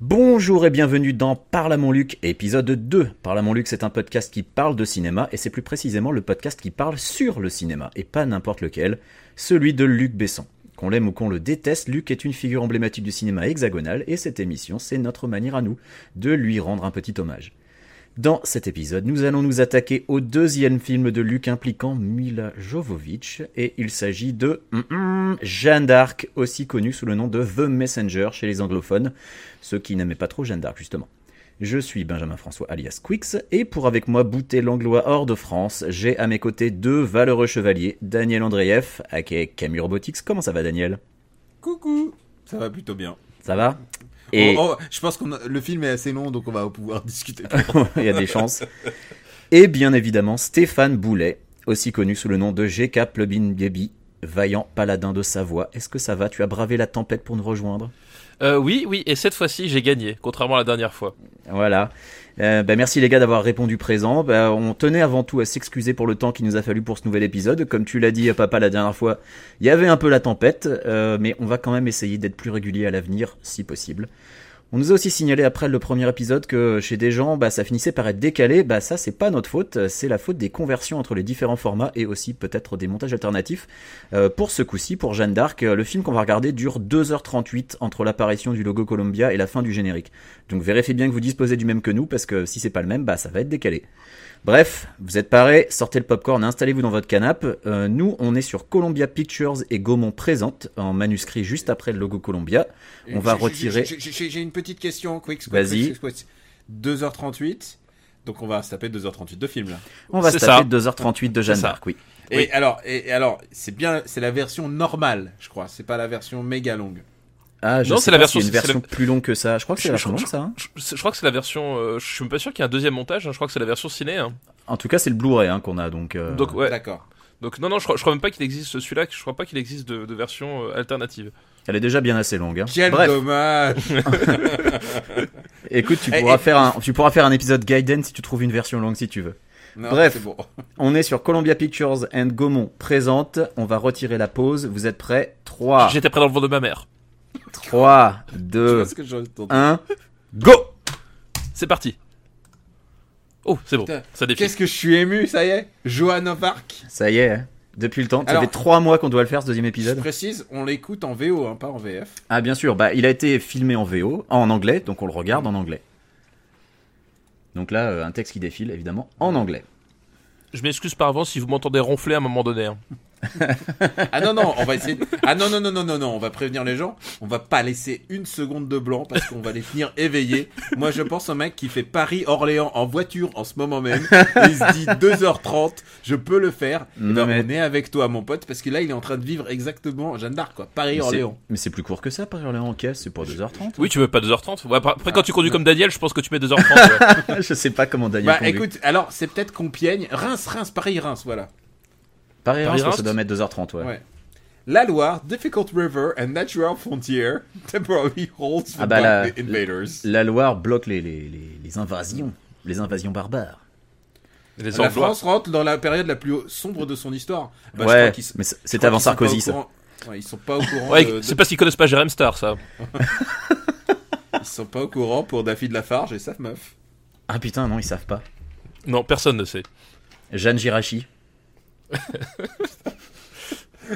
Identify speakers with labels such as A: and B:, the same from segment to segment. A: Bonjour et bienvenue dans Parle à mon Luc, épisode 2. Parle à mon Luc, c'est un podcast qui parle de cinéma et c'est plus précisément le podcast qui parle sur le cinéma et pas n'importe lequel, celui de Luc Besson. Qu'on l'aime ou qu'on le déteste, Luc est une figure emblématique du cinéma hexagonal et cette émission, c'est notre manière à nous de lui rendre un petit hommage. Dans cet épisode, nous allons nous attaquer au deuxième film de Luc impliquant Mila Jovovich, et il s'agit de hum, hum, Jeanne d'Arc, aussi connue sous le nom de The Messenger chez les anglophones, ceux qui n'aimaient pas trop Jeanne d'Arc justement. Je suis Benjamin François alias Quix, et pour avec moi bouter l'anglois hors de France, j'ai à mes côtés deux valeureux chevaliers, Daniel Andreev, aka Camille Robotics. Comment ça va Daniel
B: Coucou Ça va plutôt bien.
A: Ça va Et-
B: Oh, oh, je pense que le film est assez long, donc on va pouvoir discuter.
A: il y a des chances. Et bien évidemment, Stéphane Boulet, aussi connu sous le nom de GK Plubin Baby, vaillant paladin de Savoie. Est-ce que ça va Tu as bravé la tempête pour nous rejoindre
C: Euh, oui, oui, et cette fois-ci j'ai gagné, contrairement à la dernière fois.
A: Voilà. Euh, bah, merci les gars d'avoir répondu présent. Bah, on tenait avant tout à s'excuser pour le temps qu'il nous a fallu pour ce nouvel épisode. Comme tu l'as dit à papa la dernière fois, il y avait un peu la tempête, euh, mais on va quand même essayer d'être plus régulier à l'avenir, si possible. On nous a aussi signalé après le premier épisode que chez des gens, bah, ça finissait par être décalé. Bah, ça, c'est pas notre faute. C'est la faute des conversions entre les différents formats et aussi peut-être des montages alternatifs. Euh, pour ce coup-ci, pour Jeanne d'Arc, euh, le film qu'on va regarder dure 2h38 entre l'apparition du logo Columbia et la fin du générique. Donc vérifiez bien que vous disposez du même que nous, parce que si c'est pas le même, bah ça va être décalé. Bref, vous êtes parés, sortez le popcorn, installez-vous dans votre canapé. Euh, nous, on est sur Columbia Pictures et Gaumont présente, en manuscrit juste après le logo Columbia. On va
B: J'ai- j'ai-
A: retirer-
B: j'ai- J'ai j'ai- j'ai une petite question, Quicks.
A: Vas-y.
B: 2h38. Donc on va se taper 2h38 de film là.
A: On va se
C: C'est
A: taper 2h38 de Jeanne
C: C'est ça.
A: d'Arc, oui.
B: Et alors, et, et alors, c'est bien, c'est la version normale, je crois. C'est pas la version méga longue.
A: Ah, je
C: Non,
A: sais
C: c'est la
A: pas s'il y a
C: version-
A: une
C: c'est
A: version plus longue que ça. Je crois que c'est
C: Je-
A: la
C: je-
A: version longue, ça. hein.
C: Je, je crois que c'est la version. euh, je suis même pas sûr qu'il y ait un deuxième montage. hein, je crois que c'est la version ciné. hein.
A: En tout cas, c'est le Blu-ray hein, qu'on a, donc. euh,
C: Donc ouais.
B: D'accord.
C: Donc non non, je crois, je crois même pas qu'il existe celui-là. que Je crois pas qu'il existe de, de version euh, alternative.
A: Elle est déjà bien assez longue. Hein.
B: Quel
A: Bref,
B: dommage.
A: écoute, tu
B: Eh,
A: pourras,
B: eh.
A: faire un, tu pourras faire un épisode Gaiden si tu trouves une version longue, si tu veux.
B: Non,
A: Bref.
B: c'est bon.
A: On est sur Columbia Pictures and Gaumont présente. On va retirer la pause. Vous êtes prêts
B: Ah.
A: 3,
C: J'étais près dans le vent de ma mère.
A: 3,
B: Je
A: 2,
B: pense que j'aurais tenté.
A: 1, go
C: C'est parti. Oh, c'est bon.
B: Putain,
C: Ça défile.
B: Qu'est-ce que je suis ému, ça y est. Johan of Arc.
A: Ça y est, hein. depuis le temps. Ça
B: Alors-
A: fait 3 mois qu'on doit le faire, ce deuxième
B: Je
A: épisode.
B: précise, on l'écoute en VO, hein, pas en VF.
A: Ah, bien sûr. Bah, il a été filmé en VO, en anglais, donc on le regarde en anglais. Donc là, euh, un texte qui défile, évidemment, en anglais.
C: Je m'excuse par avance si vous m'entendez ronfler à un moment donné. hein.
B: Ah non, non, on va essayer. de- Ah non, non, non, non, non, non, on va prévenir les gens. On va pas laisser une seconde de blanc parce qu'on va les tenir éveillés. Moi, je pense au mec qui fait Paris-Orléans en voiture en ce moment même. Il se dit 2h30, je peux le faire. Eh ben,
A: Non, mais-
B: On est avec toi, mon pote, parce que là, il est en train de vivre exactement Jeanne d'Arc, quoi.
A: Mais c'est-
B: Paris-Orléans.
A: Mais c'est plus court que ça, par Orléans en caisse, c'est pour 2h30.
C: Oui, tu veux pas 2h30 Ouais, par-
B: Ah.
C: Après, quand tu conduis comme Daniel, je pense que tu mets 2h30. ouais.
A: je sais pas comment Daniel
B: Bah
A: conduit.
B: écoute, alors c'est peut-être Compiègne, Reims, Reims, Paris-Reims, voilà.
A: Paris, Reims,
C: Paris,
A: ça
C: Reims.
A: doit mettre 2h30, ouais.
B: Ouais. La Loire, Difficult River and Natural Frontier, temporarily holds the
A: Ah bah là-
B: invaders.
A: La Loire bloque les, les, les, les invasions, les invasions barbares.
C: Les
B: La
C: Anglois.
B: France rentre dans la période la plus sombre de son histoire. Bah, je crois
A: ouais,
B: qu'ils s-
A: mais c'est-
B: je
A: c'était
B: crois
A: avant
B: qu'ils sont pas
A: Sarkozy,
B: au
A: ça.
B: courant- Ouais, ils sont pas au courant.
C: Ouais,
B: de- de-
C: c'est parce qu'ils connaissent pas Jérém Star, ça.
B: Ils sont pas au courant pour David Lafarge et sa meuf.
A: Ah putain, non, ils savent pas.
C: Non, personne ne sait.
A: Jeanne Girachi.
B: Putain,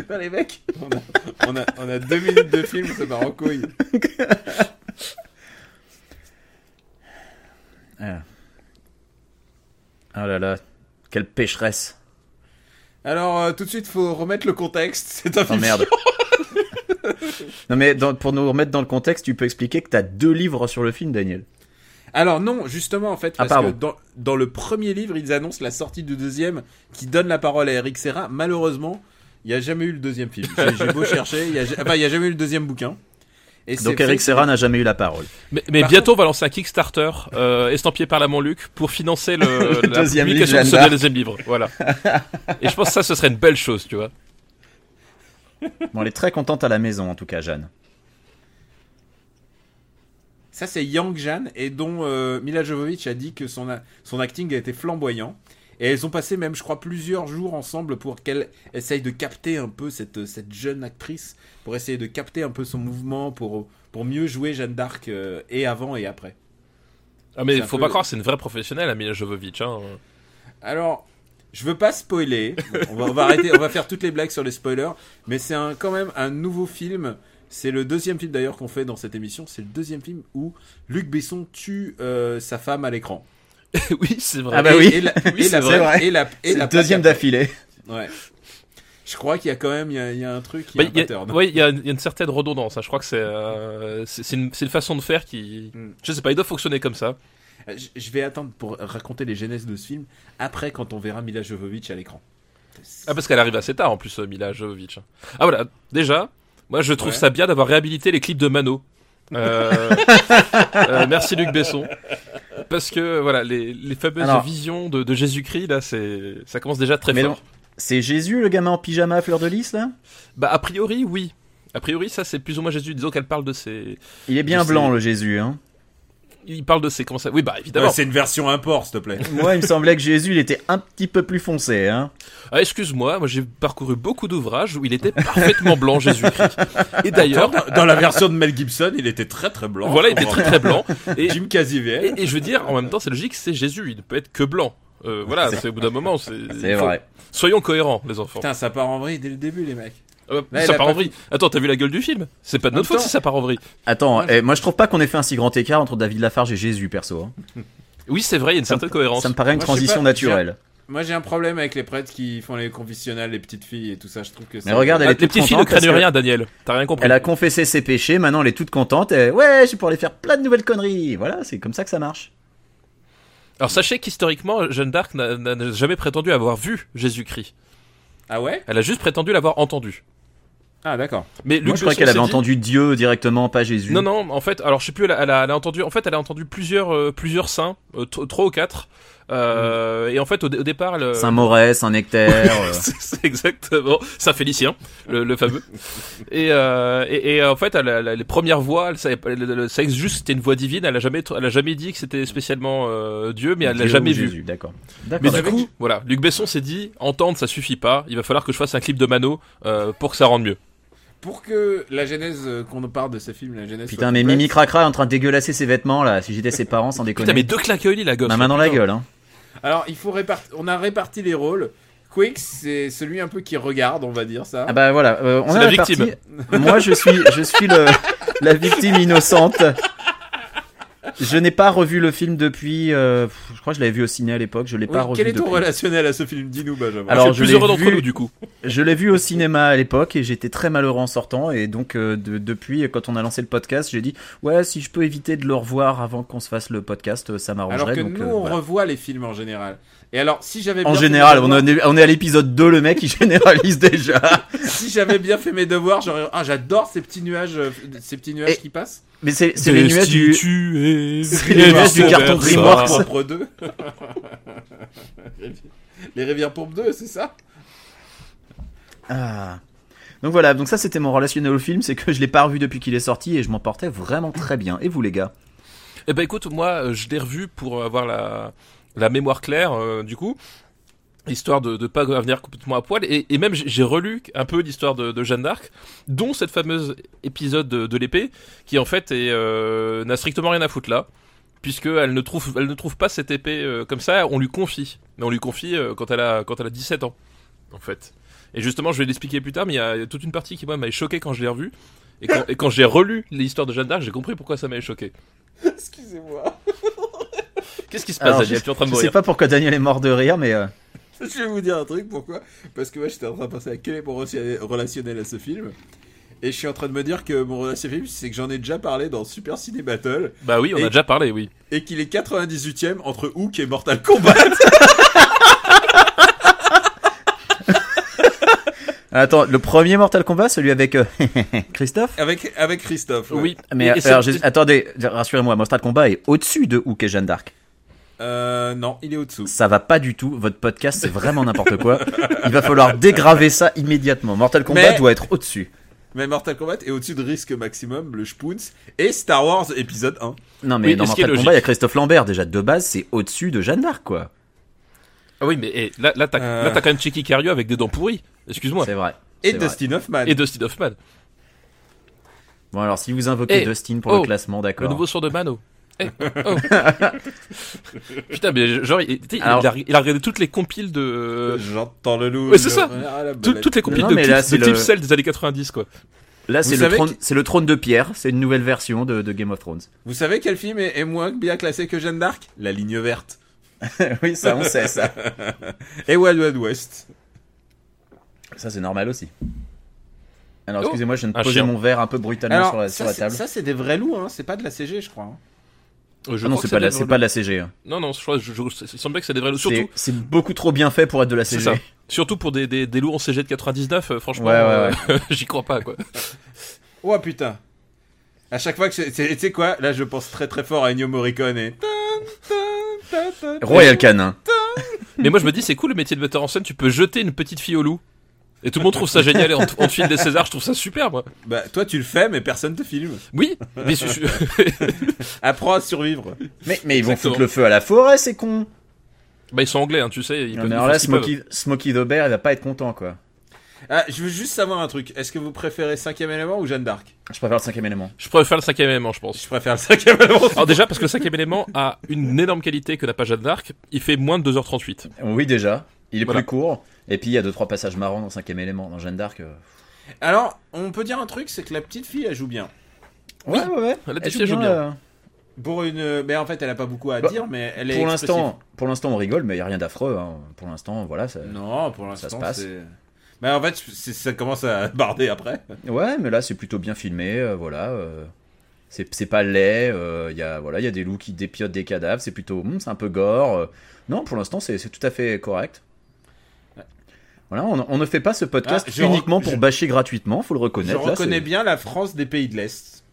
B: Bah, les mecs, on a, on a- on a deux minutes de film, ça part en couille.
A: Ah. Ah là là, quelle pécheresse.
B: Alors euh, tout de suite, faut remettre le contexte. C'est un
A: Oh
B: film.
A: merde. non mais dans- pour nous remettre dans le contexte, tu peux expliquer que t'as deux livres sur le film, Daniel.
B: Alors non, justement en fait,
A: Ah,
B: parce
A: pardon.
B: que dans, dans le premier livre, ils annoncent la sortie du deuxième, qui donne la parole à Eric Serra. Malheureusement, il n'y a jamais eu le deuxième film. J'ai- J'ai beau chercher, il y a, ja- enfin, il y a jamais eu le deuxième bouquin. Et c'est
A: Donc
B: vrai
A: Eric
B: que-
A: Serra n'a jamais eu la parole.
C: Mais, mais
B: Par
C: bientôt, on va lancer un Kickstarter euh, estampillé par la Montluc pour financer le,
A: Le
C: la
A: deuxième
C: publication
A: livre,
C: de
A: Jeanne d'Arc.
C: ce deuxième livre. Voilà. Et je pense que ça, ce serait une belle chose, tu vois.
A: Bon, elle est très contente à la maison en tout cas, Jeanne.
B: Ça, c'est Yang Jan, et dont euh, Mila Jovovich a dit que son, a- son acting a été flamboyant. Et elles ont passé même, je crois, plusieurs jours ensemble pour qu'elle euh, essaye de capter un peu cette, cette jeune actrice, pour essayer de capter un peu son mouvement, pour, pour mieux jouer Jeanne d'Arc euh, et avant et après.
C: Ah, mais
B: C'est un
C: faut
B: peu-
C: pas croire, c'est une vraie professionnelle, Amina Jovovich. Hein.
B: Alors, je veux pas spoiler. On va, on va arrêter, on va faire toutes les blagues sur les spoilers. Mais c'est un- quand même un nouveau film. C'est le deuxième film d'ailleurs qu'on fait dans cette émission. C'est le deuxième film où Luc Besson tue euh, sa femme à l'écran.
C: oui, c'est vrai.
A: Ah bah
B: Et-
A: oui.
B: Et la,
C: Oui,
B: et
C: c'est
B: la-
A: vrai.
B: et la- et
A: C'est
B: la
A: le deuxième
B: plaque
A: d'affilée.
B: à- Ouais. Je crois qu'il y a quand même il y a, il y a un truc, il y
C: Bah, Il
B: a un
C: y, a-
B: pattern.
C: ouais, il y a il y a une certaine redondance. hein. Je crois que c'est euh, c'est- c'est une, c'est une façon de faire qui.
B: Mm.
C: Je sais pas, il doit fonctionner comme ça.
B: Euh, Je je vais attendre pour raconter les genèses de ce film après quand on verra Mila Jovovich à l'écran.
C: Ah, parce qu'elle arrive assez tard en plus, euh, Mila Jovovich. Ah voilà, déjà, moi je trouve
B: Ouais.
C: ça bien d'avoir réhabilité les clips de Mano. Euh, euh, merci Luc Besson. Parce que voilà, les, les fameuses
A: Alors.
C: visions de, de Jésus-Christ, là, c'est ça commence déjà très
A: Mais
C: fort.
A: non. C'est Jésus le gamin en pyjama à fleur de lys là
C: Bah, a priori, oui. A priori, ça c'est plus ou moins Jésus. Disons qu'elle parle de ses.
A: Il est bien
C: Je sais.
A: blanc le Jésus. Hein.
C: Il parle de ses. Comment ça Oui, bah évidemment.
B: Ouais, c'est une version import, s'il te plaît.
A: Moi, il me semblait que Jésus il était un petit peu plus foncé. Hein.
C: Ah, excuse-moi, moi j'ai parcouru beaucoup d'ouvrages où il était parfaitement blanc, Jésus-Christ. Et d'ailleurs,
B: Dans, dans la version de Mel Gibson, il était très très blanc.
C: voilà, il était très très blanc. Et,
B: Jim Casivier.
C: et, et je veux dire, en même temps, c'est logique, c'est Jésus, il ne peut être que blanc. Euh, voilà, c'est au bout d'un moment, c'est.
A: C'est
C: il faut-
A: vrai.
C: Soyons cohérents, les enfants.
B: Putain, ça part en vrille dès le début, les mecs.
C: Ah bah,
B: Là, elle
C: ça
B: a
C: part
B: pas
C: en vrille. Attends, t'as vu la gueule du film C'est pas de
B: En
C: notre faute
B: même
C: si ça part en vrille.
A: Attends,
B: Moi,
A: eh, moi je trouve pas qu'on ait fait un si grand écart entre David Lafarge et Jésus perso. hein.
C: Oui, c'est vrai, il y a une
A: Ça me-
C: certaine cohérence. Ah,
A: Ça me paraît une
B: Moi, je sais
A: transition
B: pas,
A: naturelle.
B: Moi, j'ai un problème avec les prêtres qui font les confessionnels, les petites filles et tout ça. Je trouve que
A: Mais regarde,
C: Ah,
A: elle est
C: les
A: toute
C: petites filles ne
A: contente parce
C: craignent
A: que-
C: rien, Daniel. T'as rien compris.
A: Elle a confessé ses péchés, maintenant elle est toute contente. Et, ouais, je pourrais faire plein de nouvelles conneries. Voilà, c'est comme ça que ça marche.
C: Alors sachez qu'historiquement, Jeanne d'Arc n'a- n'a n'a jamais prétendu avoir vu Jésus-Christ.
B: Ah ouais
C: Elle a juste prétendu l'avoir entendu.
B: Ah d'accord.
C: Mais
A: moi
C: Luc
A: je crois
C: Besson
A: qu'elle
C: s'est
A: avait
C: dit-
A: entendu Dieu directement, pas Jésus.
C: Non, non, en fait, alors je sais plus, elle a, elle a- elle a entendu, en fait, elle a entendu plusieurs, euh, plusieurs saints, euh, tro- trois ou quatre, euh, et en fait, au, dé- au départ, elle, euh,
A: Mm. Saint Maurès, Saint Nectaire. euh.
C: c'est c'est exactement Saint Félicien, le, le fameux. Et, euh, et, et, en fait, elle, elle- les premières voix, elle, savait pas- elle- elle- elle savait juste que c'était une voix divine. Elle a jamais, tr- elle a jamais dit que c'était spécialement euh, Dieu, mais elle l'a
A: Dieu
C: jamais
A: ou
C: vu.
A: Jésus, D'accord.
C: Mais
B: Ah bah,
A: D'accord.
C: du
A: d'accord.
C: coup, voilà, Luc Besson s'est dit, entendre, ça suffit pas. Il va falloir que je fasse un clip de Mano euh, pour que ça rende mieux.
B: Pour que la genèse euh, qu'on nous parle de ce film, la genèse. soit
A: Putain, mais
B: complète,
A: Mimi Cracra est en train de dégueulasser ses vêtements là. Si j'étais ses parents, sans déconner.
C: Putain, mais deux claques au lit, la gosse.
A: Ma main dans la
C: Putain.
A: gueule. Hein.
B: Alors, il faut répartir. On a réparti les rôles. Quicks, c'est celui un peu qui regarde, on va dire ça.
A: Ah bah voilà, euh, on
C: C'est
A: a
C: la
A: partie-
C: victime.
A: Moi je suis, je suis le, la victime innocente. Je n'ai pas revu le film depuis. euh, pff, je crois que je l'avais vu au ciné à l'époque. Je l'ai
B: Oui,
A: pas revu Ah
B: quel est ton
A: depuis.
B: relationnel à ce film Dis-nous, Benjamin.
A: Alors,
C: C'est le
A: je
C: plus
A: l'ai
C: heureux d'entre
A: vu-
C: nous, du coup.
A: Je l'ai vu au cinéma à l'époque et j'étais très malheureux en sortant. Et donc euh, de- depuis, quand on a lancé le podcast, j'ai dit ouais si je peux éviter de le revoir avant qu'on se fasse le podcast, euh, ça m'arrangerait.
B: Alors que
A: donc,
B: nous,
A: euh,
B: on
A: voilà.
B: revoit les films en général. Et alors, si j'avais
A: En
B: bien fait
A: général,
B: mes
A: on
B: devoirs-
A: en est, on est à l'épisode 2, le mec il généralise déjà.
B: si j'avais bien fait mes devoirs, j'aurais. Ah, j'adore ces petits nuages, euh, ces petits nuages
A: Et-
B: qui passent.
A: Mais c'est c'est les nuages du,
C: C'est
A: les nuages
C: Ah,
A: du carton
B: Rivière
A: Dreamworks.
B: Pourpre 2. les rivières Pourpre 2, c'est ça
A: Ah. Donc voilà, donc ça c'était mon relationnel au film, c'est que je l'ai pas revu depuis qu'il est sorti et je m'en portais vraiment très bien. Et vous les gars
C: Eh ben écoute, moi euh, je l'ai revu pour avoir la, la mémoire claire euh, du coup, histoire de ne pas venir complètement à poil. Et, et même j'ai- j'ai relu un peu l'histoire de, de Jeanne d'Arc, dont cette fameuse épisode de, de l'épée, qui en fait est, euh, n'a strictement rien à foutre là. Puisque elle ne trouve, elle ne trouve pas cette épée euh, comme ça, on lui confie. Mais on lui confie euh, quand elle a, quand elle a 17 ans, en fait. Et justement, je vais l'expliquer plus tard, mais il y, a il y a toute une partie qui moi m'avait choqué quand je l'ai revue. Et quand, et quand j'ai relu l'histoire de Jeanne d'Arc, j'ai compris pourquoi ça m'avait choqué.
B: Excusez-moi.
C: Qu'est-ce qui se
A: Alors,
C: passe, Daniel Tu es en train de
A: Je sais
C: mourir.
A: pas pourquoi Daniel est mort de rire, mais euh,
B: Je vais vous dire un truc, pourquoi Parce que moi j'étais en train de penser à quel est mon relationnel- relationnel à ce film. Et je suis en train de me dire que mon relationnel à ce film, c'est que j'en ai déjà parlé dans Super Ciné Battle
C: Bah oui, on
B: Et-
C: a déjà parlé, oui.
B: et qu'il est 98ème entre Hook et Mortal Kombat.
A: Attends, le premier Mortal Kombat, celui avec euh, Christophe
B: avec, avec Christophe. ouais.
C: Oui.
A: Mais
C: Et- et
A: alors,
C: c'est-
A: je- attendez, rassurez-moi, Mortal Kombat est au-dessus de Hook et Jeanne d'Arc.
B: Euh, non, il est au-dessous.
A: Ça va pas du tout, votre podcast c'est vraiment n'importe quoi. Il va falloir dégraver ça immédiatement. Mortal Kombat
B: Mais-
A: doit être au-dessus.
B: Mais Mortal Kombat est au-dessus de Risque Maximum, le Spoons et Star Wars épisode 1.
A: Non mais
C: Oui,
A: dans
C: et ce qui est
A: Mortal
C: logique.
A: Kombat, il y a Christophe Lambert déjà de base, c'est au-dessus de Jeanne d'Arc quoi.
C: Ah oui, mais eh, là, là, t'as
B: Euh.
C: là, t'as quand même Chicky Cario avec des dents pourries. Excuse-moi.
A: C'est vrai.
B: Et
A: C'est vrai.
B: Dustin Hoffman.
C: Et Dustin Hoffman.
A: Bon, alors si vous invoquez
C: Eh,
A: Dustin pour
C: oh,
A: le classement,
C: Le
A: d'accord.
C: nouveau son de Mano. Eh, oh. Putain, mais genre, il, tu sais, il
A: Alors-
C: a, il a regardé toutes les compiles de.
B: Euh, J'entends le loup. Ah,
C: ouais, c'est ça. tout-
B: Toutes
C: toutes les compiles
A: Non,
C: de,
A: mais
C: clips,
A: là,
C: de
A: c'est le-
C: clips celles des années 90, quoi.
A: Là, c'est
B: Vous
A: le,
B: savez
A: trône,
B: qui-
A: c'est le trône de pierre, c'est une nouvelle version de, de Game of Thrones.
B: Vous savez quel film est, est moins bien classé que Jeanne d'Arc La ligne verte.
A: oui, ça, on sait ça.
B: Et Wild Wild West.
A: Ça, c'est normal aussi. Alors,
C: Oh,
A: excusez-moi, je viens de
C: un
A: poser
C: chien.
A: mon verre un peu brutalement sur la, sur
B: ça,
A: la
B: c'est-
A: table.
B: ça, c'est des vrais loups, hein. c'est pas de la CG, je crois. hein.
C: Euh, je
A: Ah non,
C: crois
A: c'est
C: que
A: pas, de la-
C: des
A: c'est
C: vrais-
A: pas de la CG. hein.
C: Non, non, je crois, je, je- il semblait que c'est des vrais loups.
A: C'est
C: Surtout,
A: c'est beaucoup trop bien fait pour être de la
C: c'est
A: CG.
C: ça. Surtout pour des, des, des loups en CG de 99, euh, franchement,
A: Ouais, ouais,
C: euh, j'y crois pas, quoi.
B: Oh putain. À chaque fois que c'est. c'est- Tu sais quoi Là, je pense très très fort à Ennio Morricone et.
A: Royal Canin.
C: Mais moi, je me dis, c'est cool le métier de metteur en scène, tu peux jeter une petite fille au loup. Et tout le monde trouve ça génial, et on, te- on te file des Césars, je trouve ça super, moi.
B: Bah, toi, tu le fais, mais personne te filme.
C: Oui, mais je- je-
B: Apprends à survivre.
A: Mais, mais ils vont
C: Exactement.
A: foutre le feu à la forêt, c'est con.
C: bah, ils sont anglais, hein, tu sais. Ils
A: Non, mais
C: peuvent- ils
A: alors
C: font
A: là,
C: ce qu'ils peuvent.
A: Smokey, Smokey the Bear, il va pas être content, quoi.
B: Ah, je veux juste savoir un truc. Est-ce que vous préférez 5ème élément ou Jeanne d'Arc
A: Je préfère le cinquième élément.
C: Je pourrais faire le cinquième élément, je pense.
B: Je préfère le 5ème élément.
C: Alors déjà, parce que le cinquième élément a une énorme qualité que n'a pas Jeanne d'Arc, il fait moins de 2h38.
A: Oui, déjà. Il est
C: Voilà.
A: plus court. Et puis, il y a deux, trois passages marrants dans le cinquième élément. Dans Jeanne d'Arc. euh,
B: Alors, on peut dire un truc, c'est que la petite fille, elle joue bien.
A: Ouais, ouais, ouais.
C: La
A: Elle
C: petite
A: joue
C: fille joue bien.
A: euh,
B: Pour une. Mais en fait, elle a pas beaucoup à
A: Bah,
B: dire, mais elle est.
A: Pour l'instant, pour l'instant, on rigole, mais il n'y a rien d'affreux. hein. Pour l'instant, voilà. ça-
B: expressive. Non, pour
A: se
B: l'instant,
A: passe.
B: c'est. Mais en fait, c'est- ça commence à barder après.
A: Ouais, mais là, c'est plutôt bien filmé. euh, voilà. euh, C'est c'est pas laid. euh, Il y a voilà, il y a des loups qui dépiotent des cadavres. C'est plutôt, hum, c'est un peu gore. euh. Non, pour l'instant, c'est c'est tout à fait correct. Voilà, on, on ne fait pas ce podcast
B: Ah, je
A: uniquement
B: rec-
A: pour
B: je-
A: bâcher gratuitement, faut le
B: Je
A: reconnaître. là,
B: reconnais
A: c'est-
B: bien la France des pays de l'Est.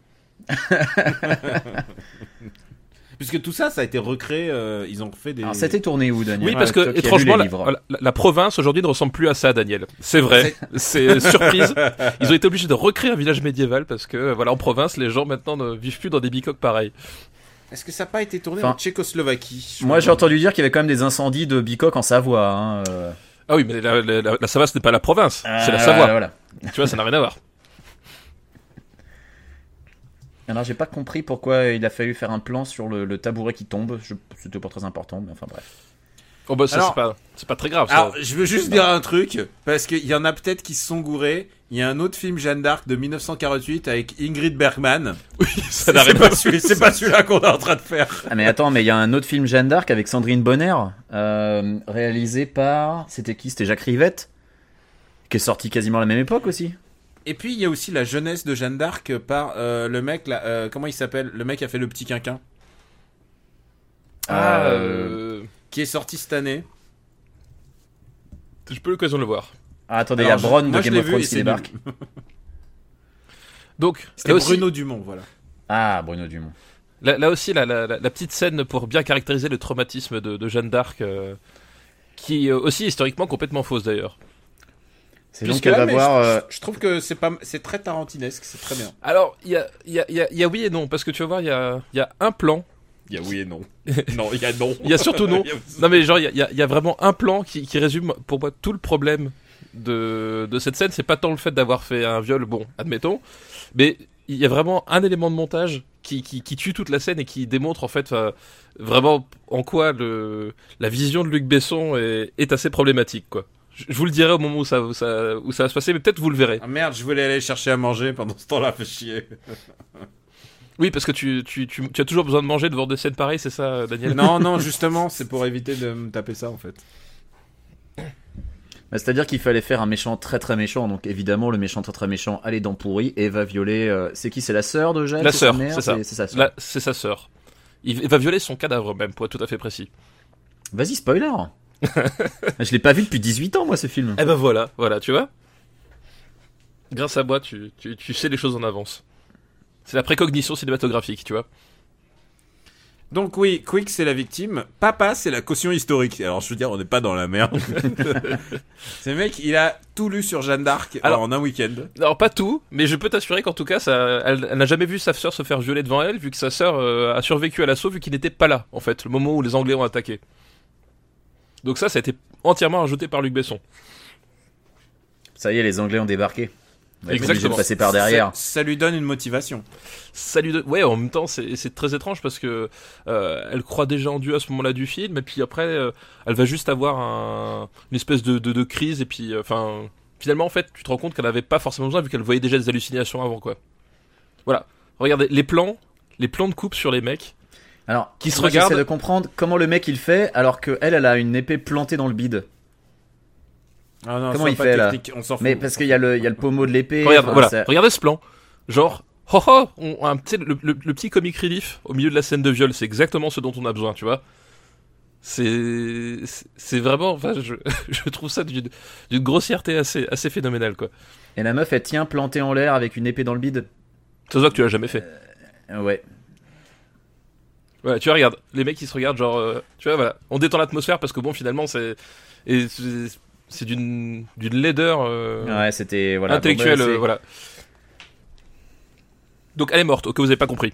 B: Puisque tout ça, ça a été recréé. euh, ils ont fait des.
A: Alors, c'était tourné où, Daniel
C: Oui, parce
A: Toi
C: que
A: qui as lu
C: étrangement,
A: les
C: la,
A: livres.
C: la- la province aujourd'hui ne ressemble plus à ça, Daniel. C'est vrai, c'est euh, surprise. Ils ont été obligés de recréer un village médiéval parce que euh, voilà, en province, les gens maintenant ne vivent plus dans des bicoques pareils.
B: Est-ce que ça n'a pas été tourné
A: Enfin,
B: en Tchécoslovaquie
A: Moi, j'ai entendu dire qu'il y avait quand même des incendies de bicoque en Savoie. hein, euh.
C: Ah oui, mais la, la, la- la Savoie, ce n'est pas la province, c'est la
A: Ah,
C: Savoie.
A: voilà, voilà.
C: Tu vois, ça n'a rien à voir.
A: Alors j'ai pas compris pourquoi il a fallu faire un plan sur le, le tabouret qui tombe. Je- C'était pas très important, mais enfin bref.
C: Oh bah ça,
B: Alors-
C: c'est pas, c'est pas très grave. ça.
B: Alors, je veux juste dire un truc, parce qu'il y en a peut-être qui se sont gourés. Il y a un autre film Jeanne d'Arc de 1948 avec Ingrid Bergman.
C: oui, ça
B: C'est
C: n'a rien à
B: pas
C: voir.
B: celui- c'est pas celui-là qu'on est en train de faire.
A: Ah mais attends, mais il y a un autre film Jeanne d'Arc avec Sandrine Bonner, euh, réalisé par c'était qui C'était Jacques Rivette, qui est sorti quasiment à la même époque aussi.
B: Et puis il y a aussi la jeunesse de Jeanne d'Arc par euh, le mec, là, euh, comment il s'appelle Le mec qui a fait le petit quinquin,
C: Ah,
A: Euh,
C: euh,
B: qui est sorti cette année.
C: je peux l'occasion de le voir.
A: ah, attendez, il y a
B: Alors, je-
A: Bronn
B: moi,
A: de
B: je
A: Game
B: l'ai
A: of
B: vu
A: Thrones
B: et
A: qui
B: c'est
A: débarque.
B: nul.
C: Donc,
B: C'était
C: là aussi,
B: Bruno Dumont, voilà.
A: Ah Bruno Dumont.
C: là, là aussi la, la- la- la petite scène pour bien caractériser le traumatisme de, de Jeanne d'Arc, euh, qui est aussi historiquement complètement fausse d'ailleurs.
A: C'est donc
B: Puisque
A: qu'elle
B: là,
A: va
B: mais
A: voir.
B: je-
A: euh,
B: je, je trouve que c'est pas, c'est très tarantinesque, c'est très bien.
C: Alors, il y a, il y, a, il y a- il y a oui et non, parce que tu vas voir, il y a, il y a un plan.
B: Il y a oui et non. non, il y a non.
C: Il y a surtout non. Non, mais genre, il y a- il y a, il y a vraiment un plan qui, qui résume pour moi tout le problème de, de cette scène. C'est pas tant le fait d'avoir fait un viol, bon, admettons, mais il y a vraiment un élément de montage qui, qui, qui tue toute la scène et qui démontre en fait euh, vraiment en quoi le, la vision de Luc Besson est, est assez problématique, quoi. Je je vous le dirai au moment où ça, où ça, où ça va se passer, mais peut-être vous le verrez.
B: Ah merde, je voulais aller chercher à manger pendant ce temps-là, fait chier.
C: Oui, parce que tu, tu, tu, tu as toujours besoin de manger devant des scènes pareilles, c'est ça, Daniel
B: non, non, justement, c'est pour éviter de me taper ça en fait.
A: bah, C'est-à-dire qu'il fallait faire un méchant très très méchant. Donc évidemment, le méchant très très méchant a les dents pourries et va violer. euh, c'est qui C'est la sœur de Jeanne
C: La
A: sa
C: sœur,
A: mère
C: c'est ça.
A: C'est sa sœur.
C: Là, c'est sa sœur. Il va violer son cadavre même, pour être tout à fait précis.
A: Vas-y, spoiler Je l'ai pas vu depuis 18 ans, moi, ce film.
C: Eh ben voilà, voilà, tu vois. Grâce à moi, tu, tu, tu sais les choses en avance. C'est la précognition cinématographique, tu vois.
B: Donc oui, Quick c'est la victime, Papa c'est la caution historique. Alors je veux dire, on n'est pas dans la merde. Ce mec, il a tout lu sur Jeanne d'Arc euh,
C: Alors-
B: en un week-end.
C: Alors pas tout, mais je peux t'assurer qu'en tout cas, ça, elle, elle n'a jamais vu sa sœur se faire violer devant elle, vu que sa sœur euh, a survécu à l'assaut, vu qu'il n'était pas là, en fait, le moment où les Anglais ont attaqué. Donc ça, ça a été entièrement ajouté par Luc Besson.
A: Ça y est, les Anglais ont débarqué. Ouais,
C: Exactement.
A: obligé de passer par derrière.
B: Ça, ça lui donne une motivation.
C: Ça lui donne- Ouais, en même temps, c'est c'est très étrange parce que euh, elle croit déjà en Dieu à ce moment-là du film, et puis après, euh, elle va juste avoir un- une espèce de, de, de crise, et puis, euh, enfin, finalement, en fait, tu te rends compte qu'elle n'avait pas forcément besoin vu qu'elle voyait déjà des hallucinations avant, quoi. Voilà. Regardez les plans, les plans de coupe sur les mecs.
A: Alors,
C: Qui se
A: moi,
C: regarde-
A: J'essaie de comprendre comment le mec il fait alors que elle, elle a une épée plantée dans le bide.
B: Ah non,
A: Comment
B: sois
A: il
B: pas
A: fait, là
B: technique, On s'en fout.
A: Mais parce qu'il y a le, il y a le pommeau de l'épée.
C: Regarde,
A: enfin,
C: voilà,
A: ça-
C: regardez ce plan. Genre, oh oh, on, un petit, le, le- le petit comic relief au milieu de la scène de viol, c'est exactement ce dont on a besoin, tu vois. C'est c'est vraiment, enfin, je, je trouve ça d'une d'une grossièreté assez, assez phénoménale, quoi.
A: Et la meuf, elle tient plantée en l'air avec une épée dans le bide.
C: Ça se voit que tu l'as jamais fait.
A: Euh, Ouais.
C: Voilà, tu vois, regarde, les mecs ils se regardent, genre, euh, tu vois, voilà, on détend l'atmosphère parce que bon, finalement, c'est. et c'est- C'est d'une d'une laideur. euh,
A: Ouais, c'était voilà.
C: intellectuel,
A: Bon, bah,
C: euh,
A: c'est-
C: voilà. Donc elle est morte, au cas où vous n'avez pas compris.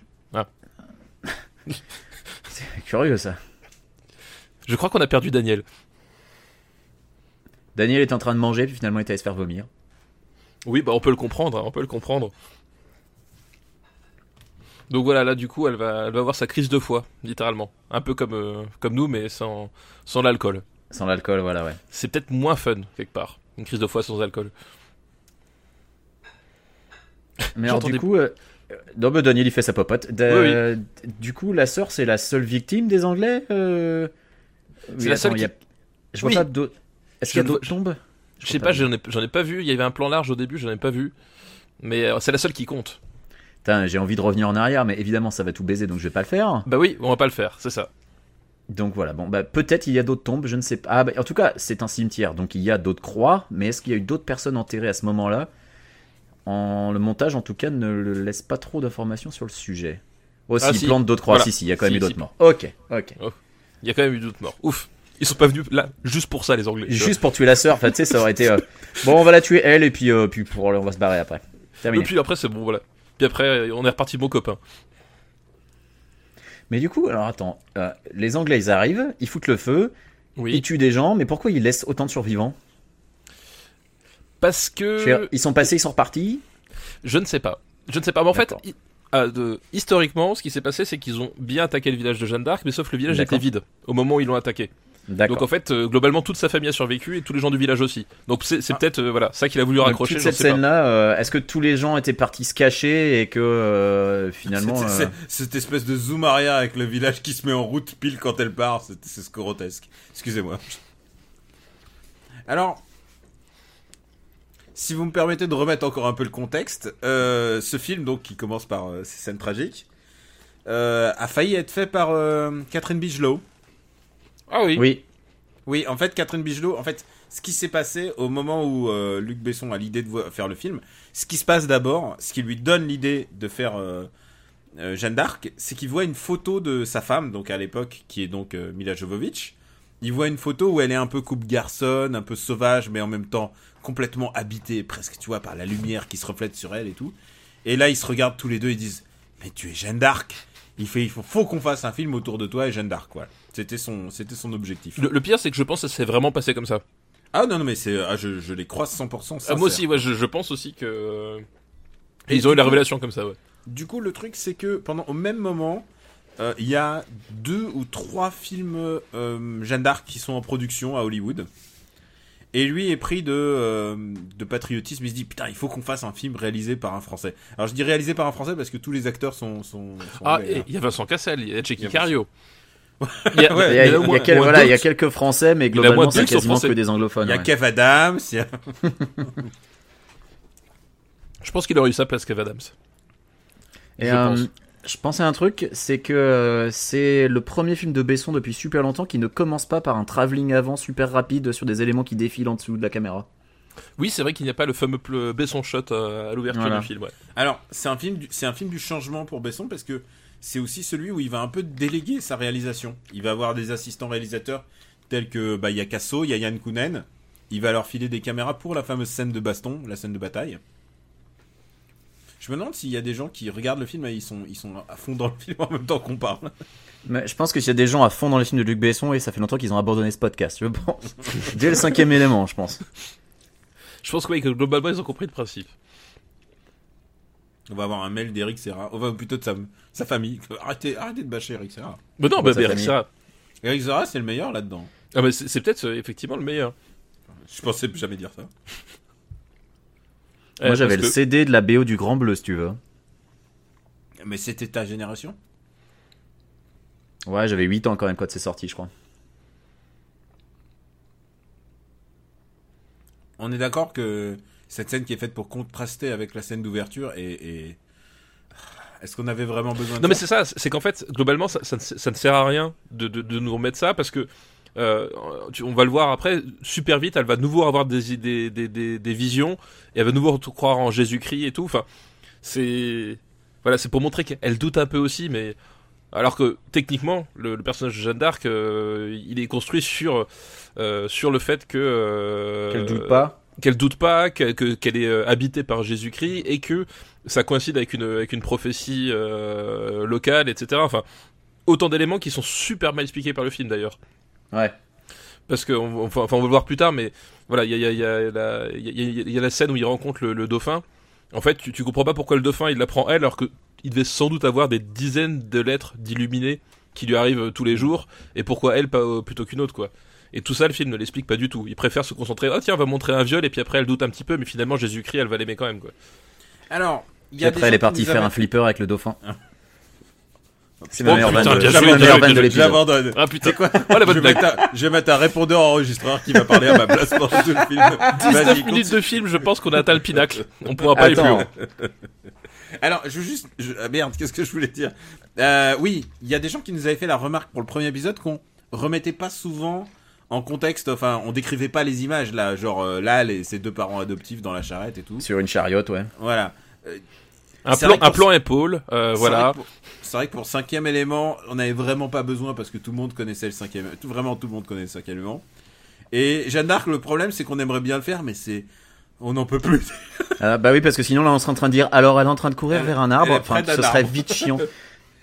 A: C'est curieux ça.
C: Je crois qu'on a perdu Daniel.
A: Daniel était en train de manger, puis finalement il était allé se faire vomir.
C: Oui, bah on peut le comprendre, hein, on peut le comprendre. Donc voilà, là du coup, elle va, elle va avoir sa crise de foie, littéralement. Un peu comme, euh, comme nous, mais sans, sans l'alcool.
A: Sans l'alcool, voilà, ouais.
C: C'est peut-être moins fun, quelque part. Une crise de foie sans alcool.
A: Mais alors,
C: J'entendais-
A: du coup. euh, euh, Non, mais Daniel il fait sa popote. Da- Du coup, la sœur, c'est la seule victime des Anglais euh, oui,
C: la seule
A: attends, il y a- Je vois
C: Oui.
A: pas d'autres. Est-ce qu'il y a
C: Je ne vois-
A: d'autres tombes
C: Je sais
A: crois
C: pas, j'en ai, j'en ai pas vu. Il y avait un plan large au début, j'en ai pas vu. Mais euh, c'est la seule qui compte.
A: Putain, j'ai envie de revenir en arrière, mais évidemment ça va tout baiser, donc je vais pas le faire.
C: Bah oui, on va pas le faire, c'est ça.
A: Donc voilà, bon, bah, peut-être il y a d'autres tombes, je ne sais pas. Ah, bah, en tout cas, c'est un cimetière, donc il y a d'autres croix, mais est-ce qu'il y a eu d'autres personnes enterrées à ce moment-là en... Le montage, en tout cas, ne le laisse pas trop d'informations sur le sujet. Oh,
C: Ah,
A: si,
C: si.
A: ils plantent d'autres croix,
C: Voilà.
A: si, si, il y a quand même
C: Si,
A: eu d'autres
C: si.
A: morts. Ok, ok.
C: Il y a quand même eu d'autres morts. Ouf. Ils sont pas venus là juste pour ça, les Anglais. tu vois.
A: Juste pour tuer la sœur, enfin, tu sais, ça aurait été. euh, Bon, on va la tuer elle, et puis, euh, puis pour... on va se barrer après.
C: Et
A: Terminé.
C: puis après, c'est bon, voilà. Puis après, on est reparti bon copain.
A: Mais du coup, alors attends, euh, les Anglais ils arrivent, ils foutent le feu,
C: Oui.
A: ils tuent des gens, mais pourquoi ils laissent autant de survivants
C: Parce
A: Je veux
C: que
A: dire, Ils sont passés, ils sont repartis.
C: Je ne sais pas. Je ne sais pas. Mais en fait,
A: D'accord.
C: hi- ah, de- historiquement, ce qui s'est passé, c'est qu'ils ont bien attaqué le village de Jeanne d'Arc, mais sauf le village
A: D'accord.
C: était vide au moment où ils l'ont attaqué.
A: D'accord.
C: Donc en fait, euh, globalement, toute sa famille a survécu et tous les gens du village aussi. Donc c'est c'est
B: Ah.
C: peut-être euh, voilà ça qu'il a voulu
A: Donc,
C: raccrocher.
A: toute
C: j'en
A: cette
C: sais pas.
A: scène-là, euh, est-ce que tous les gens étaient partis se cacher et que euh, finalement.
B: C'est-
A: euh,
B: c'est- Cette espèce de zoom arrière avec le village qui se met en route pile quand elle part, c'est c'est ce grotesque. Excusez-moi. Alors, si vous me permettez de remettre encore un peu le contexte, euh, ce film, donc, qui commence par euh, ces scènes tragiques, euh, a failli être fait par euh, Catherine Bigelow.
C: Ah oui.
A: Oui.
B: Oui, en fait, Catherine Bigelow, en fait, ce qui s'est passé au moment où euh, Luc Besson a l'idée de vo- faire le film, ce qui se passe d'abord, ce qui lui donne l'idée de faire euh, euh, Jeanne d'Arc, c'est qu'il voit une photo de sa femme, donc à l'époque, qui est donc euh, Mila Jovovich. Il voit une photo où elle est un peu coupe garçonne, un peu sauvage, mais en même temps complètement habitée, presque, tu vois, par la lumière qui se reflète sur elle et tout. Et là, ils se regardent tous les deux, ils disent Mais tu es Jeanne d'Arc Il fait Il faut, faut qu'on fasse un film autour de toi et Jeanne d'Arc, voilà. C'était son, c'était son objectif.
C: Le, le pire, c'est que je pense que ça s'est vraiment passé comme ça.
B: Ah non, non, mais c'est, ah, je, je les croise 100%.
C: Ah,
B: sincère.
C: moi aussi, ouais, je, je pense aussi que euh,
B: Et
C: ils ont eu
B: du
C: la
B: coup-
C: révélation comme ça. Ouais.
B: Du coup, le truc, c'est que pendant au même moment, euh, il y a deux ou trois films euh, Jeanne d'Arc qui sont en production à Hollywood. Et lui est pris de, euh, de patriotisme. Il se dit Putain, il faut qu'on fasse un film réalisé par un Français. Alors je dis réalisé par un Français parce que tous les acteurs sont. sont, sont
C: Ah,
B: anglais,
C: et
B: hein.
C: il y a Vincent Cassel, il y a Checky
B: Il y a
C: Cario. Il y a-
A: Il
B: Ouais,
A: y a,
C: il y en a
A: il
C: au
A: y a
C: moins-
A: quel-
C: au moins
A: voilà, il y a
C: deux.
A: quelques Français, mais
C: Il y en a au moins
A: globalement,
C: deux
A: c'est
C: qui sont
A: quasiment
C: français.
A: que des anglophones.
B: Il y a
A: ouais.
B: Kev Adams. il y a-
C: Je pense qu'il aurait eu sa place Kev Adams.
A: Et,
C: je
A: euh,
C: pense.
A: je pense à un truc, c'est que euh, c'est le premier film de Besson depuis super longtemps qui ne commence pas par un travelling avant super rapide sur des éléments qui défilent en dessous de la caméra.
C: Oui, c'est vrai qu'il n'y a pas le fameux ple- Besson shot euh, à l'ouverture
A: Voilà.
C: du film. ouais.
B: Alors, c'est un, film du- c'est un film du changement pour Besson parce que c'est aussi celui où il va un peu déléguer sa réalisation. Il va avoir des assistants réalisateurs tels que bah, il y a Casso, il y a Yann Kounen. Il va leur filer des caméras pour la fameuse scène de baston, la scène de bataille. Je me demande s'il y a des gens qui regardent le film et ils sont, ils sont à fond dans le film en même temps qu'on parle.
A: Mais je pense que y a des gens à fond dans les films de Luc Besson et ça fait longtemps qu'ils ont abandonné ce podcast, je pense. Dès le cinquième élément, je pense.
C: Je pense que, ouais, que globalement, ils ont compris le principe.
B: On va avoir un mail d'Eric Serra, enfin plutôt de sa, sa famille. Arrêtez, arrêtez de bâcher Eric Serra.
C: Mais non,
A: Bon,
C: bah,
A: ça,
C: Eric
A: ça
C: Serra.
B: Eric Serra, c'est le meilleur là-dedans.
C: Ah, bah, c'est c'est peut-être euh, effectivement le meilleur.
B: Je pensais jamais dire ça.
A: Moi,
C: Euh,
A: j'avais le
C: parce que-
A: CD de la BO du Grand Bleu, si tu veux.
B: Mais c'était ta génération
A: Ouais, j'avais 8 ans quand même quand c'est sorti, je crois.
B: On est d'accord que cette scène qui est faite pour contraster avec la scène d'ouverture est. est- Est-ce qu'on avait vraiment besoin de
C: Non, mais c'est
B: ça
C: ça, c'est qu'en fait, globalement, ça, ça ne- ça ne sert à rien de, de- de nous remettre ça parce que. euh, tu- on va le voir après, super vite, elle va de nouveau avoir des idées, des, des- des visions, et elle va de nouveau tout croire en Jésus-Christ et tout. Enfin, c'est voilà, c'est pour montrer qu'elle doute un peu aussi, mais alors que techniquement, le, le personnage de Jeanne d'Arc, euh, il est construit sur euh, sur le fait que euh,
A: Qu'elle doute pas.
C: qu'elle doute pas, que- que- qu'elle est euh, habitée par Jésus-Christ et que ça coïncide avec une, avec une prophétie euh, locale, etc. Enfin, autant d'éléments qui sont super mal expliqués par le film d'ailleurs.
A: Ouais.
C: Parce que, on- on- enfin, on va le voir plus tard, mais voilà, il y a, il y a- il y a la- il y a- il y a- il y a la scène où il rencontre le, le dauphin. En fait, tu, tu comprends pas pourquoi le dauphin il la prend elle, alors que il devait sans doute avoir des dizaines de lettres d'illuminés qui lui arrivent tous les jours, et pourquoi elle pas, euh, plutôt qu'une autre, quoi. Et tout ça, le film ne l'explique pas du tout. Il préfère se concentrer. Ah tiens, on va montrer un viol, et puis après elle doute un petit peu, mais finalement Jésus-Christ, elle va l'aimer quand même, quoi.
B: Alors, il
A: Puis après,
B: des
A: elle est
B: gens qui
A: partie
B: nous
A: faire un
B: avaient-
A: flipper avec le dauphin. C'est
C: Oh,
A: ma meilleure
C: putain,
A: vanne de-
C: bien
A: c'est
C: joué,
A: ma meilleure
C: bien
A: vanne de
C: joué,
A: l'épisode.
B: J'abandonne.
C: Ah putain,
B: C'est quoi
C: oh la
B: je,
C: bonne
B: vais
C: blague.
B: mettre un, je vais mettre un répondeur enregistreur qui va parler à ma place pendant tout le film. Vas-y,
C: 19
B: continue.
C: minutes de film, je pense qu'on a atteint le pinacle. On pourra pas aller plus
A: Attends,
C: haut.
B: Alors, je veux juste. je- ah, merde, qu'est-ce que je voulais dire Euh, Oui, il y a des gens qui nous avaient fait la remarque pour le premier épisode qu'on remettait pas souvent en contexte. Enfin, on décrivait pas les images là, genre euh, là, les, ses deux parents adoptifs dans la charrette et
C: hein.
B: tout.
A: sur une chariote, ouais.
B: Voilà.
C: Un
B: C'est
C: plan,
B: vrai que
C: un
B: pour-
C: plan épaule, euh,
B: C'est
C: voilà.
B: vrai que pour- C'est vrai que pour cinquième élément, on n'avait vraiment pas besoin parce que tout le monde connaissait le cinquième. Tout, vraiment, tout le monde connaît le cinquième élément. Et Jeanne d'Arc, le problème, c'est qu'on aimerait bien le faire, mais c'est. On n'en peut plus.
A: Ah, bah oui, parce que sinon, là, on serait en train de dire alors elle est en train de courir
B: Elle-
A: vers un arbre.
B: elle est
A: Enfin,
B: près d'un
A: ce serait
B: arbre.
A: vite chiant.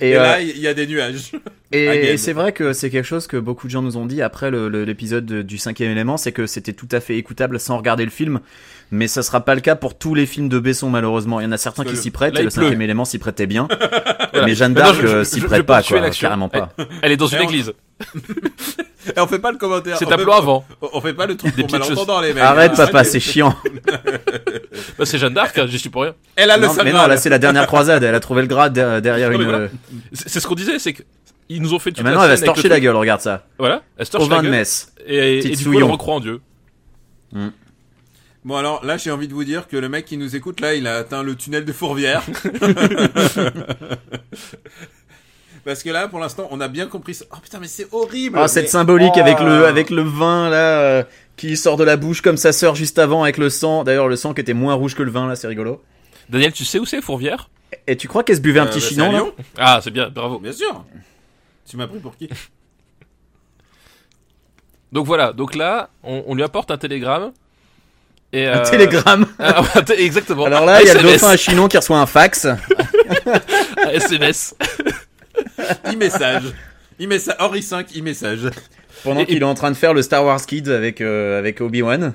B: Et,
A: Et, euh,
B: là, il y a des nuages.
A: Et,
B: Again.
A: et c'est vrai que c'est quelque chose que beaucoup de gens nous ont dit après le- le- l'épisode de- du cinquième élément, c'est que c'était tout à fait écoutable sans regarder le film, mais ça sera pas le cas pour tous les films de Besson malheureusement. Il y en a certains
B: Parce
A: qui
B: que
A: s'y prêtent,
C: là, il
A: le cinquième
C: pleut.
A: élément s'y prêtait bien,
C: Voilà.
A: mais Jeanne
C: Maintenant,
A: d'Arc
C: je- je-
A: euh, s'y
C: je- je
A: prête pas,
C: poursuis
A: quoi,
C: l'action. Eh,
A: carrément pas.
C: Elle est dans une
B: Et on- Ah,
C: église.
B: Et on fait pas le commentaire.
C: C'est
B: on
C: un
B: fait-
C: plan avant.
B: On fait pas le truc
C: Des
B: pour
C: petites
B: malentendants, les mecs.
A: Arrête
B: Ah,
A: papa, c'est chiant.
C: Bah, c'est Jeanne d'Arc, hein, j'y suis pour rien.
B: Elle a le
A: Non,
B: seul
A: mais non,
B: Graal.
A: là c'est la dernière croisade, elle a trouvé le grade der- derrière
C: Non, mais
A: une...
C: voilà.
A: euh,
C: C'est c'est ce qu'on disait, c'est que ils nous ont fait toute
A: Et maintenant
C: la
A: elle va
C: scène
A: se
C: avec
A: torcher
C: le
A: la
C: truc.
A: gueule, regarde ça.
C: Voilà, elle se torche
A: Au
C: la
A: vin de
C: gueule.
A: messe.
C: Et, et
A: Petite
C: du coup, elle
A: souillon.
C: recroit en Dieu.
B: Bon alors là j'ai envie de vous dire que le mec qui nous écoute là il a atteint le tunnel de Fourvière. Parce que là pour l'instant on a bien compris. ça. Oh putain mais c'est horrible.
A: Ah cette
B: mais-
A: symbolique
B: Oh.
A: avec le avec le vin là euh, qui sort de la bouche comme sa sœur juste avant avec le sang. D'ailleurs le sang qui était moins rouge que le vin là, c'est rigolo.
C: Daniel, tu sais où c'est Fourvière
A: Et tu crois qu'elle se buvait un
B: Euh,
A: petit
B: bah,
A: chinon
B: c'est à
A: là
B: Lyon.
C: Ah, c'est bien, bravo.
B: Oh, Bien sûr. Tu m'as pris pour qui
C: Donc voilà, donc là, on, on lui apporte un télégramme. Et,
A: Un
C: euh,
A: télégramme.
C: ah, un té- exactement.
A: Alors là, il y a le
C: SMS,
A: dauphin à chinon qui reçoit un fax.
C: un SMS.
B: E-message. E-message. Henri V, e-message.
A: Pendant
C: Et-
A: qu'il est en train de faire le Star Wars Kids avec, euh, avec Obi-Wan.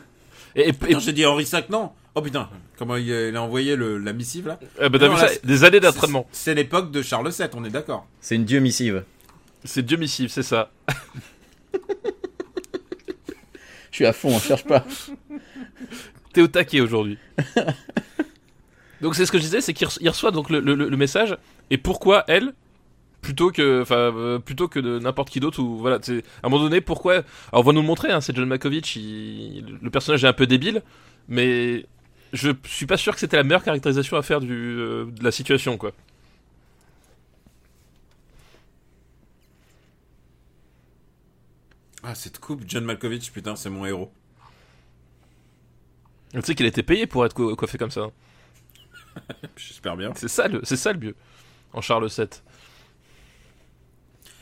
C: Et, et- et-
B: Putain j'ai dit Henri V non. Oh putain comment il, il a envoyé le- la missive là
C: ah, bah, t'as
B: Non,
C: vu
B: là,
C: ça Des années d'entraînement.
B: C'est- C'est l'époque de Charles VII on est d'accord.
A: C'est une dieu missive.
C: C'est Dieu missive, c'est ça.
A: Je suis à fond, on cherche pas.
C: T'es au taquet aujourd'hui. donc c'est ce que je disais, c'est qu'il reço- il reçoit donc le, le- le- le message. Et pourquoi elle plutôt que enfin euh, plutôt que de n'importe qui d'autre ou voilà c'est à un moment donné pourquoi alors on va nous le montrer hein, c'est John Malkovich il- le personnage est un peu débile mais je suis pas sûr que c'était la meilleure caractérisation à faire du, euh, de la situation quoi
B: Ah cette coupe John Malkovich putain c'est mon héros.
C: tu sais qu'il a été payé pour être co- coiffé comme ça hein.
B: J'espère bien.
C: c'est ça le c'est ça le mieux en Charles VII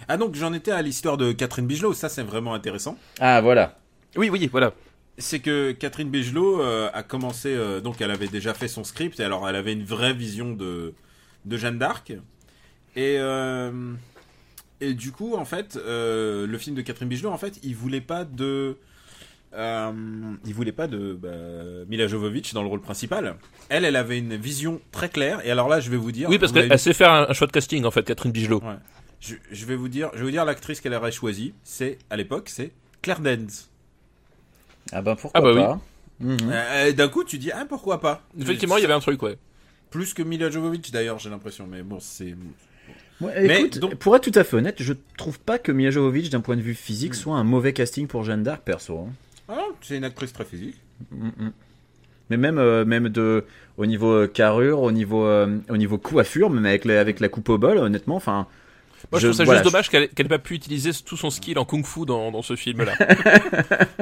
B: Ah donc j'en étais à l'histoire de Catherine Bigelow, ça c'est vraiment intéressant.
A: Ah, voilà.
C: oui oui voilà
B: C'est que Catherine Bigelow euh, a commencé, euh, donc elle avait déjà fait son script, et alors elle avait une vraie vision de, de Jeanne d'Arc. Et, euh, et du coup, en fait, euh, le film de Catherine Bigelow, en fait, il voulait pas de... euh, il voulait pas de bah, Mila Jovovich dans le rôle principal. Elle, elle avait une vision très claire. Et alors là, je vais vous dire.
C: Oui, parce
B: vous
C: qu'elle
B: l'avez-
C: sait faire un, un choix de casting, en fait, Catherine Bigelow.
B: Ouais. Je, je vais vous dire, je vais vous dire l'actrice qu'elle aurait choisie. C'est à l'époque, c'est Claire Danes.
A: Ah ben pourquoi
C: Ah bah oui.
A: pas. Mhm.
B: Euh, et D'un coup, tu dis ah pourquoi pas.
C: Effectivement, il y avait un truc, ouais.
B: plus que Mila Jovovich d'ailleurs, j'ai l'impression. Mais bon, c'est
A: Ouais,
B: Mais
A: écoute,
B: donc-
A: pour être tout à fait honnête, je trouve pas que Mila Jovovich, d'un point de vue physique, soit un mauvais casting pour Jeanne d'Arc, perso. hein.
B: Ah non, c'est une actrice très physique.
A: Mm, mm. Mais même, euh, même de, au niveau euh, carrure, au niveau, euh, au niveau coiffure, même avec la, avec la coupe au bol, honnêtement, enfin.
C: Moi, je, trouve ça
A: voilà,
C: juste dommage qu'elle qu'elle n'ait pas pu utiliser tout son skill en kung-fu dans, dans ce film-là.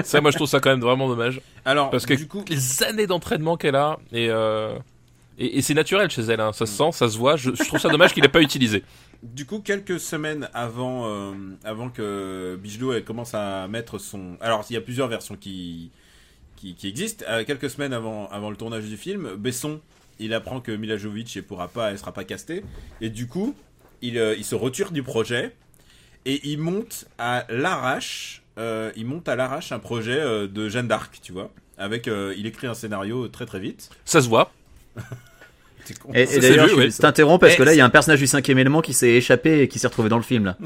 C: ça, moi, je trouve ça quand même vraiment dommage.
B: Alors,
C: Parce que
B: du coup,
C: les années d'entraînement qu'elle a, et, euh, et, et c'est naturel chez elle, hein. ça se sent, ça se voit. Je, je trouve ça dommage qu'il n'ait pas utilisé.
B: du coup, quelques semaines avant, euh, avant que Bigelow elle commence à mettre son. Alors, il y a plusieurs versions qui, qui, qui existent. Euh, quelques semaines avant, avant le tournage du film, Besson, il apprend que Mila Jovovich ne pourra pas, elle sera pas castée, et du coup, il, euh, il se retire du projet et il monte à l'arrache. euh, il monte à l'arrache un projet euh, de Jeanne d'Arc, tu vois. Avec, euh, il écrit un scénario très très vite.
C: Ça se voit.
B: C'est con.
A: Et, et
C: Ça, c'est
A: d'ailleurs,
C: vu,
A: je
C: ouais.
A: je t'interromps parce
B: Et
A: que là, il y a un personnage du cinquième élément qui s'est échappé et qui s'est retrouvé dans le film, là.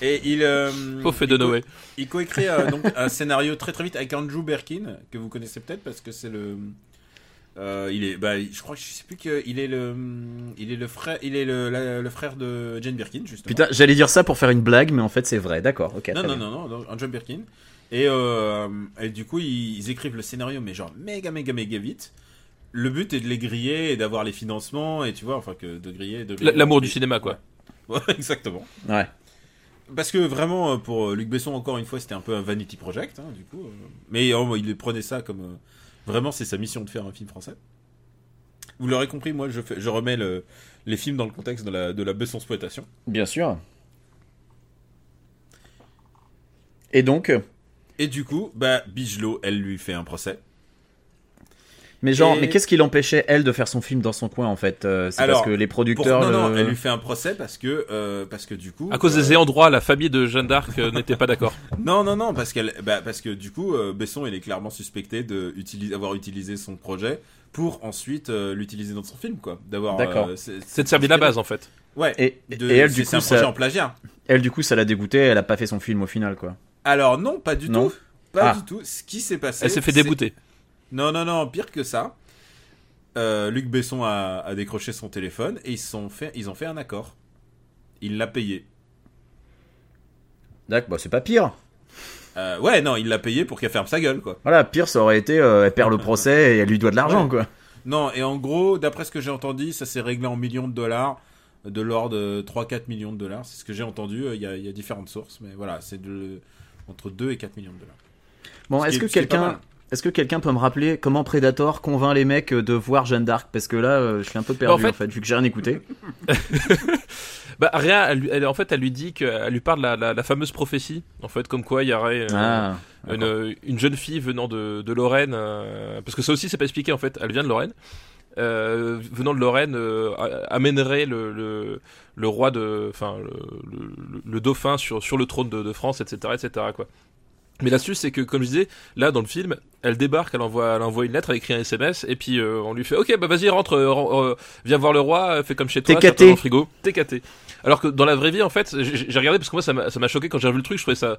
B: Et il. euh,
C: Pauvre
B: il
C: de
B: co-
C: Noé.
B: Il coécrit euh, donc un scénario très très vite avec Andrew Berkin que vous connaissez peut-être parce que c'est le. euh, il est, bah, je crois, que je sais plus que il est le, il est le frère, il est le, la- le frère de Jane Birkin justement.
A: Putain, j'allais dire ça pour faire une blague, mais en fait, c'est vrai, d'accord, ok.
B: Non
A: très
B: non,
A: bien.
B: non non non, Andrew Birkin. Et, euh, et du coup ils, ils écrivent le scénario mais genre méga méga méga vite. Le but est de les griller et d'avoir les financements et tu vois enfin que de griller de. griller.
C: L- L'amour du cinéma, quoi.
B: Ouais, exactement.
A: Ouais.
B: Parce que vraiment, euh, pour euh, Luc Besson, encore une fois, c'était un peu un vanity project, hein, du coup. euh, Mais euh, il prenait ça comme. euh, Vraiment, c'est sa mission de faire un film français. Vous l'aurez compris, moi, je, fais- je remets le- les films dans le contexte de la, de la Besson-exploitation.
A: Bien sûr. Et donc,
B: Et du coup, bah, Bigelow, elle lui fait un procès.
A: mais genre,
B: Et-
A: mais qu'est-ce qui l'empêchait elle de faire son film dans son coin en fait Euh, C'est
B: Alors,
A: parce que les
B: Pour-
A: producteurs.
B: non, non,
A: le-
B: elle lui fait un procès parce que, euh, parce que du coup.
C: euh, À cause
B: euh,
C: des ayants droit, la famille de Jeanne d'Arc euh, n'était pas d'accord.
B: Non, non, non, parce, qu'elle, bah, parce que du coup, euh, Besson, il est clairement suspecté de utili- avoir utilisé son projet pour ensuite euh, l'utiliser dans son film, quoi. D'avoir. euh,
A: D'accord.
B: c'est-
C: C'est de servir la base, en fait.
B: Ouais.
A: Et,
B: De-
A: et elle
B: c'est-
A: du
B: c'est
A: coup,
B: un projet
A: ça,
B: en plagiat.
A: elle du coup, ça l'a dégoûtée. Elle a pas fait son film au final, quoi.
B: Alors non, pas du
A: Non.
B: tout. Pas
A: Ah.
B: du tout. Ce qui s'est passé.
C: Elle s'est fait
B: c'est-
C: débouter.
B: Non, non, non, pire que ça. Euh, Luc Besson a, a décroché son téléphone et ils, se sont fait, ils ont fait un accord. Il l'a payé.
A: D'accord, bah, c'est pas pire.
B: Euh, ouais, non, il l'a payé pour qu'elle ferme sa gueule, quoi.
A: Voilà, pire, ça aurait été, euh, elle perd le procès et elle lui doit de l'argent,
B: Ouais.
A: quoi.
B: Non, et en gros, d'après ce que j'ai entendu, ça s'est réglé en millions de dollars, de l'ordre de 3-4 millions de dollars. C'est ce que j'ai entendu. Euh, Il y, a- il y a différentes sources, mais voilà, c'est de, entre 2 et 4 millions de dollars.
A: Bon,
B: Ce
A: est-ce
B: qui
A: que
B: est- ce qui est pas
A: quelqu'un,
B: mal.
A: est-ce que quelqu'un peut me rappeler comment Predator convainc les mecs euh, de voir Jeanne d'Arc Parce que là, euh, je suis un peu perdu
C: Bah, en fait-
A: en fait, vu que j'ai rien écouté.
C: Bah, rien, elle, lui- elle- en fait, elle lui dit que, elle lui parle la, la, la fameuse prophétie, en fait, comme quoi il y aurait. euh,
A: Ah,
C: une,
A: d'accord.
C: euh, une jeune fille venant de, de Lorraine, euh, parce que ça aussi c'est pas expliqué en fait, elle vient de Lorraine, euh, venant de Lorraine euh, a- amènerait le, le, le roi de, enfin le, le- le dauphin sur, sur le trône de, de France, etc., etc. Quoi. Mais l'astuce c'est que comme je disais, là dans le film, elle débarque, elle envoie, elle envoie une lettre, elle écrit un SMS, et puis euh, on lui fait, ok bah vas-y rentre, euh, ren- euh, viens voir le roi, euh, fais comme chez toi,
A: TKT.
C: tape dans le frigo, TKT. Alors que dans la vraie vie en fait, j'ai j'ai regardé parce que moi ça m'a ça m'a choqué quand j'ai revu le truc, je trouvais ça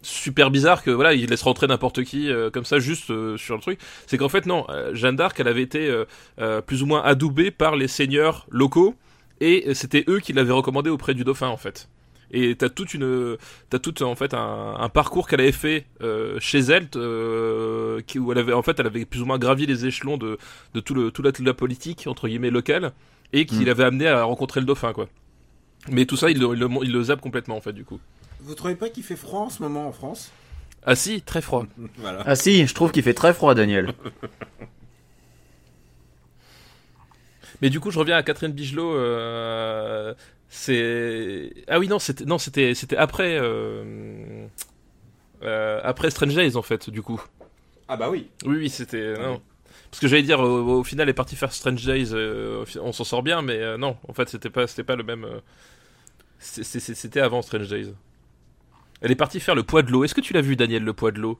C: super bizarre que voilà il laisse rentrer n'importe qui euh, comme ça juste euh, sur le truc c'est qu'en fait non euh, Jeanne d'Arc elle avait été euh, euh, plus ou moins adoubée par les seigneurs locaux et euh, c'était eux qui l'avaient recommandé auprès du dauphin en fait et t'as toute une t'as toute en fait un, un parcours qu'elle avait fait euh, chez elle euh, qui- où elle avait en fait elle avait plus ou moins gravi les échelons de de tout le tout la, toute la politique entre guillemets locale et qui
A: Mm.
C: l'avait amené à rencontrer le dauphin quoi mais tout ça il le, il le- il le zappe complètement en fait du coup
B: Vous trouvez pas qu'il fait froid en ce moment en France
C: ah si très froid
B: Voilà.
A: ah si, je trouve qu'il fait très froid, Daniel.
C: Mais du coup, je reviens à Catherine Bigelow. euh, c'est ah oui non c'était non c'était c'était après euh, euh, après Strange Days en fait du coup.
B: Ah bah oui.
C: Oui oui c'était euh,
B: Ah oui.
C: non. Parce que j'allais dire au, au final elle est partie faire Strange Days, euh, au fi- on s'en sort bien mais euh, non en fait c'était pas c'était pas le même. euh, c'est- c'est- c'est- c'était avant Strange Days. Elle est partie faire le poids de l'eau. Est-ce que tu l'as vu Daniel le poids de l'eau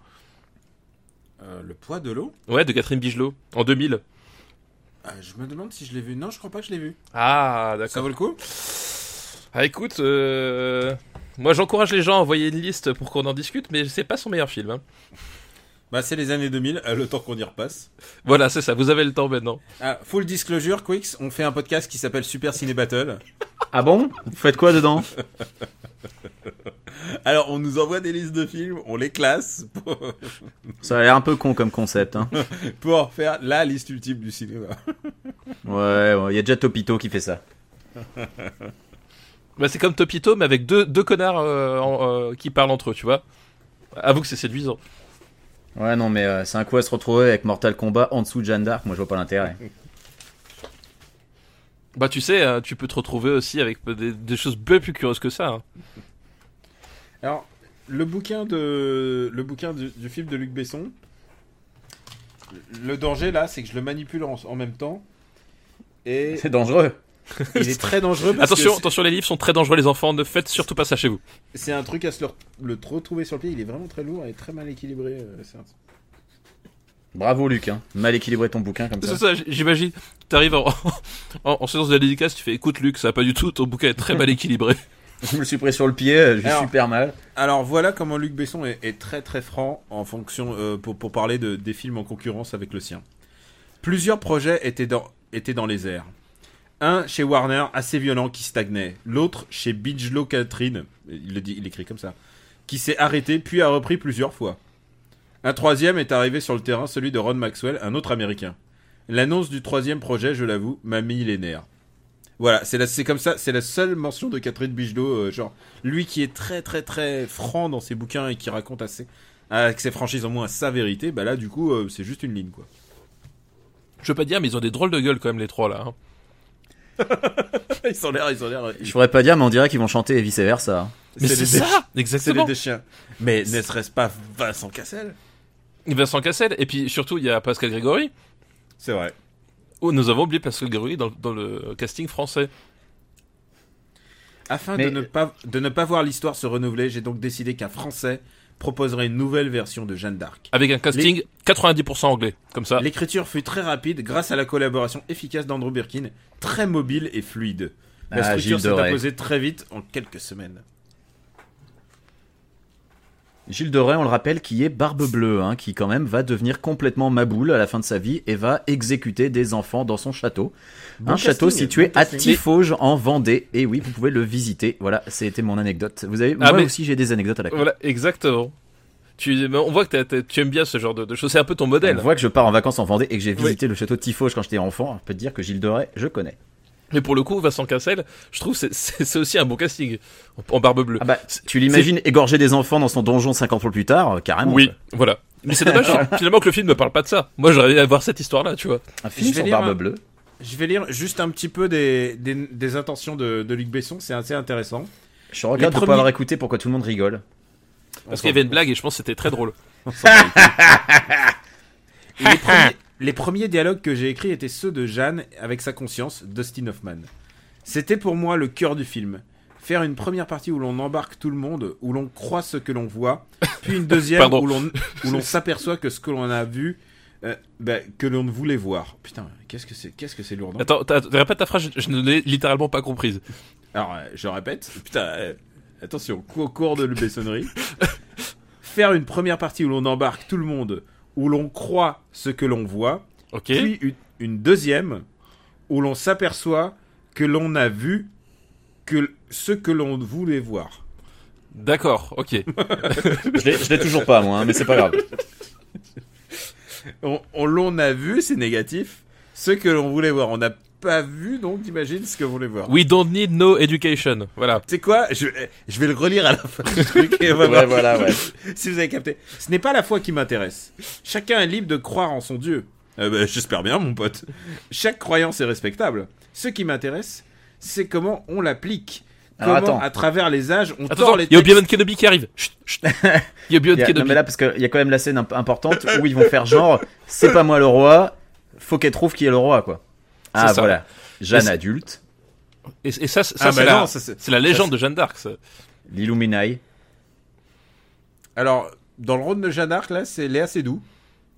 B: euh, Le poids de l'eau
C: Ouais, de Catherine Bigelow, en 2000.
B: Ah, Je me demande si je l'ai vu. Non, je crois pas que je l'ai vu.
C: Ah,
B: Ça
C: d'accord.
B: vaut le coup
C: Ah, écoute, euh, moi j'encourage les gens à envoyer une liste pour qu'on en discute, mais c'est pas son meilleur film. hein.
B: Bah, c'est les années 2000, euh, le temps qu'on y repasse.
C: Voilà, c'est ça, vous avez le temps maintenant.
B: Ah, full disclosure, Quicks, on fait un podcast qui s'appelle Super Ciné Battle.
A: Ah bon Vous faites quoi dedans
B: Alors, on nous envoie des listes de films, on les classe pour,
A: Ça a l'air un peu con comme concept. Hein.
B: pour faire la liste ultime du cinéma.
A: Ouais, il y a déjà Topito qui fait ça.
C: Bah, c'est comme Topito, mais avec deux, deux connards euh, en- euh, qui parlent entre eux, tu vois. Avoue que c'est séduisant.
A: Ouais, non, mais euh, c'est un coup à se retrouver avec Mortal Kombat en dessous de Jeanne d'Arc. Moi, je vois pas l'intérêt.
C: Bah, tu sais, euh, tu peux te retrouver aussi avec des, des choses bien plus curieuses que ça. hein.
B: Alors, le bouquin, de, le bouquin du, du film de Luc Besson, le danger là, c'est que je le manipule en, en même temps. Et
A: C'est dangereux.
B: il est très dangereux parce
C: Attention,
B: que
C: attention, les livres sont très dangereux, les enfants. Ne faites surtout pas ça chez vous.
B: c'est- c'est un truc à se le, le trop trouver sur le pied. Il est vraiment très lourd et très mal équilibré. euh, c'est un-
A: Bravo, Luc. Hein. Mal équilibré ton bouquin comme ça.
C: C'est ça, j- j'imagine. T'arrives en, en, en séance de la dédicace, tu fais écoute, Luc, ça va pas du tout, ton bouquin est très mal équilibré.
A: Je me le suis pris sur le pied, euh, j'ai
B: Alors.
A: super mal.
B: Alors voilà comment Luc Besson est, est très très franc en fonction euh, pour, pour parler de, des films en concurrence avec le sien. Plusieurs projets étaient dans, étaient dans les airs. Un chez Warner assez violent qui stagnait. L'autre chez Bigelow Catherine, il le dit, il écrit comme ça, qui s'est arrêté puis a repris plusieurs fois. Un troisième est arrivé sur le terrain, celui de Ron Maxwell, un autre américain. L'annonce du troisième projet, je l'avoue, m'a mis les nerfs. Voilà, c'est la- c'est comme ça, c'est la seule mention de Catherine Bigelow, euh, genre lui qui est très très très franc dans ses bouquins et qui raconte assez avec ses franchises en moins sa vérité, bah là du coup euh, c'est juste une ligne quoi.
C: Je veux pas dire, mais ils ont des drôles de gueule quand même, les trois là. hein.
B: ils sont l'air, ils ont l'air.
A: Je pourrais pas dire, mais on dirait qu'ils vont chanter et vice versa. hein.
C: Mais
B: C'est
C: c'est
B: des
C: ça
B: C'est les
C: Exactement
B: des chiens. Mais ne serait-ce pas Vincent Cassel
C: Vincent Cassel, et puis surtout, il y a Pascal Grégory.
B: C'est vrai.
C: Oh, nous avons oublié Pascal Grégory dans, dans le casting français.
B: Afin
A: Mais-
B: de ne pas de ne pas voir l'histoire se renouveler, j'ai donc décidé qu'un Français proposerait une nouvelle version de Jeanne d'Arc.
C: Avec un casting 90% anglais, comme
A: Ah.
C: ça.
B: L'écriture fut très rapide grâce à la collaboration efficace d'Andrew Birkin, très mobile et fluide. La
A: Ah,
B: structure
A: Gilles
B: s'est
A: Doré.
B: imposée très vite en quelques semaines.
A: Gilles Doré, on le rappelle, qui est Barbe Bleue, hein, qui quand même va devenir complètement maboule à la fin de sa vie et va exécuter des enfants dans son château.
B: Bon
A: un
B: casting,
A: château situé
B: bon
A: à
B: casting.
A: Tifauges en Vendée. Et oui, vous pouvez le visiter. Voilà, c'était mon anecdote. Vous avez,
C: Ah,
A: moi
C: mais-
A: aussi, j'ai des anecdotes à la con.
C: Voilà, exactement. Tu, mais on voit que t'as- t'as- tu aimes bien ce genre de, de choses. C'est un peu ton modèle.
A: On voit que je pars en vacances en Vendée et que j'ai visité le château de Tifauges quand j'étais enfant. On peut te dire que Gilles Doré, je connais.
C: Mais pour le coup, Vincent Cassel, je trouve c'est- c'est c'est aussi un bon casting en, en barbe
B: Euh,
C: bleue.
A: Ah bah, tu l'imagines égorger des enfants dans son donjon 50 ans plus tard, euh, carrément.
C: oui, voilà. Mais c'est dommage finalement que le film ne parle pas de ça. Moi, j'aurais aimé avoir cette histoire-là, tu vois.
A: Un film
B: Je vais
A: sur
B: lire
A: Barbe
B: un-
A: Bleue.
B: Je vais lire juste un petit peu des, des, des intentions de, de Luc Besson, c'est assez intéressant.
A: Je regrette de
B: premiers-
A: pas avoir écouté pourquoi tout le monde rigole.
C: Parce qu'il y avait une blague et je pense que c'était très drôle.
B: Et les, premiers, les premiers dialogues que j'ai écrits étaient ceux de Jeanne avec sa conscience, Dustin Hoffman. C'était pour moi le cœur du film. Faire une première partie où l'on embarque tout le monde, où l'on croit ce que l'on voit, puis une deuxième
C: Pardon.
B: où l'on où l'on s'aperçoit que ce que l'on a vu, euh, bah, que l'on ne voulait voir. Putain, qu'est-ce que c'est, qu'est-ce que c'est lourd. non
C: Attends, t'as- t'as- répète ta phrase, je, je ne l'ai littéralement pas comprise.
B: Alors, euh, je répète, putain, euh, attention, cou- au cours de la bessonnerie. Faire une première partie où l'on embarque tout le monde, où l'on croit ce que l'on voit,
C: Ok.
B: puis une, une deuxième où l'on s'aperçoit que l'on a vu que l- ce que l'on voulait voir.
C: D'accord, ok.
A: Je l'ai- je l'ai toujours pas, moi, hein, mais c'est pas grave.
B: On, on l'on a vu, c'est négatif, ce que l'on voulait voir. On n'a pas vu, donc imagine ce que l'on voulait voir.
C: We don't need no education. Voilà.
B: C'est quoi je, je vais le relire à la fin du truc et on va voir.
A: Ouais, voilà, ouais.
B: si vous avez capté. Ce n'est pas la foi qui m'intéresse. Chacun est libre de croire en son Dieu. Euh, bah, J'espère bien, mon pote. Chaque croyance est respectable. Ce qui m'intéresse, c'est comment on l'applique.
A: Alors,
B: Comment,
A: attends.
B: à travers les âges, on
C: Attends,
B: tord les
C: il y a
B: textes.
C: Obi-Wan Kenobi qui arrive. Chut, chut. Il y a Obi-Wan
A: Y a- non,
C: Kenobi.
A: mais là, parce qu'il y a quand même la scène imp- importante où ils vont faire genre, c'est pas moi le roi, faut qu'elle trouve qui est le roi, quoi. Ah,
C: C'est ça.
A: voilà. Jeanne
C: c'est-
A: adulte,
C: Et, et ça, c'est- ça,
B: Ah,
C: c'est
B: bah
C: la,
B: non, ça, c'est-
C: c'est la légende de Jeanne d'Arc. ça.
A: l'Illuminai.
B: Alors, dans le rôle de Jeanne d'Arc, là, c'est Léa Seydoux.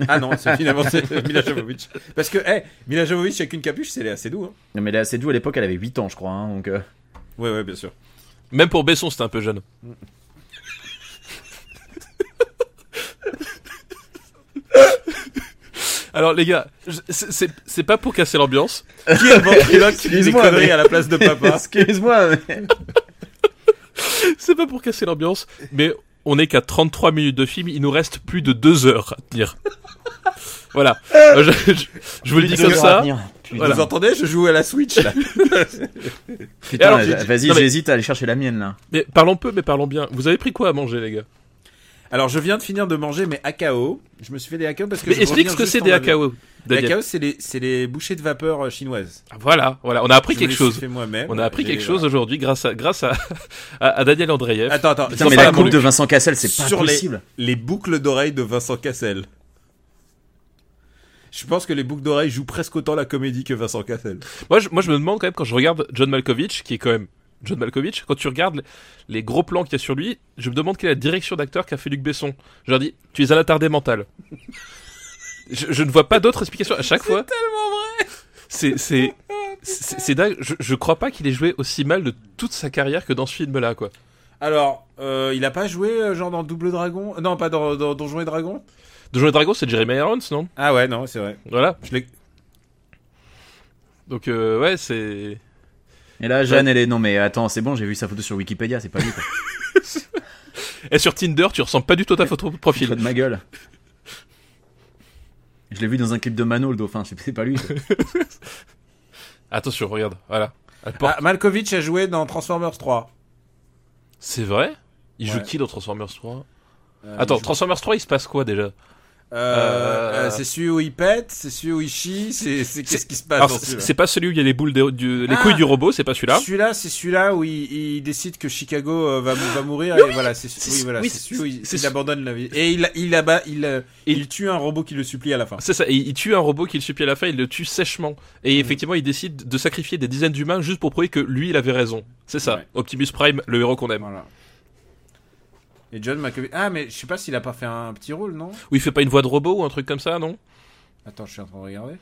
B: Ah non, c'est finalement c'est Mila Jovovich. Parce que, hé, Mila Jovovich avec une capuche, c'est assez doux. Hein.
A: Non, mais là, c'est doux à l'époque, elle avait 8 ans, je crois. hein, donc, euh,
B: Ouais, ouais, bien sûr.
C: Même pour Besson, c'était un peu jeune. Alors les gars, je- c'est- c'est c'est pas pour casser l'ambiance.
B: Qui est le ventriloque qui dit des
A: Excuse-moi,
B: conneries
A: mais-
B: à la place de papa
A: Excuse-moi, mais-
C: C'est pas pour casser l'ambiance, mais on est qu'à 33 minutes de film, il nous reste plus de 2 heures à tenir. Voilà. Euh, je, je- je vous le dis
A: Deux
C: comme
A: heures à
C: ça.
A: venir. Putain,
C: Voilà.
B: Vous entendez Je joue à la Switch là.
A: Putain,
C: Et alors,
A: là,
C: j'ai-
A: vas-y,
C: non, mais-
A: j'hésite à aller chercher la mienne là.
C: Mais parlons peu, mais parlons bien. Vous avez pris quoi à manger, les gars
B: Alors je viens de finir de manger mes AKO. Je me suis fait des AKO parce que.
C: Mais
B: je
C: explique
B: reviens
C: ce que
B: juste
C: c'est
B: en
C: des
B: avion.
C: AKO.
B: Les
C: Daniel.
B: AKO, c'est les, c'est les bouchées de vapeur euh, chinoises.
C: Voilà, voilà. On a appris
B: Je me
C: quelque
B: les suis
C: chose.
B: fait moi-même.
C: On a appris
B: J'ai-
C: quelque chose aujourd'hui grâce à grâce à, à, à Daniel Andreev.
B: Attends, attends.
A: Putain,
B: sur
A: mais
B: ça,
A: la
B: mon
A: coupe
B: Luc.
A: de Vincent Cassel, c'est pas
B: Sur les-
A: possible.
B: Les boucles d'oreilles de Vincent Cassel. Je pense que les boucles d'oreilles jouent presque autant la comédie que Vincent Cassel.
C: Moi je, moi, je me demande quand même, quand je regarde John Malkovich, qui est quand même John Malkovich, quand tu regardes les gros plans qu'il y a sur lui, je me demande quelle est la direction d'acteur qu'a fait Luc Besson. Je leur dis, tu es un attardé mental. je, je ne vois pas d'autre explication à chaque fois. C'est c'est c'est c'est dingue. Je, je crois pas qu'il ait joué aussi mal de toute sa carrière que dans ce film-là, quoi.
B: Alors, euh, il a pas joué euh, genre dans Double Dragon Non, pas dans, dans Donjons et Dragons
C: De jouer Dragon, c'est Jeremy Irons, non
B: Ah ouais, non, c'est vrai.
C: Voilà.
B: Je l'ai-
C: Donc euh, ouais, c'est.
A: Et là, Jeanne, elle est. Non, mais attends, c'est bon, j'ai vu sa photo sur Wikipédia, c'est pas lui. quoi.
C: Et sur Tinder, tu ressembles pas du tout à ta photo de
A: Il
C: profil.
A: de ma gueule. Je l'ai vu dans un clip de Mano, le dauphin, c'est c'est pas lui. quoi.
C: Attention, regarde, voilà. Elle porte-
B: Ah, Malkovich a joué dans Transformers 3.
C: C'est vrai Il joue
B: Ouais.
C: qui dans Transformers 3
B: Euh,
C: Ah, Attends,
B: il joue-
C: Transformers 3, il se passe quoi déjà
B: Euh,
C: euh,
B: euh, c'est celui où il pète, c'est celui où il chie, c'est c'est- qu'est-ce qui se passe
C: Alors,
B: dans
C: c'est
B: Ah, celui-là
C: c'est pas celui où il y a les boules des- du- les
B: Ah
C: couilles du robot, c'est pas celui-là.
B: Celui-là, c'est celui-là où il, il décide que Chicago euh, va, mou- va mourir et voilà, c'est
C: C'est-
B: oui, voilà,
C: oui,
B: c'est
C: c'est-
B: celui où il,
C: c'est-
B: il abandonne la vie. Et il il abat, il euh,
C: Et-
B: il tue un robot qui le supplie à la fin.
C: C'est ça, et il tue un robot qui le supplie à la fin, il le tue sèchement.
B: Mhm.
C: Et effectivement, il décide de sacrifier des dizaines d'humains juste pour prouver que lui, il avait raison. C'est ça,
B: Ouais.
C: Optimus Prime, le héros qu'on aime.
B: Voilà. Et John McAvey. Ah mais je sais pas s'il a pas fait un petit rôle, non
C: Où il fait pas une voix de robot ou un truc comme ça, non
B: Attends, je suis en train de regarder.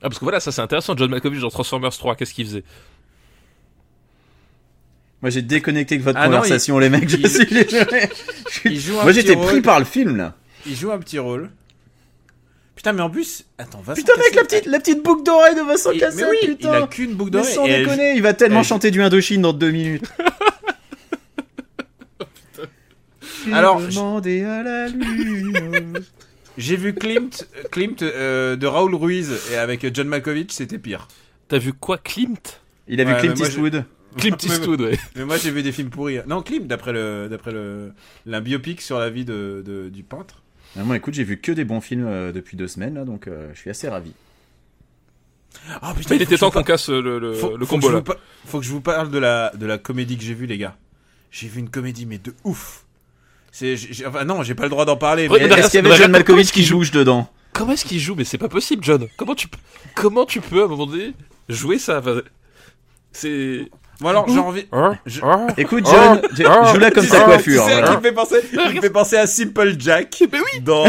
C: Ah, parce que voilà, ça c'est intéressant, John Malkovich dans Transformers 3, qu'est-ce qu'il faisait
A: Moi, j'ai déconnecté de votre
B: Ah non,
A: conversation, les mecs. Je
B: il-
A: suis désolé. Je suis-
B: Il Ah, joue un
A: Moi,
B: petit
A: j'étais
B: rôle.
A: pris par le film là.
B: Il joue un petit rôle. Putain, mais en plus, attends, Vincent
A: Putain, mec,
B: Cassel-
A: la petite, la petite boucle d'oreille de Vincent
B: Il-
A: Cassel,
B: mais oui,
A: putain.
B: il a qu'une boucle
A: Mais
B: d'oreille.
A: sans
B: et elle-
A: déconner, il va tellement
B: elle-
A: chanter du Indochine dans deux minutes.
B: Alors,
A: J'ai demandé à la lune.
B: J'ai vu Klimt, Klimt euh, de Raoul Ruiz et avec John Malkovich, c'était pire.
C: T'as vu quoi, Klimt
A: Il a vu
B: Ouais, mais
A: Clint
B: moi,
A: Eastwood.
C: Klimt
B: Mais-
C: Eastwood, ouais.
B: Mais moi j'ai vu des films pourris. Non, Klimt d'après le d'après le la biopic sur la vie de, de- du peintre.
A: Ah, Moi, écoute, j'ai vu que des bons films euh, depuis deux semaines là, donc euh, je suis assez ravi.
B: Ah putain,
C: Mais il
B: faut que
C: était
B: je
C: temps
B: vous
C: qu'on
B: par-
C: casse le, le-
B: faut-
C: le
B: faut que
C: combo
B: je
C: là.
B: vous par- Faut que je vous parle de la de la comédie que j'ai vue les gars. J'ai vu une comédie mais de ouf. C'est j'ai- j'ai- enfin non, j'ai pas le droit d'en parler
C: Ouais,
B: mais
C: mais-
A: Est-ce qu'il y avait
C: Raconte-nous
A: John Malkovich
C: ce qu'il
A: qui
C: joue.
A: jouge dedans
C: Comment est-ce qu'il joue Mais c'est pas possible, John. Comment tu, peux- comment tu peux, à un moment donné, jouer ça Enfin, C'est.
B: Bon, alors j'ai envie
C: Hein
B: Je-
A: Écoute, John,
C: Oh,
A: je-
C: oh,
A: joue-la comme
B: Tu
A: sa
B: sais-
A: coiffure.
B: Tu sais,
A: voilà.
B: qui me fait penser, il me fait penser à Simple Jack. Mais oui. Dans,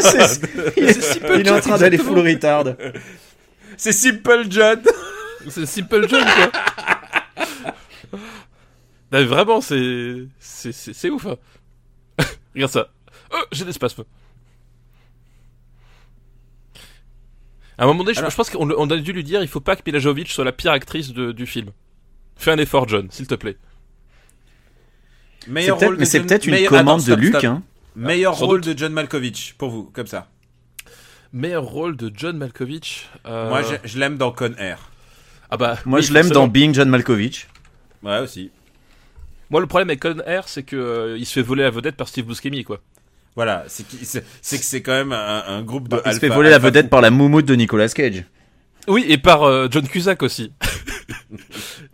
A: C'est- Il est en train d'aller full retard.
B: c'est Simple John.
C: C'est Simple John, quoi. non, mais vraiment, c'est. C'est, c'est, c'est ouf. hein. Regarde ça. Oh, j'ai des spasmes. À un moment donné, je-
B: Alors-
C: je, pense qu'on le- on a dû lui dire il faut pas que Mila Jovovich soit la pire actrice de- du film. Fais un effort, John, s'il te plaît.
A: C'est
B: Meilleur
A: peut-être,
B: rôle
A: mais
B: de
A: c'est
B: John-
A: peut-être une
B: meilleur-
A: commande
B: Attends, stop,
A: de Luc.
B: stop.
A: Hein.
B: Ah, Meilleur
C: Sans
B: rôle de John Malkovich pour vous, comme ça.
C: Meilleur rôle de John Malkovich. euh,
B: Moi, je, je l'aime dans Con Air.
C: ah bah,
A: Moi,
C: oui,
A: je l'aime dans
C: forcément.
A: Being John Malkovich.
B: Ouais, aussi.
C: Moi, le problème avec Con Air, c'est que euh, il se fait voler la vedette par Steve Buscemi, quoi.
B: Voilà, c'est qui- c'est c'est que c'est quand même un, un groupe
A: Bah,
B: de.
A: Il se
B: Bah, alpha-
A: fait voler la
B: alpha
A: vedette
B: fou.
A: par la moumoute de Nicolas Cage.
C: Oui, et par euh, John Cusack aussi.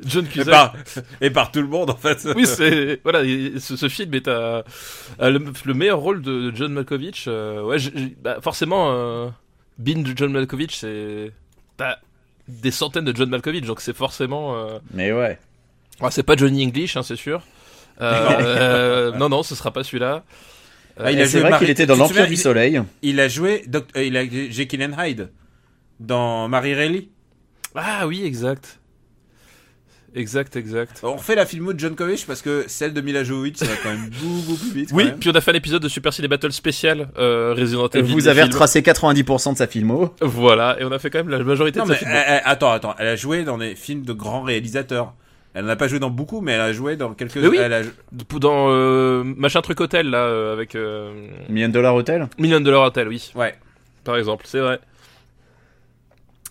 C: John
B: Et
C: Cusack.
B: par, et par tout le monde, en fait.
C: Oui, c'est voilà, et ce, ce film est à, à le, le meilleur rôle de, de John Malkovich. euh, ouais, j'ai- j'ai- bah, forcément, euh, Bean de John Malkovich, c'est t'as des centaines de John Malkovich, donc c'est forcément. euh,
A: Mais ouais.
C: ah, c'est pas Johnny English, hein, c'est sûr. Euh, euh, non, non, ce sera pas celui-là.
B: Ah,
A: Et c'est vrai
B: Mari-
A: qu'il était
B: tu-
A: dans
B: tu te
A: l'Empire
B: souviens,
A: du
B: il-
A: Soleil.
B: Il a joué Doct- euh, il a Jekyll and Hyde dans Marie Reilly.
C: Ah oui, exact. Exact, exact.
B: On refait la filmo de John Kovich parce que celle de Mila Jovovich ça va quand même beaucoup plus vite. quand
C: Oui,
B: même.
C: puis on a fait un épisode de Super Ciné Battle spécial euh, Resident Evil.
A: Vous
C: le
A: avez
C: film.
A: retracé 90% de sa filmo.
C: Voilà, et on a fait quand même la majorité
B: Non
C: de sa
B: mais
C: filmo.
B: elle- elle- attends attends, elle a joué dans des films de grands réalisateurs. Elle n'a pas joué dans beaucoup mais elle a joué dans quelques
C: Mais oui.
B: elle a-
C: eh, Dans euh, machin truc hôtel là euh, avec euh,
A: Million Dollar Hotel.
C: Million Dollar Hotel, oui,
B: ouais.
C: par exemple, c'est vrai.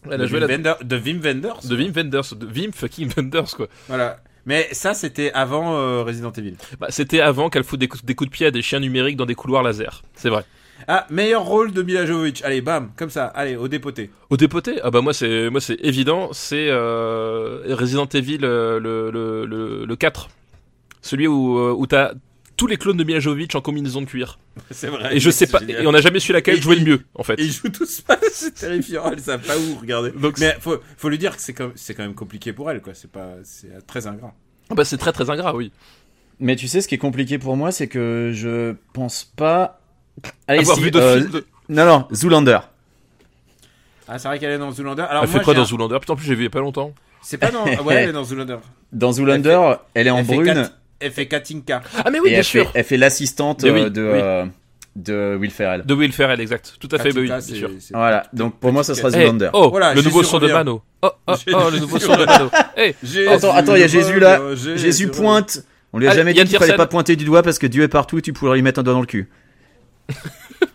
C: Elle a
B: de,
C: joué
B: Wim
C: la
B: Wender- de Wim Wenders.
C: de Wim Wenders, de Wim fucking Wenders quoi.
B: Voilà. Mais ça c'était avant euh, Resident Evil.
C: Bah, c'était avant qu'elle foute des, coups- des coups de pied à des chiens numériques dans des couloirs laser. C'est vrai.
B: Ah, meilleur rôle de Mila Jovovich. Allez, bam, comme ça. Allez, au dépoté.
C: Au dépoté Ah bah moi c'est moi c'est évident, c'est euh, Resident Evil euh, le, le, le, le 4. Celui où, euh, où t'as tous les clones de Mila Jovovich en combinaison de cuir.
B: C'est vrai.
C: Et je sais
B: Ah, C'est
C: pas,
B: génial.
C: et on n'a jamais su laquelle
B: Et-
C: jouer le mieux en fait.
B: Et Ils jouent tous pas, c'est terrifiant, elle savent pas où regarder.
C: Donc,
B: Mais faut, faut lui dire que c'est quand, c'est quand même compliqué pour elle, quoi. C'est pas, c'est euh, très ingrat.
C: Ah bah c'est très très ingrat, oui.
A: Mais tu sais, ce qui est compliqué pour moi, c'est que je pense pas. Allez,
C: Avoir
A: si,
C: vu d'autres
A: euh,
C: films de-
A: Non, non, Zoolander.
B: Ah, c'est vrai qu'elle est dans Zoolander. Alors,
C: Elle
B: moi,
C: fait quoi
B: j'ai
C: dans
B: un-
C: Zoolander Putain, en plus Ah, j'ai vu il y a pas longtemps.
B: C'est pas dans, ah ouais, elle est dans Zoolander.
A: Dans Zoolander, elle, est en
B: elle fait
A: brune.
B: Kat- Elle fait Katinka.
C: Ah mais
A: et
C: oui, bien
A: elle,
C: sûr.
A: Fait, elle fait l'assistante
C: Mais oui,
A: euh, de,
C: oui.
A: euh, de Will Ferrell.
C: De Will Ferrell, exact. Tout à fait, bah oui,
B: Katinka,
C: bien
B: c'est-
C: sûr.
B: c'est-
A: Voilà, donc pour moi, ça sera
B: Eh,
C: Eh,
A: Zoolander.
C: oh,
B: Voilà,
C: le
B: Jésus
C: nouveau son de
B: revient.
C: Mano. Oh, oh,
B: Jésus
C: oh, le nouveau son de
B: revient.
C: Mano. Eh,
B: Jésus
A: Attends, attends, il y a
B: revient,
A: Jésus là. Jésus
B: revient.
A: pointe. On lui a
B: Ah,
C: Allez,
A: jamais dit
C: Yann
A: qu'il fallait
C: Tiersen.
A: pas pointer du doigt parce que Dieu est partout et tu pourrais lui mettre un doigt dans le cul.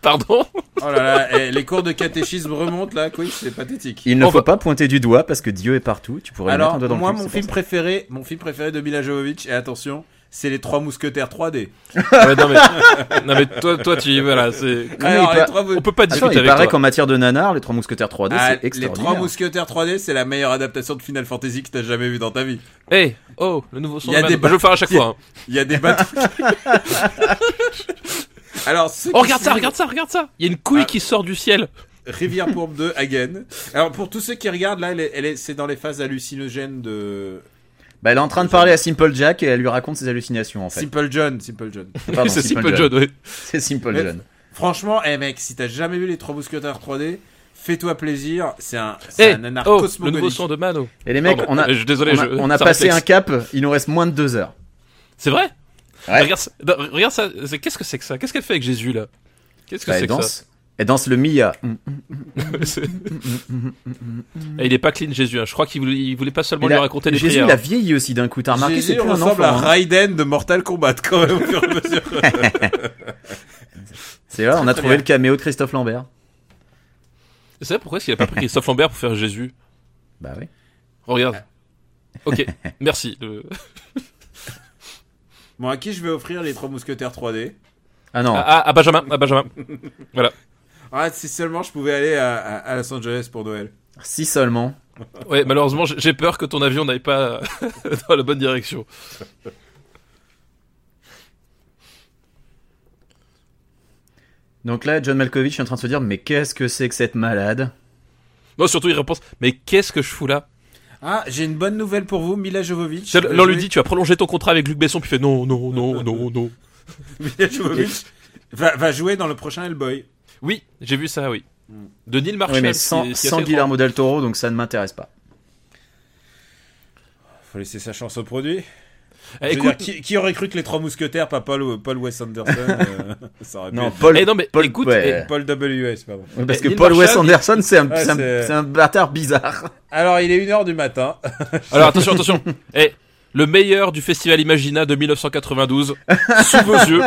C: pardon.
B: Oh là là, eh, les cours de catéchisme remontent là, quoi. C'est pathétique.
A: Il ne
C: On
A: faut
C: va-
A: pas pointer du doigt parce que Dieu est partout. Tu pourrais
B: Alors,
A: lui mettre un doigt dans
B: moi,
A: le cul.
B: mon
A: c'est pour
B: film préféré, mon film préféré de Mila Jovovich, et attention, c'est Les Trois Mousquetaires 3D.
C: Ouais, non mais, non mais toi, toi tu voilà, c'est.
A: mais il
B: Ah, les
A: pa-
B: Trois Mou-
C: On peut pas
A: Ah, ça.
C: discuter
A: Attends, il
C: avec
A: paraît
C: toi.
A: qu'en matière de nanar, les trois mousquetaires 3D,
B: Ah,
A: c'est
B: les
A: extraordinaire.
B: Trois Mousquetaires 3D, c'est la meilleure adaptation de Final Fantasy que t'as jamais vue dans ta vie.
C: Eh, oh, le nouveau son
B: Il y a
C: de Mano.
B: des
C: Bah, Je vais le faire à chaque
B: Il y a-
C: fois. hein.
B: Il y a des bateaux. Alors, ceux
C: Oh,
B: qui
C: regarde ça,
B: suivent
C: regarde ça, regarde ça. Il y a une couille
B: Ah.
C: qui sort du ciel.
B: Rivière Pourbe 2, Hagen. Alors, pour tous ceux qui regardent, là, elle est- elle est- c'est dans les phases hallucinogènes de
A: Bah, elle est en train de parler à Simple Jack et elle lui raconte ses hallucinations en fait.
B: Simple John. Simple John.
A: Pardon,
C: c'est Simple John, ouais.
A: C'est Simple
B: Mais-
A: John.
B: Franchement, eh mec, si t'as jamais vu les Trois Mousquetaires 3D, fais-toi plaisir. C'est un,
C: Eh,
B: c'est un nanar
C: oh, le nouveau
B: cosmogonique.
C: son de Mano.
A: Et les mecs,
C: Pardon.
A: on a,
C: Euh, je- désolé,
A: on a,
C: je-
A: on a
C: ça
A: passé
C: réflexe.
A: un cap, il nous reste moins de deux heures.
C: C'est vrai
A: Ouais.
C: Regarde, ça- non, regarde ça. c'est- Qu'est-ce que c'est que ça Qu'est-ce qu'elle fait avec Jésus là Qu'est-ce que
A: Bah,
C: c'est
A: elle
C: que
A: danse. Elle danse le Mia. Mm.
C: ça C'est- Eh, Il est pas clean Jésus. hein. Je crois qu'il voulait, il voulait pas seulement
A: Il
C: lui
A: a-
C: raconter des
A: Jésus,
C: prières.
A: il a vieilli aussi d'un coup. T'as remarqué, c'est
B: hein. Jésus
A: plus un
B: ressemble
A: enfant.
B: à
A: hein.
B: Raiden de Mortal Kombat quand même au fur et à mesure.
A: C'est là, on a
B: très
A: trouvé
B: bien.
A: le caméo de Christophe Lambert.
C: hein. C'est vrai pourquoi est-ce qu'il a pas pris Christophe Lambert pour faire Jésus
A: Bah oui.
C: Regarde.
A: Ah.
C: Ok, merci. Le-
B: Bon, à qui je vais offrir les Trois Mousquetaires 3D
A: Ah non.
C: Ah, ah, à Benjamin, à Benjamin.
B: Ah, si seulement je pouvais aller à, à, à Los Angeles pour Noël.
A: Si seulement.
C: Ouais, malheureusement, j'ai- j'ai peur que ton avion n'aille pas dans la bonne direction.
A: Donc là, John Malkovich est en train de se dire Mais qu'est-ce que c'est que cette malade
C: Non, surtout, il repense. Mais qu'est-ce que je fous là
B: Ah, j'ai une bonne nouvelle pour vous, Mila Jovovich.
C: Là, on lui dit, tu as prolongé ton contrat avec Luc Besson, puis il fait non, non, non, non, non.
B: Mila Jovovich va, va jouer dans le prochain Hellboy.
C: Oui, j'ai vu ça, oui. De Neil Marshall.
A: Mm. Oui, mais
C: qui-
A: sans,
C: qui a
A: sans
C: fait
A: Guillermo del Toro, donc ça ne m'intéresse pas.
B: Faut laisser sa chance au produit.
C: trois- Eh,
B: Je veux
C: écoute,
B: dire, qui, qui aurait cru que les trois mousquetaires, pas Paul, Paul Wes Anderson, euh, ça aurait pu
A: Non,
B: être-
A: Paul.
C: eh, non, mais
A: Paul-
C: écoute,
A: ouais.
B: Paul W.S. pardon.
A: Oui, Parce
C: eh,
A: que
C: Neil
A: Paul Wes
C: Marshall,
A: Anderson, c'est un,
B: Ouais,
A: c'est un-
B: c'est-
A: c'est un bâtard bizarre.
B: Alors, il est 1h du matin.
C: eh, alors attention, attention. Eh, le meilleur du festival Imagina de 1992, sous vos yeux.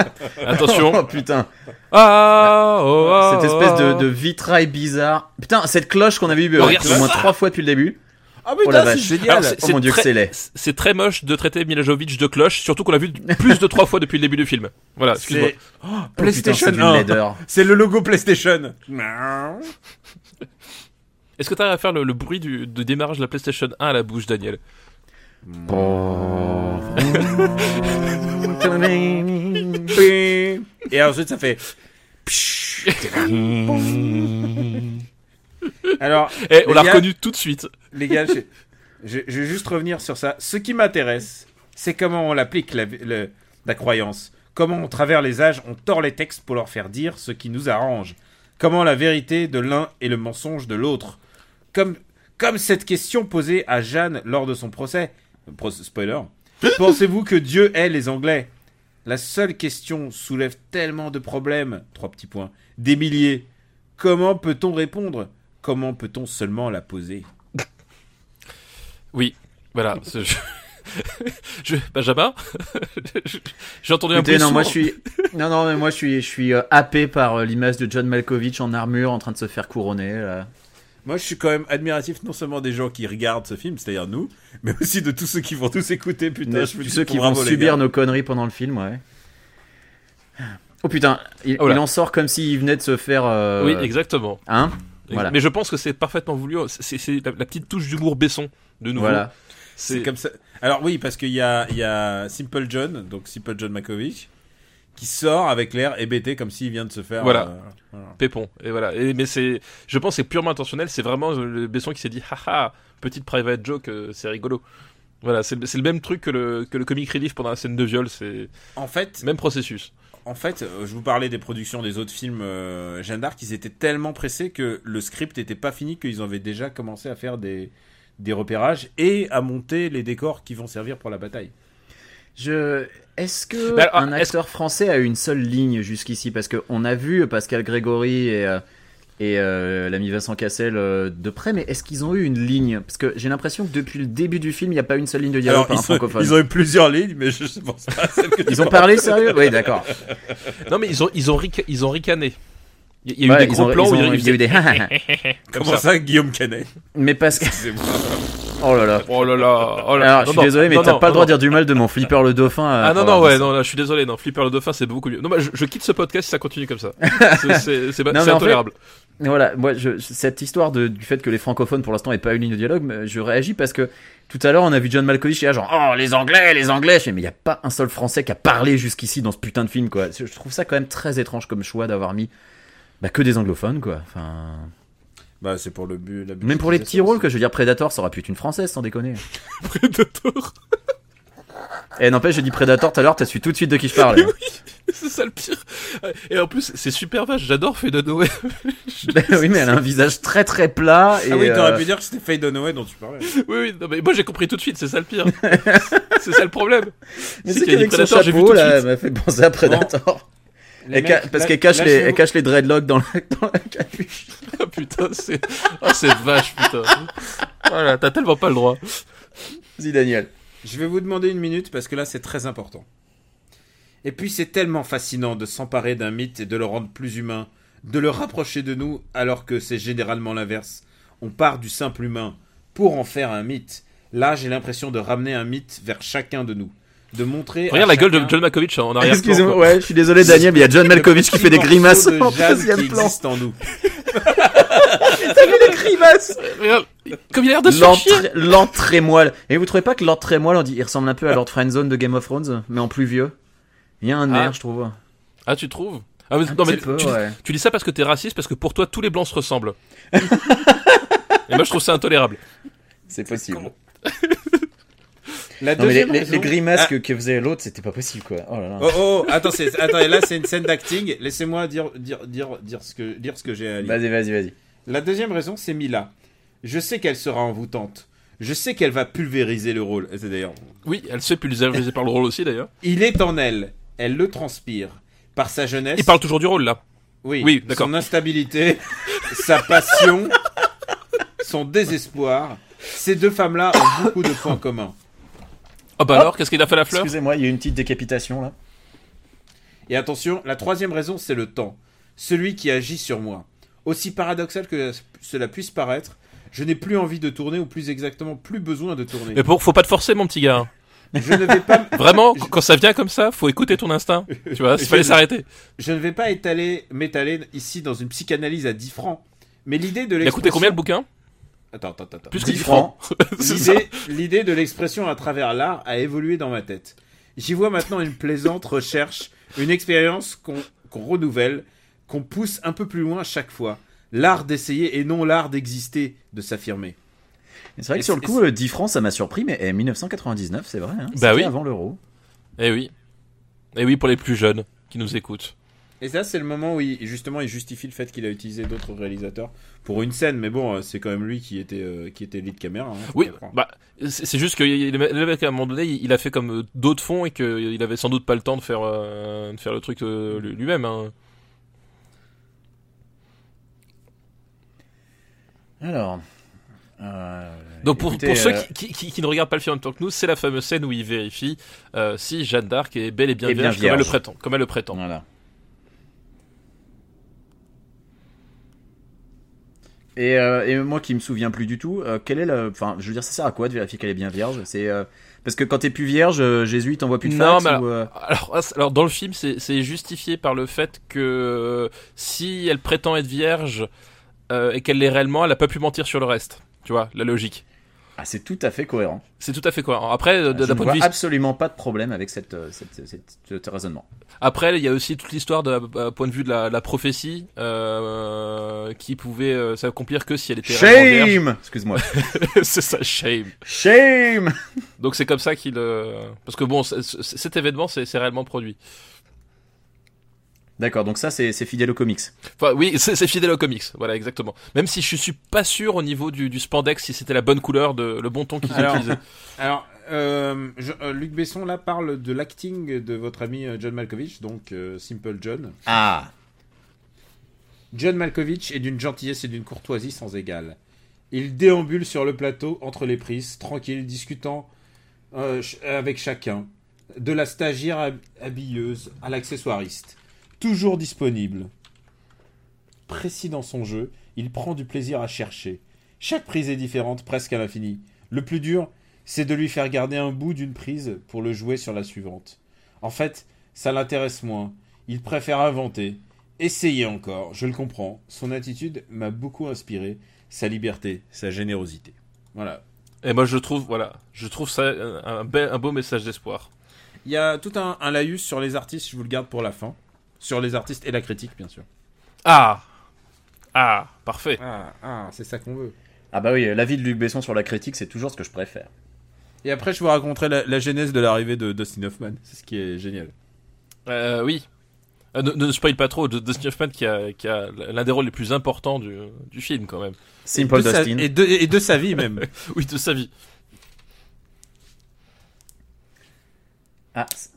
C: Attention.
A: Oh putain.
C: Ah, oh, ah,
A: cette espèce de,
C: ah.
A: de vitrail bizarre. Putain, cette cloche qu'on avait vue euh,
C: Regarde
A: au moins
C: ça.
A: trois fois depuis le début.
B: Ah,
A: Oh la
B: putain,
A: vache.
B: c'est génial.
C: Alors, c'est
A: Oh
C: c'est
A: mon Dieu, que
C: très-
A: c'est laid.
C: C'est très moche de traiter Milajovic de cloche, surtout qu'on l'a vu plus de trois fois depuis le début du film. Voilà, excuse-moi.
B: C'est Oh,
A: Oh, putain,
B: PlayStation
A: c'est d'une
B: 1.
A: laideur.
B: C'est le logo PlayStation. Non.
C: Est-ce que t'arrives à faire le, le bruit du, de démarrage de la PlayStation 1 à la bouche, Daniel
B: Et ensuite, ça fait. Alors,
C: Eh, on
B: les
C: l'a
B: gars,
C: reconnu tout de suite.
B: Les gars, je, je- je vais juste revenir sur ça. Ce qui m'intéresse, c'est comment on l'applique, la, le- la croyance. Comment, au travers les âges, on tord les textes pour leur faire dire ce qui nous arrange Comment la vérité de l'un et le mensonge de l'autre comme, comme cette question posée à Jeanne lors de son procès. Pro- spoiler. Pensez-vous que Dieu est les Anglais La seule question soulève tellement de problèmes. Trois petits points. Des milliers. Comment peut-on répondre Comment peut-on seulement la poser
C: Oui, voilà. c'est- Je... je- Benjamin, je- j'ai entendu un
A: Écoutez,
C: bruit
A: non, moi je
C: sourd.
A: suis, non, non, mais moi je suis, je suis euh, happé par euh, l'image de John Malkovich en armure en train de se faire couronner. là.
B: Moi, je suis quand même admiratif non seulement des gens qui regardent ce film, c'est-à-dire nous, mais aussi de tous ceux qui vont tous écouter. Putain, je me
A: Tous
B: dis
A: ceux qui vont
B: bravo, les
A: subir
B: gars.
A: nos conneries pendant le film, ouais. Oh putain, il,
C: Oh là.
A: il en sort comme s'il venait de se faire. euh,
C: Oui, exactement.
A: Hein Voilà.
C: Mais je pense que c'est parfaitement voulu. C'est c'est la, la petite touche d'humour Besson de nouveau.
A: Voilà.
B: C'est comme ça. Alors oui, parce qu'il y a, il y a Simple John, donc Simple John Makovic, qui sort avec l'air hébété comme s'il vient de se faire.
C: Voilà.
B: euh, voilà.
C: Pépon. Et voilà. Et, mais c'est, je pense, que c'est purement intentionnel. C'est vraiment euh, le Besson qui s'est dit, haha, petite private joke, euh, c'est rigolo. Voilà, c'est, le- c'est le même truc que le, que le comic relief pendant la scène de viol. C'est
B: En fait,
C: même processus.
B: en fait, euh, je vous parlais des productions des autres films euh, Jeanne d'Arc, ils étaient tellement pressés que le script n'était pas fini qu'ils avaient déjà commencé à faire des des repérages et à monter les décors qui vont servir pour la bataille.
A: Je. Est-ce que
C: Mais Bah, alors,
A: un
C: est-ce-
A: acteur français a une seule ligne jusqu'ici Parce qu'on a vu Pascal Grégory et, euh, et euh, l'ami Vincent Cassel euh, de près, mais est-ce qu'ils ont eu une ligne Parce que j'ai l'impression que depuis le début du film, il n'y a pas une seule ligne de dialogue
B: Alors,
A: par un
B: ils ont,
A: francophone.
B: ils ont eu plusieurs lignes, mais je sais pas. celle que tu
A: Ils ont parlé sérieux Oui, d'accord.
C: Non, mais ils ont, ils ont, rica- ils ont ricané. Il y a- il y a
A: Ouais,
C: eu des
A: ils ont-
C: gros plans
A: ils
C: où
A: ont-
C: ils- ils
A: il y a eu
C: faisaient-
A: des.
B: Comment ça, Guillaume Canet
A: mais parce que.
B: Excusez-moi.
A: Oh là là.
C: Oh là là, oh là là.
A: Alors, je
C: Non,
A: suis
C: non,
A: désolé, mais
C: non,
A: t'as
C: non,
A: pas le droit
C: non,
A: de dire du mal de mon flipper le dauphin. euh,
C: Ah non, non, ouais, non, là, je suis désolé, non, Flipper le dauphin, c'est beaucoup mieux. Non, bah, je, je quitte ce podcast si ça continue comme ça. C'est- C'est c'est pas-
A: Non,
C: c'est
A: mais en
C: intolérable.
A: Mais Voilà, moi, je, cette histoire de, du fait que les francophones pour l'instant aient pas une ligne de dialogue, mais je réagis parce que tout à l'heure on a vu John Malkovich et là genre oh les Anglais, les Anglais, je fais, mais il y a pas un seul Français qui a parlé jusqu'ici dans ce putain de film quoi. Je trouve ça quand même très étrange comme choix d'avoir mis bah, que des anglophones quoi. Enfin,
B: Bah, c'est pour le but. la
A: même pour les petits rôles
B: budgétisation,
A: que je veux dire Predator, ça aurait pu être une Française sans déconner.
C: Predator.
A: Et n'empêche, j'ai dit Predator tout à l'heure, t'as su tout de suite de qui je parle.
C: C'est ça le pire. Et en plus, c'est super vache, j'adore Fedonoway.
A: oui, mais elle a un visage très très plat.
B: c'est-
A: Et,
B: Ah oui, t'aurais
A: euh,
B: pu dire que c'était Faye Dunaway dont tu parlais.
C: Oui, oui, non, mais moi j'ai compris tout de suite, c'est ça le pire. c'est ça le problème.
A: Mais
C: C'est
A: c'est
C: qu'il y a
A: qu'avec
C: des
A: son
C: Predators, j'ai vu tout
A: chapeau
C: de
A: là, elle
C: suite.
A: m'a fait penser à Predator. Elle ca- parce qu'elle cache, les, elle cache les dreadlocks dans la, dans la capuche.
C: Ah putain, c'est ah, c'est vache, putain. Voilà, t'as tellement pas le droit.
A: Vas-y, Daniel.
B: Je vais vous demander une minute parce que là, c'est très important. Et puis, c'est tellement fascinant de s'emparer d'un mythe et de le rendre plus humain, de le rapprocher de nous, alors que c'est généralement l'inverse. On part du simple humain pour en faire un mythe. Là, j'ai l'impression de ramener un mythe vers chacun de nous. De montrer.
C: Regarde
B: à
C: la gueule de
B: chacun
C: John Malkovich hein, en arrière.
A: Excusez-moi, ouais, je suis désolé, Daniel, mais il y a John Malkovich qui fait des
B: petit
A: grimaces en
B: morceau de jazz
A: deuxième
B: qui
A: plan.
B: existe en nous.
A: T'as vu les grimaces
C: Regarde, comme il a l'air de se chier.
A: L'entrée- Lord Trémoille. Et vous trouvez pas que Lord Trémoille, on dit, il ressemble un peu à Lord Friendzone de Game of Thrones, mais en plus vieux Il y a un air,
C: Ah.
A: je trouve.
C: Ah, tu trouves ah, mais,
A: Un
C: non, mais
A: petit peu,
C: tu, dis-
A: ouais.
C: tu dis ça parce que t'es raciste, parce que pour toi tous les blancs se ressemblent. Et moi je trouve ça intolérable.
A: C'est possible.
B: La
A: Non, mais les,
B: deuxième
A: les-
B: raison-
A: les grimaces
B: Ah,
A: que, que faisait l'autre, c'était pas possible, quoi. Oh là là.
B: Oh oh, attends, c'est- attends, et là c'est une scène d'acting. Laissez-moi dire, dire, dire, dire ce que, dire ce que j'ai à lire.
A: Vas-y, vas-y, vas-y.
B: La deuxième raison, c'est Mila. Je sais qu'elle sera envoûtante. Je sais qu'elle va pulvériser le rôle. Et C'est d'ailleurs.
C: Oui, elle se fait pulvériser par le rôle aussi d'ailleurs.
B: Il est en elle. Elle le transpire. Par sa jeunesse.
C: Il parle toujours du rôle là.
B: Oui,
C: Oui, d'accord.
B: Son instabilité, sa passion, son désespoir. Ces deux femmes-là ont beaucoup de points communs.
C: Ah bah alors, qu'est-ce qu'il a fait la fleur
A: Oh. Excusez-moi, il y a eu une petite décapitation là.
B: Et attention, la troisième raison, c'est le temps. Celui qui agit sur moi. Aussi paradoxal que cela puisse paraître, je n'ai plus envie de tourner, ou plus exactement, plus besoin de tourner.
C: Mais pour, faut pas te forcer mon petit gars.
B: Je ne vais pas,
C: Vraiment, qu- quand ça vient comme ça, faut écouter ton instinct. Tu vois, il fallait s'arrêter.
B: je ne vais pas étaler, m'étaler ici dans une psychanalyse à 10 francs. Mais l'idée
C: Il
B: de
C: a
B: l'expression...
C: coûté combien le bouquin
B: Attends, attends, attends.
C: Plus que
A: 10
C: 10
A: francs.
C: francs. C'est ça.
B: L'idée, l'idée de l'expression à travers l'art a évolué dans ma tête. J'y vois maintenant une plaisante recherche, une expérience qu'on, qu'on renouvelle, qu'on pousse un peu plus loin à chaque fois. L'art d'essayer et non l'art d'exister, de s'affirmer.
A: C'est vrai que
B: Et
A: sur le
B: c'est-
A: coup, euh, le 10 francs, ça m'a surpris, mais eh, 1999, c'est vrai. Hein,
C: Bah
A: c'était
C: oui.
A: avant l'euro.
C: Eh oui. Et oui, pour les plus jeunes qui nous écoutent.
B: Et ça, c'est le moment où il, justement il justifie le fait qu'il a utilisé d'autres réalisateurs pour une scène, mais bon, euh, c'est quand même lui qui était, euh, qui était lead caméra. hein, faut
C: Oui,
B: pas le croire.
C: bah, c'est c'est juste que il- le mec, à un moment donné, il il a fait comme euh, d'autres font et qu'il avait sans doute pas le temps de faire, euh, de faire le truc euh, lui- lui-même. hein.
A: Alors. euh,
C: Donc pour,
A: écoutez,
C: pour ceux
A: euh,
C: qui, qui- qui- qui ne regardent pas le film en tant que nous, c'est la fameuse scène où il vérifie euh, si Jeanne d'Arc est bel et bien,
A: Et bien
C: vierge, Comme, elle le
A: vierge.
C: prétend, comme elle le prétend.
A: euh, Voilà. Et, euh, et moi qui me souviens plus du tout, euh, quel est le. Enfin, je veux dire, ça sert à quoi de vérifier qu'elle est bien vierge C'est euh, Parce que quand t'es plus vierge, euh, Jésus il t'envoie plus de
C: Non,
A: fax
C: mais
A: ou, euh,
C: Alors, alors dans le film, c'est c'est justifié par le fait que euh, si elle prétend être vierge euh, et qu'elle l'est réellement, elle a pas pu mentir sur le reste. Tu vois, la logique.
A: Ah, c'est tout à fait cohérent.
C: C'est tout à fait cohérent. Après, euh,
A: Ah, Je ne
C: d'un point de
A: vois
C: vue
A: absolument pas de problème avec cette, euh, cette- cette- ce raisonnement.
C: Après, il y a aussi toute l'histoire de la- à point de vue de la, la prophétie euh, qui pouvait euh, s'accomplir que si elle était réellement vierge.
A: Shame Excuse-moi.
C: c'est ça, shame.
A: Shame
C: Donc c'est comme ça qu'il euh, parce que bon, c'est- c'est- cet événement c'est c'est réellement produit.
A: D'accord, donc ça, c'est c'est fidèle aux comics.
C: Enfin oui, c'est c'est fidèle aux comics, voilà exactement. Même si je suis pas sûr au niveau du, du spandex si c'était la bonne couleur, de, le bon ton qu'ils
B: Alors,
C: utilisaient.
B: Alors, euh, je- euh, Luc Besson là parle de l'acting de votre ami euh, John Malkovich, donc euh, Simple John.
A: Ah
B: John Malkovich est d'une gentillesse et d'une courtoisie sans égale. Il déambule sur le plateau entre les prises, tranquille, discutant euh, ch- avec chacun, de la stagiaire hab- habilleuse à l'accessoiriste, toujours disponible. Précis dans son jeu, il prend du plaisir à chercher. Chaque prise est différente, presque à l'infini. Le plus dur, c'est de lui faire garder un bout d'une prise pour le jouer sur la suivante. En fait, ça l'intéresse moins. Il préfère inventer. Essayez encore, je le comprends. Son attitude m'a beaucoup inspiré. Sa liberté, sa générosité. Voilà.
C: Et moi je trouve voilà, je trouve ça un, un bel- un beau message d'espoir.
B: Il y a tout un, un laïus sur les artistes, je vous le garde pour la fin. Sur les artistes et la critique, bien sûr.
C: Ah ah parfait.
B: Ah, ah c'est ça qu'on veut.
A: Ah bah oui, l'avis de Luc Besson sur la critique, c'est toujours ce que je préfère.
B: Et après, je vous raconterai la, la genèse de l'arrivée de Dustin Hoffman. C'est ce qui est génial.
C: Euh, oui. Euh, ne, ne spoil pas trop de Dustin Hoffman qui a, qui a l'un des rôles les plus importants du, du film quand même.
A: Simple
B: de sa,
A: Dustin.
B: et, de, et de sa vie même.
C: Oui, de sa vie.
A: Ah, c-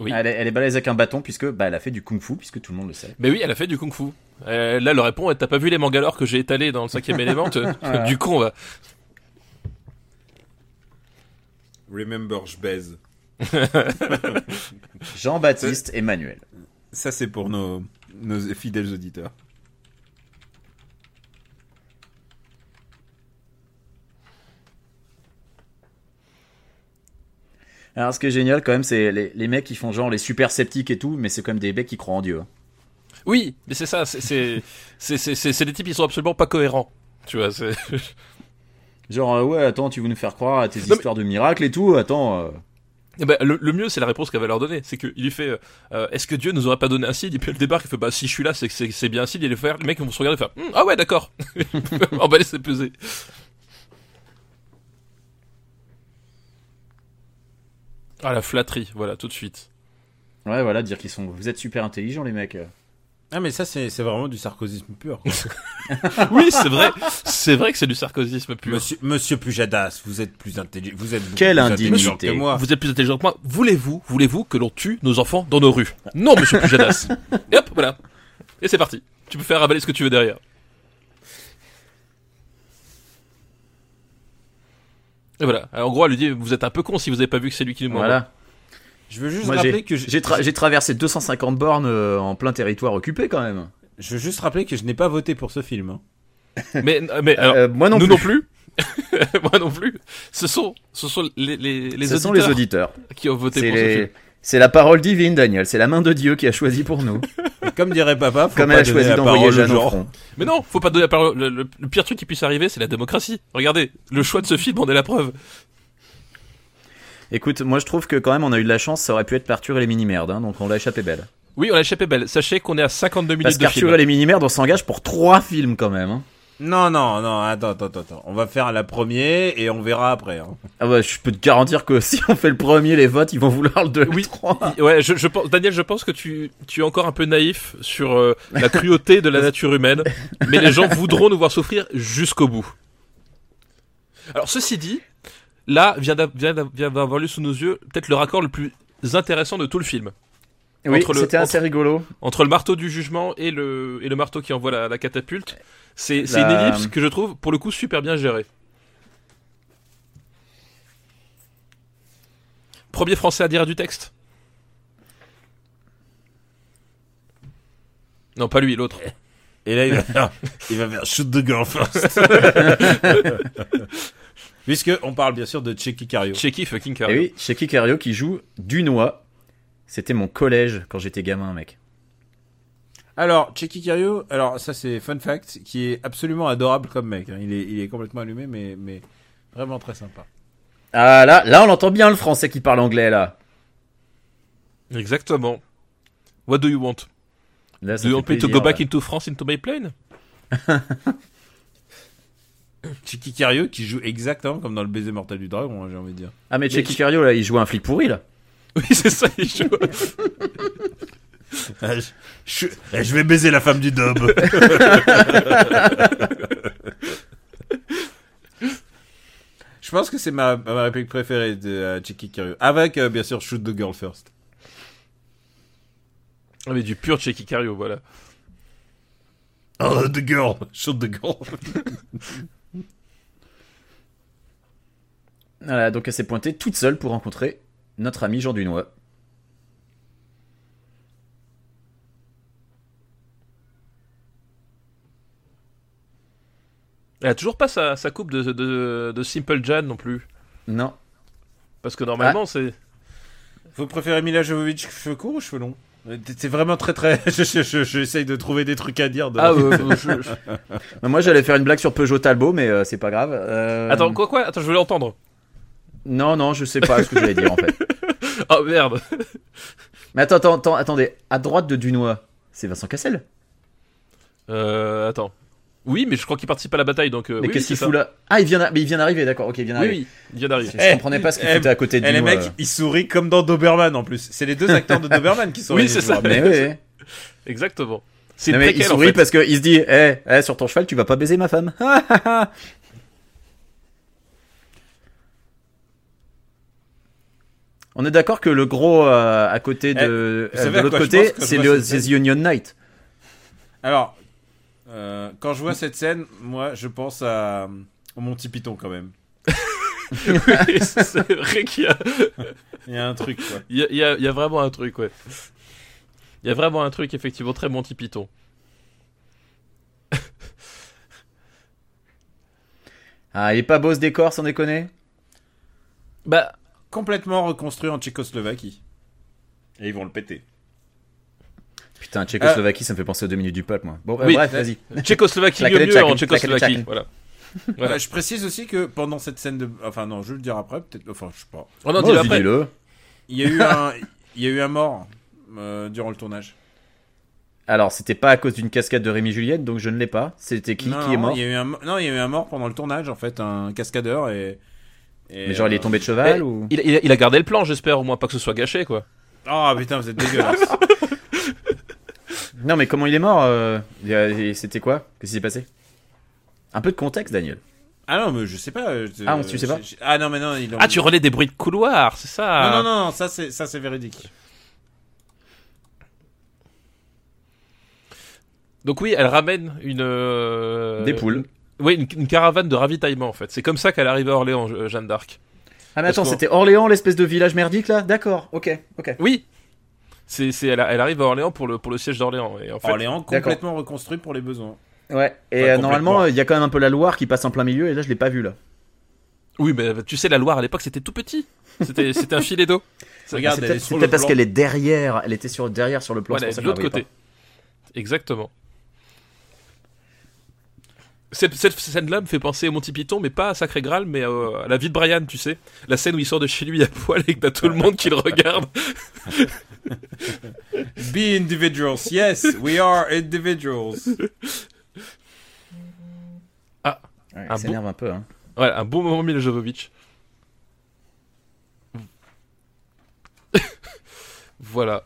C: Oui.
A: Elle, est, elle est balèze avec un bâton puisque bah, elle a fait du kung-fu puisque tout le monde le sait.
C: Mais oui, elle a fait du kung fu. Euh, là, le répond, t'as pas vu les mangalores que j'ai étalés dans le cinquième élément te- Du con, va.
B: Remember, je baise.
A: Jean-Baptiste Emmanuel.
B: Ça, c'est pour nos, nos fidèles auditeurs.
A: Alors ce qui est génial quand même, c'est les, les mecs qui font genre les super sceptiques et tout, mais c'est quand même des mecs qui croient en Dieu. hein.
C: Oui, mais c'est ça, c'est- c'est c'est- c'est- c'est- c'est des types qui sont absolument pas cohérents. Tu vois, c'est.
A: Genre euh, ouais, attends, tu veux nous faire croire à tes
C: mais-
A: histoires de miracles et tout, attends. euh.
C: Eh ben, le, le mieux, c'est la réponse qu'elle va leur donner. C'est qu'il lui fait euh, euh, Est-ce que Dieu nous aurait pas donné un signe Et puis elle débarque, il fait Bah, si je suis là, c'est que c'est c'est bien un signe. Et les, frères, les mecs ils vont se regarder et faire Hum, Ah ouais, d'accord. On va laisser peser. Ah, la flatterie, voilà, tout de suite.
A: Ouais, voilà, dire qu'ils sont, vous êtes super intelligents les mecs. euh.
B: Ah, mais ça, c'est c'est vraiment du sarcosisme pur. quoi.
C: Oui, c'est vrai, c'est vrai que c'est du sarcosisme pur.
B: monsieur, monsieur Pujadas, vous êtes plus intelligent. Vous êtes beaucoup
A: Quelle
B: plus
A: indignité.
B: intelligent que moi.
C: Ah. Vous êtes plus intelligent que moi. Voulez-vous, voulez-vous que l'on tue nos enfants dans nos rues Non, monsieur Pujadas. Et hop, voilà. Et c'est parti. Tu peux faire avaler ce que tu veux derrière. Et voilà. Alors, en gros, elle lui dit, vous êtes un peu con si vous n'avez pas vu que c'est lui qui nous mord.
A: Voilà.
B: Je veux juste
A: Moi,
B: rappeler que je-
A: J'ai tra- j'ai traversé 250 bornes euh, en plein territoire occupé quand même.
B: Je veux juste rappeler que je n'ai pas voté pour ce film. hein.
C: Mais, mais alors,
A: Euh, moi non
C: nous
A: plus.
C: non plus. moi non plus. Ce sont, ce sont les, les, les
A: Ce
C: auditeurs
A: sont les auditeurs.
C: qui ont voté
A: C'est
C: pour ce
A: les-
C: film.
A: c'est la parole divine, Daniel. C'est la main de Dieu qui a choisi pour nous.
B: Et comme dirait papa, faut
A: comme
B: pas
A: elle a
B: donner
A: choisi
B: la
A: d'envoyer
B: parole aux
A: Jeanne au
B: gens.
A: front.
C: Mais non, faut pas donner la parole. Le, le- le pire truc qui puisse arriver, c'est la démocratie. Regardez, le choix de ce film en est la preuve.
A: Écoute, moi je trouve que quand même on a eu de la chance, ça aurait pu être par Arthur et les mini-merdes, hein, donc on l'a échappé belle.
C: oh, Oui, on a échappé belle. Sachez qu'on est à 52 minutes
A: Parce
C: de
A: qu'Arthur
C: film.
A: et les mini-merdes, on s'engage pour trois films quand même. hein.
B: Non, non, non, attends, attends, attends, attends. On va faire la première et on verra après. hein.
A: Ah bah, je peux te garantir que si on fait le premier, les votes, ils vont vouloir le 2 le
C: Oui.
A: 3.
C: Ouais, je, je pense, Daniel, je pense que tu, tu es encore un peu naïf sur euh, la cruauté de la nature humaine, mais les gens voudront nous voir souffrir jusqu'au bout. Alors, ceci dit, là vient d'a- vient d'a- vient d'avoir lieu sous nos yeux peut-être le raccord le plus intéressant de tout le film.
A: Oui,
C: Entre le-
A: c'était
C: entre-
A: assez rigolo.
C: Entre le marteau du jugement et le, et le marteau qui envoie la, la catapulte, c'est c'est
A: La-
C: une ellipse que je trouve pour le coup super bien gérée. Premier français à dire du texte Non, pas lui, l'autre.
A: Eh
B: Et là, il va faire, il va faire shoot the girl first. Puisque on parle bien sûr de Checky Cario.
C: Checky fucking
A: Et
C: Cario.
A: Eh oui, Sheki Cario qui joue du noix. C'était mon collège quand j'étais gamin, mec.
B: Alors, Checky Cario, alors ça c'est fun fact, qui est absolument adorable comme mec. hein. Il est, il est complètement allumé, mais, mais vraiment très sympa.
A: Ah là, là on entend bien le français qui parle anglais là.
C: Exactement. What do you want
A: Là, ça
C: Do
A: fait
C: you want me to
A: plaisir,
C: go back
A: là.
C: into France into my plane
B: Checky Cario qui joue exactement comme dans le baiser mortel du dragon, hein, j'ai envie de dire.
A: Ah mais Sheki Cario là, il joue un flic pourri là.
C: Oui, c'est ça, il joue.
B: je, Eh, vais baiser la femme du dob. je pense que c'est ma, ma réplique préférée de euh, Cheeky Cario. Avec, euh, bien sûr, Shoot the Girl First.
C: Ah, mais du pur Checky Cario, voilà.
B: Oh, the girl. Shoot the girl.
A: Voilà, donc elle s'est pointée toute seule pour rencontrer notre ami Jean Dunois.
C: Elle a toujours pas sa, sa coupe de, de, de Simple Jan non plus.
A: Non,
C: Parce que
A: Ah.
C: normalement, c'est.
B: Vous préférez Mila Jovovich cheveux courts ou cheveux longs C'est vraiment très très. je- je- je- J'essaye de trouver des trucs à dire. De...
C: Ah, euh, euh, je- je-
A: Bah, moi j'allais faire une blague sur Peugeot Talbot, mais euh, c'est pas grave. Euh,
C: Attends, quoi, quoi Attends, je veux l'entendre.
A: Non, non, je sais pas ce que j'allais dire en fait.
C: Oh merde
A: Mais attends, attends, attends, attendez, à droite de Dunois, c'est Vincent Cassel.
C: Euh, attends. Oui, mais je crois qu'il participe à la bataille donc. euh,
A: mais
C: oui,
A: qu'est-ce
C: oui,
A: qu'il
C: c'est
A: fout
C: ça.
A: là Ah, il vient, d'a- mais il vient d'arriver, d'accord, ok, il vient
C: Oui,
A: d'arriver.
C: oui, il vient d'arriver.
A: Je je comprenais pas ce qu'il
B: Eh,
A: foutait à côté de
B: Et les
A: Dunois,
B: mecs,
A: euh.
B: ils sourient comme dans Doberman en plus. C'est les deux acteurs de Doberman qui sourient.
C: Oui, c'est
B: je
C: ça.
B: vous rappelle.
A: euh. Mais oui.
C: Exactement. C'est
A: Non,
C: une
A: mais il
C: préquelle, en
A: sourit
C: fait.
A: parce qu'il se dit Eh, eh, sur ton cheval, tu vas pas baiser ma femme. Ah, ah, ah. On est d'accord que le gros euh, à côté de,
B: Eh,
A: euh,
B: savez
A: de
B: à
A: l'autre
B: quoi je
A: côté,
B: pense quand je
A: c'est
B: vois
A: le
B: cette scène
A: c'est The Union Knight.
B: Alors, euh, quand je vois cette scène, moi, je pense à, euh, au Monty Python quand même.
C: Oui, c'est vrai qu'il y a,
B: Il y a un truc, quoi.
C: il y, a, il y a- il y a vraiment un truc, ouais. Il y a vraiment un truc, effectivement, très Monty Python.
A: Ah, il est pas beau ce décor, sans déconner
C: Bah,
B: Complètement reconstruit en Tchécoslovaquie. Et ils vont le péter.
A: Putain, Tchécoslovaquie, ça me fait penser aux deux minutes du peuple, moi. Bon, bah,
C: Oui.
A: bref, vas-y.
C: Tchécoslovaquie,
A: Claquer les
C: mieux, mieux en
A: tchacs, claquer les
C: Tchécoslovaquie.
A: tchacs.
C: Voilà.
B: Euh, je précise aussi que pendant cette scène de... Enfin, non, je vais le dire après, peut-être... Enfin, je sais pas.
C: On en dit
A: Oh, Vas-y,
C: après.
A: dis-le.
B: Il y a eu un, il y a eu un mort euh, durant le tournage.
A: Alors, c'était pas à cause d'une cascade de Rémi Juliette, donc je ne l'ai pas. C'était qui
B: non,
A: qui est
B: non,
A: mort
B: il y a eu un... mo- Non, il y a eu un mort pendant le tournage, en fait. Un cascadeur et... et,
A: Mais genre, il est
B: euh,
A: tombé de cheval
C: Eh,
A: ou
C: Il, il a- il a gardé le plan, j'espère, au moins pas que ce soit gâché, quoi.
B: Ah putain, vous êtes dégueulasse.
A: Non, mais comment il est mort euh, il y a- et C'était quoi Qu'est-ce qui s'est passé Un peu de contexte, Daniel.
B: ah non, mais je sais pas. euh,
A: Ah, on- tu sais pas
B: j'ai- Ah non, mais non, ils l'ont-
C: Ah, tu relais des bruits de couloir, c'est ça
B: Non, non, non, non, ça c'est ça c'est véridique.
C: Donc oui, elle ramène une... euh,
A: Des poules.
C: Oui, une, une caravane de ravitaillement en fait. C'est comme ça qu'elle arrive à Orléans, Je- Jeanne d'Arc.
A: Ah, mais
C: Parce
A: attends,
C: qu'on-
A: c'était Orléans, l'espèce de village merdique là D'accord, ok, ok.
C: Oui. C'est, c'est, elle, elle arrive à Orléans pour le, pour le siège d'Orléans. Et en fait,
B: Orléans Oh, complètement reconstruit pour les besoins.
A: Ouais, et
B: Enfin,
A: euh, normalement,
B: complètement.
A: euh, il y a quand même un peu la Loire qui passe en plein milieu, et là, je l'ai pas vu là.
C: Oui, mais tu sais, la Loire à l'époque c'était tout petit. C'était, c'était un filet d'eau.
A: Ah,
C: C'est-
B: Regarde,
A: C'est
B: elle est
A: peut-être
B: sur
A: c'est
B: le
A: peut-être parce
B: plan.
A: qu'elle est derrière, elle était sur, derrière sur le plan.
C: Voilà,
A: c'est
C: de
A: pour ça
C: l'autre
A: que je la
C: côté. Exactement. Cette, cette scène-là me fait penser au Monty Python, mais pas à Sacré Graal, mais euh, à la vie de Brian, tu sais. La scène où il sort de chez lui à poil et que t'as tout le monde qui le regarde.
B: Be individuals, yes, we are individuals.
A: Ouais,
C: Un
A: il s'énerve un peu. Hein.
C: Ouais, un bon moment Mila Jovovich. voilà.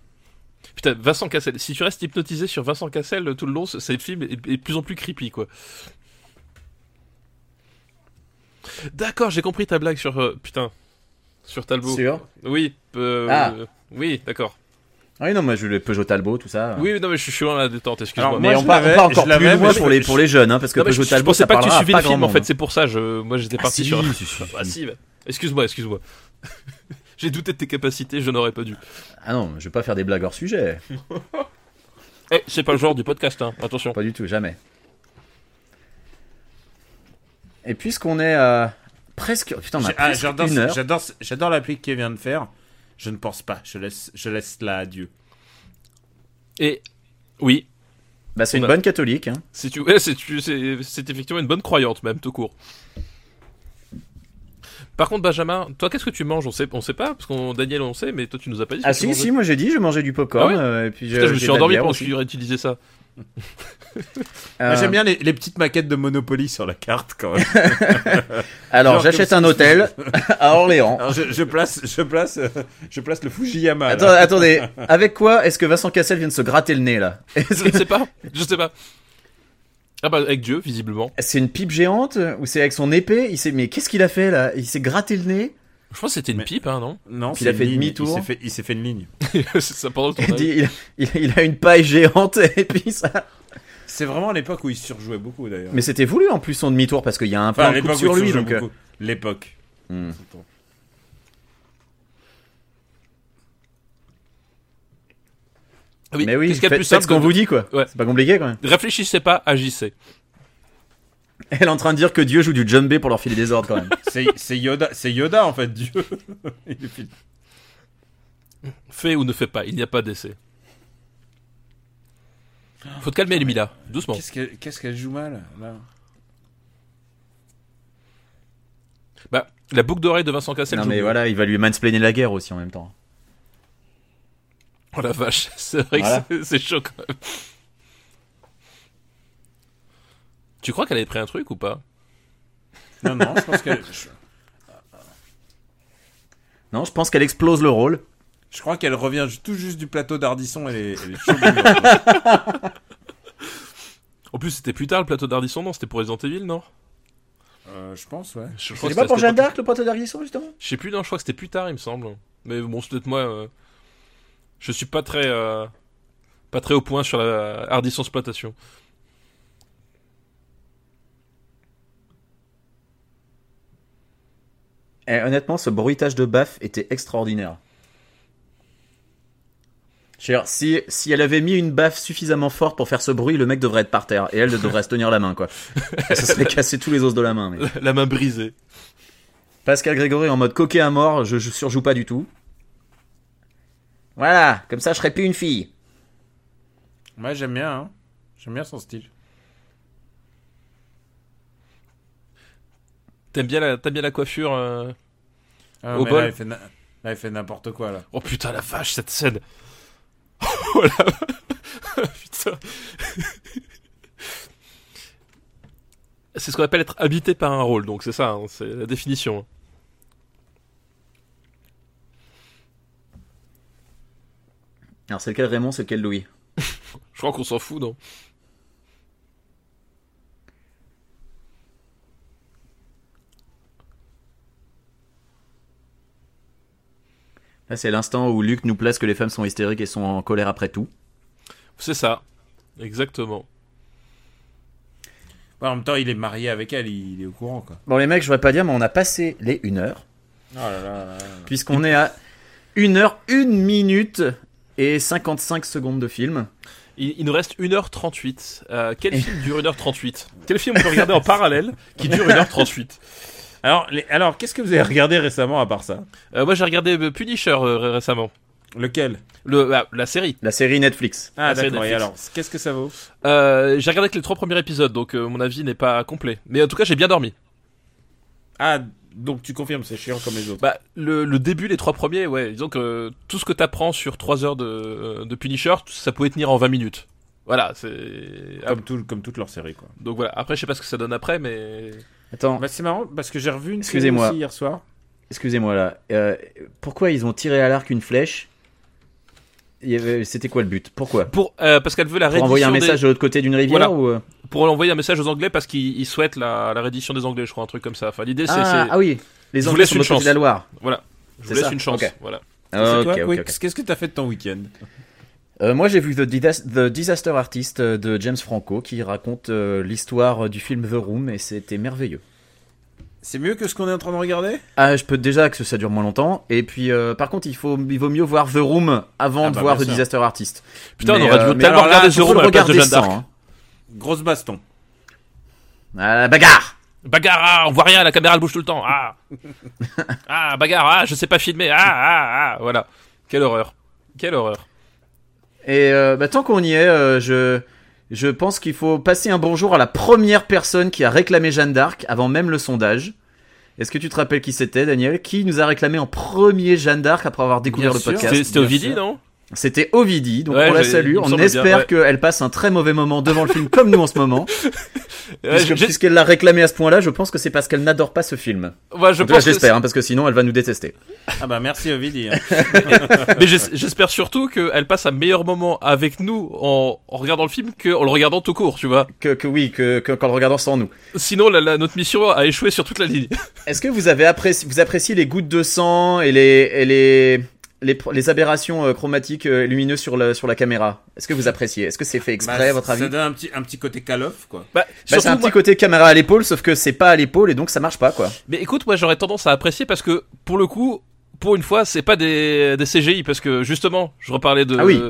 C: Putain, Vincent Cassel. Si tu restes hypnotisé sur Vincent Cassel euh, tout le long, ce- c'est le film est, est de plus en plus creepy, quoi. D'accord, j'ai compris ta blague sur euh, putain sur Talbot.
A: Sûr
C: Oui. euh,
A: Ah.
C: Oui, d'accord.
A: Ah oui, non, moi je le Peugeot Talbot, tout ça.
C: Oui, non mais je, je suis loin de la détente. Excuse-moi.
B: Alors,
A: mais
B: moi,
A: on
B: je
A: part, on
B: l'avais,
A: part
B: je
A: encore
B: l'avais,
A: plus loin
B: mais je-
A: pour les, pour les jeunes, hein, parce que
C: Non, mais
A: Peugeot
C: je, je
A: Talbot,
C: pensais
A: ça
C: pas que tu
A: parlera à
C: suivais le
A: grand
C: film en
A: monde,
C: fait,
A: hein.
C: c'est pour ça. Je, moi j'étais
A: Ah,
C: parti
A: si,
C: sur. un-
A: si, si,
C: Ah
A: si.
C: si, bah, excuse-moi, excuse-moi. J'ai douté de tes capacités, je n'aurais pas dû.
A: Ah non, je vais pas faire des blagues hors sujet.
C: Eh, c'est pas le genre du podcast, hein. attention.
A: Pas du tout, jamais. Et puisqu'on est à presque. oh, Putain, on a
B: J'ai- ah,
A: presque
B: J'adore
A: une heure.
B: j'adore ce- j'adore l'appli qu'il vient de faire. Je ne pense pas. Je laisse, je laisse là à Dieu.
C: Et oui,
A: Bah, c'est
C: on
A: une
C: a-
A: bonne catholique. hein.
C: c'est tu, ouais, c'est tu- c'est- c'est effectivement une bonne croyante même, tout court. Par contre, Benjamin, toi, qu'est-ce que tu manges On sait, on sait pas, parce qu'on Daniel, on sait, mais toi, tu nous as pas dit. ce
A: Ah
C: que tu
A: si,
C: mangeais.
A: si, moi j'ai dit, je mangeais du popcorn.
C: Ah ouais
A: euh, et puis
C: Putain, je me suis endormi pendant que
A: aussi.
C: tu aurais utilisé ça.
B: Moi, J'aime
A: Euh,
B: bien les, les petites maquettes de Monopoly sur la carte quand même.
A: Alors,
B: Genre Ah,
A: j'achète
B: comme
A: un
B: si-
A: hôtel à Orléans.
B: Alors, je, je place, je place, euh, je place le Fujiyama. là.
A: Attends- attendez, avec quoi est-ce que Vincent Cassel vient de se gratter le nez là
C: Je ne sais pas, je sais pas. Ah bah avec Dieu, visiblement.
A: C'est une pipe géante ou c'est avec son épée Il s'est mais qu'est-ce qu'il a fait là Il s'est gratté le nez.
C: Je crois que c'était une
B: Mais-
C: pipe, hein, non
B: Non,
A: Puis
B: c'est
A: il a
B: une
A: fait
B: ligne.
A: demi-tour.
B: Il s'est fait, il s'est fait une ligne.
C: C'est ça pendant le
A: Il,
C: tournage.
A: dit- il a- il a- il a une paille géante et puis ça.
B: C'est vraiment à l'époque où il surjouait beaucoup d'ailleurs.
A: Mais c'était voulu en plus son demi-tour parce qu'il y a un plan
B: Enfin, à
A: de coupe
B: l'époque où
A: sur
B: il
A: lui
B: surjouait
A: donc. euh,
B: beaucoup. L'époque.
A: hmm.
C: Ah oui,
A: Mais oui,
C: qu'est-ce qu'il y a de
A: faites,
C: plus
A: faites
C: simple
A: ce qu'on
C: que-
A: vous dit quoi.
C: Ouais.
A: C'est pas compliqué quand même.
C: Réfléchissez pas, agissez.
A: Elle est en train de dire que Dieu joue du djembé pour leur filer des ordres quand même.
B: C'est c'est Yoda, c'est Yoda en fait, Dieu. Il est fini.
C: Fais ou ne fais pas, il n'y a pas d'essai. Faut te calmer, les Mila, doucement.
B: Qu'est-ce qu'elle qu'est-ce qu'elle joue mal là
C: Bah, la boucle d'oreille de Vincent Cassel.
A: non
C: joue
A: mais
C: mieux.
A: voilà, il va lui mansplainer la guerre aussi en même temps.
C: Oh la vache, c'est vrai
A: Voilà.
C: que c'est- c'est chaud quand même. Tu crois qu'elle avait pris un truc ou pas
B: Non, non, je pense qu'elle. Je,
A: Non, je pense qu'elle explose le rôle.
B: je crois qu'elle revient ju- tout juste du plateau d'Ardisson. Elle est, elle est chaude. quoi.
C: En plus, c'était plus tard le plateau d'Ardisson, non C'était pour Resident Evil, non
B: Euh, je pense, ouais.
C: je,
A: C'était
C: crois que
A: pas
C: c'était
A: pour
C: à cette
A: Jeanne
C: époque-
A: d'Arc le poteau d'Arguisson justement
C: Je sais plus, non, je crois que c'était plus tard, il me semble. Mais bon, c'est peut-être moi. euh, Je suis pas très. euh, Pas très au point sur la Ardisson exploitation.
A: Eh, honnêtement, ce bruitage de baffe était extraordinaire. Je veux dire, Si, si elle avait mis une baffe suffisamment forte pour faire ce bruit, le mec devrait être par terre et elle devrait se tenir la main, quoi. Ça serait cassé tous les os de la main. Mais...
C: La main brisée.
A: Pascal Grégory en mode coquet à mort, je, je surjoue pas du tout. Voilà, comme ça je serais plus une fille.
B: Moi, j'aime bien. Hein. J'aime bien son style.
C: T'aimes bien, la... t'aimes bien la coiffure euh,
B: Ah,
C: Au
B: mais
C: bol.
B: Là, elle fait, na- là, elle fait n'importe quoi là.
C: Oh putain la vache cette scène. Oh la putain. C'est ce qu'on appelle être habité par un rôle, donc c'est ça, hein, c'est la définition.
A: Alors c'est lequel Raymond, c'est lequel Louis
C: Je crois qu'on s'en fout, non
A: Là c'est l'instant où Luc nous place que les femmes sont hystériques et sont en colère après tout.
C: C'est ça, exactement.
B: Ouais, Bah, en même temps, il est marié avec elle, il, il est au courant quoi.
A: Bon les mecs, je voudrais pas dire, mais on a passé les 1 heure.
B: Oh là là là là.
A: puisqu'on est à 1 heure, 1 minute et 55 secondes de film.
C: Il, il nous reste 1h38. Euh, quel film dure 1h38 Quel film on peut regarder en parallèle qui dure 1h38
B: Alors, les- alors qu'est-ce que vous avez regardé récemment à part ça
C: Euh, Moi j'ai regardé euh, Punisher euh, ré- récemment.
B: Lequel
C: Le, la- la série.
A: La série Netflix.
B: Ah,
C: La série
B: d'accord. Et
C: Netflix.
B: alors, qu'est-ce que ça vaut
C: Euh, j'ai regardé que les trois premiers épisodes, donc euh, mon avis n'est pas complet. Mais en tout cas j'ai bien dormi.
B: Ah, donc tu confirmes, c'est chiant comme les autres.
C: Bah, le, le début, les trois premiers, ouais, disons que euh, tout ce que t'apprends sur trois heures de, euh, de Punisher, tout- ça pouvait tenir en 20 minutes. Voilà, c'est. ah,
B: comme, tout, comme toute leur série quoi.
C: donc voilà, après, je sais pas ce que ça donne après, mais.
A: Attends,
D: Bah, c'est marrant parce que j'ai revu une série
A: Excusez-moi.
D: aussi hier soir.
A: excusez-moi là. Euh, pourquoi ils ont tiré à l'arc une flèche Il y avait- C'était quoi le but Pourquoi
C: Pour, euh, parce qu'elle veut la
A: Pour
C: reddition
A: envoyer un
C: des-
A: message de l'autre côté d'une rivière
C: Voilà.
A: ou euh
C: pour envoyer un message aux Anglais parce qu'ils ils souhaitent la, la reddition des Anglais, je crois, un truc comme ça. Enfin, l'idée, c'est,
A: ah,
C: c'est-
A: ah oui, les
C: Je vous
A: Anglais
C: laisse
A: sont de
C: une
A: l'autre côté de la
C: chance.
A: Loire.
C: voilà, je vous
A: c'est
C: laisse
A: ça.
C: une chance.
A: Ok.
C: Voilà.
A: Ah,
B: C'est
A: ok,
B: toi,
A: ok,
B: Wix,
A: ok.
B: Qu'est-ce que t'as fait de ton week-end
A: Euh, moi, j'ai vu The, Didas- The Disaster Artist euh, de James Franco qui raconte euh, l'histoire euh, du film The Room et c'était merveilleux.
B: C'est mieux que ce qu'on est en train de regarder
A: Ah, je peux déjà que ça dure moins longtemps. Et puis, euh, par contre, il, faut, il vaut mieux voir The Room avant
B: Ah
A: de
B: bah,
A: voir The
B: bien sûr.
A: Disaster Artist.
C: Putain, on
A: Mais,
C: aurait dû
A: euh, mais
C: tellement
A: alors là,
C: regarder The
A: faut
C: Room
A: le
C: à la place de
A: regarder
C: Jeanne d'Arc.
A: sans, hein.
B: Grosse baston.
A: Ah, la bagarre
C: Bagarre, ah, on voit rien, la caméra elle bouge tout le temps. Ah, ah bagarre, ah, je sais pas filmer. Ah, ah, ah, voilà. Quelle horreur. Quelle horreur.
A: Et euh, bah, tant qu'on y est, euh, je, je pense qu'il faut passer un bonjour à la première personne qui a réclamé Jeanne d'Arc avant même le sondage. Est-ce que tu te rappelles qui c'était, Daniel Qui nous a réclamé en premier Jeanne d'Arc après avoir découvert
B: Bien
A: le
B: sûr.
A: podcast
C: C'était c'était
B: bien
C: Ovidie,
B: sûr.
C: non
A: C'était Ovidie, donc
C: Ouais,
A: on la
C: j'ai-
A: salue.
C: il me
A: On
C: semble bien,
A: espère
C: ouais.
A: qu'elle passe un très mauvais moment devant le film comme nous en ce moment.
C: Ouais,
A: Puisque-
C: j'ai-
A: Puisqu'elle l'a réclamé à ce point-là, je pense que c'est parce qu'elle n'adore pas ce film.
C: ouais, je
A: En tout cas,
C: pense que
A: j'espère, hein, parce que sinon elle va nous détester.
B: Ah bah merci Ovidie. hein.
C: Mais j'es- j'espère surtout qu'elle passe un meilleur moment avec nous en, en regardant le film qu'en le regardant tout court, tu vois.
A: Que, que oui, que, que- qu'en le regardant sans nous.
C: Sinon, la- la- notre mission a échoué sur toute la ligne.
A: Est-ce que vous avez apprécié, vous appréciez les gouttes de sang et les, et les, les, les aberrations euh, chromatiques euh, lumineuses sur la, sur la caméra Est-ce que vous appréciez Est-ce que c'est fait exprès,
B: Bah,
A: à votre avis
B: Ça donne un petit, un petit côté call-off, quoi.
C: Bah,
A: Bah, c'est un petit côté caméra à l'épaule, sauf que c'est pas à l'épaule et donc ça marche pas, quoi.
C: Mais écoute, moi j'aurais tendance à apprécier parce que pour le coup, pour une fois, c'est pas des, des CGI parce que justement, je reparlais de.
A: Ah oui.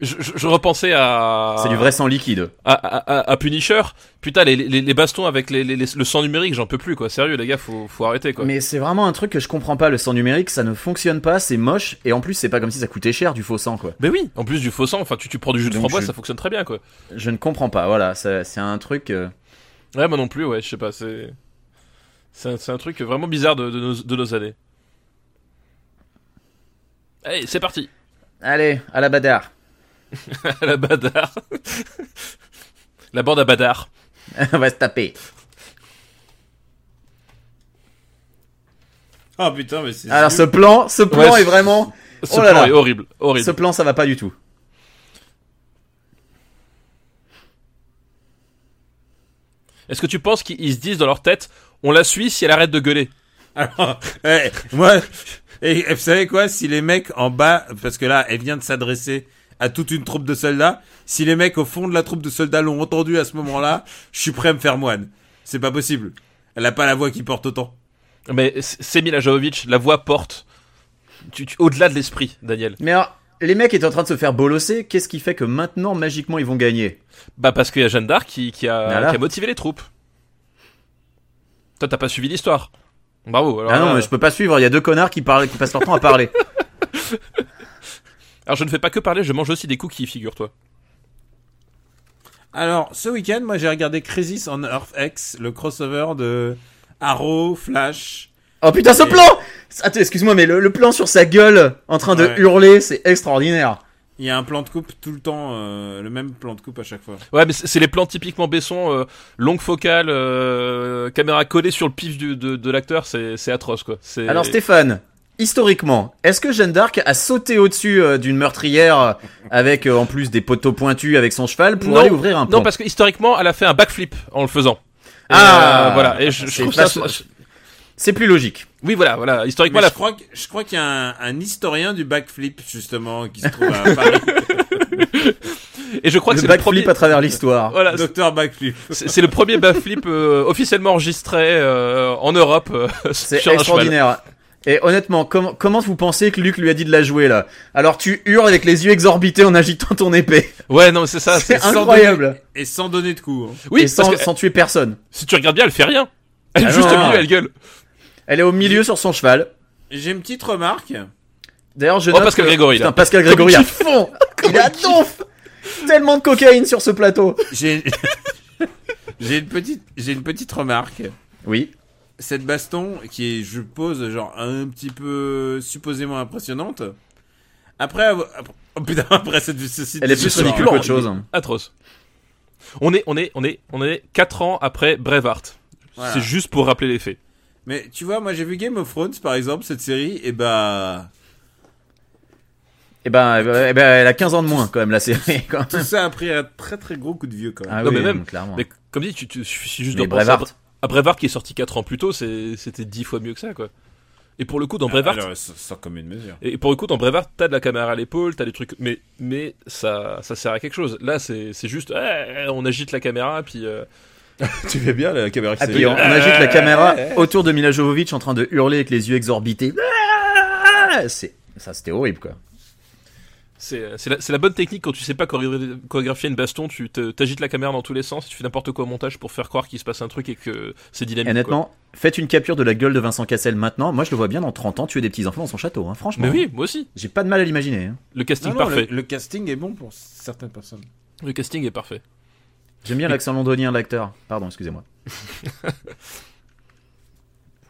C: Je, je- je repensais à.
B: Ah.
A: C'est du vrai sang liquide.
C: À, à- à- à Punisher. Putain, les, les, les bastons avec les, les- les- le sang numérique, j'en peux plus quoi. Sérieux, les gars, faut, faut arrêter quoi.
A: Mais c'est vraiment un truc que je comprends pas, le sang numérique, ça ne fonctionne pas, c'est moche, et en plus c'est pas comme si ça coûtait cher du faux sang, quoi.
C: Mais oui, en plus du faux sang, enfin tu, tu prends du jus de
A: Donc,
C: framboise,
A: je-
C: ça fonctionne très bien quoi.
A: Je ne comprends pas, voilà, ça- c'est un truc... euh,
C: Ouais, moi non plus, ouais, je sais pas, c'est. C'est un, c'est un truc vraiment bizarre de, de nos, de nos années. Allez, c'est parti
A: Allez, à la badar.
C: À la Badar La bande à Badar
A: On va se taper.
B: Ah putain, mais c'est.
A: Alors
B: nul.
A: ce plan, ce plan
C: Ouais,
A: est vraiment...
C: Ce
A: Oh là
C: plan
A: là.
C: est horrible, horrible.
A: Ce plan, ça va pas du tout.
C: Est-ce que tu penses qu'ils se disent dans leur tête, on la suit si elle arrête de gueuler
B: Alors, eh, moi, et, et vous savez quoi Si les mecs en bas, parce que là, elle vient de s'adresser à toute une troupe de soldats, si les mecs au fond de la troupe de soldats l'ont entendu à ce moment-là, je suis prêt à me faire moine. C'est pas possible. Elle a pas la voix qui porte autant.
C: Mais C- Semila Jovovic, la voix porte. Tu, tu- Au-delà de l'esprit, Daniel.
A: Mais alors, les mecs étaient en train de se faire bolosser, qu'est-ce qui fait que maintenant, magiquement, ils vont gagner
C: Bah parce qu'il y a Jeanne d'Arc qui, qui, a,
A: Voilà.
C: qui a motivé les troupes. Toi, t'as pas suivi l'histoire. Bravo. Alors,
A: Ah non,
C: là- euh,
A: mais je peux pas suivre, il y a deux connards qui, parlent, qui passent leur temps à parler.
C: alors je ne fais pas que parler, je mange aussi des cookies, figure-toi.
B: Alors, ce week-end, moi, j'ai regardé Crisis on Earth X, le crossover de Arrow, Flash.
A: Oh putain, ce
B: Et-
A: plan Attends, excuse-moi, mais le, le plan sur sa gueule, en train de
B: Ouais.
A: hurler, c'est extraordinaire.
B: Il y a un plan de coupe tout le temps, euh, le même plan de coupe à chaque fois.
C: Ouais, mais c'est c'est les plans typiquement Besson, euh, longue focale, euh, caméra collée sur le pif du- de, de l'acteur, c'est c'est atroce quoi. C'est-
A: Alors Stéphane, historiquement, est-ce que Jeanne d'Arc a sauté au-dessus euh, d'une meurtrière euh, avec euh, en plus des poteaux pointus avec son cheval pour
C: Non.
A: aller ouvrir un pont
C: Non, parce que historiquement, elle a fait un backflip en le faisant. Et,
A: Ah.
C: euh, voilà. Et je, je
A: C'est
C: trouve ça.
A: vachement- C'est plus logique.
C: Oui, voilà, voilà. Historiquement,
B: Mais
C: la
B: je crois que je crois qu'il y a un, un historien du backflip justement qui se trouve à Paris,
C: et je crois que
A: le
C: c'est le
A: backflip
C: premier.
A: à travers l'histoire.
C: Voilà, c'est-
B: docteur backflip.
C: c'est c'est le premier backflip euh, officiellement enregistré euh, en Europe. euh,
A: C'est
C: sur un cheval.
A: extraordinaire. Et honnêtement, com- comment vous pensez que Luc lui a dit de la jouer là Alors tu hurles avec les yeux exorbités en agitant ton épée.
C: Ouais, non, mais c'est ça.
A: C'est
C: Ah, c'est-
A: incroyable.
B: Et sans donner de coups. hein.
C: Oui,
A: Et sans,
C: parce que,
A: sans tuer personne.
C: si tu regardes bien, elle fait rien. Elle est
A: Ah
C: juste
A: non.
C: au milieu, elle gueule.
A: Elle est au milieu sur son cheval.
B: J'ai une petite remarque.
A: D'ailleurs, je
C: Oh,
A: note
C: Pascal
A: que-
C: Grégory, là.
A: Putain, Pascal Grégory à fond. Il a donf. Tellement de cocaïne sur ce plateau.
B: J'ai j'ai une petite j'ai une petite remarque.
A: Oui.
B: Cette baston qui est je pose genre un petit peu supposément impressionnante. Après avoir- après- oh, putain après cette ceci
A: Elle est plus
B: ce soir.
A: ridicule qu'autre chose.
C: Atroce. On est, on est, on est, on est 4 ans après Braveheart.
B: Voilà.
C: C'est juste pour rappeler les faits.
B: Mais tu vois, moi j'ai vu Game of Thrones par exemple, cette série, et bah.
A: Et ben, eh ben, eh ben, elle a 15 ans de moins quand même la série. Quand
B: Tout ça a pris un très très gros coup de vieux quand même.
A: Hein. Ah
C: Non,
A: oui,
C: mais même-
A: clairement.
C: Mais comme dit, tu, tu, il suffit juste
A: Mais
C: de penser à,
A: Braveheart.
C: à Ah, Braveheart qui est sorti 4 ans plus tôt, c'est- c'était 10 fois mieux que ça, quoi. Et pour le coup, dans Braveheart,
B: Ah, Alors, sans- sans commune mesure.
C: et pour le coup, dans Braveheart, t'as de la caméra à l'épaule, t'as des trucs, mais, mais ça, ça sert à quelque chose. Là, c'est c'est juste, eh, on agite la caméra, puis euh,
B: tu fais bien la caméra qui
A: Ah, puis on, on agite la caméra autour de Mila Jovovich en train de hurler avec les yeux exorbités. Ah C'est ça, c'était horrible quoi.
C: c'est c'est la, c'est la bonne technique quand tu sais pas choré- chorégraphier une baston, tu te- t'agites la caméra dans tous les sens, tu fais n'importe quoi au montage pour faire croire qu'il se passe un truc et que c'est dynamique.
A: Et honnêtement, faites une capture de la gueule de Vincent Cassel maintenant. Moi, je le vois bien dans 30 ans tuer des petits enfants dans son château. hein.
C: quoi.
A: Franchement,
C: Mais oui, moi aussi.
A: j'ai pas de mal à l'imaginer. hein.
C: Le casting
B: Ah, Non, non,
C: parfait.
B: le, le casting est bon pour certaines personnes.
C: Ah Le... casting est parfait.
A: J'aime bien l'accent londonien de l'acteur. Pardon, excusez-moi.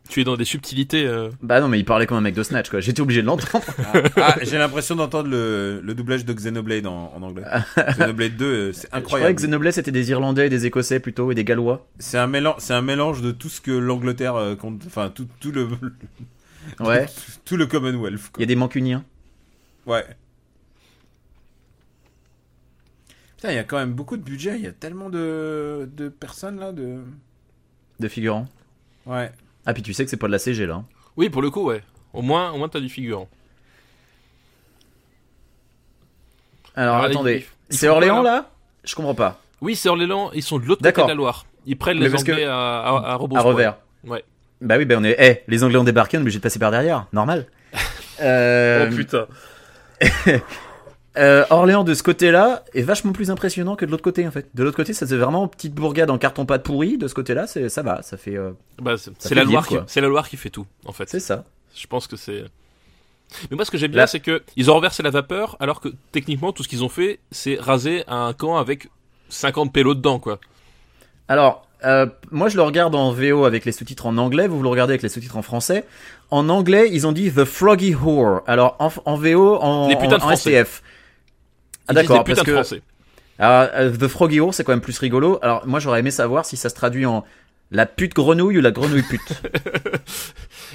C: Tu es dans des subtilités. euh,
A: Bah non, mais il parlait comme un mec de Snatch quoi. J'étais obligé de l'entendre.
B: Ah, ah, j'ai l'impression d'entendre le, le doublage de Xenoblade en, en anglais. Xenoblade 2, euh, c'est
A: Je croyais
B: incroyable.
A: que Xenoblade c'était des Irlandais et des Écossais plutôt et des Gallois.
B: C'est un mélange, c'est un mélange de tout ce que l'Angleterre euh, compte, enfin tout, tout le
A: Ouais.
B: tout le Commonwealth.
A: Il y
B: Quoi.
A: a des Mancuniens.
B: Ouais. Putain, il y a quand même beaucoup de budget. Il y a tellement de, de personnes là de.
A: De figurants.
B: Ouais.
A: Ah, puis tu sais que c'est pas de la CG là. hein.
C: Oui, pour le coup, ouais. Au moins, au moins t'as du figurant.
A: Alors
C: Ah,
A: attendez,
C: ils- ils
A: c'est
C: font quoi,
A: Orléans
C: là
A: là Je comprends pas.
C: Oui, c'est Orléans, ils sont de l'autre côté
A: D'accord.
C: de la Loire. Ils prennent
A: Mais
C: les
A: parce
C: Anglais
A: que-
C: à, à, à rebond.
A: à revers.
C: Ouais.
A: Bah oui, bah on est. Eh, les Anglais ont débarqué, on est obligé de passer par derrière, normal. Euh,
C: Oh, putain.
A: euh, Orléans de ce côté-là est vachement plus impressionnant que de l'autre côté en fait. De l'autre côté, ça c'est vraiment petite bourgade en carton pâte pourri. De ce côté-là, c'est ça va, ça fait. euh,
C: Bah, c'est
A: Ça
C: c'est
A: fait
C: la
A: ville,
C: Loire qui,
A: quoi.
C: c'est la Loire qui fait tout, en fait.
A: c'est ça.
C: Je pense que c'est. Mais moi, ce que j'aime
A: Là-
C: bien, c'est que ils ont renversé la vapeur, alors que techniquement, tout ce qu'ils ont fait, c'est raser un camp avec 50 pélos dedans, quoi.
A: Alors, euh, moi je le regarde en VO avec les sous-titres en anglais, vous vous le regardez avec les sous-titres en français. En anglais, ils ont dit The Froggy Whore. Alors en, en VO, en,
C: Les putains de
A: en- en
C: Français.
A: STF. Ah
C: Ils disent
A: d'accord,
C: des putains
A: parce
C: de
A: que
C: Français.
A: Alors, euh, The Froggy Whore, c'est quand même plus rigolo. Alors, moi, j'aurais aimé savoir si ça se traduit en la pute grenouille ou la grenouille pute.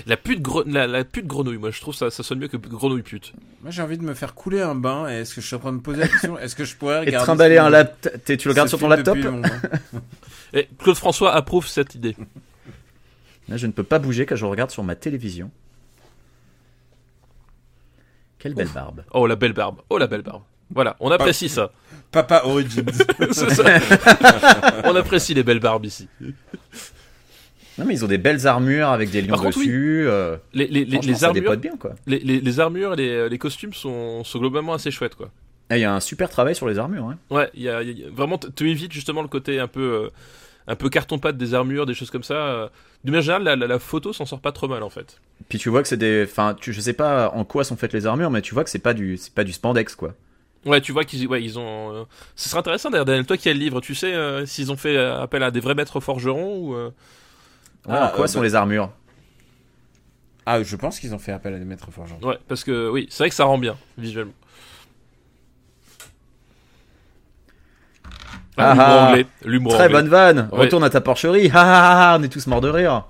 C: La pute, gre- la, la pute grenouille, moi, je trouve ça, ça sonne mieux que grenouille pute.
B: Moi, j'ai envie de me faire couler un bain. Et est-ce que je suis en train de me poser la question Est-ce que je pourrais
A: Et
B: regarder
A: trimballer
B: ce
A: un
B: film-
A: laptop. Tu le regardes
B: ce
A: sur ton
B: film
A: laptop
B: depuis le moment
C: Et Claude François approuve cette idée.
A: Là, je ne peux pas bouger quand je regarde sur ma télévision. Quelle belle barbe.
C: Oh, la belle barbe. Oh, la belle barbe. Voilà, on apprécie ça.
B: Papa Origins.
C: Ah. C'est ça. on apprécie les belles barbes ici.
A: Non, mais ils ont des belles armures avec des lions
C: Par contre, oui.
A: dessus. euh,
C: Les, les, les,
A: franchement,
C: les
A: ça
C: armures,
A: dépote bien, quoi.
C: les, les- les armures et les, euh, les costumes sont, sont globalement assez chouettes, quoi.
A: Et Ah, Il y a un super travail sur les armures. Hein.
C: Ouais, il y a, il y a- vraiment, t- tu évites justement le côté un peu, euh, un peu carton-pâte des armures, des choses comme ça. euh. De manière générale, la, la- la photo s'en sort pas trop mal en fait.
A: Puis tu vois que c'est des. Enfin, tu... je sais pas en quoi sont faites les armures, mais tu vois que c'est pas du, c'est pas du spandex, quoi.
C: Ouais, tu vois qu'ils ouais, ils ont. euh, Ce serait intéressant d'ailleurs, Daniel, toi qui as le livre, tu sais euh, s'ils ont fait euh, appel à des vrais maîtres forgerons ou. euh,
A: Ouais,
B: Ah,
A: en quoi
B: euh,
A: sont
B: bah-
A: les armures
B: ah, je pense qu'ils ont fait appel à des maîtres forgerons.
C: Ouais, parce que oui, c'est vrai que ça rend bien visuellement.
A: Ah
C: Ah, l'humour
A: ah.
C: anglais, l'humour
A: Très
C: anglais.
A: bonne vanne.
C: Ouais.
A: Retourne à ta porcherie. Ah, ah, ah, on est tous morts de rire.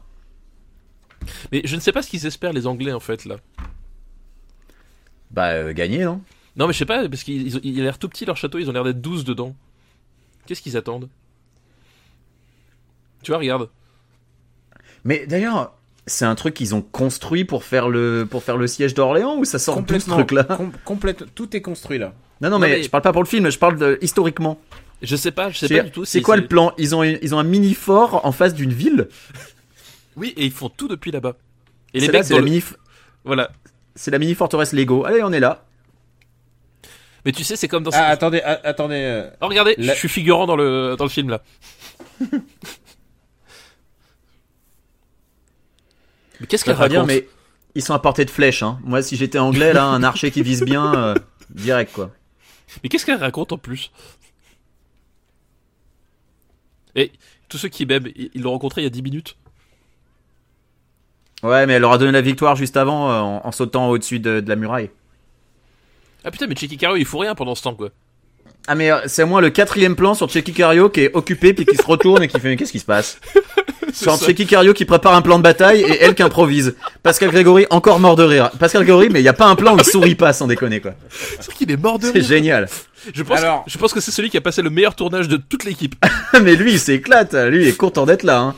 C: Mais je ne sais pas ce qu'ils espèrent les Anglais en fait là.
A: Bah, euh, gagner, non
C: Non mais je sais pas parce qu'ils ils ont- il a l'air tout petit leur château, ils ont l'air d'être 12 dedans. Qu'est-ce qu'ils attendent Tu vois, regarde.
A: Mais d'ailleurs, c'est un truc qu'ils ont construit pour faire le, pour faire le siège d'Orléans ou ça sort de ce
B: Complètement.
A: truc-là
B: com- complète- tout est construit là.
A: non, non, mais,
C: mais-
A: je parle pas pour le film, je parle de, historiquement.
C: Je sais pas, je sais
A: C'est
C: pas du tout.
A: c'est
C: si
A: quoi le plan ils ont, ils ont un mini-fort en face d'une ville
C: Oui, et ils font tout depuis là-bas. Et
A: C'est
C: les
A: là,
C: mecs,
A: c'est
C: dans
A: la
C: le-
A: mini-
C: voilà.
A: c'est la mini-forteresse Lego. Allez, on est là.
C: Mais tu sais, c'est comme dans.
B: Ah, attendez, a- attendez. euh,
C: Oh, regardez,
B: La-
C: je suis figurant dans le dans le film là. mais qu'est-ce
A: Je
C: qu'elle
A: peux pas dire,
C: raconte
A: mais ils sont à portée de flèche. Hein. Moi, si j'étais anglais, là, un archer qui vise bien, euh, direct, quoi.
C: Mais qu'est-ce qu'elle raconte en plus Et tous ceux qui m'aiment, ils ils l'ont rencontré il y a 10 minutes.
A: Ouais, mais elle leur a donné la victoire juste avant euh, en, en sautant au-dessus de, de la muraille.
C: Ah putain, mais Checky Caro, il fout rien pendant ce temps quoi.
A: Ah mais euh, c'est au moins le quatrième plan sur Checky Cario qui est occupé puis qui se retourne et qui fait mais qu'est-ce qui se passe Sur
C: ça.
A: Checky Cario qui prépare un plan de bataille et elle qui improvise. Pascal Grégory encore mort de rire. Pascal Grégory mais il y a pas un plan où il sourit pas sans déconner quoi.
C: C'est qu'il est mort de
A: C'est
C: rire.
A: génial.
C: Je pense,
B: Alors-
C: je pense que c'est celui qui a passé le meilleur tournage de toute l'équipe.
A: mais lui il s'éclate, lui il est content d'être là. Hein.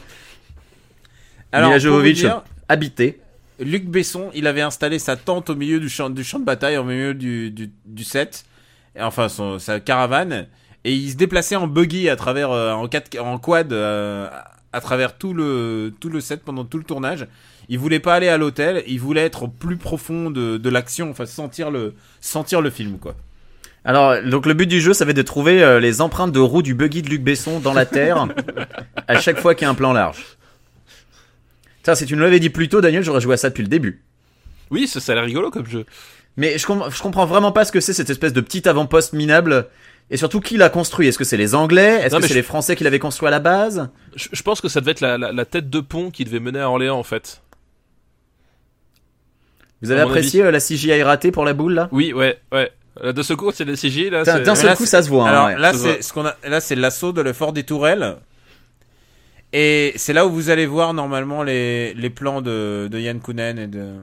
A: Mila
B: pour vous
A: Jovovich
B: dire,
A: habité.
B: Luc Besson, il avait installé sa tente au milieu du champ, du champ de bataille, au milieu du, du, du set, et enfin son, sa caravane, et il se déplaçait en buggy à travers, euh, en, quatre, en quad, euh, à travers tout le, tout le set pendant tout le tournage. Il voulait pas aller à l'hôtel, il voulait être au plus profond de, de l'action, enfin sentir le, sentir le film quoi.
A: Alors donc le but du jeu ça va être de trouver euh, les empreintes de roues du buggy de Luc Besson dans la terre à chaque fois qu'il y a un plan large. Ça si tu nous l'avais dit plus tôt Daniel j'aurais joué à ça depuis le début.
C: Oui, ça, ça a l'air rigolo comme jeu.
A: Mais je, com- je comprends vraiment pas ce que c'est cette espèce de petit avant-poste minable. Et surtout, qui l'a construit Est-ce que c'est les Anglais Est-ce
C: Non,
A: que
C: mais
A: c'est
C: je-
A: les Français qui l'avaient construit à la base
C: Je, je pense que ça devait être la, la- la tête de pont qui devait mener à Orléans en fait.
A: Vous avez
C: À mon
A: apprécié euh, la CGI ratée pour la boule là
C: Oui, ouais, ouais. Euh, De ce coup, c'est des CJ là.
A: D'un
C: Ah, c'est-
A: d'un seul
B: là,
A: coup,
B: c'est-
A: ça se voit. hein,
B: Alors
A: ouais.
B: là,
C: ça se
B: c'est
C: voit.
B: ce qu'on a. Là, c'est l'assaut de le fort des Tourelles. Et c'est là où vous allez voir normalement les, les plans de, de Yann Kounen et de.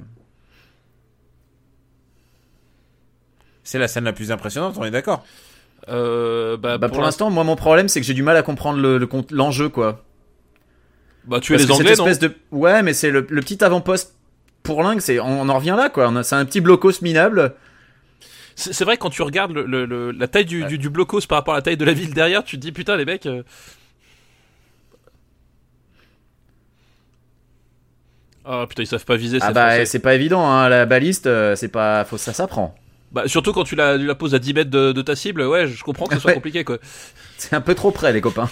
B: C'est la scène la plus impressionnante, on est d'accord.
C: Euh, bah,
A: Bah, pour l'instant, moi, mon problème, c'est que j'ai du mal à comprendre l'enjeu, le, con- l'enjeu, quoi.
C: Bah, tu es
A: Parce
C: les
A: que
C: Anglais,
A: cette
C: non
A: espèce de... Ouais, mais c'est le, le petit avant-poste pour l'Inde, c'est- on, on en revient là, quoi. On a- C'est un petit blocos minable.
C: C'est c'est vrai, quand tu regardes le- le- le- la taille du, du- du blocos par rapport à la taille de la ville derrière, tu te dis putain, les mecs. euh. Ah putain, ils savent pas viser,
A: Ah
C: ces
A: bah,
C: Français.
A: c'est pas évident, hein. La baliste, euh, c'est pas... Faut... Ça s'apprend.
C: Bah, surtout quand tu la, tu la poses à 10 mètres de, de ta cible, ouais, je comprends que ce soit
A: Ouais.
C: compliqué quoi.
A: C'est un peu trop près, les copains.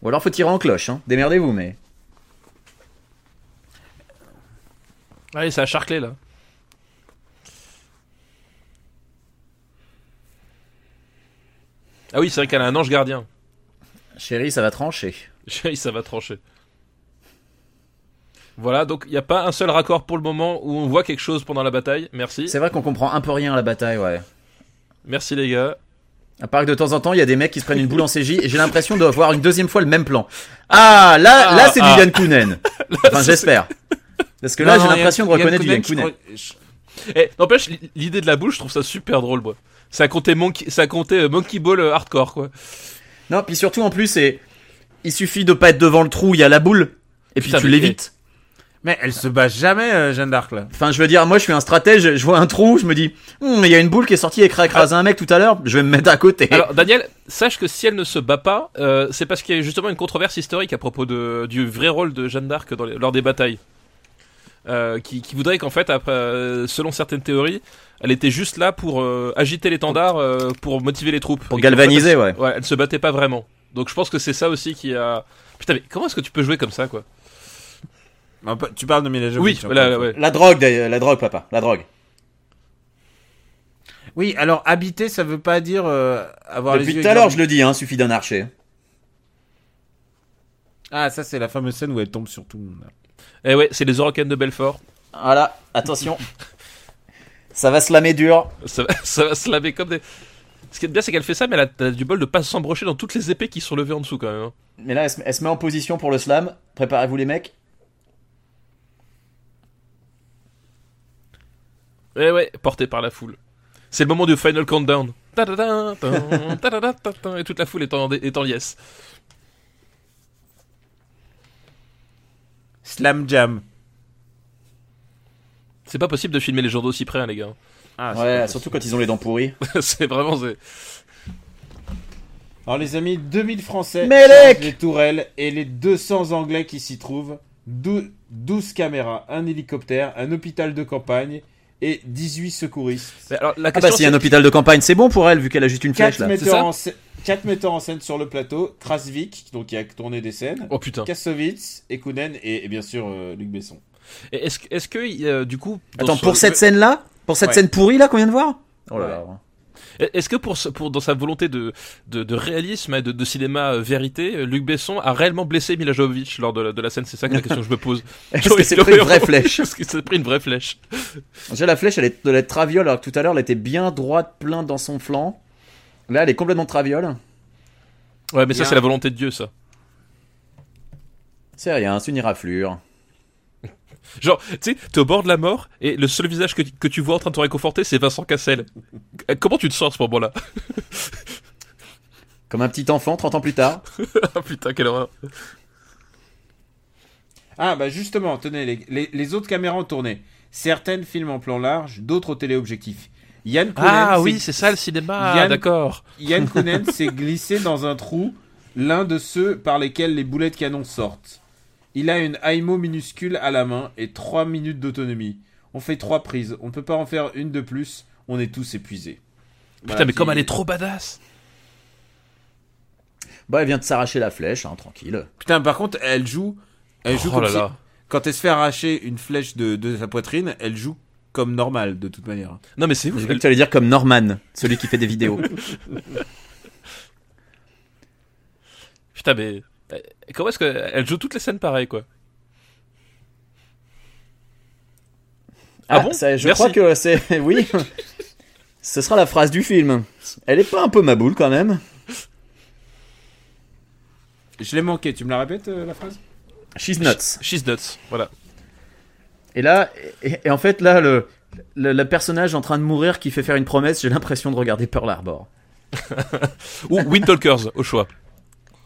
A: Ou alors, faut tirer en cloche, hein. Démerdez-vous, mais...
C: Allez, c'est à charcler là. Ah oui, c'est vrai qu'elle a un ange gardien.
A: Chérie, ça va trancher.
C: Chérie, ça va trancher. Voilà, donc il n'y a pas un seul raccord pour le moment où on voit quelque chose pendant la bataille. Merci.
A: C'est vrai qu'on comprend un peu rien à la bataille, ouais.
C: Merci les gars.
A: À part que de temps en temps, il y a des mecs qui se prennent une boule en CJ et j'ai l'impression de voir une deuxième fois le même plan. Ah, là,
C: Ah,
A: là, c'est
C: ah.
A: du Yann Kounen. Enfin, j'espère. Parce que là,
B: Non,
A: j'ai
B: non,
A: l'impression de
B: Yann- Yann
A: reconnaître du Yann
B: Kounen,
A: Kounen.
B: je crois- je-
C: Eh, n'empêche, l- l'idée de la boule, je trouve ça super drôle, moi. Ça comptait Monkey, ça comptait euh, Monkey Ball euh, hardcore, quoi.
A: Non, puis surtout, en plus, c'est, il suffit de pas être devant le trou, il y a la boule. Et puis
C: Putain,
A: tu
C: mais-
A: l'évites.
B: Mais elle se bat jamais, euh, Jeanne d'Arc là.
A: Enfin, je veux dire, moi, je suis un stratège, je vois un trou, je me dis, Hum, il y a une boule qui est sortie et qui a écrasé un mec tout à l'heure, je vais me mettre à côté.
C: Alors, Daniel, sache que si elle ne se bat pas, euh, c'est parce qu'il y a justement une controverse historique à propos de, du vrai rôle de Jeanne d'Arc dans les- lors des batailles. Euh, qui, qui voudrait qu'en fait, après, euh, selon certaines théories, elle était juste là pour euh, agiter l'étendard, euh, pour motiver les troupes.
A: pour
C: Et qu'en fait,
A: galvaniser, ouais.
C: elle- ouais, elle se battait pas vraiment. Donc je pense que c'est ça aussi qui a. Putain, mais comment est-ce que tu peux jouer comme ça, quoi
B: Un peu- Tu parles de Mila
C: Oui,
B: Jovovich, encore une
C: voilà,
B: fois.
C: ouais.
A: La drogue, d'ailleurs, la drogue, papa, la drogue.
B: Oui, alors habiter, ça veut pas dire euh, avoir les
A: Depuis
B: yeux
A: tout à l'heure, je le
B: égarés.
A: dis, hein, suffit d'un archer.
B: Ah, ça c'est la fameuse scène où elle tombe sur tout le monde.
C: Eh ouais, c'est les Orocaines de Belfort.
A: Voilà, attention. Ça va se lamer dur.
C: Ça, va- ça va se laver comme des. Ce qui est bien, c'est qu'elle fait ça, mais elle a, elle a du bol de pas s'embrocher dans toutes les épées qui sont levées en dessous quand même. hein.
A: Mais là, elle se, elle se met en position pour le slam. Préparez-vous les mecs.
C: Eh ouais, portée par la foule. C'est le moment du final countdown. Ta-da-da, tan, ta-da-da, ta, tan, Et toute la foule est en, est en liesse.
B: Slam Jam.
C: C'est pas possible de filmer les gens d'aussi près, hein, les gars.
B: Ah, c'est
A: ouais,
B: pas
A: surtout quand ils ont les dents pourries.
C: c'est vraiment. c'est-
B: Alors les amis, 2000 Français,
A: Mélec
B: chargent les tourelles et les 200 Anglais qui s'y trouvent, dou- 12 caméras, un hélicoptère, un hôpital de campagne et 18 secouristes.
C: Mais Alors, la
A: Ah bah,
C: question,
A: si
C: c'est-
A: un hôpital de campagne, c'est bon pour elle vu qu'elle a juste une flèche
B: 4
A: là.
B: metteurs,
C: ça
B: en scè- quatre metteurs en scène sur le plateau, Krasvik, donc qui a tourné des scènes,
C: Oh putain.
B: Kassovitz, Ekounen et, et bien sûr euh, Luc Besson.
C: Et Est-ce est que, euh, du coup. dans
A: Attends,
C: ce-
A: pour cette scène là Pour cette
B: Ouais.
A: scène pourrie là qu'on vient de voir Oh là
B: Ouais.
A: là.
C: Est-ce que pour, ce- pour dans sa volonté de, de, de réalisme et de, de cinéma euh, vérité, euh, Luc Besson a réellement blessé Mila Jovovich lors de la, de la scène C'est ça que la question que je me pose.
A: Est-ce que c'est pris une vraie flèche
C: Est-ce que c'est pris une vraie flèche
A: Déjà la flèche elle est de la traviole alors que tout à l'heure elle était bien droite plein dans son flanc. Là, elle est complètement traviole.
C: Ouais, mais
B: Il y
C: ça,
B: a
C: c'est
B: un-
C: la volonté de Dieu, ça.
A: C'est rien, c'est une éraflure.
C: Genre, tu sais, t'es au bord de la mort et le seul visage que, que tu vois en train de te réconforter, c'est Vincent Cassel. Euh, Comment tu te sens à ce moment-là
A: Comme un petit enfant, 30 ans plus tard.
C: Ah putain, quelle horreur.
B: Ah bah justement, tenez, les, les- les autres caméras ont tourné. Certaines filment en plan large, d'autres au téléobjectif. Yann Kounen,
C: Ah
B: s'est-
C: oui, c'est ça le cinéma.
B: Yann-
C: D'accord.
B: Yann Kounen s'est glissé dans un trou, l'un de ceux par lesquels les boulets de canon sortent. Il a une Aimo minuscule à la main et 3 minutes d'autonomie. On fait 3 prises, on ne peut pas en faire une de plus, on est tous épuisés.
C: Putain, mais comme elle est trop badass.
A: Bah, elle vient de s'arracher la flèche, hein, tranquille.
B: Putain, par contre, elle joue... Elle joue
C: oh
B: comme
C: là
B: si-
C: là.
B: Quand elle se fait arracher une flèche de, de sa poitrine, elle joue comme normal, de toute manière.
C: Non, mais c'est ouf.
A: J'ai cru que tu allais dire comme Norman, celui qui fait des vidéos.
C: Putain, mais euh, comment est-ce qu'elle joue toutes les scènes pareilles, quoi Ah bon
A: ça, Je
C: Merci.
A: crois que c'est. Oui. Ce sera la phrase du film. Elle est pas un peu maboule quand même.
B: Je l'ai manqué, tu me la répètes, euh, la phrase
A: She's nuts.
C: She's nuts. Voilà.
A: Et là, et, et en fait, là, le, le, le personnage en train de mourir qui fait faire une promesse, j'ai l'impression de regarder Pearl Harbor.
C: Ou Wind Talkers, au choix.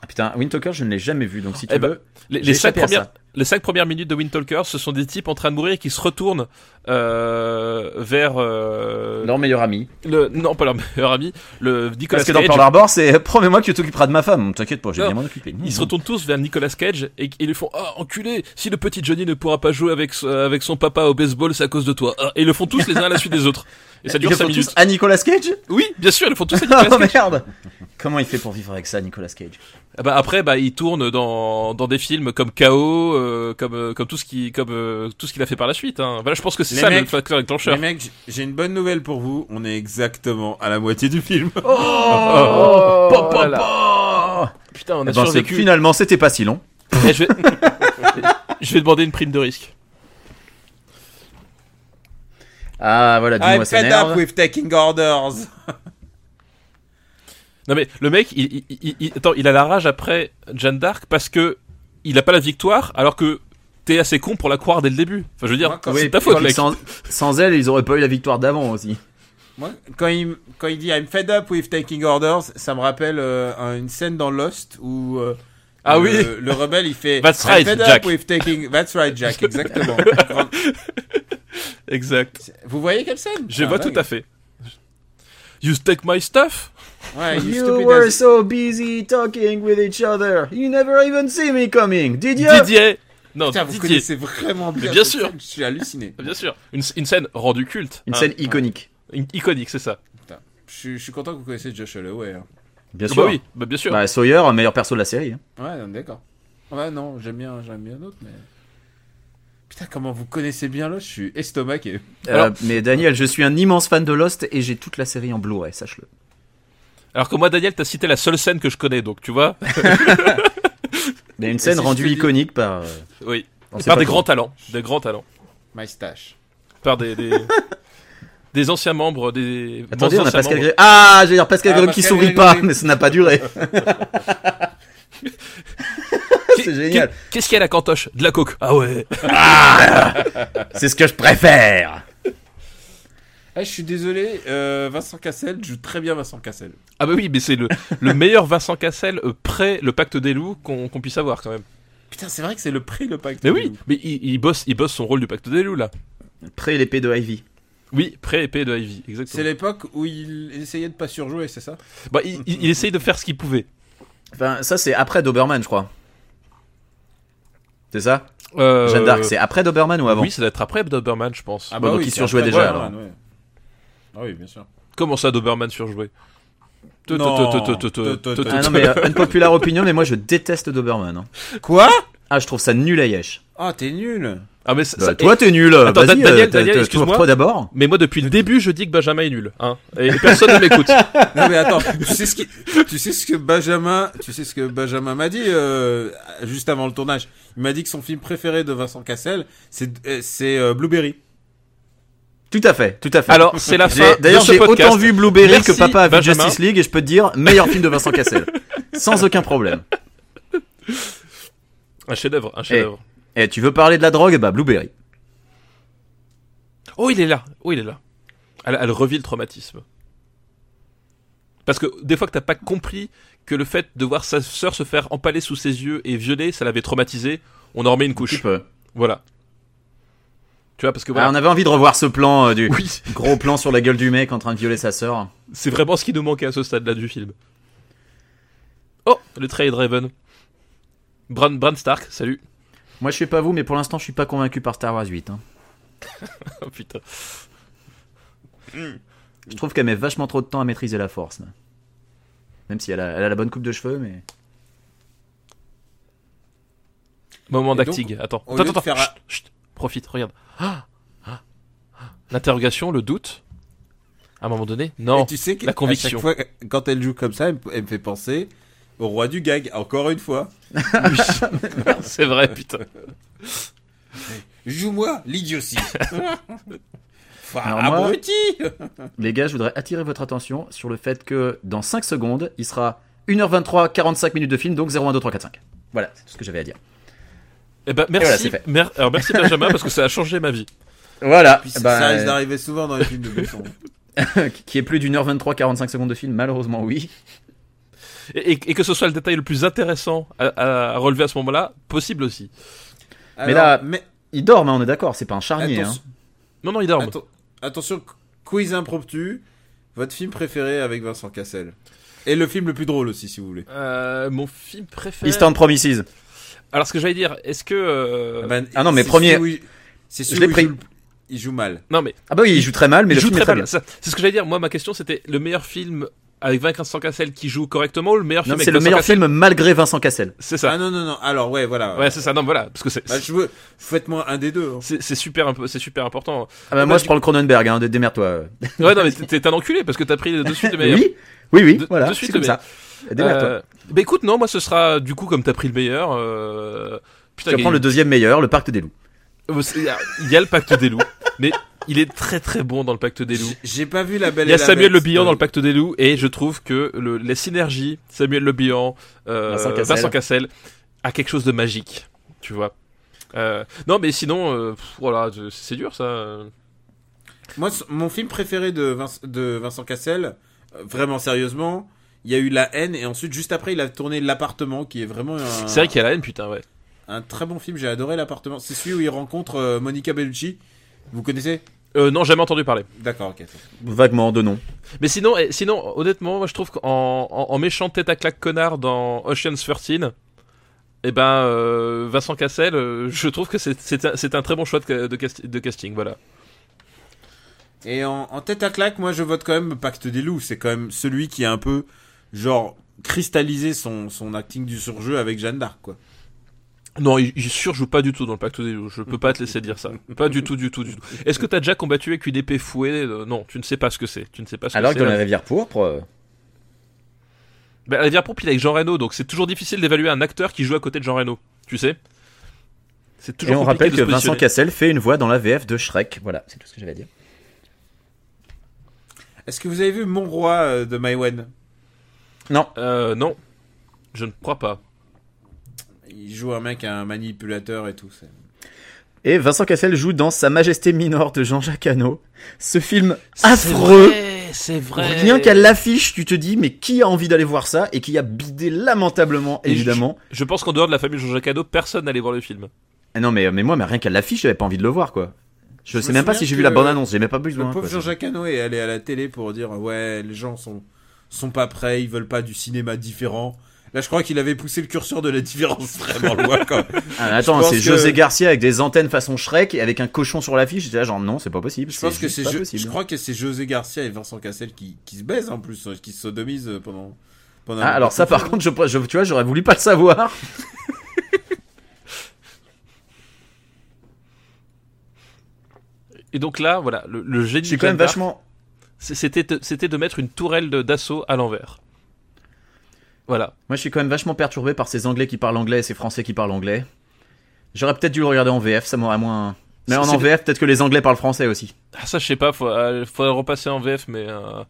A: Ah putain, Windtalker, je ne l'ai jamais vu, donc si tu
C: Eh ben,
A: veux.
C: Les, les
A: J'ai
C: cinq
A: échappé à
C: premières,
A: ça.
C: les cinq premières minutes de Wind Talkers, ce sont des types en train de mourir et qui se retournent euh, vers. euh,
A: Leur meilleur ami.
C: Le, non, pas leur meilleur ami, le Nicolas
A: Parce que
C: Cage.
A: dans Pearl Harbor, c'est promets-moi que tu t'occuperas de ma femme. T'inquiète pas, j'ai
C: Non.
A: bien m'en occuper.
C: Ils se retournent tous vers Nicolas Cage et ils lui font Ah, enculé, si le petit Johnny ne pourra pas jouer avec, so- avec son papa au baseball, c'est à cause de toi. Ah, et ils le font tous les uns à la suite des autres. Et ça
A: Ils
C: dure
A: le
C: 5
A: font
C: minutes.
A: tous à Nicolas Cage
C: Oui, bien sûr, ils le font tous à Nicolas
A: Oh
C: Cage.
A: merde Comment il fait pour vivre avec ça, Nicolas Cage
C: Ah bah après, bah, il tourne dans, dans des films comme KO, euh, comme, euh, comme tout ce qui, comme, euh, tout ce qu'il a fait par la suite, hein. Voilà, je pense que c'est
B: Les
C: ça le
B: mecs-
C: facteur
B: Mais
C: déclencheur.
B: mec, j- j'ai une bonne nouvelle pour vous, on est exactement à la moitié du film.
C: Ah,
A: Oh,
C: oh là Putain, on a
A: Eh ben, c'est-
C: survécu.
A: Finalement, c'était pas si long.
C: Eh, je, vais... je vais demander une prime de risque.
A: Ah voilà, dis-moi, s'énerve.
B: with taking orders.
C: Non mais le mec, il, il- il- il- attends, il a la rage après Jeanne d'Arc parce que il a pas la victoire, alors que t'es assez con pour la croire dès le début. Enfin, je veux dire,
B: Moi, quand-
C: c'est
A: Oui,
C: ta faute,
A: puis
C: mec.
A: Sans, sans elle, ils auraient pas eu la victoire d'avant aussi.
B: Moi, quand il, m- quand il dit I'm fed up with taking orders, ça me rappelle euh, un- une scène dans Lost où euh,
C: Ah
B: le,
C: oui.
B: le rebelle il fait
C: That's
B: I'm
C: right,
B: fed
C: Jack.
B: up with taking That's right Jack, exactement. Quand-
C: Exact.
B: vous voyez quelle scène Ah
C: Je vois tout à fait. You take my stuff.
B: fait. Ouais, Ah, you
A: You
B: stupid
A: were
B: ass-
A: so busy talking with each other, you never even see me coming, did you
C: Didier. Non,
B: Putain, vous
C: Didier.
B: connaissez vraiment bien.
C: Mais bien
B: cette
C: sûr.
B: scène, Je suis halluciné.
C: Bien sûr. Une, une scène rendue culte.
A: Une
C: hein.
A: scène iconique.
C: Une- iconique, c'est ça.
B: Putain, Je, suis- je suis content que vous connaissiez Josh Holloway. hein.
A: Bien
C: Ah
A: sûr.
C: bah oui, bah bien sûr.
A: Bah, Sawyer, meilleur perso de la série. hein.
B: Ouais, non, d'accord. Ouais, non, j'aime bien, j'aime bien d'autres, mais. Putain, comment vous connaissez bien Lost Je suis estomaqué.
C: Alors-
A: Euh, mais Daniel, je suis un immense fan de Lost et j'ai toute la série en Blu-ray, sache-le.
C: Alors que moi, Daniel, t'as cité la seule scène que je connais, donc tu vois.
A: Mais une scène
B: si je
A: rendue
B: te dis-
A: iconique par. euh,
C: Oui.
A: on sait
C: Par
A: pas
C: des
A: comment.
C: grands talents. Des grands talents.
B: My stash.
C: Par des des, des anciens membres des.
A: Attendez,
C: bons
A: on a
C: anciens
A: Pascal
C: membres.
A: Grégory. Ah, j'ai dire Pascal
B: Ah,
A: Grégory qui
B: Pascal
A: sourit
B: Grégory.
A: pas, mais ça n'a pas duré. C'est génial.
C: Qu'est- Qu'est-ce qu'il y a à la cantoche De la coke. Ah ouais.
A: C'est ce que je préfère.
B: Ah, je suis désolé, euh, Vincent Cassel joue très bien Vincent Cassel.
C: Ah bah oui, mais c'est le, le meilleur Vincent Cassel euh, près le pacte des loups qu'on qu'on puisse avoir quand même.
B: Putain, c'est vrai que c'est le prix, le pacte.
C: Mais
B: de
C: oui,
B: loup.
C: mais il, il bosse, il bosse son rôle du pacte des loups là.
A: Près l'épée de Ivy.
C: Oui, près épée de Ivy, exactement.
B: C'est l'époque où il essayait de pas surjouer, c'est
A: Ah
B: ça
C: Bah, il, il- il essaye de faire ce qu'il pouvait.
A: Enfin, ça c'est après Doberman, je crois. C'est ça
C: Euh,
A: Jeanne d'Arc, c'est après Doberman ou avant
C: Oui, ça doit être après Doberman, je pense.
A: bah donc il
B: Ah c'est
A: surjouait
B: après
A: déjà,
B: Doberman, ouais. Ah oui, bien sûr.
C: Comment ça, Doberman surjoué
B: Non.
A: Ah non mais euh, unpopular opinion, mais moi je déteste Doberman. hein.
B: Quoi
A: Ah, je trouve ça nul à Yesh.
B: Ah, t'es nul
C: Ah, mais ça-
A: Bah,
C: ça-
A: toi t'es nul.
C: Attends,
A: Vas-y,
C: Daniel,
A: euh, t'as-
C: Daniel,
A: t'as-
C: excuse-moi.
A: Toi d'abord.
C: mais moi, depuis le début, je dis que Benjamin est nul. Hein, et personne ne m'écoute.
B: Non mais attends, tu sais ce qui- tu sais ce que Benjamin, tu sais ce que Benjamin m'a dit euh, juste avant le tournage. Il m'a dit que son film préféré de Vincent Cassel, c'est euh, c'est euh, Blueberry.
A: Tout à fait, tout à fait.
C: Alors, c'est la
A: J'ai-
C: fin.
A: D'ailleurs,
C: de ce
A: j'ai
C: podcast.
A: autant vu Blueberry
C: Merci,
A: que papa a vu
C: Benjamin.
A: Justice League et je peux te dire, meilleur film de Vincent Cassel. Sans aucun problème.
C: Un chef-d'œuvre,
A: Eh,
C: un chef-d'œuvre.
A: Et tu veux parler de la drogue Bah, Blueberry.
C: Oh, il est là. Oh, il est là. Elle, elle revit le traumatisme. Parce que des fois que t'as pas compris que le fait de voir sa sœur se faire empaler sous ses yeux et violer, ça l'avait traumatisé, on en remet une couche.
A: peux.
C: Voilà. Tu vois, parce que
A: Ah,
C: voilà.
A: on avait envie de revoir ce plan euh, du
C: Oui,
A: gros plan sur la gueule du mec en train de violer sa sœur.
C: c'est vraiment ce qui nous manquait à ce stade-là du film. Oh, le trait est Draven. Bran, Bran Stark, salut.
A: Moi, je sais pas vous, mais pour l'instant, je suis pas convaincu par Star Wars 8. hein.
C: Oh putain.
A: Je trouve qu'elle met vachement trop de temps à maîtriser la force. là. Même si elle a, elle a la bonne coupe de cheveux, mais.
C: Moment
B: Et donc,
C: d'acting. Attends,
B: au
C: attends,
B: lieu de
C: attends.
B: faire
C: Chut, chut. profite, regarde. Ah, ah. L'interrogation, le doute. À un moment donné, non.
B: Et tu sais que
C: la
B: à
C: conviction.
B: chaque fois, quand elle joue comme ça, elle, me- elle me fait penser au roi du gag, encore une fois.
C: C'est vrai, putain.
B: Joue-moi l'idiotie. Enfin,
A: Alors moi-
B: abruti
A: Les gars, je voudrais attirer votre attention sur le fait que dans 5 secondes, il sera 1h23, 45 minutes de film, donc 0, 1, 2, 3, 4, 5. Voilà, c'est tout ce que j'avais à dire.
C: Eh ben,
A: voilà,
C: merci.
A: c'est fait.
C: mer- alors, merci Benjamin parce que ça a changé ma vie.
A: Voilà, Bah, euh,
B: Puis ça- ça risque d'arriver souvent dans les films de Besson.
A: qui est plus d'une heure 23, 45 secondes de film, malheureusement, oui.
C: Et, et- et que ce soit le détail le plus intéressant à, à relever à ce moment-là, possible aussi.
B: Alors,
A: Mais là-
B: mais-
A: Il dort, hein, on est d'accord, c'est pas un charnier. hein.
B: attention-
C: Non, non, il dort.
B: atten- attention, quiz impromptu. Votre film préféré avec Vincent Cassel. Et le film le plus drôle aussi, si vous voulez.
C: Euh, mon film préféré.
A: Eastern Promises.
C: Alors, ce que j'allais dire, est-ce que. euh,
B: Ah, ben,
A: ah non, mais
B: c'est
A: premier-
B: celui où il- C'est
A: Je
B: celui
A: l'ai
B: où il
A: pris.
B: joue le- Il joue mal.
C: Non, mais.
A: Ah bah oui, il joue très mal, mais
C: il
A: le
C: joue
A: film est
C: très
A: très
C: mal.
A: bien.
C: Ça- C'est ce que j'allais dire. Moi, ma question, c'était le meilleur film avec Vincent Cassel qui joue correctement ou le meilleur
A: Non,
C: film avec
A: c'est le
C: Vincent
A: meilleur
C: Cassel
A: film malgré Vincent Cassel.
C: C'est ça.
B: Ah non, non, non. Alors, ouais, voilà.
C: ouais, c'est ça. Non, voilà. Parce que c'est.
B: Bah, je veux... Faites-moi un des deux. hein.
C: C'est c'est super, impo- c'est super important.
A: Ah bah, moi, je prends le Cronenberg, hein, dé- démerde-toi.
C: Ouais, non, mais t'es- t'es un enculé parce que t'as pris de suite le meilleur.
A: Oui, hein. oui, oui,
C: De-
A: voilà,
C: de
A: c'est
C: suite,
A: comme
C: mais-
A: ça. Démerde-toi.
C: Euh, bah écoute, non, moi ce sera du coup comme t'as pris le meilleur. Euh... Putain,
A: je
C: il y,
A: prends
C: a-
A: le deuxième meilleur, le Pacte des Loups.
C: euh, c'est- il y a- il y a le pacte des loups, mais il est très très bon dans le pacte des loups.
B: J'ai- J'ai pas vu la belle
C: Il y a
B: et la
C: Samuel
B: Bête. euh.
C: Le Bihan dans le pacte des loups et je trouve que le, les synergies Samuel Le Bihan, euh,
A: Vincent Cassel.
C: Vincent Cassel a quelque chose de magique, tu vois. Euh, non mais sinon, euh, pff, voilà, je- c'est dur ça.
B: Moi, c- mon film préféré de, Vince- de Vincent Cassel, euh, vraiment sérieusement, il y a eu La haine et ensuite, juste après, il a tourné L'appartement qui est vraiment un,
C: C'est vrai qu'il y a la haine, putain, ouais.
B: un très bon film. J'ai adoré L'appartement. C'est celui où il rencontre euh, Monica Bellucci. Vous connaissez
C: Euh, non, jamais entendu parler.
B: D'accord, ok.
A: Vaguement, de nom.
C: Mais sinon, eh, sinon, honnêtement, moi je trouve qu'en en, en méchant tête à claque connard dans Ocean's 13, eh ben, euh, Vincent Cassel, euh, je trouve que c'est- c'est un, c'est un très bon choix de, ca- de cast- de casting, voilà.
B: Et en, en tête à claque, moi je vote quand même Pacte des loups. C'est quand même celui qui a un peu, genre, cristallisé son, son acting du surjeu avec Jeanne d'Arc, quoi.
C: Non, il, il surjoue pas du tout dans le pacte des loups, je peux pas te laisser dire ça. Pas du tout, du tout, du tout. Est-ce que t'as déjà combattu avec une épée fouée Euh, Non, tu ne sais pas ce que c'est. Tu ne sais pas ce
A: Alors
C: que
A: que
C: c'est.
A: dans la rivière pourpre, euh,
C: Ben, la dire propre, il est avec Jean Reno, donc c'est toujours difficile d'évaluer un acteur qui joue à côté de Jean Reno, tu sais C'est
A: et
C: toujours
A: on
C: compliqué
A: rappelle
C: de
A: que
C: se
A: Vincent
C: positionner.
A: Cassel fait une voix dans la VF de Shrek. Voilà, c'est tout ce que j'avais à dire.
B: Est-ce que vous avez vu Mon Roi euh, de Maïwen
A: Non,
C: Euh, non, je ne crois pas.
B: Il joue un mec, un manipulateur et tout. c'est-
A: Et Vincent Cassel joue dans Sa Majesté Mineure de Jean-Jacques Hano. Ce film
C: C'est
A: affreux.
C: vrai, C'est vrai.
A: Rien qu'à l'affiche, tu te dis, mais qui a envie d'aller voir ça et qui a bidé lamentablement,
C: Et je-
A: évidemment.
C: Je pense qu'en dehors de la famille Jean-Jacques Hadot, personne n'allait voir le film.
A: Ah non, mais, mais moi, mais rien qu'à l'affiche, j'avais pas envie de le voir, quoi. Je,
B: Je
A: sais
B: me
A: même pas
B: souviens
A: si j'ai vu
B: que
A: la bonne annonce, j'ai même pas
B: Le
A: besoin.
B: pauvre
A: quoi.
B: Jean-Jacques Hano est allé à la télé pour dire Ouais, les gens sont, sont pas prêts, ils veulent pas du cinéma différent. Là, je crois qu'il avait poussé le curseur de la différence vraiment loin, quand même.
A: Ah, attends,
B: Je pense
A: c'est
B: que-
A: José Garcia avec des antennes façon Shrek et avec un cochon sur l'affiche. J'étais là, genre, non, c'est pas possible.
B: Je pense que
A: juste
B: c'est
A: pas
B: Je-
A: possible.
B: je crois que c'est José Garcia et Vincent Cassel qui, qui se baisent en plus, euh, qui se sodomisent euh, pendant pendant.
A: Ah, alors ça, par contre, je, je- tu vois, j'aurais voulu pas le savoir.
C: Et donc là, voilà, le, le génie
A: Je suis
C: de
A: quand même
C: Jeanne d'Arc,
A: vachement.
C: c'est- C'était de, c'était de mettre une tourelle de- d'assaut à l'envers. Voilà.
A: Moi, je suis quand même vachement perturbé par ces Anglais qui parlent anglais et ces Français qui parlent anglais. J'aurais peut-être dû le regarder en VF, ça m'aurait moins. Mais
C: C'est-
A: en,
C: c'est-
A: VF, peut-être que les Anglais parlent français aussi.
C: Ah, ça, je sais pas, faut, euh, faudrait repasser en VF, mais. euh,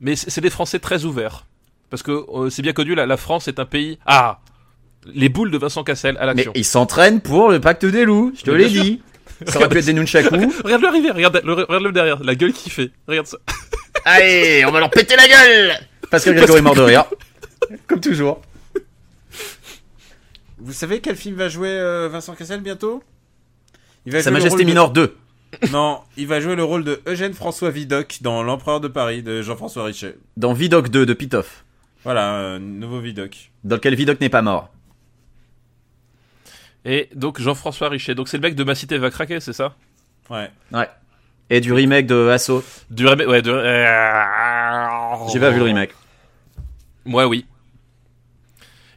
C: Mais c'est c'est des Français très ouverts. Parce que euh, c'est bien connu, la, la France est un pays. Ah Les boules de Vincent Cassel à
A: Mais
C: l'action.
A: ils s'entraînent pour le pacte des loups, je te
C: Mais
A: l'ai
C: bien
A: dit. Ça aurait pu être des nunchakus.
C: Regarde-le arriver, regarde le, regarde le derrière, la gueule qu'il fait. Regarde ça.
A: Allez, on va leur péter la gueule Pascal Grégory est mort de rire. Comme toujours.
B: Vous savez quel film va jouer euh, Vincent Cassel bientôt il va
A: Sa
B: jouer le rôle
A: Majesté
B: de-
A: Minor 2.
B: Non, il va jouer le rôle de Eugène François Vidocq dans L'Empereur de Paris de Jean-François Richet.
A: Dans Vidocq 2 de Pitoff.
B: Voilà, euh, nouveau Vidocq.
A: Dans lequel Vidocq n'est pas mort.
C: Et donc Jean-François Richet. Donc c'est le mec de Ma Cité va craquer, c'est ça
B: Ouais.
A: Et du remake de Asso.
C: Du remake. Ouais, de. euh,
A: J'ai pas vu le remake.
C: Moi, oui.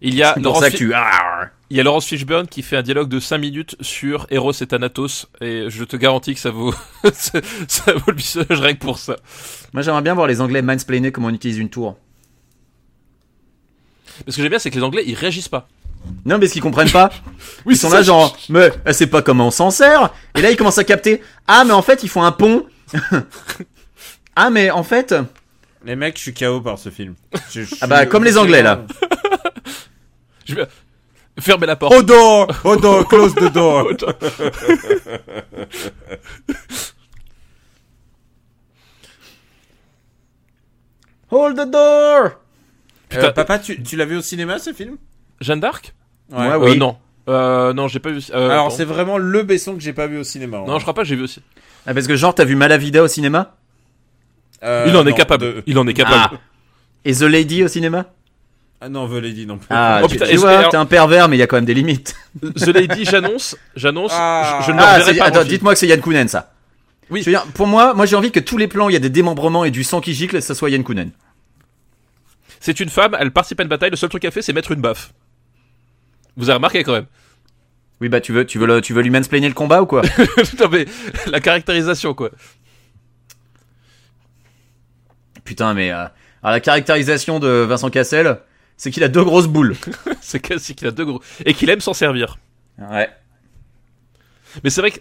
C: Il y a,
A: C'est pour
C: Laurence
A: ça que
C: Fi-
A: tu. Ah.
C: il y a Laurence Fishburne qui fait un dialogue de 5 minutes sur Eros et Thanatos, et je te garantis que ça vaut, ça, ça vaut le visage rien que pour ça.
A: Moi j'aimerais bien voir les anglais mansplainer comment on utilise une tour.
C: Mais ce que j'aime bien, c'est que les Anglais, ils réagissent pas.
A: Non, mais ce qu'ils comprennent pas,
C: Oui,
A: ils sont là genre, mais elle sait pas comment on s'en sert. Et là, ils commencent à capter. Ah, mais en fait, ils font un pont. ah, mais en fait,
B: Les mecs, je suis KO par ce film. Je- je
A: Ah bah,
B: suis- euh,
A: comme les Anglais, là.
C: Fermez la porte.
B: Oh door, oh door, close the door.
A: hold the door.
C: Putain.
B: Euh, papa, tu, tu l'as vu au cinéma ce film
C: Jeanne d'Arc
B: Ouais.
A: Moi,
C: Euh,
A: Ah oui.
C: Non. Euh, non, j'ai pas vu. euh,
B: Alors
C: attends.
B: c'est vraiment le Besson que j'ai pas vu au cinéma. hein.
C: Non, je crois pas, j'ai vu aussi.
A: Ah, parce que genre, t'as vu Malavida au cinéma
B: Euh,
C: il en est
B: non,
C: capable.
B: de-
C: Il en est capable.
A: Ah. Et The Lady au cinéma
B: Ah non, The Lady non plus.
A: Ah,
C: Oh
A: tu,
C: putain,
A: tu
C: est-ce-
A: vois,
C: alors-
A: t'es un pervers, mais il y a quand même des limites.
C: The Lady, j'annonce, j'annonce,
B: Ah.
C: je, je ne le
A: Ah,
C: reverrai
A: c'est-
C: pas.
A: attends,
C: mon film.
A: dites-moi que c'est Yann Kounen, ça.
C: Oui.
A: Je veux dire, pour moi, moi j'ai envie que tous les plans, où il y a des démembrements et du sang qui gicle, ça soit Yann Kounen.
C: C'est une femme, elle participe à une bataille, le seul truc qu'elle fait, c'est mettre une baffe. Vous avez remarqué quand même.
A: Oui, bah tu veux, tu veux, le- tu veux lui mansplainer le combat ou quoi
C: non mais la caractérisation quoi.
A: Putain, mais euh, alors la caractérisation de Vincent Cassel, c'est qu'il a deux grosses boules.
C: C'est que- c'est qu'il a deux gros et qu'il aime s'en servir.
A: Ouais.
C: Mais c'est vrai que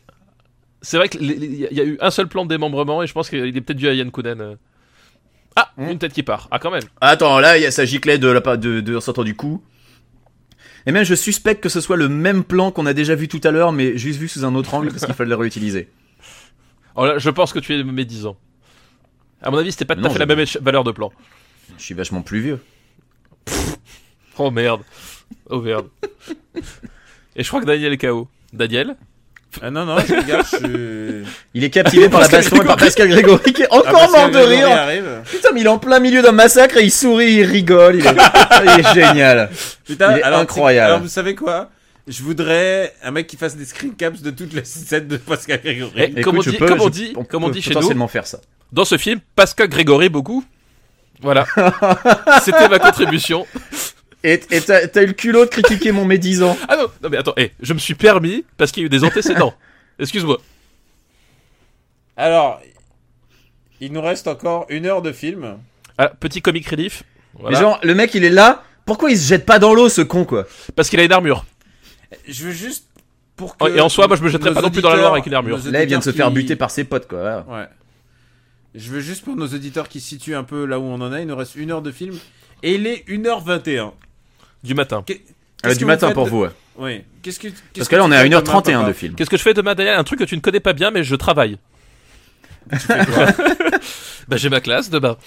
C: c'est vrai qu'il y, a- y a eu un seul plan de démembrement et je pense qu'il est peut-être dû à Yann Kounen. euh. Ah, une tête qui part. Ah quand même.
A: Attends, là, il y a sa giclée de la pa- de, de, en sortant du cou. Et même, je suspecte que ce soit le même plan qu'on a déjà vu tout à l'heure, mais juste vu sous un autre angle parce qu'il fallait le réutiliser.
C: Oh là, je pense que tu es médisant. À mon avis, c'était pas tout
A: Non,
C: à fait
A: je-
C: la même éche- valeur de plan.
A: Je suis vachement plus vieux.
C: Oh merde. Oh merde. et je crois que Daniel est KO. Daniel
B: Ah non non, je regarde, je suis. Ah,
A: Il est captivé par la baston et par Pascal Grégory qui est
C: Ah,
A: encore mort de rire.
C: hein.
B: Arrive.
A: Putain, mais il est en plein milieu d'un massacre et il sourit, il rigole, il est, il est génial.
B: Putain,
A: Il est
B: alors,
A: incroyable.
B: c'est- Alors vous savez quoi Je voudrais un mec qui fasse des screen caps de toutes les scènes de Pascal Grégory.
C: Eh, Comme on
A: je
C: dit- comme on
A: je-
C: dit-
A: on
C: comme on
A: peut
C: dit chez
A: potentiellement faire ça.
C: Dans ce film, Pascal Grégory beaucoup. Voilà. C'était ma contribution.
A: Et et t'as t'as eu le culot de critiquer mon médisant.
C: Ah non, non mais attends, eh, je me suis permis parce qu'il y a eu des antécédents. Excuse-moi.
B: Alors, il nous reste encore une heure de film.
C: Ah, petit comic relief. Voilà.
A: Mais genre, le mec, il est là. Pourquoi il se jette pas dans l'eau, ce con, quoi
C: Parce qu'il a une armure.
B: Je veux juste pour que.
C: Oh, Et en soi, moi, je me jetterais
B: nos
C: pas non plus dans la
B: auditeurs-
C: Loire avec une armure.
B: nos
A: Là, il vient de se faire
B: auditeurs qui-
A: buter par ses potes, quoi. Voilà.
B: Ouais. Je veux juste pour nos auditeurs qui se situent un peu là où on en est, il nous reste une heure de film et il est 1h21.
C: Du matin.
A: Euh, du matin pour vous. ouais.
B: Oui. Qu'est-ce que qu'est-ce
A: Parce que là, on est à
B: tu fais
A: 1h31
B: demain,
A: de
B: papa
A: film.
C: Qu'est-ce que je fais demain, Daniel Un truc que tu ne connais pas bien, mais je travaille. bah, j'ai ma classe demain.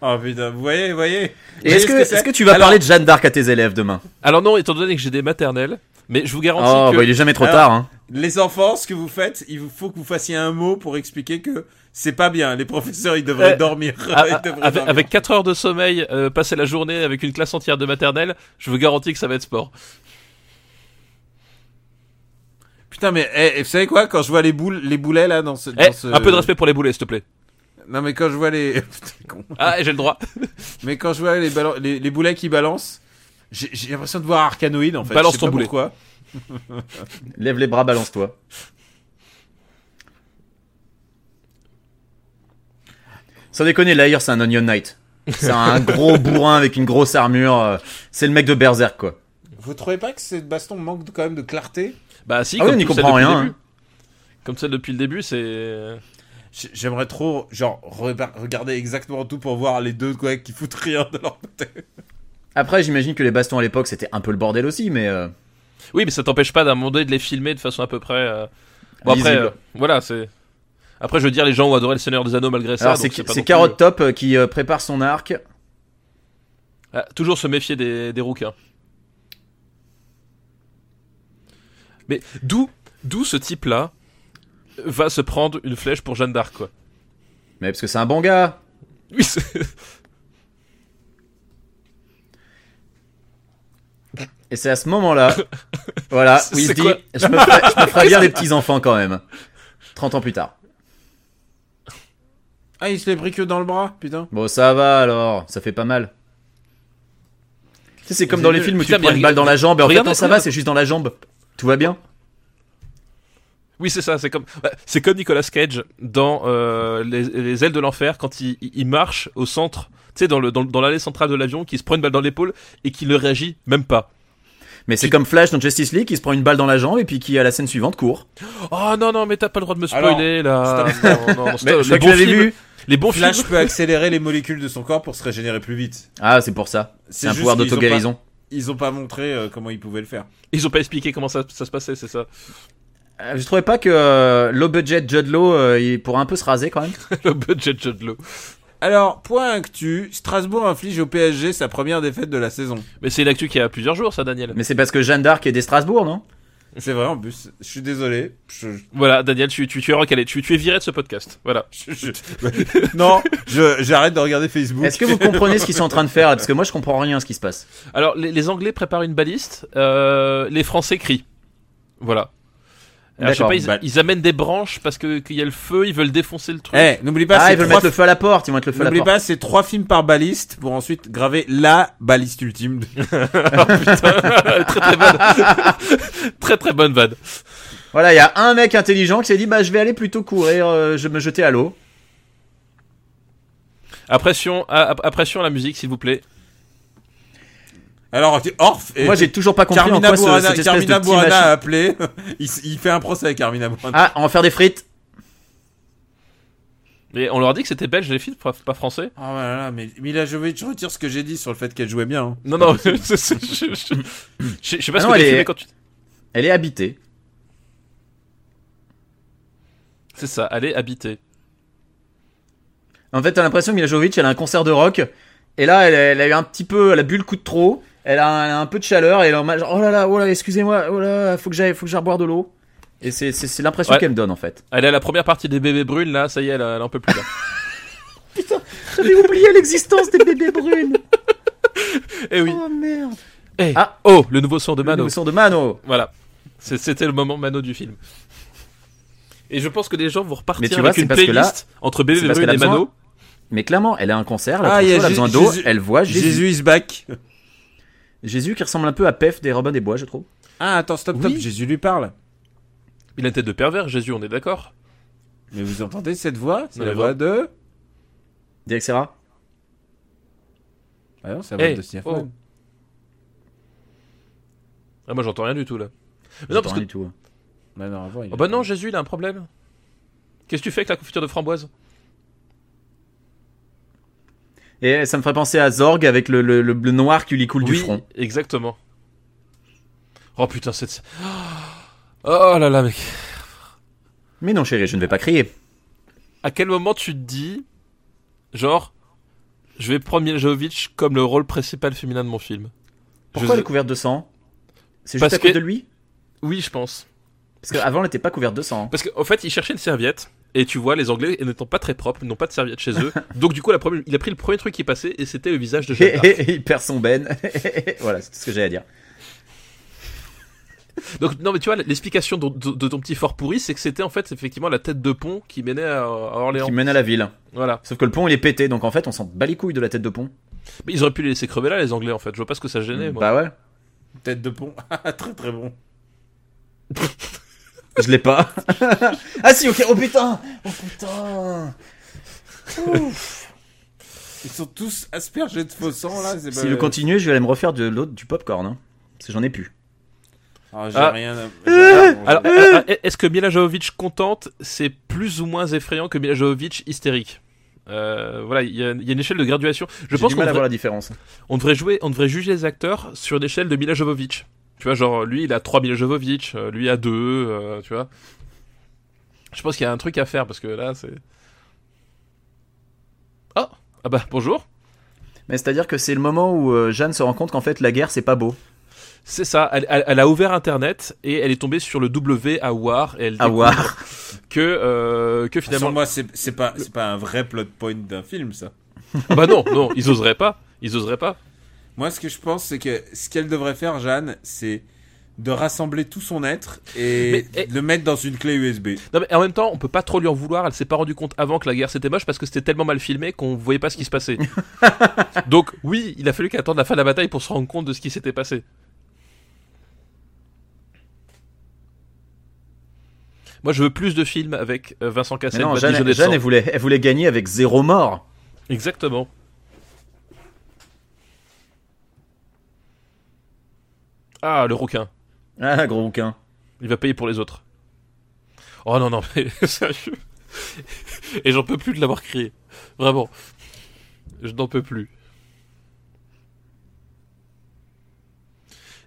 B: Oh putain, vous voyez, vous voyez.
A: Et est-ce que,
B: Vous voyez ce
A: est-ce que
B: c'est
A: tu vas
B: Alors,
A: parler de Jeanne d'Arc à tes élèves demain
C: Alors non, étant donné que j'ai des maternelles, mais je vous garantis
A: Oh,
C: que...
A: bah, il est jamais trop
B: Alors-
A: tard, hein.
B: Les enfants, ce que vous faites, il vous faut que vous fassiez un mot pour expliquer que c'est pas bien. Les professeurs, ils devraient
C: Eh,
A: Euh,
B: dormir.
C: Ah,
B: Ils
C: ah,
B: devraient
C: avec,
B: dormir.
C: avec 4 heures de sommeil, euh, passer la journée avec une classe entière de maternelle, je vous garantis que ça va être sport.
B: Putain, mais eh, et vous savez quoi Quand je vois les boules, les boulets là dans ce,
C: Eh,
B: dans ce-
C: un peu de respect pour les boulets, s'il te plaît.
B: Non, mais quand je vois les, Putain, con.
C: Ah, et j'ai le droit.
B: mais quand je vois les, balan- les, les boulets qui balancent, j'ai j'ai l'impression de voir Arcanoïde en fait.
C: Balance
B: Je sais
C: ton
B: pas
C: boulet.
B: Pourquoi
A: Lève les bras, balance-toi. Sans déconner, Lair, c'est un Onion Knight. C'est un gros bourrin avec une grosse armure. euh, C'est le mec de Berserk, quoi.
B: Vous trouvez pas que cette baston manque de- quand même de clarté
C: Bah si,
A: Ah oui,
C: comme
A: on n'y
C: tout ça
A: comprend hein.
C: depuis le
A: rien,
C: début. Comme ça depuis le début, c'est...
B: j- j'aimerais trop, genre, reba- regarder exactement tout pour voir les deux quoi qui foutent rien de leur côté.
A: Après, j'imagine que les bastons à l'époque, c'était un peu le bordel aussi, mais euh,
C: Oui, mais ça t'empêche pas d'un moment donné de les filmer de façon à peu près. euh, Bon, après,
A: Visible.
C: euh, voilà, c'est. Après, je veux dire, les gens ont adoré le Seigneur des Anneaux malgré ça.
A: Alors,
C: donc
A: c'est,
C: c'est pas
A: c'est
C: non plus-
A: Carotte Top euh, qui euh, prépare son arc.
C: Ah, toujours se méfier des, des rouquins. Mais d'où, d'où ce type-là va se prendre une flèche pour Jeanne d'Arc, quoi.
A: Mais parce que c'est un bon gars.
C: Oui, c'est-
A: Et c'est à ce moment-là, voilà, où il se
C: C'est
A: dit,
C: quoi
A: je me ferai, je me ferai bien des petits enfants quand même. 30 ans plus tard.
B: Ah, il se les pris que dans le bras, putain.
A: Bon, ça va alors, ça fait pas mal. Tu sais, c'est comme
B: C'est
A: dans les
B: nul.
A: films où tu
C: Putain,
A: te prends
C: mais
A: une balle dans la jambe et en fait,
C: regarde
A: non,
C: en
A: ça
C: combien-
A: va, c'est juste dans la jambe. Tout va bien
C: oui, c'est ça. C'est comme, bah, c'est comme Nicolas Cage dans euh, les, les ailes de l'enfer quand il, il- il marche au centre, tu sais, dans le dans, le- dans l'allée centrale de l'avion, qui se prend une balle dans l'épaule et qui ne réagit même pas.
A: Mais c'est comme Flash dans Justice League qui se prend une balle dans la jambe et puis qui, à la scène suivante, court.
C: Oh non non, mais t'as pas le droit de me spoiler là. Non, non, non, stop.
A: Mais je crois
C: les
A: que
C: bons
A: j'avais
C: films-
A: vu.
C: Les bons
B: Flash
C: films.
B: peut accélérer les molécules de son corps pour se régénérer plus vite.
A: Ah, c'est pour ça. C'est, un
B: juste
A: pouvoir
B: qu'ils ont pas-
A: d'auto-guérison.
B: Ils ont pas montré euh, comment ils pouvaient le faire.
C: Ils ont pas expliqué comment ça, ça se passait, c'est ça.
A: Euh, Je trouvais pas que euh, low budget Judd Law euh, il pourrait un peu se raser quand même.
C: le budget de l'eau.
B: Alors, point actu, Strasbourg inflige au PSG sa première défaite de la saison.
C: Mais c'est une actu qui a plusieurs jours, ça, Daniel.
A: Mais c'est parce que Jeanne d'Arc est des Strasbourg, non
B: C'est vrai, en plus, je suis désolé. Je,
C: Voilà, Daniel, tu, tu, tu es recalé, tu, tu es viré de ce podcast. Voilà.
B: je- je- non, je- j'arrête de regarder Facebook.
A: Est-ce que vous comprenez ce qu'ils sont en train de faire là Parce que moi je comprends rien à ce qui se passe.
C: Alors, les, les Anglais préparent une baliste, euh, les Français crient. Voilà. Alors, je sais
A: D'accord,
C: pas, ils,
B: bah-
C: ils amènent des branches parce que qu'il y a le feu, ils veulent défoncer le
B: Eh,
C: truc.
B: n'oublie pas,
A: Ah,
B: c'est
A: ils veulent
B: trois
A: mettre le feu à la porte, ils vont mettre le feu à la
B: N'oubliez
A: porte.
B: pas, c'est trois films par baliste pour ensuite graver la baliste ultime.
C: très très bonne. très très bonne vanne.
A: Voilà, il y a un mec intelligent qui s'est dit bah je vais aller plutôt courir, euh, je vais me jeter à l'eau.
C: Appression, à, à- appression à la musique, s'il vous plaît.
B: Alors, tu- Orf et
A: Moi j'ai toujours pas compris en
B: Carmina
A: quoi ce-
B: Burana,
A: cette espèce
B: Carmina
A: de petit
B: Burana
A: machin-
B: a appelé. il, s- il fait un procès avec Carmina Burana.
A: Ah, on va faire des frites.
C: Mais on leur dit que c'était belge, les filles, pas pas français.
B: Oh là là, mais Mila Jovovich, je retire ce que j'ai dit sur le fait qu'elle jouait bien. hein.
C: Non, non, c'est- c'est- je je- je- je sais
A: Ah
C: pas ce
A: non,
C: que
A: elle
C: tu
A: est-
C: fais quand tu.
A: Elle est habitée.
C: C'est ça, allez habiter.
A: En fait, t'as l'impression que Mila Jovovich, elle a un concert de rock et là elle, elle a eu un petit peu elle a bu le coup de trop, elle a un, elle a un peu de chaleur et elle est en mode genre, oh là là, oh là, excusez-moi, oh là, faut que j'aille faut que j'aille boire de l'eau. Et c'est c'est- c'est l'impression
C: Ouais.
A: qu'elle me donne en fait.
C: Elle est à la première partie des bébés brunes, là, ça y est, elle, elle en peut plus. Là.
A: J'avais oublié l'existence des bébés brunes.
C: eh oui.
A: Oh merde.
C: Ah, oh, le nouveau son de Mano.
A: Le son de Mano.
C: Voilà. C'est- C'était le moment Mano du film. Et je pense que les gens vont repartir
A: Mais tu
C: avec
A: vois,
C: une
A: c'est parce que là,
C: playlist entre bébés
A: c'est parce
C: brunes et
A: qu'elle a besoin-
C: Mano.
A: Mais clairement, elle a un cancer, elle a,
B: Ah,
A: trop
B: il y a
A: chaud, elle a
B: Jésus-
A: besoin d'eau,
B: Jésus-
A: elle voit Jésus. Jésus.
B: Jésus is back.
A: qui ressemble un peu à Pef des Robins des Bois, je trouve.
B: Ah, attends, stop, stop,
C: Oui.
B: Jésus lui parle.
C: Il a une tête de pervers, Jésus, on est d'accord
B: Mais vous entendez cette voix C'est
C: Non,
B: la
C: mais
B: voix de.
A: D'Exera.
B: Ah non, c'est la voix
C: Eh,
B: de Stephen. Hoffman.
C: Ah, moi j'entends rien du tout là. Mais non, parce que.
A: du tout.
B: Bah non, avant, il-
C: Oh, bah non, Jésus, il a un problème. Qu'est-ce que tu fais avec la confiture de framboise
A: Et ça me ferait penser à Zorg avec le, le, le bleu noir qui lui coule du front.
C: exactement. Oh putain, cette. Oh là là, mec.
A: Mais non, chérie, je ne vais pas crier.
C: à quel moment tu te dis, genre, je vais prendre Mila Jovovich comme le rôle principal féminin de mon film
A: Pourquoi
C: Je-
A: elle est couverte de sang C'est juste
C: Parce
A: à cause
C: que-
A: de lui
C: Oui, je pense.
A: Parce qu'avant, elle n'était pas couverte de sang.
C: Parce qu'en fait, il cherchait une serviette. Et tu vois, les Anglais n'étant pas très propres, n'ont pas de serviette chez eux. Donc du coup, la première- il a pris le premier truc qui passait et c'était le visage de Jeanne
A: Et,
C: d'Arc.
A: et- et il perd son ben. voilà, c'est tout ce que j'avais à dire.
C: Donc non, mais tu vois, l'explication de, de- de ton petit fort pourri, c'est que c'était en fait effectivement la tête de pont qui menait à, à Orléans.
A: Qui mène à la ville.
C: Voilà.
A: Sauf que le pont, il est pété, donc en fait, on s'en bat les couilles de la tête de pont.
C: Mais ils auraient pu les laisser crever là, les Anglais. En fait, je vois pas ce que ça gênait. moi.
A: bah ouais.
B: Tête de pont. Ah, très très bon.
A: Je l'ai pas. ah si, ok. Oh putain. Oh putain.
B: Ils sont tous aspergés de faux sang là. c'est
A: Oh Si
B: pas-
A: vous continuez, je vais aller me refaire de l'autre du popcorn. Hein, parce que j'en ai plus.
B: Ah, j'ai
C: Ah.
B: rien. à- j'ai-
C: Alors, euh, euh, est-ce que Mila Jovovich contente, c'est plus ou moins effrayant que Mila Jovovich hystérique Euh, Voilà, il y, a il y a une échelle de graduation. Je
A: J'ai
C: pense
A: du
C: qu'on
A: mal à voir
C: devrait,
A: la différence.
C: on devrait jouer, on devrait juger les acteurs sur l'échelle de Mila Jovovich. Tu vois, genre lui, il a 3 Mila Jovovich, euh, lui a 2, euh, tu vois. Je pense qu'il y a un truc à faire parce que là, c'est. Oh Ah bah, bonjour
A: Mais c'est-à-dire que c'est le moment où euh, Jeanne se rend compte qu'en fait la guerre c'est pas beau.
C: C'est ça, elle, elle- elle a ouvert internet et elle est tombée sur le W à War et elle
A: À
C: découvre
A: voir.
C: que, euh, que
B: Sans
C: finalement.
B: moi, c'est c'est pas, c'est pas un vrai plot point d'un film, ça.
C: Ah bah non, non, ils oseraient pas. Ils oseraient pas.
B: Moi, ce que je pense, c'est que ce qu'elle devrait faire, Jeanne, c'est de rassembler tout son être et
C: Mais- eh, et-
B: de le mettre dans une clé USB.
C: Non mais en même temps, on peut pas trop lui en vouloir. Elle s'est pas rendue compte avant que la guerre c'était moche parce que c'était tellement mal filmé qu'on voyait pas ce qui se passait. Donc oui, il a fallu qu'elle attende la fin de la bataille pour se rendre compte de ce qui s'était passé. Moi, je veux plus de films avec euh, Vincent
A: Mais
C: Cassel.
A: non,
C: Badi
A: Jeanne,
C: Jeunesse
A: Jeanne,
C: Sang.
A: elle, voulait, elle voulait gagner avec zéro mort.
C: Exactement. Ah, le rouquin.
A: Ah, gros bouquin.
C: Il va payer pour les autres. Oh non, non, mais sérieux. Et j'en peux plus de l'avoir crié. Vraiment. Je n'en peux plus.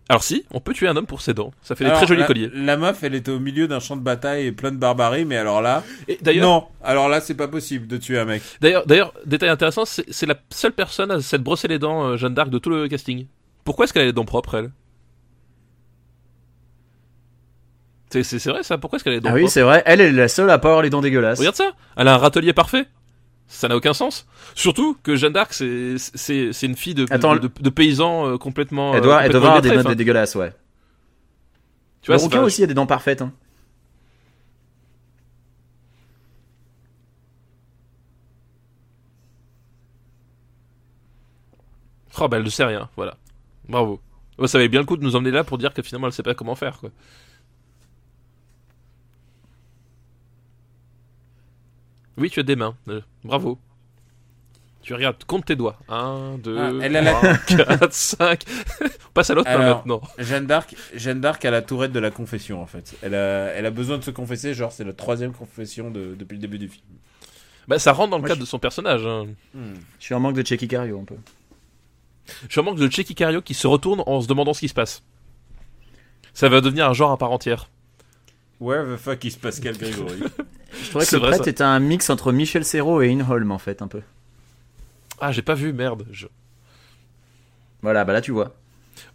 C: Alors si, on peut tuer un homme pour ses dents. Ça fait des
B: Alors,
C: très jolis
B: la,
C: colliers.
B: La meuf, elle était au milieu d'un champ de bataille et plein de barbarie, mais alors là,
C: Et d'ailleurs,
B: non, alors là, c'est pas possible de tuer un mec.
C: d'ailleurs, d'ailleurs, détail intéressant, c'est c'est la seule personne à s'être brossé les dents, euh, Jeanne d'Arc, de tout le casting. Pourquoi est-ce qu'elle a les dents propres, elle C'est- C'est c'est vrai ça Pourquoi est-ce qu'elle a les dents
A: Ah
C: propres
A: oui, c'est vrai. Elle est la seule à pas avoir les dents dégueulasses.
C: Ah, Regarde ça, elle a un râtelier parfait. Ça n'a aucun sens. Surtout que Jeanne d'Arc, c'est c'est c'est une fille de
A: Attends,
C: de, de, de paysan euh, complètement.
A: Elle
C: euh,
A: doit, elle doit
C: complètement
A: avoir des
C: illettré,
A: dents dégueulasses, ouais.
C: enfin, Tu vois,
A: le
C: c'est
A: rouquin
C: pas-
A: aussi a des dents parfaites. hein.
C: Oh bah elle ne sait rien, voilà. Bravo. Ouais, ça valait bien le coup de nous emmener là pour dire que finalement elle sait pas comment faire quoi. Oui, tu as des mains. euh, bravo. Tu regardes, compte tes doigts. 1, 2,
B: Ah, elle a la-
C: 4, 5. On passe à l'autre main
B: Alors,
C: maintenant.
B: Jeanne d'Arc, Jeanne d'Arc a la tourette de la confession, en fait. Elle a, elle a besoin de se confesser, genre, c'est la troisième confession de- depuis le début du film.
C: Bah, ça rentre dans le
A: Moi,
C: cadre de son personnage. hein.
A: Je suis en manque de Checky Cario un peu.
C: Je suis en manque de Checky Cario qui se retourne en se demandant ce qui se passe. Ça va devenir un genre à part entière.
B: Where the fuck is Pascal Grégory
A: Je trouvais que
C: C'est
A: le
C: vrai,
A: prêtre
C: ça.
A: était un mix entre Michel Serrault et Inholm en fait un peu.
C: Ah, j'ai pas vu, merde. Je-
A: Voilà, bah là tu vois.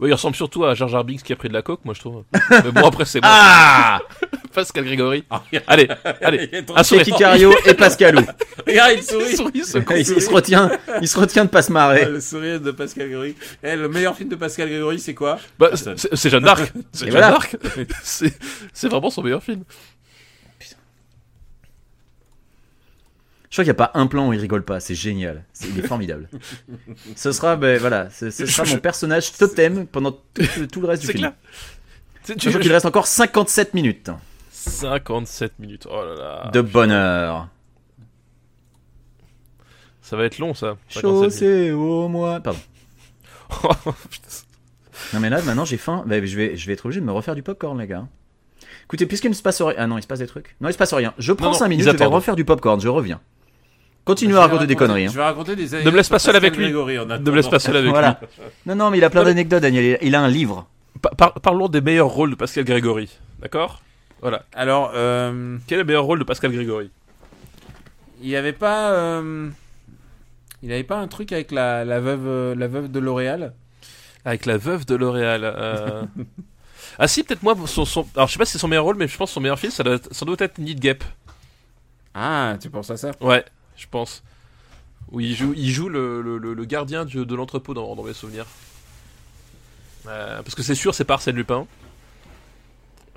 C: Ouais, il ressemble surtout à Jar Jar Binks qui a pris de la coke, moi je trouve. Mais bon, après, c'est moi.
A: Ah
C: Pascal Grégory.
B: Ah, regarde,
C: Allez, allez.
B: il est trop-
C: Un sourire.
A: Checky Cario et Pascalou.
B: Regarde, il
C: Il
B: sourit
C: sourit, ce con.
A: il, il se retient, il se retient de pas se marrer.
B: Ah, Le sourire de Pascal Grégory. Eh, le meilleur film de Pascal Grégory, c'est quoi
C: Bah, c'est c'est Jeanne d'Arc. C'est
A: Ah, Et
C: Jeanne
A: voilà.
C: d'Arc. C'est c'est vraiment son meilleur film.
A: Je crois qu'il n'y a pas un plan où il rigole pas, c'est génial, C'est- il est formidable. ce sera, ben voilà, ce, ce sera mon personnage totem pendant tout, tout le reste du
C: C'est
A: film.
C: clair. C'est- tu-
A: Sachant qu'il reste encore 57 minutes
C: 57 minutes. Oh là là.
A: de bonheur.
C: Ça va être long, ça. 57 minutes.
A: Chaussée au moins. Pardon.
C: Oh, putain.
A: Non mais là, maintenant j'ai faim, Ben, je, vais, je vais être obligé de me refaire du popcorn, les gars. Écoutez, puisqu'il ne se passe rien. Ah non, il se passe des trucs. Non, il se passe rien. Je prends
C: non,
A: 5
C: ils
A: minutes, je vais
C: attendent.
A: refaire du popcorn, je reviens. Continuez à raconter des conneries. hein.
B: Je vais raconter des
C: Ne me laisse pas
B: sur
C: seul avec
B: Pascal
C: lui.
B: Grégory, en
C: Ne me laisse
B: attendant.
C: pas seul avec lui.
A: Voilà. Non, non, mais il a plein
C: Non, mais-
A: d'anecdotes, Daniel. Il a un livre.
C: Par- par- parlons des meilleurs rôles de Pascal Grégory. D'accord Voilà.
B: Alors, euh,
C: Quel est le meilleur rôle de Pascal Grégory
B: il n'y avait pas. euh, il avait pas un truc avec la, la veuve, euh, la veuve de L'Oréal
C: Avec la veuve de L'Oréal. euh. ah si, peut-être moi, son, son- Alors je sais pas si c'est son meilleur rôle, mais je pense que son meilleur film, ça doit, ça doit être Need Gap.
B: Ah, tu penses à ça
C: Ouais, je pense. Où il joue, il joue le, le- le- le gardien du- de l'entrepôt dans, dans mes souvenirs. Euh, parce que c'est sûr, c'est pas Arsène Lupin.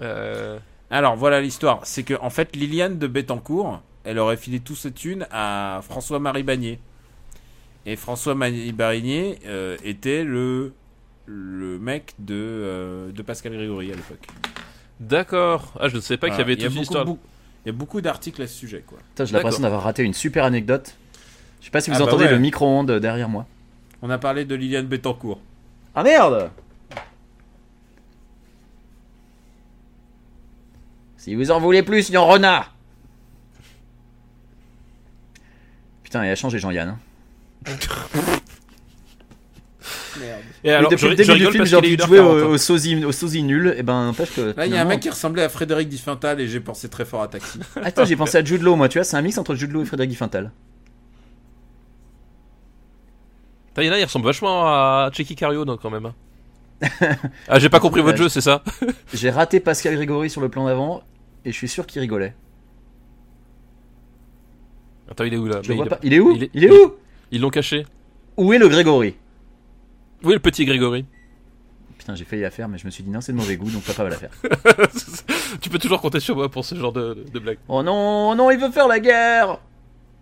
C: Euh,
B: Alors, voilà l'histoire. C'est que, en fait, Liliane de Bettencourt, elle aurait filé tout cette thune à François-Marie Bagné. Et François-Marie Bagné euh, était le, le mec de, euh, de Pascal Grégory à l'époque.
C: D'accord. Ah, je ne savais pas qu'il y
B: Voilà.
C: avait
B: Il y a
C: toute une
B: beaucoup-
C: histoire.
B: beaucoup- Il y a beaucoup d'articles à ce sujet, quoi.
A: Putain, j'ai l'impression d'avoir raté une super anecdote. Je sais pas si vous
B: Ah bah
A: entendez
B: ouais.
A: le micro-ondes derrière moi.
B: On a parlé de Liliane Bettencourt.
A: Ah merde Si vous en voulez plus, Yon Renard Putain, il a changé Jean-Yann. hein.
C: Et alors,
A: depuis
C: je,
A: le
C: je
A: début du
C: rigole
A: film,
C: parce
A: j'ai
C: qu'il est
A: envie de jouer
C: 1h40,
A: au,
C: hein.
A: au sosie, au sosie nul. Et ben, n'empêche que.
B: Là, il y a un
A: finalement-
B: mec qui ressemblait à Frédéric Diffental et j'ai pensé très fort à Taxi.
A: Attends, j'ai pensé à Jude Law, moi, tu vois, c'est un mix entre Jude Law et Frédéric Guifintal.
C: Putain, Il y en a, il ressemble vachement à Checky Cario, donc quand même. hein. ah, j'ai pas compris votre jeu, c'est ça
A: J'ai raté Pascal Grégory sur le plan d'avant et je suis sûr qu'il rigolait.
C: Attends, il est où là
A: Je le
C: Ah, Mais
A: vois
C: il-
A: pas. Il est où
C: il est-
A: Il est où
C: Ils l'ont caché.
A: Où est le Grégory
C: Où est le petit Grégory
A: Putain, j'ai failli la faire, mais je me suis dit non, c'est de mauvais goût, donc papa va la faire.
C: Tu peux toujours compter sur moi pour ce genre de, de blague.
A: Oh non, oh non, il veut faire la guerre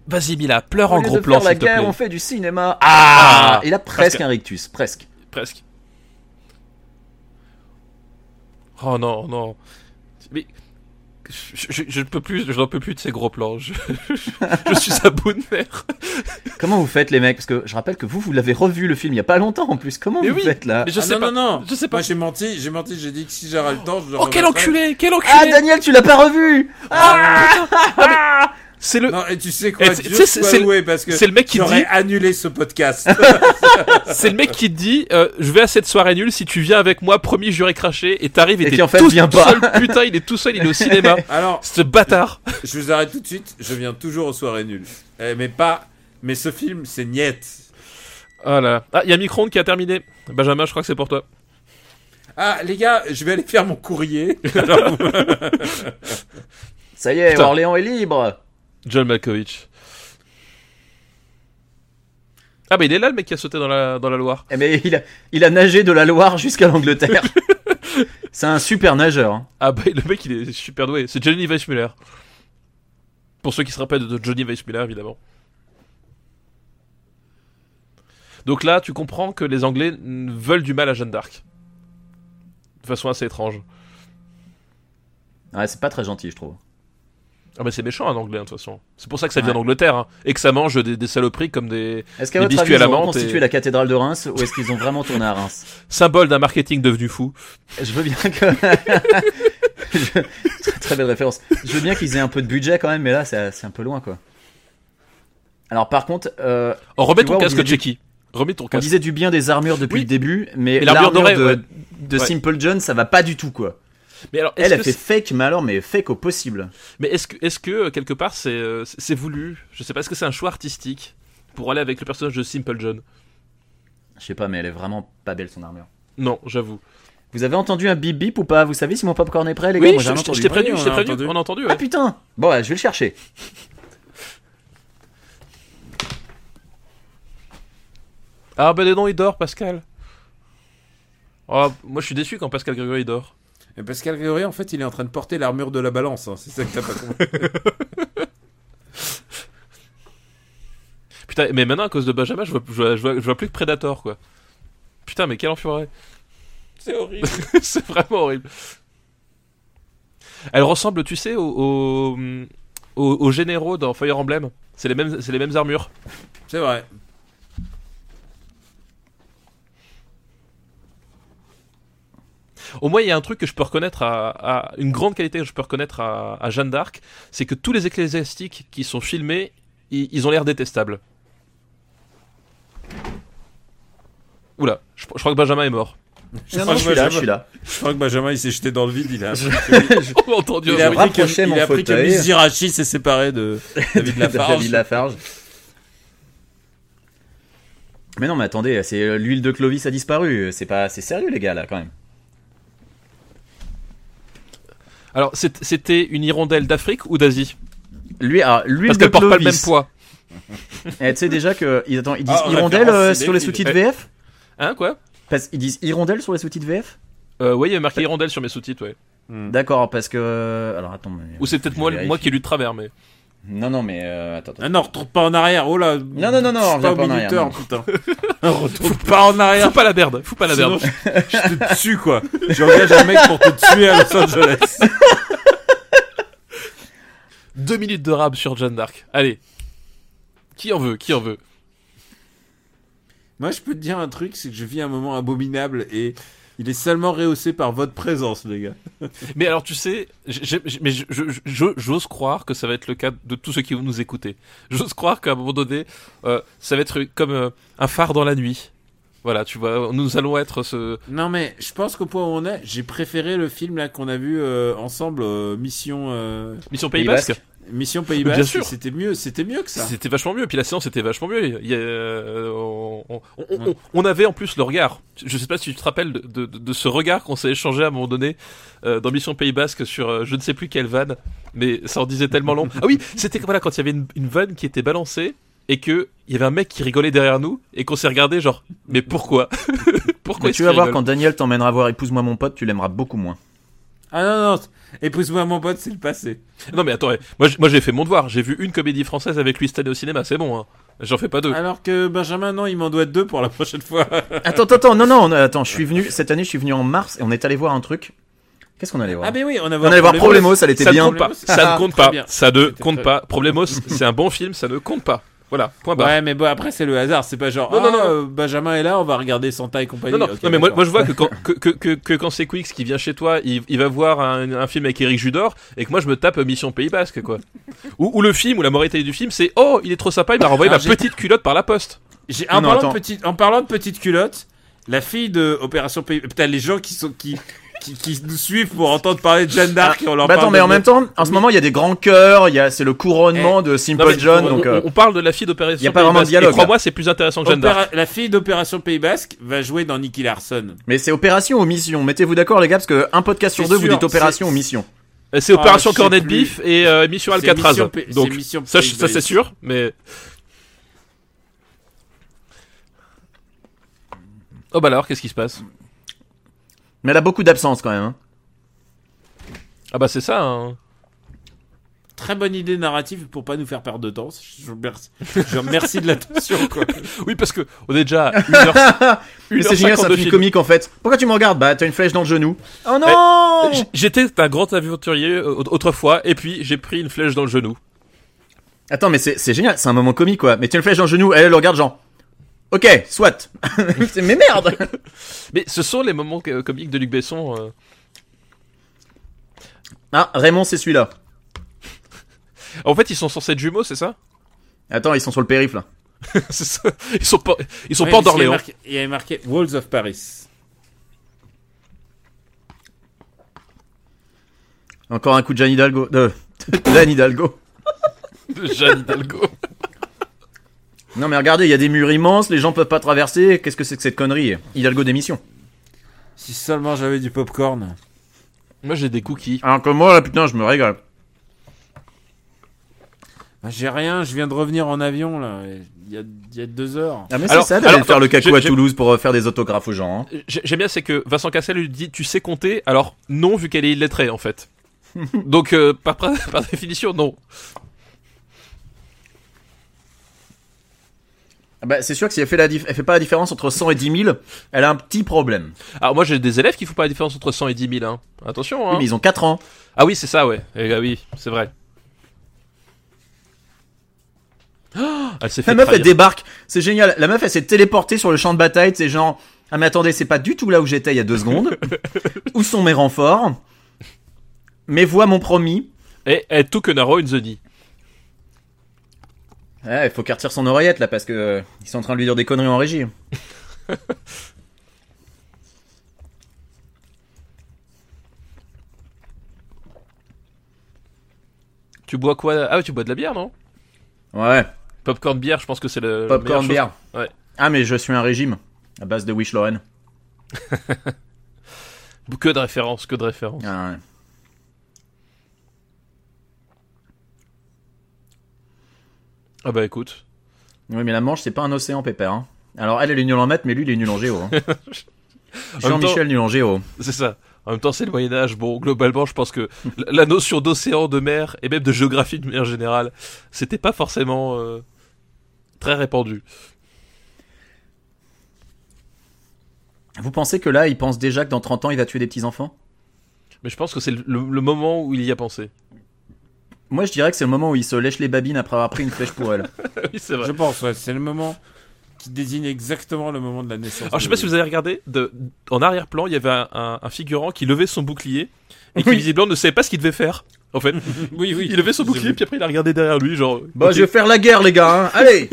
C: Vas-y, Mila, pleure
A: Au
C: en
A: lieu
C: gros
A: de
C: plan,
A: faire la
C: s'il te
A: guerre,
C: plaît.
A: on fait du cinéma. Ah,
C: Ah
A: Il a presque
C: Parce que-
A: un rictus, presque.
C: Presque. Oh non, non. Mais. Je, je, je ne peux plus, je n'en peux plus de ces gros plans. Je, je suis sa bonne mère.
A: Comment vous faites, les mecs Parce que je rappelle que vous, vous l'avez revu le film il y a pas longtemps en plus. Comment
C: Mais
A: vous
C: oui,
A: faites là
C: Mais je
B: Ah
C: sais
B: non,
C: pas.
B: non, non.
C: Je sais pas.
B: Moi, j'ai menti, j'ai menti, j'ai dit que si j'aurais le temps, je le
C: oh, quel
B: remettrais.
C: enculé, quel
A: Ah,
C: enculé.
A: Daniel, tu l'as pas revu Ah
C: c'est le,
B: Non, et tu sais quoi,
C: Et c'est-
B: Dieu
C: tu sais, c'est-
B: soit
C: c'est le-
B: loué, parce que
C: c'est le mec qui
B: j'aurais
C: dit,
B: annulé ce podcast.
C: c'est le mec qui dit, euh, je vais à cette soirée nulle si tu viens avec moi, promis, juré craché, et t'arrives et,
A: Et
C: t'es
A: qui, en fait,
C: tout
A: vient pas.
C: seul, putain, il est tout seul, il est au cinéma.
B: Alors,
C: Ce bâtard.
B: je vous arrête tout de suite, je viens toujours aux soirées nulles. Eh, mais pas, mais ce film, c'est niette.
C: Oh là là. Ah, il y a Micron qui a terminé. Benjamin, je crois que c'est pour toi.
B: Ah, les gars, je vais aller faire mon courrier.
A: Ça y est,
C: Putain.
A: Orléans est libre
C: John Malkovich. Ah bah il est là le mec qui a sauté dans la, dans la Loire.
A: Eh mais il a, il a nagé de la Loire jusqu'à l'Angleterre. C'est un super nageur. hein.
C: Ah bah le mec il est super doué. C'est Johnny Weissmuller. Pour ceux qui se rappellent de Johnny Weissmuller évidemment. Donc là tu comprends que les Anglais mm, veulent du mal à Jeanne d'Arc. De façon assez étrange.
A: Ouais, c'est pas très gentil, je trouve.
C: Ah bah c'est méchant un Anglais hein, de toute façon. C'est pour ça que ça vient
A: Ouais.
C: d'Angleterre hein, et que ça mange des, des saloperies comme des
A: Est-ce qu'à
C: Les
A: votre
C: biscuits
A: avis,
C: à la
A: ils ont
C: menthe
A: reconstitué
C: et-
A: la cathédrale de Reims ou est-ce qu'ils ont vraiment tourné à Reims
C: symboles d'un marketing devenu fou.
A: Je veux bien que... Je- Très, très belle référence. Je veux bien qu'ils aient un peu de budget quand même, mais là, c'est c'est un peu loin, quoi. Alors, par contre, euh,
C: Oh, remets
A: Tu
C: ton
A: vois, on
C: casque
A: disait-
C: Checky. Remets ton
A: on
C: casque.
A: disait du bien des armures depuis
C: Oui.
A: le début, mais
C: Mais l'armure
A: l'armure
C: dorée,
A: de,
C: ouais.
A: de
C: Ouais.
A: Simple John, ça va pas du tout, quoi.
C: Mais alors, est-ce
A: Elle a
C: que
A: fait fake, mais alors, mais fake au possible.
C: Mais est-ce que, est-ce que euh, quelque part c'est, euh, c'est c'est voulu Je sais pas, est-ce que c'est un choix artistique pour aller avec le personnage de Simple John
A: Je sais pas, mais elle est vraiment pas belle, son armure.
C: Non, j'avoue.
A: Vous avez entendu un bip bip ou pas Vous savez si mon popcorn est prêt, les gars
C: Oui,
A: Moi,
C: je,
A: j'ai rien
C: je- je
A: entendu.
C: t'ai prévenu,
B: Oui,
C: je
B: on
C: t'ai
B: a
C: prévenu,
B: entendu.
C: on a entendu.
A: Ah
C: Ouais.
A: putain Bon, ouais, je vais le chercher.
C: Ah, ben non, il dort, Pascal. Oh, moi je suis déçu quand Pascal Grégory dort.
B: Et Pascal Grégory, en fait, il est en train de porter l'armure de la balance. hein. C'est ça que t'as pas compris.
C: Putain, mais maintenant à cause de Benjamin, je vois, je vois, je vois, je vois plus que Predator quoi. Putain, mais quel enfoiré
B: C'est horrible.
C: C'est vraiment horrible. Elle ressemble, tu sais, aux au, au- aux généraux dans Fire Emblem. C'est les mêmes, c'est les mêmes armures.
B: C'est vrai.
C: Au moins, il y a un truc que je peux reconnaître à, à- une grande qualité que je peux reconnaître à, à Jeanne d'Arc, c'est que tous les ecclésiastiques qui sont filmés, ils, ils ont l'air détestables. Oula, je, je crois que Benjamin est mort.
B: Je,
A: Non,
B: crois
A: non,
B: que
A: je suis là,
B: Benjamin-
A: je suis là.
B: je crois que Benjamin, il s'est jeté dans le vide. Il a,
C: On l'a Oh, entendu. hein,
B: il
A: Je
B: a
C: aujourd'hui.
B: appris que,
A: rapprochais
B: il
A: mon
B: a appris que
A: fauteuil.
B: Miss Hirachi s'est séparée de David Lafarge.
A: David Lafarge. Mais non, mais attendez, c'est euh, l'huile de Clovis a disparu. C'est pas, c'est sérieux les gars là quand même.
C: Alors, c'est- c'était une hirondelle d'Afrique ou d'Asie
A: Lui, alors, l'huile
C: Parce
A: de
C: qu'elle porte
A: Clovis.
C: pas le même poids.
A: Eh, tu sais déjà que ils, attends, ils disent
B: Ah, on a
A: hirondelle
B: fait un
A: euh,
B: ciné
A: sur les
B: film.
A: sous-titres
C: Eh.
A: VF.
C: Hein, quoi
A: Parce ils disent hirondelle sur les sous-titres VF.
C: euh, Oui, il y avait marqué hirondelle sur mes sous-titres, ouais.
A: D'accord, parce que alors attends. mais-
C: Hmm. Ou c'est peut-être
A: je
C: moi,
A: vérifie.
C: moi qui ai lu de travers, mais.
A: Non, non, mais euh, attends. attends.
B: Ah non, retourne pas en arrière. Oh là.
A: Non, non, non, non,
B: pas
A: reviens
B: au
A: pas en arrière,
B: minuteur,
A: non.
B: putain. retourne pas en arrière.
C: Fous pas la merde, fous pas la
B: Sinon,
C: merde.
B: je, je te tue quoi. J'engage un mec pour te tuer à Los Angeles.
C: Deux minutes de rab sur Jeanne d'Arc. Allez. Qui en veut Qui en veut
B: Moi, je peux te dire un truc, c'est que je vis un moment abominable et Il est seulement rehaussé par votre présence, les gars.
C: Mais alors, tu sais, j'ai- j'ai- mais je- je- je- j'ose croire que ça va être le cas de tous ceux qui vont nous écouter. J'ose croire qu'à un moment donné, euh, ça va être comme euh, un phare dans la nuit. Voilà, tu vois, nous allons être ce.
B: Non, mais je pense qu'au point où on est, j'ai préféré le film là qu'on a vu euh, ensemble, euh, Mission euh,
C: Mission Pays
A: Pays
C: Basque.
A: Basque.
B: Mission Pays
C: Bien
B: Basque.
C: sûr.
B: C'était mieux, c'était mieux que ça.
C: C'était vachement mieux, puis la séance était vachement mieux. Il y a, euh, on, on- on- on avait en plus le regard. Je sais pas si tu te rappelles de, de- de ce regard qu'on s'est échangé à un moment donné euh, dans Mission Pays Basque sur euh, je ne sais plus quelle vanne, mais ça en disait tellement long. Ah oui, c'était voilà, quand il y avait une, une vanne qui était balancée et que il y avait un mec qui rigolait derrière nous et qu'on s'est regardé genre mais pourquoi Pourquoi
A: Mais tu
C: est-ce qu'il
A: vas voir
C: rigole
A: quand Daniel t'emmènera voir Épouse-moi mon pote, tu l'aimeras beaucoup moins.
B: Ah non, non. Épouse-moi mon pote, c'est le passé.
C: Non mais attends, moi j'ai- moi, j'ai fait mon devoir, j'ai vu une comédie française avec lui cette année au cinéma, c'est bon. Hein. J'en fais pas deux.
B: Alors que Benjamin, non, il m'en doit deux pour la prochaine fois.
C: Ah,
A: Attends, attends, attends, non, non, attends, je suis venu, cette année, je suis venu en mars et on est allé voir un truc. Qu'est-ce qu'on allait voir
B: Ah, mais oui, on a
A: On allait voir Problemos, ça l'était
C: ça
A: bien.
C: ne compte pas. Ça ne compte
B: Très
C: pas.
B: bien.
C: Ça ne
B: C'était
C: compte
B: très-
C: pas. Problemos, c'est un bon film, ça ne compte pas. Voilà, point barre.
B: Ouais, mais bon, après, c'est le hasard. C'est pas genre,
C: Non,
B: non,
C: non, non.
B: Benjamin est là, on va regarder Santa et compagnie.
C: Non, non,
B: Ok,
C: non, mais moi,
B: d'accord.
C: moi, je vois que quand, que, que, que, que quand c'est Quix qui vient chez toi, il, il va voir un, un film avec Eric Judor et que moi je me tape Mission Pays Basque quoi. ou, ou le film, ou la moralité du film, c'est Oh, il est trop sympa, il m'a renvoyé
B: Ah,
C: ma
B: j'ai-
C: petite culotte par la poste.
B: J'ai- en,
A: Non,
B: parlant
A: attends.
B: de petite, en parlant de petite culotte, la fille de Opération Pays. Putain, les gens qui, sont, qui, qui, qui nous suivent pour entendre parler de Jeanne
C: Ah,
B: d'Arc et on leur
A: Bah attends,
B: parle
A: mais
B: de-
A: en même temps, en ce moment, il y a des grands cœurs, il y a, c'est le couronnement de Simple
C: Non, mais
A: John,
C: on,
A: donc.
C: on-
A: euh,
C: on parle de la fille d'Opération
A: y a pas
C: Pays
A: vraiment de
C: Basque, et
A: dialogue,
C: Crois-moi, c'est plus intéressant que Jeanne d'Arc.
B: Opéra- La fille d'Opération Pays Basque va jouer dans Nicky Larson.
A: euh, Mais c'est opération ou mission. Mettez-vous d'accord, les gars, parce que un podcast sur
B: C'est
A: deux, vous
B: sûr,
A: dites opération
B: c'est-
A: ou mission.
C: Euh, C'est
B: Ah,
C: Opération
B: je sais
C: Cornet de
B: plus.
C: Bif et euh, Mission
B: C'est
C: Alcatraz.
B: Mission P-
C: Donc,
B: c'est Mission
C: ça,
B: Pays
C: je- ça c'est
B: Basque.
C: sûr, mais. Oh bah alors, qu'est-ce qui se passe
A: Mais elle a beaucoup d'absence quand même. hein.
C: Ah bah c'est ça, hein.
B: Très bonne idée narrative pour pas nous faire perdre de temps. Je vous remercie, je vous remercie de l'attention. quoi.
C: Oui, parce que on est déjà à une heure- une
A: Mais
C: heure
A: c'est génial, c'est un
C: cinquante de
A: film
C: film.
A: comique en fait. Pourquoi tu me regardes Bah, t'as une flèche dans le genou. Oh
C: non J- J'étais un grand aventurier euh, aut- autrefois, et puis j'ai pris une flèche dans le genou.
A: Attends, mais c'est c'est génial, c'est un moment comique quoi. Mais tu as une flèche dans le genou, elle elle le regarde, genre. Ok, soit. C'est- mais merde
C: Mais ce sont les moments euh, comiques de Luc Besson. euh.
A: Ah, Raymond, c'est celui-là.
C: En fait, ils sont censés être jumeaux, c'est ça
A: Attends, ils sont sur le périph' là.
C: C'est ça. Ils sont pas, ils sont
B: Ouais,
C: pas en
B: parce qu'il y a
C: Orléans.
B: marqué- Il y avait marqué Walls of Paris.
A: Encore un coup de Jeanne Hidalgo. De. Jeanne Hidalgo.
C: de Jeanne Hidalgo.
A: Non, mais regardez, il y a des murs immenses, les gens peuvent pas traverser. Qu'est-ce que c'est que cette connerie Hidalgo démission.
B: Si seulement j'avais du popcorn.
C: Moi, j'ai des cookies.
A: Alors que moi, là, putain, je me régale.
B: Bah, J'ai rien, je viens de revenir en avion là. Il y a, il y a deux heures.
A: Ah mais
C: Alors-
A: c'est ça
C: alors,
A: d'aller faire le
C: attends,
A: cacou
C: j'ai-
A: à
C: j'ai-
A: Toulouse pour euh, faire des autographes aux gens. hein.
C: J'ai- J'aime bien, c'est que Vincent Cassel lui dit Tu sais compter Alors, non, vu qu'elle est illettrée, en fait. Donc, euh, par, pr- par définition, non.
A: Ah Bah, c'est sûr que si elle fait, la dif- elle fait pas la différence entre 100 et 10 000, elle a un petit problème.
C: Alors, moi, j'ai des élèves qui font pas la différence entre 100 et 10 000. hein. Attention, hein.
A: Oui, mais ils ont 4 ans.
C: Ah oui, c'est ça, ouais. Eh, ah oui, c'est vrai. Ah, elle s'est fait
A: La meuf, elle
C: trahir.
A: débarque. C'est génial. La meuf, elle s'est téléportée sur le champ de bataille. C'est genre, ah mais attendez, c'est pas du tout là où j'étais il y a deux secondes. où sont mes renforts Mes voix m'ont promis.
C: Et, et Eh, tout que Naro in the knee.
A: Ah, il faut qu'elle retire son oreillette là parce que euh, ils sont en train de lui dire des conneries en régie.
C: Tu bois quoi Ah, tu bois de la bière, non
A: Ouais,
C: Popcorn bière, je pense que c'est le. la Euh, meilleure
A: popcorn
C: chose.
A: bière.
C: Ouais.
A: Ah mais je suis un régime à base de Wish Lauren.
C: Que de références, que de références.
A: Ah, ouais.
C: Ah bah écoute.
A: Oui, mais la Manche, c'est pas un océan, Pépère. hein. Alors, elle, elle est nulle en maths, mais lui, il est nul en géo. hein.
C: En même temps-
A: Jean-Michel, nul en géo.
C: C'est ça. En même temps, c'est le Moyen Âge. Bon, globalement, je pense que la- la notion d'océan, de mer et même de géographie de manière générale, c'était pas forcément euh, très répandu.
A: Vous pensez que là, il pense déjà que dans 30 ans, il va tuer des petits-enfants
C: Mais je pense que c'est le, le- le moment où il y a pensé.
A: Moi, je dirais que c'est le moment où il se lèche les babines après avoir pris une flèche pour elle.
C: oui, c'est vrai.
B: Je pense, ouais, c'est le moment. qui-
D: qui désigne exactement le moment de la naissance.
C: Alors, Ah, je sais pas
D: de-
C: si vous avez regardé, de- en arrière-plan, il y avait un, un- un figurant qui levait son bouclier et qui visiblement ne savait pas ce qu'il devait faire. En fait,
D: Oui, oui.
C: il levait son
D: J'ai
C: bouclier,
D: vu.
C: puis après il a regardé derrière lui, genre.
A: Bah,
C: ok,
A: je vais faire la guerre, les gars, hein. Allez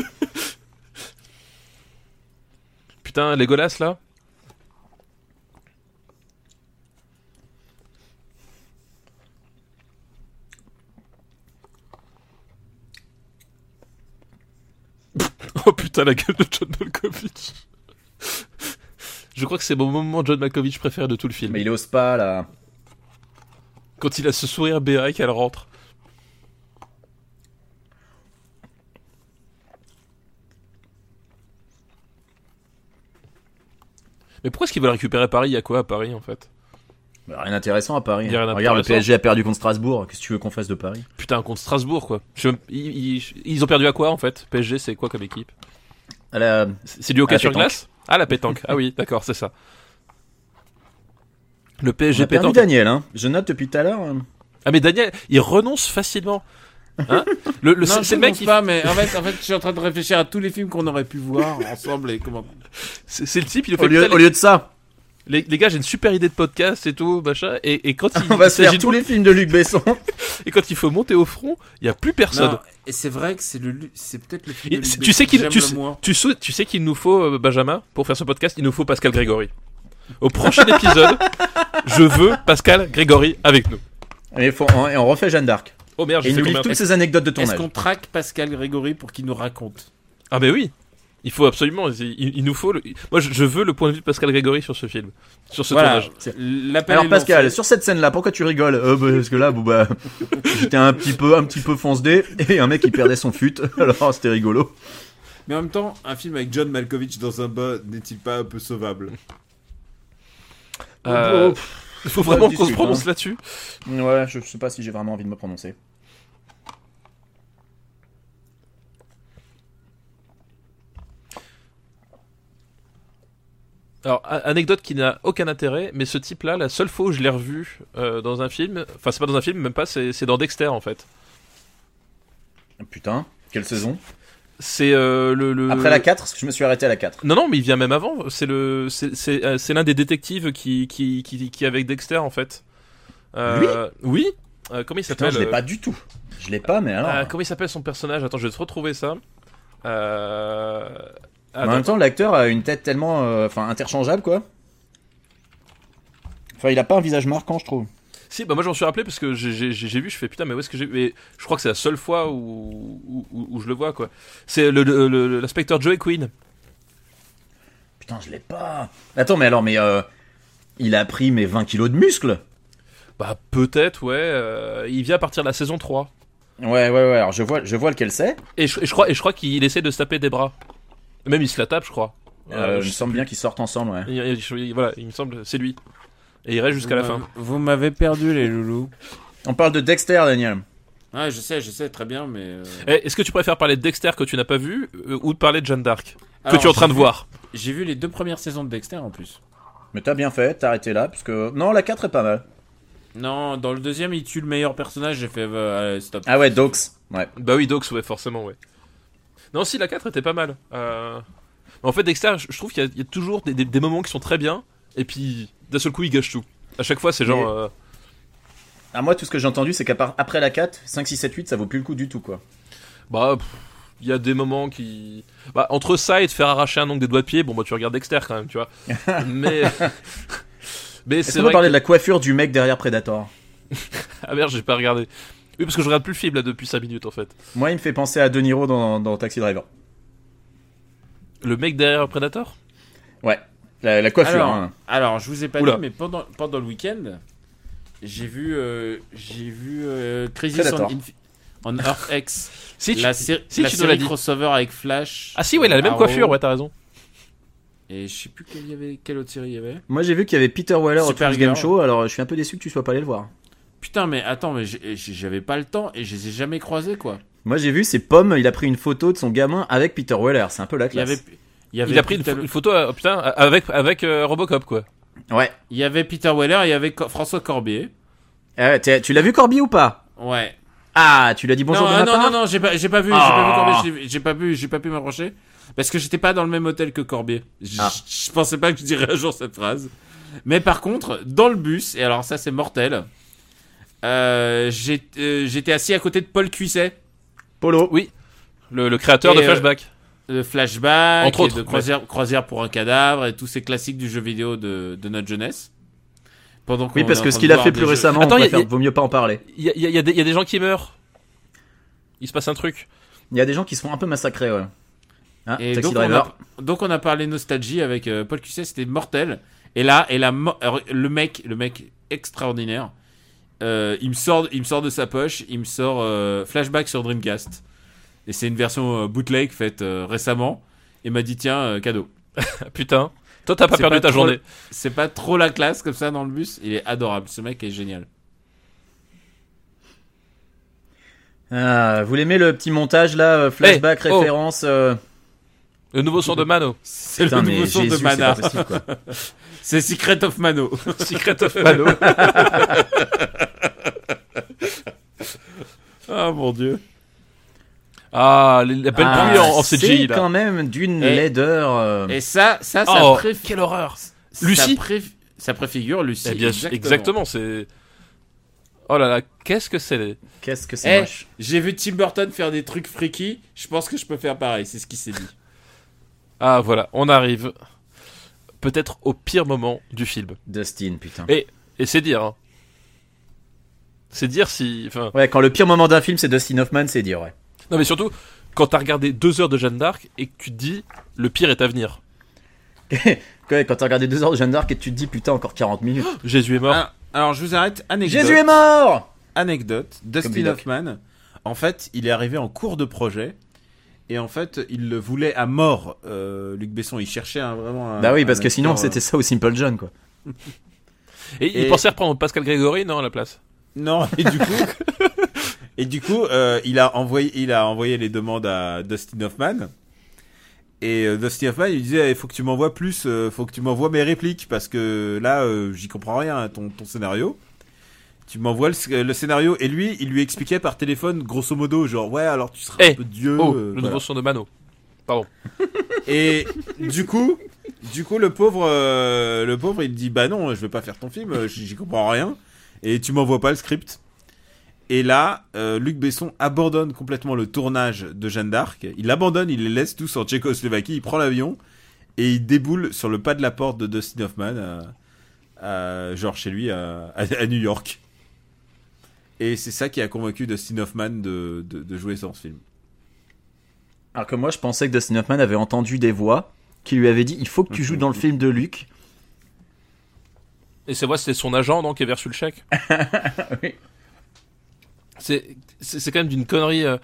C: Putain, Legolas là Oh putain, la gueule de John Malkovich Je crois que c'est mon moment John Malkovich préféré de tout le film.
A: Mais il ose pas, là.
C: Quand il a ce sourire béat et qu'elle rentre. Mais pourquoi est-ce qu'ils veulent récupérer Paris Il y a quoi à Paris en fait
A: Bah, rien d'intéressant à Paris.
C: Il y a rien
A: Regarde, le
C: d'intéressant.
A: PSG a perdu contre Strasbourg. Qu'est-ce que tu veux qu'on fasse de Paris
C: Putain, contre Strasbourg quoi. Je- ils, ils- ils ont perdu à quoi en fait PSG c'est quoi comme équipe
A: à la...
C: C'est c'est du
A: À
C: hockey
A: la
C: sur
A: pétanque.
C: glace Ah la pétanque. Ah oui, d'accord, c'est ça. Le
A: J'ai
C: PSG
A: perdu
C: pétanque.
A: Daniel, hein. Je note depuis tout à l'heure. hein.
C: Ah mais Daniel, il renonce facilement. Hein le, le,
D: Non,
C: c'est-
D: je
C: c'est le mec
D: pense
C: qui
D: pas, mais en fait, en fait, je suis en train de réfléchir à tous les films qu'on aurait pu voir ensemble et comment.
C: c'est c'est le type, il le fait
A: Au lieu,
C: putain,
A: au lieu de ça,
C: Les, les gars, j'ai une super idée de podcast et tout, machin. Et, et quand il,
A: on va
C: il
A: se faire
C: s'agit de
A: tous les films de Luc Besson.
C: mon- et quand il faut monter au front, il y a plus personne.
B: Non, et c'est vrai que c'est le, lu- c'est peut-être le film.
C: Il-
B: de Luc
C: tu sais
B: Besson
C: qu'il
B: que
C: tu,
B: j'aime
C: sais-
B: le moins.
C: tu sais tu sais qu'il nous faut euh, Benjamin pour faire ce podcast, il nous faut Pascal Grégory. Au prochain épisode, je veux Pascal Grégory avec nous.
A: Et, faut- et on refait Jeanne d'Arc.
C: Oh
A: Et
C: merde, j'ai
A: il
C: fait
A: nous livre
C: combien de-
A: toutes ces anecdotes de
D: Est-ce
A: tournage.
D: qu'on traque Pascal Grégory pour qu'il nous raconte
C: Ah ben oui. Il faut absolument il, il- il nous faut le- moi je, je veux le point de vue de Pascal Grégory sur ce film, sur ce
D: Voilà.
C: tournage.
A: C'est-
D: L'appel est
A: Alors
D: lancé.
A: Pascal, sur cette scène-là, pourquoi tu rigoles euh, bah, Parce que là, bon, bah, j'étais un petit peu, un petit peu foncedé et un mec qui perdait son fut. Alors c'était rigolo.
B: Mais en même temps, un film avec John Malkovich dans un bas n'est-il pas un peu sauvable
C: Euh, Il faut vraiment qu'on se
A: discute,
C: prononce
A: Oh, hein.
C: là-dessus.
A: Ouais, je sais pas si j'ai vraiment envie de me prononcer.
C: Alors, a- anecdote qui n'a aucun intérêt, mais ce type-là, la seule fois où je l'ai revu euh, dans un film, enfin, c'est pas dans un film, même pas, c'est c'est dans Dexter en fait.
A: Putain, quelle saison
C: C'est euh, le, le-
A: Après la 4, parce que je me suis arrêté à la 4.
C: Non, non, mais il vient même avant. C'est le, c'est- c'est euh, c'est l'un des détectives qui, qui, qui, qui est avec Dexter en fait. Euh, Oui. Euh, comment il
A: Putain,
C: s'appelle
A: je l'ai
C: euh,
A: pas hein. du tout. Je l'ai pas, mais alors.
C: euh, Comment il s'appelle son personnage Attends, je vais te retrouver ça. Euh...
A: Mais en
C: attends.
A: même temps, l'acteur a une tête tellement, euh, enfin, interchangeable quoi. Enfin, il a pas un visage marquant, je trouve.
C: Si, bah moi j'en suis rappelé parce que j'ai- j'ai j'ai- j'ai vu, je fais putain, mais où est-ce que j'ai vu Et Je crois que c'est la seule fois où, où, où- où je le vois, quoi. C'est le- le- le- l'inspecteur Joey Quinn.
A: Putain, je l'ai pas. Attends, mais alors, mais euh, il a pris mes 20 kilos de muscles.
C: Bah peut-être, ouais. euh, il vient à partir de la saison 3.
A: Ouais, ouais, ouais. Alors, je vois, je vois lequel c'est.
C: Et je, et je crois, et je crois qu'il essaie de se taper des bras. Même il se la tape, je crois.
A: Euh,
C: Euh,
A: il me
C: je-
A: semble bien qu'ils sortent ensemble, ouais.
C: il- il- je- voilà, il me semble, c'est lui. Et il reste jusqu'à la
D: Vous
C: fin.
D: m'avez- Vous m'avez perdu, les loulous.
A: On parle de Dexter, Daniel.
D: Ah, je sais, je sais, très bien, mais. euh,
C: Eh, Est-ce que tu préfères parler de Dexter que tu n'as pas vu euh, ou de parler de Jeanne d'Arc que
D: alors,
C: tu es en train
D: j'ai
C: de
D: vu-
C: voir
D: J'ai vu les deux premières saisons de Dexter en plus.
A: Mais t'as bien fait, t'as arrêté là, parce que... Non, la 4 est pas mal.
D: Non, dans le deuxième, il tue le meilleur personnage. J'ai fait, euh, allez, stop.
A: Ah ouais, Dox. Ouais.
C: Bah oui, Dox, ouais, forcément, ouais. Non, si, la 4 était pas mal. Euh, En fait, Dexter, je je trouve qu'il y, a- il y a toujours des, des- des moments qui sont très bien, et puis d'un seul coup, il gâche tout. À chaque fois, c'est genre.
A: Mais-
C: euh,
A: Ah, moi, tout ce que j'ai entendu, c'est qu'à part après la 4, 5, 6, 7, 8, ça vaut plus le coup du tout, quoi.
C: bah, pff, il y a des moments qui. Bah, entre ça et te faire arracher un ongle des doigts de pied, bon, bah, tu regardes Dexter quand même, tu vois. Mais. Mais
A: Est-ce
C: c'est
A: qu'on peut
C: vrai.
A: parler
C: que-
A: de la coiffure du mec derrière Predator
C: Ah merde, j'ai pas regardé. Oui, parce que je regarde plus le film là depuis 5 minutes en fait.
A: Moi, il me fait penser à De Niro dans, dans Taxi Driver.
C: Le mec derrière Predator
A: Ouais. La, la coiffure,
D: Alors,
A: hein.
D: alors, je vous ai pas
C: Oula.
D: dit, mais pendant, pendant le week-end, j'ai vu, euh, j'ai vu euh, Crisis on,
A: Predator.
D: Infi- on Earth X,
C: Si, tu-
D: la, sé-
C: si,
D: la
C: tu nous l'as
D: série
C: dit.
D: crossover avec Flash.
C: Ah si, ouais, il a la même
D: Arrow,
C: coiffure, ouais, t'as raison.
D: Et je sais plus quelle, y avait, quelle autre série il y avait.
A: Moi, j'ai vu qu'il y avait Peter Weller au
D: Supergirl.
A: Twitch Game Show, alors je suis un peu déçu que tu sois pas allé le voir.
D: Putain, mais attends, mais j'ai- j'ai- j'avais pas le temps et je les ai jamais croisés quoi.
A: Moi, j'ai vu, c'est Pomme, il a pris une photo de son gamin avec Peter Weller. C'est un peu la
D: Il y
A: classe.
D: avait, il y avait
C: Il a pris une,
D: Peter,
C: pho- une photo, euh, putain, avec, avec euh, Robocop quoi.
A: Ouais.
D: il y avait Peter Weller, il y avait Co- François Corbier.
A: Ah ouais, t'es- tu l'as vu, Corby, ou pas
D: Ouais.
A: Ah, tu l'as dit bonjour
D: non,
A: de
D: ah,
A: ma
D: non,
A: part
C: Ah.
D: non, non, j'ai pas, j'ai pas vu, j'ai pas vu Corbier, j'ai j'ai pas vu, j'ai pas pu m'approcher. Parce que j'étais pas dans le même hôtel que Corbier. Je,
A: Ah.
D: je pensais pas que je dirais un jour cette phrase. Mais par contre, dans le bus, et alors ça c'est mortel, euh, j'ai- euh, j'étais assis à côté de Paul Cuisset,
A: Polo.
C: Oui. Le, le créateur
D: Et,
C: de
D: euh,
C: Flashback.
D: de Flashback,
C: Entre
D: et
C: autres,
D: de
C: ouais.
D: croisière, Croisière pour un cadavre, et tous ces classiques du jeu vidéo de, de notre jeunesse. Pendant
A: Oui,
D: qu'on
A: parce
D: est en
A: que ce
D: train de
A: qu'il a
D: voir
A: fait
D: des
A: plus
D: jeux-
A: récemment,
C: Attends,
A: on
C: y a-
A: préfère-
C: y a-
A: vaut mieux pas en parler.
C: Il y a, il y a des- il y a des gens qui meurent. Il se passe un truc.
A: Il y a des gens qui se font un peu massacrer, ouais. Hein,
D: Et
A: Taxi
D: donc, on
A: Driver.
D: a, donc on a parlé nostalgie avec euh, Paul Cusset, c'était mortel. Et là, et la mo- alors, le mec, le mec extraordinaire, euh, il me sort, il me sort de sa poche, il me sort euh, Flashback sur Dreamcast. Et c'est une version euh, bootleg faite euh, récemment. Et m'a dit tiens euh, cadeau.
C: Ah, Putain. Toi, t'as pas
D: C'est
C: perdu
D: pas
C: ta
D: trop-
C: journée.
D: C'est pas trop la classe comme ça dans le bus. Il est adorable, ce mec est génial.
A: Ah, vous l'aimez le petit montage là, euh, flashback,
C: Eh, oh.
A: référence. euh,
C: Le nouveau son de Mano.
D: C'est
A: Putain,
D: le
A: mais
D: nouveau son
A: Jésus,
D: de
A: c'est
D: Mana.
A: pas possible, quoi.
D: C'est Secret of Mano.
C: Secret of
B: Bah,
C: Mano.
D: ah mon dieu.
C: Ah, les- la belle
A: Ah,
C: pluie en, en
A: C'est
C: CGI là.
A: quand même d'une
D: Et-
A: laideur. euh,
D: Et ça, ça, ça,
C: Oh,
D: pré-
C: quelle horreur.
D: ça
C: Lucie
D: pré- ça préfigure Lucie.
C: Eh bien, exactement. c'est. Oh là là, qu'est-ce que c'est les-
A: Qu'est-ce que c'est
D: Eh,
A: moche.
D: J'ai vu Tim Burton faire des trucs freaky, je pense que je peux faire pareil, c'est ce qui s'est dit.
C: Ah voilà, on arrive. Peut-être au pire moment du film.
A: Dustin, putain.
C: Et, et c'est dire. hein. C'est dire si. Enfin,
A: Ouais, quand le pire moment d'un film, c'est Dustin Hoffman, c'est dire, ouais.
C: non mais surtout quand t'as regardé deux heures de Jeanne d'Arc et que tu te dis le pire est à venir.
A: Ouais, Quand t'as regardé deux heures de Jeanne d'Arc et tu te dis putain, encore 40 minutes.
C: Jésus est mort.
B: Ah, alors je vous arrête. Anecdote.
A: Jésus est mort
B: Anecdote. Dustin
A: Bidoc.
B: Hoffman. En fait, il est arrivé en cours de projet. Et en fait, il le voulait à mort. Euh, Luc Besson, il cherchait un- vraiment. un-
A: Bah oui,
B: un
A: parce que
B: acteur,
A: sinon,
B: euh,
A: c'était ça au Simple John, quoi.
C: et, il
B: et-
C: pensait reprendre Pascal Grégory non à la place.
B: Non. Et du coup, et du coup, euh, il a envoyé, il a envoyé les demandes à Dustin Hoffman. Et euh, Dustin Hoffman, il disait, il faut que tu m'envoies plus, euh, faut que tu m'envoies mes répliques parce que là, euh, j'y comprends rien à ton, ton scénario. Tu m'envoies le, sc- le scénario et lui, il lui expliquait par téléphone, grosso modo, genre ouais, alors tu seras
C: Eh,
B: un peu Dieu.
C: Oh,
B: euh,
C: le
B: voilà.
C: nouveau son de Mano.
B: Et du coup, du coup, le pauvre, euh, le pauvre, il dit bah non, je vais pas faire ton film, euh, j'y j'y comprends rien, et tu m'envoies pas le script. Et là, euh, Luc Besson abandonne complètement le tournage de Jeanne d'Arc. Il abandonne, il les laisse tous en Tchécoslovaquie, il prend l'avion et il déboule sur le pas de la porte de Dustin Hoffman, euh, euh, genre chez lui euh, à, à New York. Et c'est ça qui a convaincu Dustin Hoffman de, de, de jouer dans ce film.
A: Alors que moi, je pensais que Dustin Hoffman avait entendu des voix qui lui avaient dit il faut que tu joues dans le film de Luc.
C: Et c'est vrai, c'est son agent donc qui a versé le chèque.
A: Oui.
C: C'est c'est c'est quand même d'une connerie euh,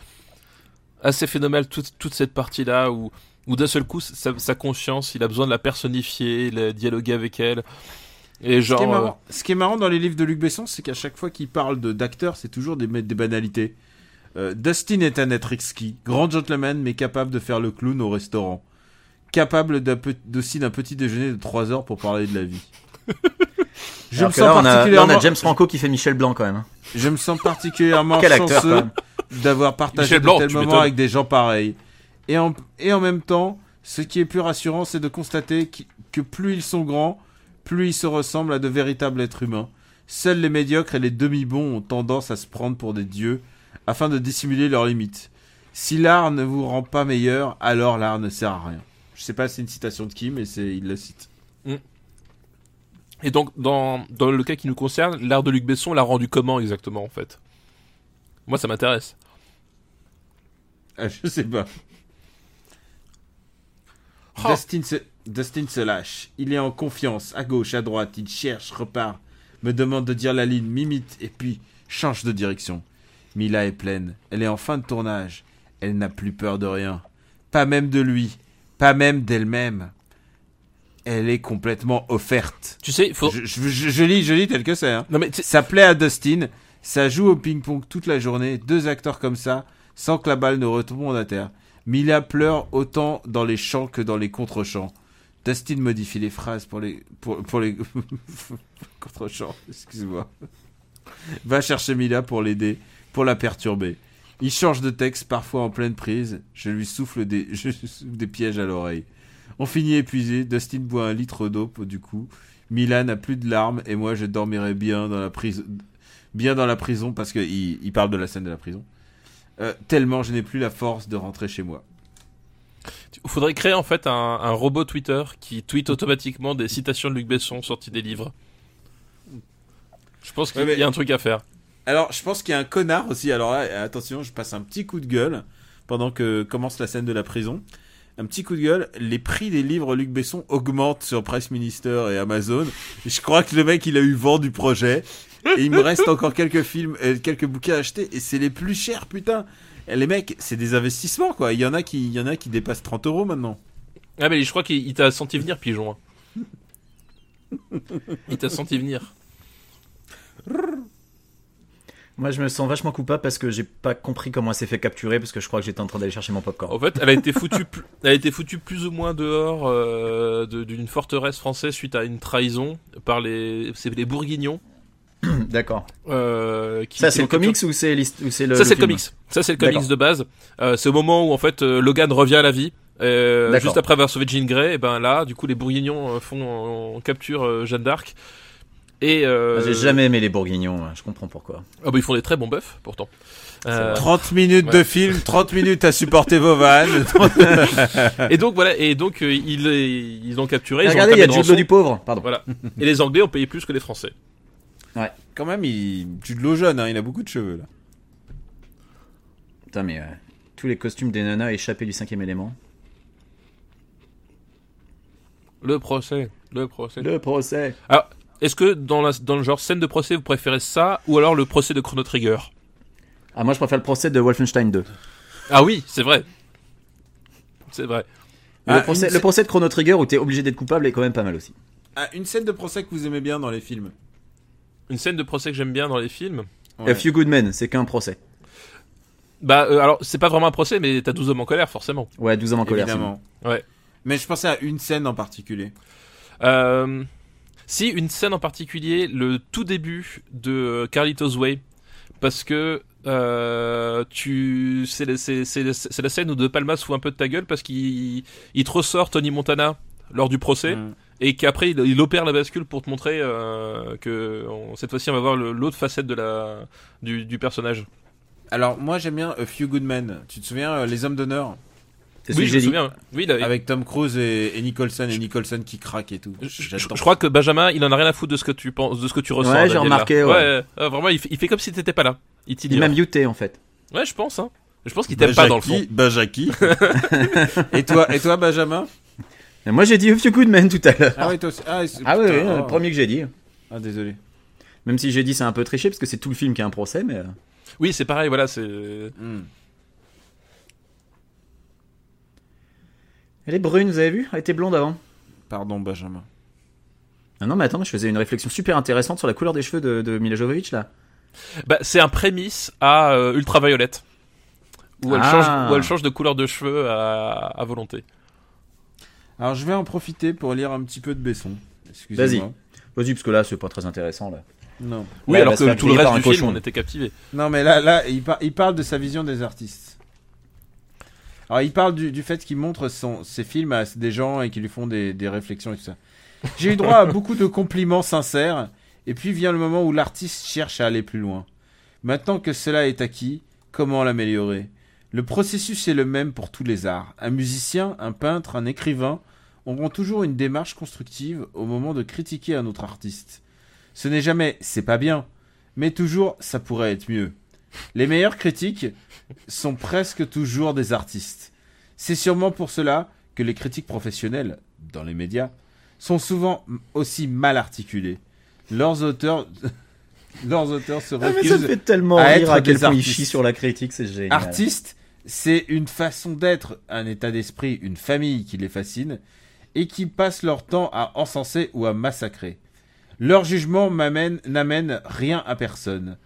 C: assez phénoménale toute toute cette partie là où où d'un seul coup sa, sa conscience, il a besoin de la personnifier, de dialoguer avec elle. Et
B: Ce qui, est
C: genre, euh,
B: marrant,
A: euh,
B: ce qui est marrant dans les livres de Luc Besson, c'est qu'à chaque fois qu'il parle de- d'acteurs, c'est toujours des, des banalités. Euh, Dustin est un être exquis, grand gentleman, mais capable de faire le clown au restaurant. Capable d'un pe- d'aussi d'un petit déjeuner de 3 heures pour parler de la vie. Je
A: Alors
B: me
A: que là,
B: sens
A: on a, là, on
B: particulièrement,
A: a James Franco qui fait Michel Blanc quand même. hein.
B: je me sens particulièrement
A: Quel acteur, quand
B: chanceux
A: même.
B: d'avoir partagé
C: Michel
B: de
C: Blanc,
B: tels
C: tu
B: moments
C: m'étonnes.
B: avec des gens pareils. Et en, et en même temps, ce qui est plus rassurant, c'est de constater qui- que plus ils sont grands, plus ils se ressemblent à de véritables êtres humains. Seuls les médiocres et les demi-bons ont tendance à se prendre pour des dieux afin de dissimuler leurs limites. Si l'art ne vous rend pas meilleur, alors l'art ne sert à rien. Je sais pas si c'est une citation de qui, mais c'est, il la cite.
C: Et donc, dans, dans le cas qui nous concerne, l'art de Luc Besson l'a rendu comment exactement en fait Moi, ça m'intéresse.
B: Ah, je sais pas.
C: Oh.
B: Dustin, se... Dustin se lâche. Il est en confiance. À gauche, à droite, il cherche, repart. Me demande de dire la ligne, m'imite, et puis change de direction. Mila est pleine. Elle est en fin de tournage. Elle n'a plus peur de rien. Pas même de lui. Pas même d'elle-même. Elle est complètement offerte.
C: Tu sais, il faut.
B: Je, je- je- je lis, je lis tel que c'est. hein.
C: Non mais tu sais-
B: Ça plaît à Dustin. Ça joue au ping-pong toute la journée. Deux acteurs comme ça, sans que la balle ne retombe à terre. Mila pleure autant dans les champs que dans les contre-champs. Dustin modifie les phrases pour les pour, pour les contre-champs. Excuse-moi. Va chercher Mila pour l'aider, pour la perturber.
D: Il change de texte parfois en pleine prise. Je lui souffle des, je lui souffle des pièges à l'oreille. On finit épuisé. Dustin boit un litre d'eau pour- du coup. Milan a plus de larmes et moi je dormirai bien dans la prison, bien dans la prison parce que il, il parle de la scène de la prison. Euh, tellement je n'ai plus la force de rentrer chez moi.
C: Il faudrait créer en fait un, un robot Twitter qui tweet automatiquement des citations de Luc Besson sorties des livres. Je pense qu'il
B: Ouais, mais-
C: y a un truc à faire.
B: Alors, je pense qu'il y a un connard aussi. Alors là, attention, je passe un petit coup de gueule pendant que commence la scène de la prison. Un petit coup de gueule, les prix des livres Luc Besson augmentent sur Press Minister et Amazon. Je crois que le mec, il a eu vent du projet. Et il me reste encore quelques films, euh, quelques bouquins à acheter et c'est les plus chers, putain. Et les mecs, c'est des investissements quoi. Il y en a qui, il y en a qui dépassent 30 euros maintenant.
C: Ah mais je crois qu'il il t'a senti venir, pigeon. hein. Il t'a senti venir.
A: Moi, je me sens vachement coupable parce que j'ai pas compris comment elle s'est fait capturer parce que je crois que j'étais en train d'aller chercher mon popcorn.
C: En fait, elle a été foutue, pl- elle a été foutue plus ou moins dehors euh, de- d'une forteresse française suite à une trahison par les, c'est les Bourguignons.
A: Oh, D'accord.
C: euh, qui-
A: Ça,
C: qui
A: c'est
C: l'ont
A: le comics ou c'est l'hist- ou c'est le.
C: Ça c'est le
A: film
C: comics. Ça c'est le
A: D'accord.
C: comics de base. Euh, c'est au moment où en fait euh, Logan revient à la vie. Euh,
A: D'accord.
C: juste après avoir sauvé Jean Grey, et ben là, du coup, les Bourguignons euh, font, on capture euh, Jeanne d'Arc. Et euh,
A: Ah, J'ai jamais aimé les bourguignons, hein, je comprends pourquoi.
C: ah bah, ils font des très bons bœufs pourtant. Euh,
D: 30 minutes
C: Ouais.
D: de film, 30 minutes à supporter vos vannes.
C: et donc voilà, et donc euh, ils ils l'ont capturé.
A: Et
C: ils ont
A: regardez, il y a
C: entamé
A: Jude
C: une
A: Law du pauvre, pardon.
C: Voilà. rançon. Et les Anglais ont payé plus que les Français.
B: Quand même, il, tu de l'eau jeune, hein, il a beaucoup de cheveux là.
A: Putain, mais euh, tous les costumes des nanas échappés du cinquième élément.
C: Le procès, le procès.
A: Le procès.
C: Est-ce que dans la, dans le genre scène de procès, vous préférez ça ou alors le procès de Chrono Trigger
A: Ah, moi, je préfère le procès de Wolfenstein 2.
C: Ah oui, c'est vrai. C'est vrai.
B: Ah,
A: le, procès,
B: une-
A: le procès de Chrono Trigger où t'es obligé d'être coupable est quand même pas mal aussi.
B: Ah, une scène de procès que vous aimez bien dans les films.
C: Une scène de procès que j'aime bien dans les films.
B: Ouais.
A: A Few Good Men, c'est qu'un procès.
C: Bah euh, alors c'est pas vraiment un procès, mais t'as 12 hommes en colère forcément.
A: Ouais, 12 hommes en colère.
B: Évidemment.
C: bon. Ouais.
B: Mais je pensais à une scène en particulier.
C: Euh, si une scène en particulier, le tout début de euh, Carlitos Way, parce que euh, tu c'est la, c'est- c'est- c'est la scène où De Palma se fout un peu de ta gueule parce qu'il il te ressort Tony Montana lors du procès.
D: Mm.
C: Et qu'après il, il opère la bascule pour te montrer euh, que on- cette fois-ci on va voir le- l'autre facette de la du, du personnage.
B: Alors moi j'aime bien A Few Good Men. Tu te souviens euh, Les Hommes d'honneur
A: C'est
C: oui,
A: celui que
C: je me
A: j'ai dit.
C: souviens. Oui, il a-
B: avec Tom Cruise et, et Nicholson et Nicholson qui craque et tout.
C: Je, je-
B: J'adore.
C: je crois que Benjamin, il en a rien à foutre de ce que tu penses, de ce que tu ressens.
A: Ouais, j'ai
C: Daniel,
A: remarqué,
C: là.
A: ouais.
C: euh, vraiment, il fait, il fait comme si t'étais pas là. Il
A: Il
C: t'ignore.
A: m'a muté en fait.
C: Ouais, je pense. Hein. Je pense qu'il t'aime pas dans le fond.
B: Bah Jackie.
D: Et toi, et toi, Benjamin
A: Mais moi j'ai dit A Few Good Men tout à l'heure.
B: ah oui toi aussi. Ah, c'est-
A: Ah oui,
B: putain,
A: oui,
B: oh.
A: le premier que j'ai dit.
B: Ah désolé.
A: Même si j'ai dit c'est un peu triché parce que c'est tout le film qui a un procès, mais. euh,
C: Oui, c'est pareil. Voilà, c'est.
B: Hmm.
A: Elle est brune, vous avez vu Elle était blonde avant.
B: Pardon Benjamin.
A: Ah non, mais attends, je faisais une réflexion super intéressante sur la couleur des cheveux de, de Mila Jovovich là.
C: Bah, c'est un prémisse à euh, Ultraviolette, où elle
A: Ah.
C: change, où elle change de couleur de cheveux à, à volonté.
B: Alors je vais en profiter pour lire un petit peu de Besson. Excusez-moi.
A: Vas-y, parce que là c'est pas très intéressant là.
B: Non.
C: Oui,
A: Ouais, elle
C: alors
A: va se
C: que
A: faire
C: tout le
A: griller
C: reste
A: par un
C: du film,
A: cochon.
C: on était captivés.
B: Non mais là là il, par- il parle de sa vision des artistes. Alors il parle du, du fait qu'il montre son, ses films à des gens et qu'ils lui font des, des réflexions et tout ça. J'ai eu droit à beaucoup de compliments sincères et puis vient le moment où l'artiste cherche à aller plus loin. Maintenant que cela est acquis, comment l'améliorer Le processus est le même pour tous les arts. Un musicien, un peintre, un écrivain auront toujours une démarche constructive au moment de critiquer un autre artiste. Ce n'est jamais c'est pas bien, mais toujours ça pourrait être mieux. Les meilleures critiques sont presque toujours des artistes. C'est sûrement pour cela que les critiques professionnelles, dans les médias, sont souvent m- aussi mal articulées. Leurs auteurs, leurs auteurs se
A: Ah, mais ça me
B: refusent
A: fait tellement
B: à
A: rire
B: être
A: à quel
B: des
A: point il
B: artistes.
A: chie sur la critique, c'est génial.
B: Artiste, c'est une façon d'être, un état d'esprit, une famille qui les fascine et qui passent leur temps à encenser ou à massacrer. Leur jugement m'amène- n'amène rien à personne.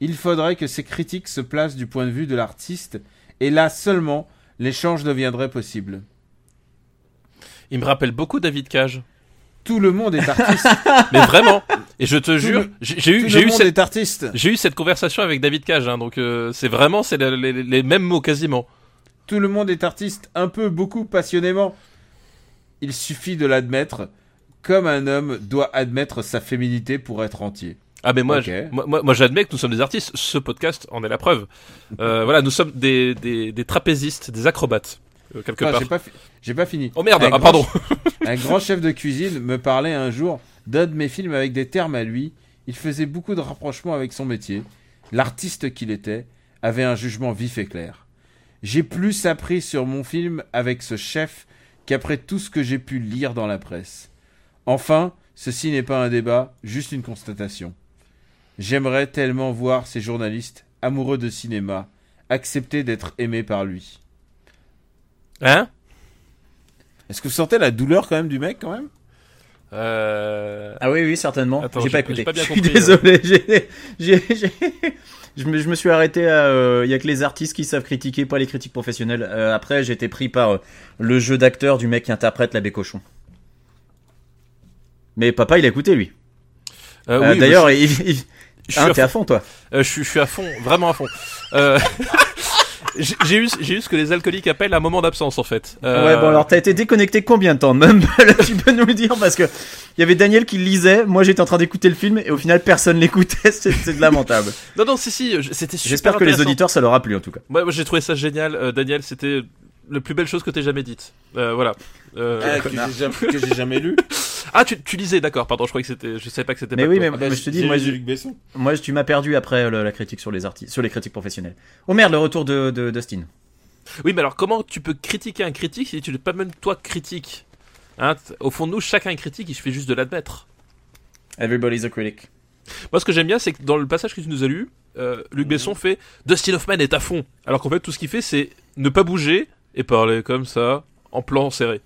B: Il faudrait que ces critiques se placent du point de vue de l'artiste et là seulement l'échange deviendrait possible.
C: Il me rappelle beaucoup David Cage.
B: Tout le monde est artiste.
C: Mais vraiment, Et je te jure,
B: le-
C: j'ai j'ai
B: Tout
C: eu, j'ai
B: le
C: eu
B: monde
C: cette,
B: est artiste.
C: j'ai eu cette conversation avec David Cage, hein, donc euh, c'est vraiment c'est la- les, les mêmes mots quasiment.
B: Tout le monde est artiste, un peu, beaucoup, passionnément. Il suffit de l'admettre, comme un homme doit admettre sa féminité pour être entier.
C: Ah mais moi,
B: Ok.
C: je- moi, moi- moi, j'admets que nous sommes des artistes. Ce podcast en est la preuve. Euh, voilà, nous sommes des, des, des trapézistes, des acrobates euh,
A: Ah,
C: quelque
B: Enfin,
C: part.
B: j'ai pas, fi- j'ai pas fini.
C: Oh merde,
B: Un
C: ah
B: grand-
C: pardon.
B: Un grand chef de cuisine me parlait un jour d'un de mes films avec des termes à lui. Il faisait beaucoup de rapprochements avec son métier. L'artiste qu'il était avait un jugement vif et clair. J'ai plus appris sur mon film avec ce chef qu'après tout ce que j'ai pu lire dans la presse. Enfin, ceci n'est pas un débat, juste une constatation. J'aimerais tellement voir ces journalistes, amoureux de cinéma, accepter d'être aimés par lui.
C: Hein
B: Est-ce que vous sentez la douleur quand même du mec quand même
C: euh...
A: Ah oui, oui, certainement.
C: Attends,
A: J'ai pas
C: j'ai-
A: écouté.
C: j'ai pas bien
A: je suis
C: compris, euh.
A: désolé. j'ai- j'ai- j'ai- Je, me, je me suis arrêté à. euh, Il y a que les artistes qui savent critiquer, pas les critiques professionnelles. Euh, après, j'étais pris par euh, le jeu d'acteur du mec qui interprète l'abbé Cochon. Mais papa, il a écouté lui.
C: euh,
A: Euh,
C: oui,
A: D'ailleurs, il- il-
C: je, je
A: hein,
C: suis à
A: t'es à fond toi.
C: Euh, je, suis- je suis à fond, vraiment à fond. Euh, j'ai j'ai eu, j'ai eu ce que les alcooliques appellent un moment d'absence en fait. Euh,
A: Ouais, bon alors t'as été déconnecté combien de temps même Tu peux nous le dire parce que il y avait Daniel qui lisait, moi j'étais en train d'écouter le film et au final personne l'écoutait, c'est c'est lamentable.
C: Non, non, si, si, je- c'était super.
A: J'espère que les
C: intéressant.
A: auditeurs ça leur a plu en tout cas.
C: Moi, moi, j'ai trouvé ça génial, euh, Daniel, c'était la plus belle chose que t'aies jamais dite. Euh, voilà. Euh,
B: Ah, que j'ai jamais, que j'ai jamais lu.
C: Ah, tu, tu lisais, d'accord, pardon, je croyais que c'était. Je savais pas que c'était
A: Mais
C: pas
A: oui,
C: toi.
B: Ah,
A: mais
B: bah,
A: moi, je te dis, moi, je-
B: Besson.
A: Moi, tu m'as perdu après le- la critique sur les artistes, sur les critiques professionnelles. Oh merde, le retour de, de Dustin.
C: Oui, mais alors comment tu peux critiquer un critique si tu n'es pas même toi critique Hein, t- Au fond de nous, chacun est critique, il suffit juste de l'admettre.
A: Everybody's a critic.
C: Moi, ce que j'aime bien, c'est que dans le passage que tu nous as lu, euh,
A: Mhm.
C: Luc Besson fait Dustin Hoffman est à fond. Alors qu'en fait, tout ce qu'il fait, c'est ne pas bouger et parler comme ça, en plan serré.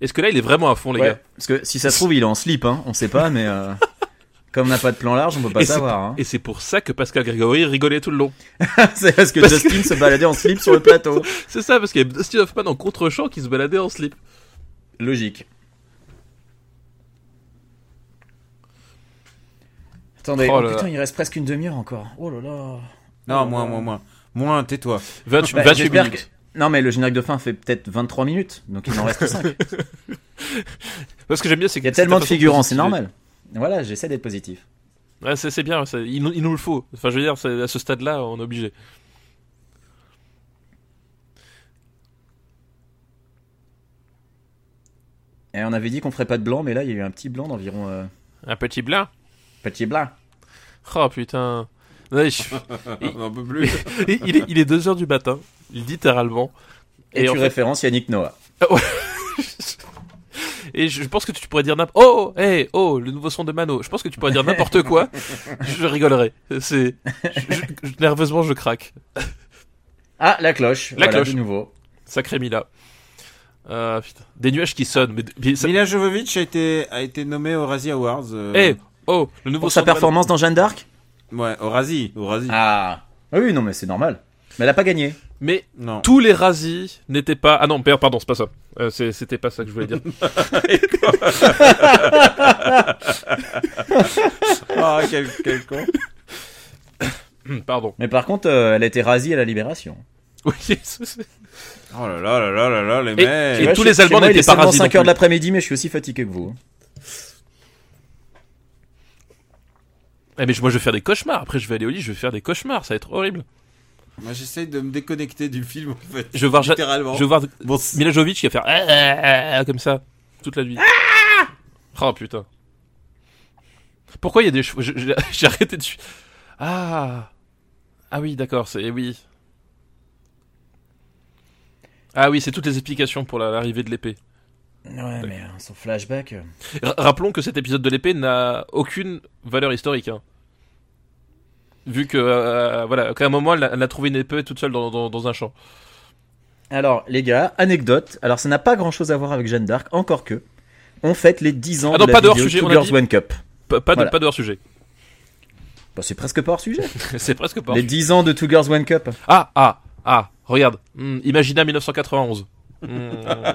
C: Est-ce que là, il est vraiment à fond, les gars
A: Parce que si ça se trouve, il est en slip, hein. On sait pas, mais euh, comme on n'a pas de plan large, on peut pas
C: Et c'est-
A: savoir. Hein.
C: Et c'est pour ça que Pascal Grégory rigolait tout le long.
A: C'est parce que
C: parce
A: Dustin se baladait en slip sur le plateau.
C: C'est ça, parce qu'il y avait Dustin Hoffman en contre-champ qui se baladait en slip.
A: Logique. Attendez,
C: Oh
A: oh
C: là là.
A: putain, il reste presque une demi-heure encore. Oh là là.
B: Non, moins, moins, moins. Moins, tais-toi.
C: 28,
A: Bah,
C: 28
A: j'espère
C: minutes.
A: que- Non, mais le générique de fin fait peut-être 23 minutes, donc il en reste 5.
C: Moi, ce que j'aime bien, c'est
A: Il
C: qu'il
A: y a tellement de figurants, c'est normal. Voilà, j'essaie d'être positif.
C: Ouais, c'est c'est bien, c'est- il, nous- il nous le faut. Enfin, je veux dire, c'est- à ce stade-là, on est obligé.
A: Et on avait dit qu'on ferait pas de blanc, mais là il y a eu un petit blanc d'environ euh,
C: Un petit blanc
A: petit blanc.
C: Oh putain. Ouais, je-
B: On n'en peut Ah, plus.
C: il, il est, il est 2h du matin, littéralement.
A: Et,
C: en
A: tu
C: fait-
A: références Yannick Noah.
C: Et je je pense que tu pourrais dire n'importe. Oh, hey, oh, le nouveau son de Mano. Je pense que tu pourrais dire n'importe quoi. Je rigolerais. C'est je- je- nerveusement je craque.
A: Ah la cloche.
C: La
A: voilà,
C: cloche.
A: De nouveau.
C: Sacré Mila. Euh, putain. Des nuages qui sonnent. Mais, mais ça-
B: Mila Jovovich a été, a été nommée aux Razzie Awards. euh,
C: Hey, oh, le nouveau
A: Pour
C: son
A: sa
C: de Mano.
A: performance dans Jeanne d'Arc.
B: Ouais, aux Razzie. aux Razzie.
A: Ah. Ah oui non mais c'est normal. Mais elle a pas gagné.
C: Mais
B: Non.
C: tous les Razzies n'étaient pas. Ah non, père, pardon, c'est pas ça. Euh, c'est- C'était pas ça que je voulais dire.
B: Ah, quel, quel con.
C: Hum, pardon.
A: Mais par contre euh, elle a été rasie à la Libération.
C: Oui, c'est- c'est-
B: Oh là là là là là là, les
C: Et-
B: mecs.
C: et-
A: Ouais,
C: tous
A: chez-
C: les Allemands
A: chez moi, il
C: n'étaient
A: est
C: pas
A: seulement
C: rasis
A: 5
C: non
A: heures
C: plus.
A: de l'après-midi mais je suis aussi fatigué que vous. hein.
C: Eh, mais je- moi je vais faire des cauchemars. Après, je vais aller au lit, je vais faire des cauchemars. Ça va être horrible.
B: Moi, j'essaye de me déconnecter du film, en fait.
C: Je vais voir, Ja-
B: Littéralement.
C: je vais voir
B: Bon, c'est-
C: Milajovic qui va faire Ah, ah, ah, comme ça toute la nuit. oh putain. Pourquoi il y a des chevaux Je- je- J'ai arrêté de. su- Ah ah oui d'accord c'est eh oui. Ah oui c'est toutes les explications pour la- l'arrivée de l'épée.
A: Ouais mais euh, son flashback. euh.
C: R- rappelons que cet épisode de l'épée n'a aucune valeur historique. hein. Vu que euh, voilà qu'à un moment elle a, elle a trouvé une épée toute seule dans, dans- dans un champ.
A: Alors les gars anecdote. Alors ça n'a pas grand chose à voir avec Jeanne d'Arc encore que. On fête les 10 ans
C: Ah non,
A: de
C: pas
A: la
C: de
A: vidéo
C: hors-sujet,
A: Two
C: on a
A: Girls,
C: dit.
A: One Cup.
C: Pas, pas de
A: Voilà.
C: pas de hors sujet.
A: Bah, c'est presque pas hors sujet.
C: c'est presque pas. hors
A: Les 10 ans de Two Girls One Cup.
C: Ah, ah, ah, regarde. Hmm, Imagina 1991. Mmh.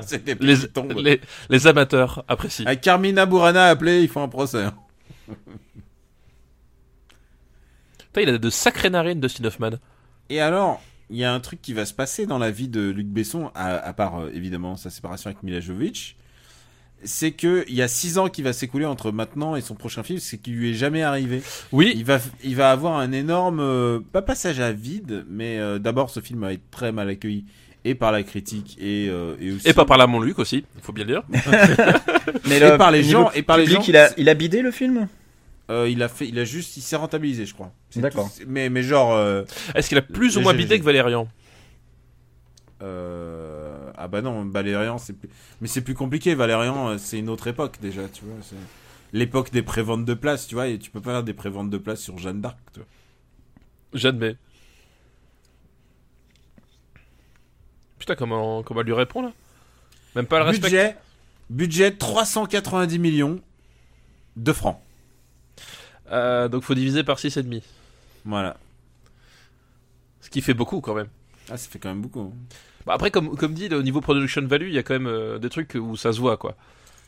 B: C'est des
C: les,
B: petits tombes.
C: les, les amateurs apprécient.
B: Ah, Carmina Burana a appelé, ils font un procès. hein.
C: Putain, il a de sacrées narines, Dustin Hoffman.
B: Et alors, il y a un truc qui va se passer dans la vie de Luc Besson, à, à part euh, évidemment sa séparation avec Mila Jovovich, c'est que il y a six ans qui va s'écouler entre maintenant et son prochain film, c'est qu'il lui est jamais arrivé.
C: Oui,
B: Il va, il va avoir un énorme, euh, pas passage à vide, mais euh, d'abord ce film va être très mal accueilli et par la critique et, euh, et aussi
C: et pas par la Montluc aussi, il faut bien le dire.
A: Mais
B: et par les gens et par les gens.
A: Il a, il a bidé le film
B: Euh, il a fait, il a juste, il s'est rentabilisé, je crois. C'est
A: D'accord.
B: tout. Mais mais genre. euh,
C: Est-ce qu'il a plus ou moins
B: Léger,
C: bidé que Valérian
B: Euh... Ah bah non, Valérian, c'est plus... Mais c'est plus compliqué, Valérian, euh, c'est une autre époque déjà, tu vois. c'est L'époque des préventes de place, tu vois, et tu peux pas faire des préventes de place sur Jeanne d'Arc, tu vois.
C: J'admets. Putain, comment, comment elle lui répond là Même pas le respect.
B: Budget, budget 390 millions de francs.
C: Euh, donc faut diviser par 6,5.
B: Voilà.
C: Ce qui fait beaucoup quand même.
B: Ah, ça fait quand même beaucoup.
C: Bah, après, comme, comme dit, au niveau production value, il y a quand même euh, des trucs où ça se voit quoi.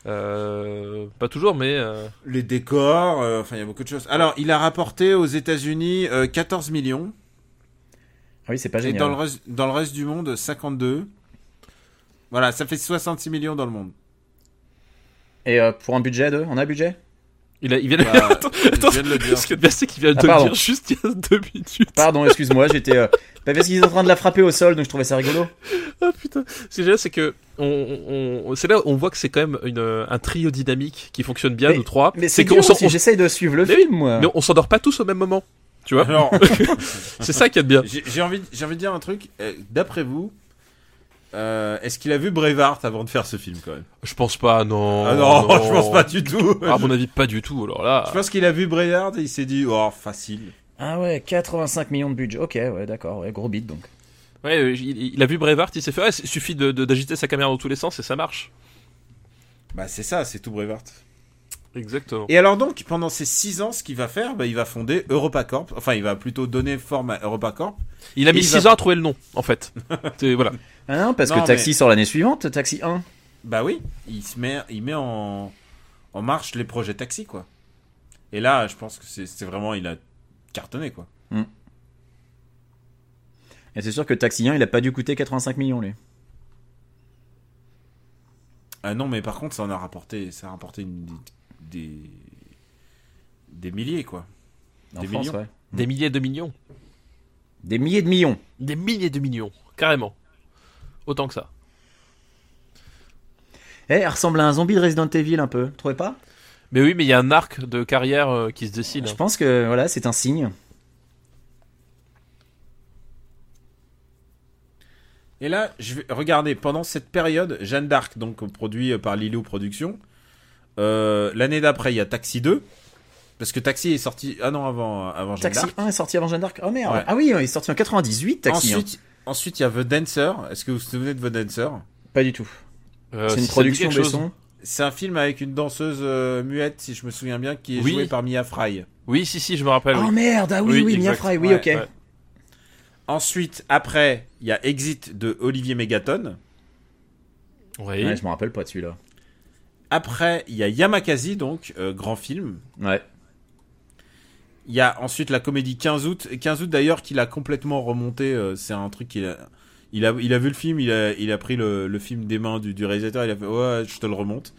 C: Euh, pas toujours, mais. euh,
B: Les décors, euh, enfin, il y a beaucoup de choses. Alors, il a rapporté aux États-Unis euh, 14 millions,
A: Ah Oui, c'est pas
B: et
A: génial.
B: dans le, reste, dans le reste du monde, 52. Voilà, ça fait 66 millions dans le monde.
A: Et euh, pour un budget de On a un budget
C: Il, a, il vient de-
B: Bah,
C: Attends,
B: je viens de le dire.
C: ce qui est bien, c'est qu'il vient de
A: Ah,
C: le
A: pardon. Bah.
C: dire juste il y a deux minutes.
A: Pardon, excuse-moi, j'étais. euh, bah, parce qu'ils étaient en train de la frapper au sol, donc je trouvais ça rigolo.
C: Ah putain, ce qui est génial, c'est que on, on- c'est là où on voit que c'est quand même une, euh, un trio dynamique qui fonctionne bien,
A: Mais-
C: nous trois.
A: Mais c'est
C: qu'on
A: dur
C: s'en-
A: si j'essaye de suivre le
C: Mais
A: film, moi.
C: mais on s'endort pas tous au même moment. Tu
A: Ah,
C: vois
B: Alors,
C: C'est ça qui est bien.
B: J'ai j'ai envie, de- j'ai envie de dire un truc. Euh, D'après vous, euh, est-ce qu'il a vu Brevard avant de faire ce film quand même
C: Je pense pas, non.
B: Ah non, je pense pas du tout.
C: Ah, À mon avis, pas du tout. Alors là,
B: Je pense qu'il a vu Brevard et il s'est dit oh facile.
A: Ah ouais, 85 millions de budget. Ok, ouais, d'accord, ouais, gros bid donc.
C: ouais, euh, il, il a vu Brevart, il s'est fait. Ah, il suffit de- de- d'agiter sa caméra dans tous les sens et ça marche.
B: Bah c'est ça, c'est tout Brevard.
C: Exactement.
B: Et alors donc pendant ces 6 ans, ce qu'il va faire, bah, il va fonder EuropaCorp. Enfin, il va plutôt donner forme à EuropaCorp.
C: Il a mis
B: il
C: 6
B: va-
C: ans à trouver le nom, en fait. C'est- voilà.
A: Ah non, parce
B: Non,
A: que Taxi
B: mais-
A: sort l'année suivante, Taxi 1.
B: Bah oui, il se met, il met en, en marche les projets taxi quoi. Et là, je pense que c'est c'est vraiment il a cartonné quoi.
A: Et c'est sûr que Taxi 1, il a pas dû coûter 85 millions, lui.
B: Ah non, mais par contre, ça en a rapporté, ça a rapporté une- des, des, des milliers, quoi.
A: En
B: Des
A: France,
B: millions.
A: ouais.
C: Des milliers de millions.
A: Des milliers de millions.
C: Des milliers de millions. Carrément. Autant que ça.
A: Eh, elle ressemble à un zombie de Resident Evil un peu, trouvez pas
C: Mais oui, mais il y a un arc de carrière euh, qui se dessine.
A: Je pense que voilà, c'est un signe.
B: Et là, je vais regarder, pendant cette période, Jeanne d'Arc, donc produit euh, par Lilou Productions, euh, l'année d'après, il y a Taxi 2, parce que Taxi est sorti un an avant, avant Jeanne
A: Taxi
B: d'Arc.
A: 1 est sorti avant Jeanne d'Arc. Oh merde.
B: Ouais.
A: Ah oui, il est sorti en 98, Taxi hein. 1.
B: Ensuite, ensuite, il y a The Dancer. Est-ce que vous vous souvenez de The Dancer
A: Pas du tout.
C: Euh,
A: c'est
C: si
A: une
C: ça
A: production
C: dit quelque chose.
A: Besson.
B: C'est un film avec une danseuse euh, muette, si je me souviens bien, qui est
C: Oui.
B: jouée par Mia Fry.
C: Oui, si, si, je me rappelle.
A: Oh
C: oui.
A: merde, ah oui,
C: Oui,
A: oui, Mia
C: exact.
A: Fry, oui,
B: Ouais,
A: ok.
C: ouais.
B: Ensuite, après, il y a Exit de Olivier Megaton.
C: Oui.
A: Ouais, je me rappelle pas de celui-là.
B: Après, il y a Yamakasi, donc, euh, grand film.
A: Ouais.
B: Il y a ensuite la comédie 15 août. 15 août, d'ailleurs, qu'il a complètement remonté. euh, c'est un truc qu'il a... Il a, il a vu le film, il a, il a pris le, le film des mains du, du réalisateur, il a fait Ouais, je te le remonte.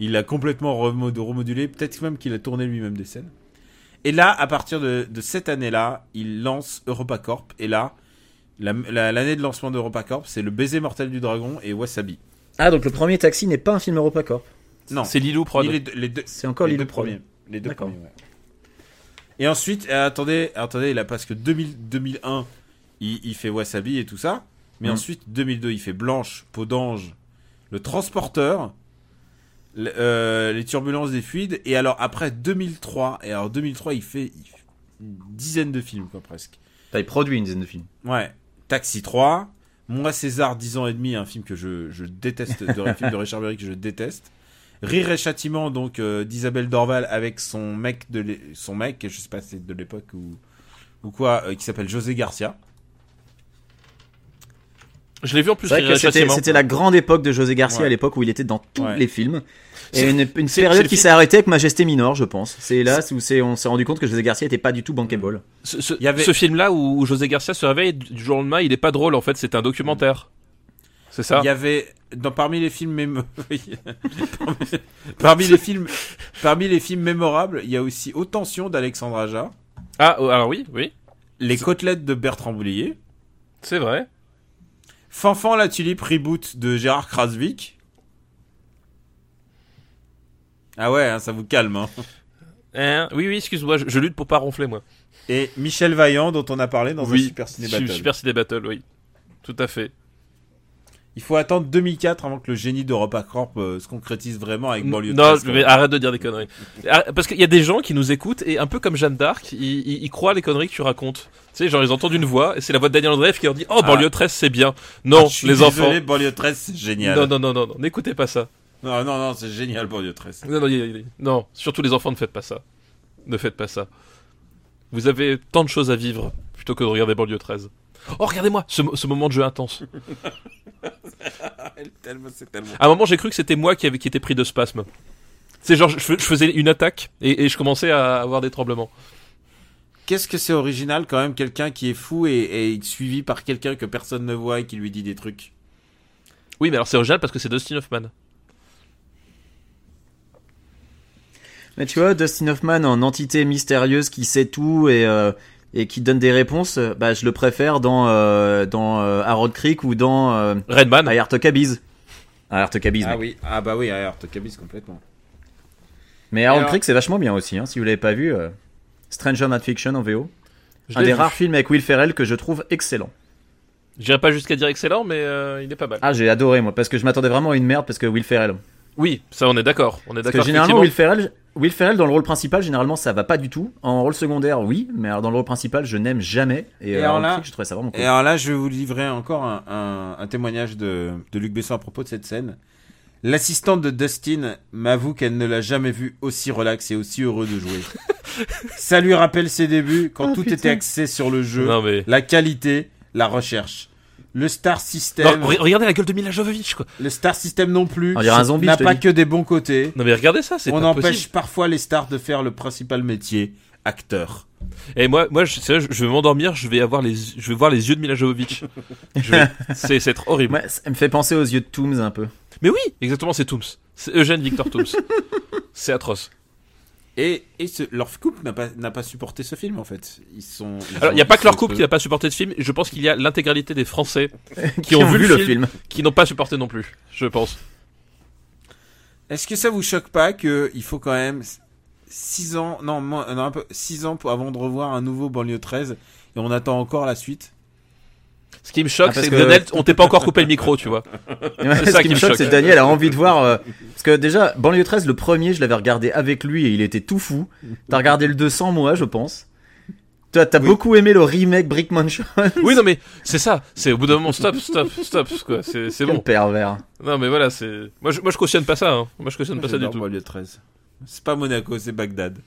B: Il l'a complètement remo- remodulé, peut-être même qu'il a tourné lui-même des scènes. Et là, à partir de, de cette année-là, il lance EuropaCorp. Et là, la- la- l'année de lancement d'EuropaCorp, c'est Le baiser mortel du dragon et Wasabi.
A: Ah, donc le premier Taxi n'est pas un film EuropaCorp.
B: Non,
C: C'est Lilou Prod.
B: ni les deux- les deux,
A: C'est encore
B: les
A: l'île
B: deux
A: de premier.
B: premiers. Les deux
A: D'accord.
B: premiers, ouais. Et ensuite, euh, attendez, attendez, il a parce que 2000 2001, il, il fait Wasabi et tout ça. Mais
A: Mm.
B: ensuite, 2002, il fait Blanche, Peau d'Ange, Le Transporteur, le- euh, Les Turbulences des Fluides. Et alors, après 2003, et alors 2003, il fait, il fait une dizaine de films, quoi, presque.
A: T'as il produit une dizaine de films.
B: Ouais. Taxi 3. Moi, César, 10 ans et demi, un film que je, je déteste, de, un film de Richard Berry que je déteste. Rire et châtiment, donc, euh, d'Isabelle Dorval avec son mec, de l'é- son mec, je sais pas si c'est de l'époque ou, ou quoi, euh, qui s'appelle José Garcia.
C: Je l'ai vu en plus.
A: C'est vrai que c'était,
C: facilement.
A: c'était la grande époque de José Garcia
B: Ouais.
A: à l'époque où il était dans tous
B: Ouais.
A: les films. Et
C: C'est-
A: une, une
C: c'est- c'est
A: période
C: le
A: qui
C: film-
A: s'est arrêtée avec Majesté Minor, je pense. C'est là où c'est, on s'est rendu compte que José Garcia était pas du tout bankable.
C: Ce, ce-
B: Il y avait-
C: ce film-là où José Garcia se réveille du jour au lendemain, il est pas drôle en fait, c'est un documentaire. C'est ça
B: Il y avait dans parmi les films mémo- oui. parmi, parmi les films parmi les films mémorables, il y a aussi Haute tension d'Alexandre Aja,
C: Ah, oh, alors oui, oui,
B: Les côtelettes de Bertrand Blier,
C: c'est vrai.
B: Fanfan la tulipe reboot de Gérard Krasvik. Ah ouais, hein, ça vous calme. hein.
C: Hein, oui, oui, excuse-moi, je, je lutte pour pas ronfler moi.
B: Et Michel Vaillant dont on a parlé dans un
C: oui,
B: Super Ciné
C: Su-
B: Battle.
C: Super Ciné Battle, oui. Tout à fait.
B: Il faut attendre 2004 avant que le génie d'Europa Corp euh, se concrétise vraiment avec Banlieue
C: non,
B: 13, quoi.
C: mais arrête de dire des conneries. Ah, Parce qu'il y a des gens qui nous écoutent et un peu comme Jeanne d'Arc, ils, ils- ils croient les conneries que tu racontes. Tu sais, genre ils entendent une voix et c'est la voix de Daniel Andreev qui leur dit Oh, banlieue 13, c'est bien. Non,
B: Ah, je suis
C: les enfants.
B: Désolé, Banlieue 13, c'est génial.
C: Non, non, non, non, non, n'écoutez pas ça.
B: non, non, non, c'est génial Banlieue 13.
C: Non, non, y- y- y- non, surtout les enfants, ne faites pas ça. Ne faites pas ça. Vous avez tant de choses à vivre plutôt que de regarder Banlieue 13. Oh, regardez-moi ce, mo- ce moment de jeu intense.
B: Tellement, c'est tellement.
C: À un moment, j'ai cru que c'était moi qui, avait, qui était pris de spasme. C'est genre, je, je faisais une attaque et, et je commençais à avoir des tremblements.
B: Qu'est-ce que c'est original quand même, quelqu'un qui est fou et, et suivi par quelqu'un que personne ne voit et qui lui dit des trucs.
C: Oui, mais alors c'est original parce que c'est Dustin Hoffman.
A: Mais tu vois, Dustin Hoffman en entité mystérieuse qui sait tout et, euh, et qui donne des réponses, euh, bah, je le préfère dans, euh, dans euh, Harold Creek ou dans euh,
C: Redman.
A: I Heart a Cabiz. I Heart a Cabiz,
B: Ah
A: mec.
B: oui, ah bah oui, alors te cabise complètement.
A: Mais Harold
B: Alors-
A: Creek, c'est vachement bien aussi. hein, si vous l'avez pas vu, euh, Stranger Than Fiction en VO.
C: Je
A: Un
C: l'ai
A: des
C: vu.
A: rares films avec Will Ferrell que je trouve excellent.
C: J'irai pas jusqu'à dire excellent, mais euh, il est pas mal.
A: Ah, j'ai adoré moi, parce que je m'attendais vraiment à une merde parce que Will Ferrell.
C: Oui, ça on est d'accord. On est
A: Parce que
C: d'accord.
A: généralement, Will
C: effectivement.
A: Ferrell, Will Ferrell dans le rôle principal, généralement ça va pas du tout. En rôle secondaire, oui, mais alors dans le rôle principal, je n'aime jamais. Et,
B: Et
A: euh,
B: alors
A: Harold
B: là-
A: Creek, je trouvais ça vraiment cool.
B: Et alors là, je vais vous livrer encore un, un- un témoignage de, de Luc Besson à propos de cette scène. L'assistante de Dustin m'avoue qu'elle ne l'a jamais vu aussi relax et aussi heureux de jouer. Ça lui rappelle ses débuts quand
A: Ah,
B: tout
A: putain.
B: était axé sur le jeu,
C: Non mais.
B: la qualité, la recherche. Le star system,
C: Non, re- regardez la gueule de Mila Jovovich quoi.
B: le star system non plus,
A: On dirait un zombie,
B: n'a
A: je te
B: pas
A: dis.
B: que des bons côtés.
C: Non mais regardez ça, c'est
B: On
C: pas
B: empêche
C: possible.
B: parfois les stars de faire le principal métier, acteur.
C: Et moi, moi, je, c'est vrai, je- je vais m'endormir, je vais avoir les, je vais voir les yeux de Mila Jovovich. Je vais- c'est, c'est être horrible.
A: Ouais, ça me fait penser aux yeux de Tooms un peu.
C: Mais oui, exactement, c'est Tooms. C'est Eugène Victor Tooms. c'est atroce.
B: Et, et ce- leur couple n'a pas, n'a pas supporté ce film en fait. Ils sont. ils
C: Alors,
B: ont-
C: il n'y a pas
B: ils
C: que leur
B: se-
C: couple qui n'a pas supporté de film. Je pense qu'il y a l'intégralité des Français qui ont vu le film, qui n'ont pas supporté non plus. Je pense.
B: Est-ce que ça vous choque pas que il faut quand même 6 ans, non, moins- euh, non, un peu, 6 ans pour, avant de revoir un nouveau banlieue 13 et on attend encore la suite
C: Ce qui me choque,
A: Ah, parce
C: c'est que
A: que-
C: Lionel, on t'est pas encore coupé le micro, tu vois.
A: Ouais,
C: C'est
A: ce
C: ça
A: qui me choque, c'est que Daniel a envie de voir. euh, parce que déjà, Banlieue 13, le premier, je l'avais regardé avec lui et il était tout fou. T'as regardé le 200, moi, je pense. Toi, t'as
B: Oui.
A: beaucoup aimé le remake Brick Mansion.
C: Oui, non, mais c'est ça. C'est au bout d'un moment, stop, stop, stop, quoi. C'est, c'est
A: Quel
C: bon.
A: pervers.
C: Non, mais voilà, c'est. Moi, je, moi, je cautionne pas ça. hein. Moi, je cautionne pas ça du
B: J'adore
C: tout.
B: banlieue 13. C'est pas Monaco, c'est Bagdad.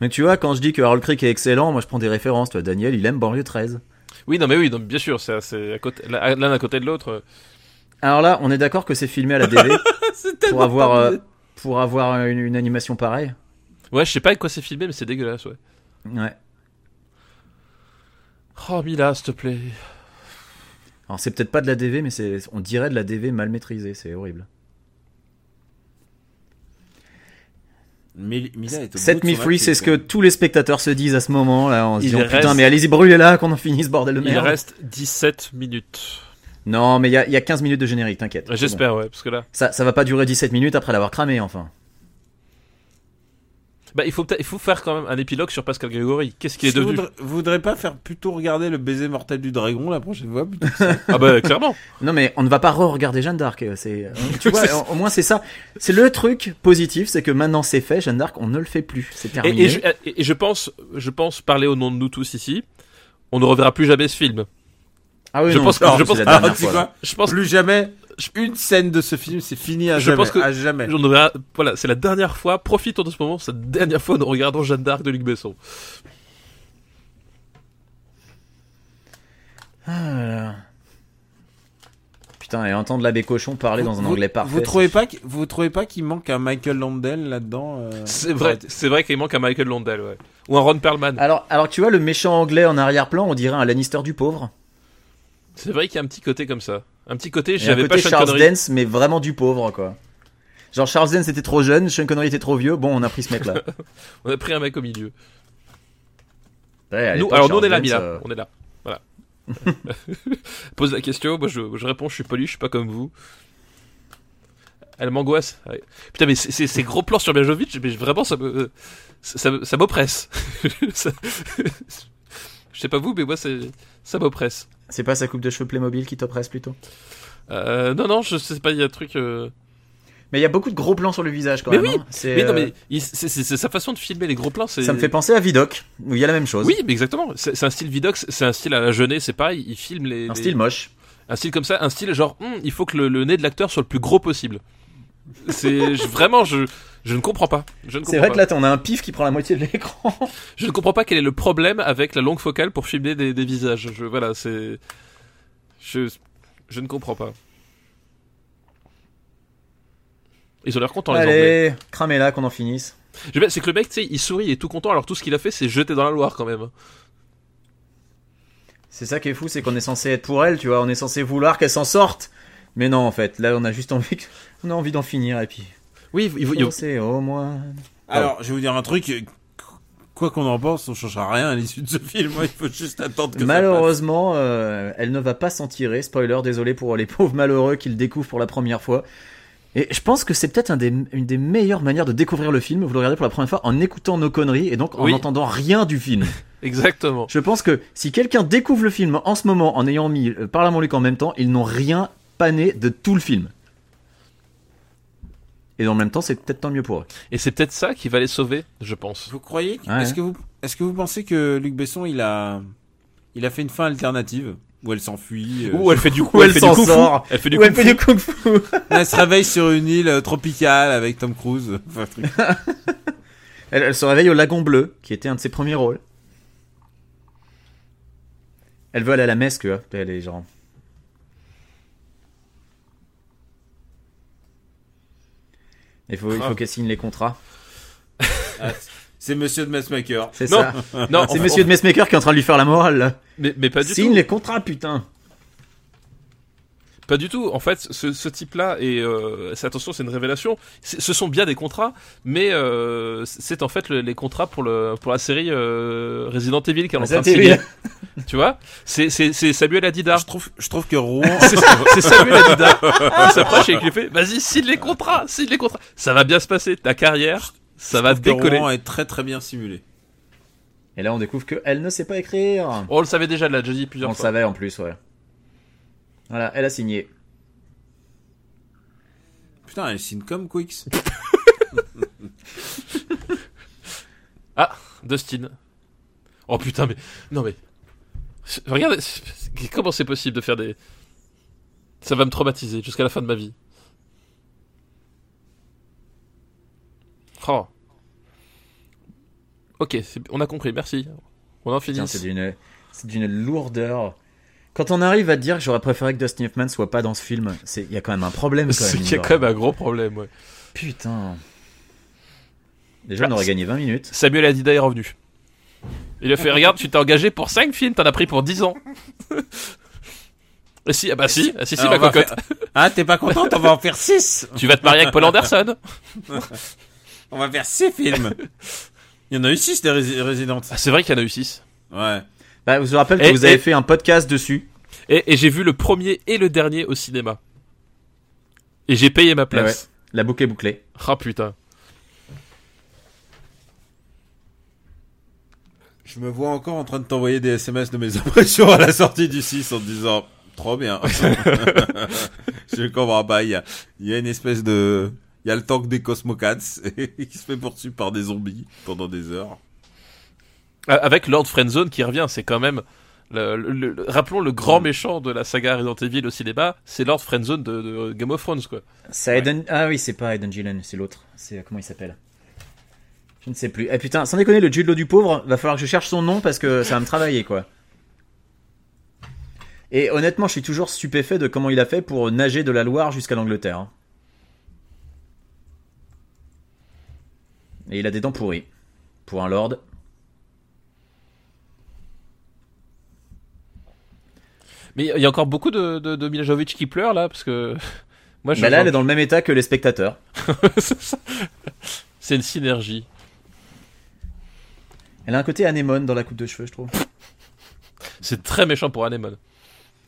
A: Mais tu vois, quand je dis que Harold Creek est excellent, moi je prends des références. Toi, Daniel, il aime Banlieue 13.
C: Oui, non, mais oui, non, bien sûr, c'est, c'est à côté, l'un l'un à côté de l'autre.
A: Alors là, on est d'accord que c'est filmé à la DV
B: c'est
A: pour
B: tellement
A: avoir,
B: pas
A: euh,
B: bien.
A: pour avoir une, une animation pareille.
C: Ouais, je sais pas avec quoi c'est filmé, mais c'est dégueulasse, ouais.
A: Ouais.
C: Oh, Mila, s'il te plaît.
A: Alors c'est peut-être pas de la DV, mais c'est, on dirait de la DV mal maîtrisée. C'est horrible.
B: Mil- Mila est au
A: Set
B: bout de
A: me
B: son
A: free,
B: acte,
A: c'est ce que
B: quoi.
A: tous les spectateurs se disent à ce moment là. On se
C: Il
A: dit, oh, putain,
C: reste-
A: mais allez-y, brûlez-la, qu'on en finisse, bordel de
C: Il
A: merde.
C: reste 17 minutes.
A: Non, mais il y a, il y a 15 minutes de générique, t'inquiète.
C: Ouais, J'espère, ouais, parce que là.
A: C'est bon. Ça, ça va pas durer 17 minutes après l'avoir cramé, enfin.
C: Bah, il faut, peut-être- il faut faire quand même un épilogue sur Pascal Grégory. Qu'est-ce qu'il est
B: Est-ce que
C: devenu
B: Vous voudrez- vous voudrez pas faire plutôt regarder le baiser mortel du dragon la prochaine fois plutôt
C: Ah, bah, clairement.
A: Non, mais on ne va pas re-regarder Jeanne d'Arc. euh, C'est, euh, tu vois,
C: C'est
A: au- au moins c'est ça. C'est le truc positif, c'est que maintenant c'est fait, Jeanne d'Arc, on ne le fait plus. C'est
C: Et,
A: terminé.
C: et je, et- et je pense, je pense parler au nom de nous tous ici. On ne reverra plus jamais ce film.
A: Ah oui,
C: je
A: non,
C: pense que-
A: non,
C: je
A: c'est
C: pense-
A: la
B: Ah,
A: dernière
B: tu sais
A: fois, là.
B: quoi
C: Je pense
B: Plus jamais une scène de ce film, c'est fini à
C: Je
B: jamais.
C: pense que-
B: à jamais.
C: On devra- voilà, c'est la dernière fois, profitons de ce moment, c'est la dernière fois nous regardons Jeanne d'Arc de Luc Besson.
A: Ah là là. Putain, et entendre l'abbé cochon parler dans un
B: Vous-
A: anglais
B: vous-
A: parfait.
B: Vous trouvez pas qu'- vous trouvez pas qu'il manque un Michael Landel là-dedans euh,
C: C'est vrai, c'est vrai qu'il manque un Michael Londell, ouais. Ou un Ron Perlman.
A: Alors, alors que tu vois, le méchant anglais en arrière-plan, on dirait un Lannister du pauvre.
C: C'est vrai qu'il y a un petit côté comme ça. Un petit côté,
A: Et un
C: j'avais
A: côté
C: pas Sean
A: Charles
C: Connery.
A: Dance, mais vraiment du pauvre, quoi. Genre Charles Dance était trop jeune, Sean Connery était trop vieux. Bon, on a pris ce mec-là.
C: On a pris un mec au milieu.
A: Ouais, à
C: Nous-
A: l'époque,
C: alors nous on
A: Charles
C: est là,
A: Dance,
C: Mila.
A: euh,
C: On est là. Voilà. Pose la question, moi je, je réponds, je suis poli, je suis pas comme vous. Elle m'angoisse. Ouais. Putain, mais c'est- c'est- ces gros plans sur Biajovic, mais vraiment ça me, ça, ça me- ça m'oppresse. Ça- Je sais pas vous, mais moi c'est- ça m'oppresse.
A: C'est pas sa coupe de cheveux Playmobil qui t'oppresse plutôt.
C: Euh, non, non, je sais pas, il y a un truc. euh,
A: Mais il y a beaucoup de gros plans sur le visage quand
C: Mais
A: même.
C: oui,
A: hein. C'est,
C: Mais non,
A: euh,
C: mais il- c'est c'est- c'est sa façon de filmer les gros plans. c'est-
A: Ça me fait penser à Vidocq, où il y a la même chose.
C: Oui, mais exactement. C'est c'est un style Vidox, c'est un style à la jeunesse, c'est pareil. Il filme les.
A: Un
C: les-
A: style moche.
C: Un style comme ça, un style genre, Hum, il faut que le, le nez de l'acteur soit le plus gros possible. C'est je- vraiment, je, je ne comprends pas. Je ne
A: C'est
C: comprends
A: vrai
C: pas.
A: que là, on a un pif qui prend la moitié de l'écran.
C: Je ne comprends pas quel est le problème avec la longue focale pour filmer des, des visages. Je, voilà, c'est. Je, je ne comprends pas. Ils ont l'air contents, les Anglais.
A: Allez, cramez-la qu'on en finisse.
C: Je veux dire, C'est que le mec, tu sais, il sourit, il est tout content, alors tout ce qu'il a fait, c'est jeter dans la Loire quand même.
A: C'est ça qui est fou, c'est qu'on est censé être pour elle, tu vois, on est censé vouloir qu'elle s'en sorte. Mais non, en fait, là, on a juste envie, que- on a envie d'en finir et puis.
C: Oui, il,
A: Oh, c'est au moins.
B: Alors, je vais vous dire un truc. euh, qu- Quoi qu'on en pense, on changera rien à l'issue de ce film. Il faut juste attendre que ça passe.
A: Malheureusement, euh, elle ne va pas s'en tirer. Spoiler, désolé pour les pauvres malheureux qui le découvrent pour la première fois. Et je pense que c'est peut-être un des- une des meilleures manières de découvrir le film. Vous le regardez pour la première fois en écoutant nos conneries et donc en
C: Oui.
A: n'entendant rien du film.
C: Exactement.
A: Je pense que si quelqu'un découvre le film en ce moment en ayant mis euh, Parle à mon Luc en même temps, ils n'ont rien pané de tout le film. Et en même temps, c'est peut-être tant mieux pour eux.
C: Et c'est peut-être ça qui va les sauver, je pense.
B: Vous croyez que-
A: Ouais.
B: Est-ce que vous est-ce que vous pensez que Luc Besson il a il a fait une fin alternative où elle s'enfuit, euh,
C: Ou elle fait du coup,
A: Ou
C: elle,
A: elle
C: fait du
A: s'en
C: kung fu.
A: sort.
C: Elle fait du
A: Ou elle
C: kung
A: fait
C: fu.
A: du kung fu.
B: elle se réveille sur une île euh, tropicale avec Tom Cruise. Enfin, un truc.
A: Elle, elle se réveille au Lagon Bleu, qui était un de ses premiers rôles. Elle veut aller à la messe, tu vois. Elle est genre. Il faut, il faut
C: Ah.
A: qu'elle signe les contrats.
B: Ah, c'est Monsieur de Messmaker.
A: C'est
C: Non.
A: ça.
C: Non,
A: C'est
C: on-
A: Monsieur
C: on-
A: de Messmaker qui est en train de lui faire la morale. là.
C: mais, mais pas du
A: Signe
C: tout.
A: les contrats, putain.
C: Pas du tout. En fait, ce, ce type-là, et euh, c'est- attention, c'est une révélation. C'est- Ce sont bien des contrats, mais euh, c'est en fait le- les contrats pour, le, pour la série euh, Resident Evil qui est en train de
A: Resident
C: signer.
A: Evil.
C: tu vois C'est c'est- c'est Samuel Adidar.
B: Je trouve je trouve que Rouen
C: C'est c'est Samuel Adidar
B: Ah,
C: qui s'approche et qui lui fait Vas-y, signe les contrats, signe les contrats. Ça va bien se passer, ta carrière, ça va
B: je trouve que
C: décoller.
B: Rouen est très très bien simulé.
A: Et là, on découvre qu'elle ne sait pas écrire.
C: On le savait déjà, elle l'a déjà dit
A: On
C: plusieurs
A: le
C: fois.
A: savait en plus, ouais. Voilà, elle a signé.
B: Putain, elle signe comme Quicks.
C: Dustin. Oh putain, mais. Non, mais. C'est- Regarde, c'est- comment c'est possible de faire des. Ça va me traumatiser jusqu'à la fin de ma vie. Oh. Ok, c'est- on a compris, merci. On en finit.
A: Tiens, c'est d'une, c'est d'une lourdeur. Quand on arrive à dire que j'aurais préféré que Dustin Hoffman soit pas dans ce film, c'est, il y a quand même un problème. Quand
C: C'est
A: même,
C: qu'il y a
A: mine de
C: quand même
A: rien.
C: un gros problème, ouais.
A: Putain. Déjà, on
C: Ah,
A: aurait
C: c'est-
A: gagné 20 minutes.
C: Samuel Adida est revenu. Il a fait Regarde, tu t'es engagé pour 5 films, t'en as pris pour 10 ans. Et si, ah bah si, ah si, si,
B: Alors,
C: ma
B: on va
C: cocotte.
B: faire- Ah, t'es pas contente On va en faire 6
C: Tu vas te marier avec Paul Anderson.
B: On va faire 6 films Il y en a eu 6 des Resi- Resident.
C: Ah, c'est vrai qu'il y en a eu 6.
B: Ouais.
A: Bah, je vous rappelle que
C: Et-
A: vous avez
C: et-
A: fait un podcast dessus.
C: Et, et j'ai vu le premier et le dernier au cinéma. Et j'ai payé ma place.
A: La boucle est bouclée.
C: Ah putain.
B: Je me vois encore en train de t'envoyer des SMS de mes impressions à la sortie du 6 en te disant trop bien. Je comprends pas. Il y a, il y a une espèce de. Il y a le tank des Cosmocats qui se fait poursuivre par des zombies pendant des heures.
C: A- Avec Lord Friendzone qui revient, c'est quand même. le- le- le- rappelons le grand
A: Mm.
C: méchant de la saga Resident Evil au cinéma, c'est Lord Friendzone de, de Game of Thrones quoi.
A: C'est Aiden- Ah oui, c'est pas Aiden Gillen, c'est l'autre. C'est euh, comment il s'appelle Je ne sais plus. Eh putain, sans déconner, le Jude Law du pauvre, va falloir que je cherche son nom parce que ça va me travailler quoi. Et honnêtement, je suis toujours stupéfait de comment il a fait pour nager de la Loire jusqu'à l'Angleterre. Et il a des dents pourries. Pour un lord.
C: Mais il y a encore beaucoup de, de, de Milajovic qui pleure là, parce que. Moi,
A: Bah là, elle est dans le même état que les spectateurs.
C: C'est ça. C'est une synergie.
A: Elle a un côté anémone dans la coupe de cheveux, je trouve.
C: C'est très méchant pour Anemone.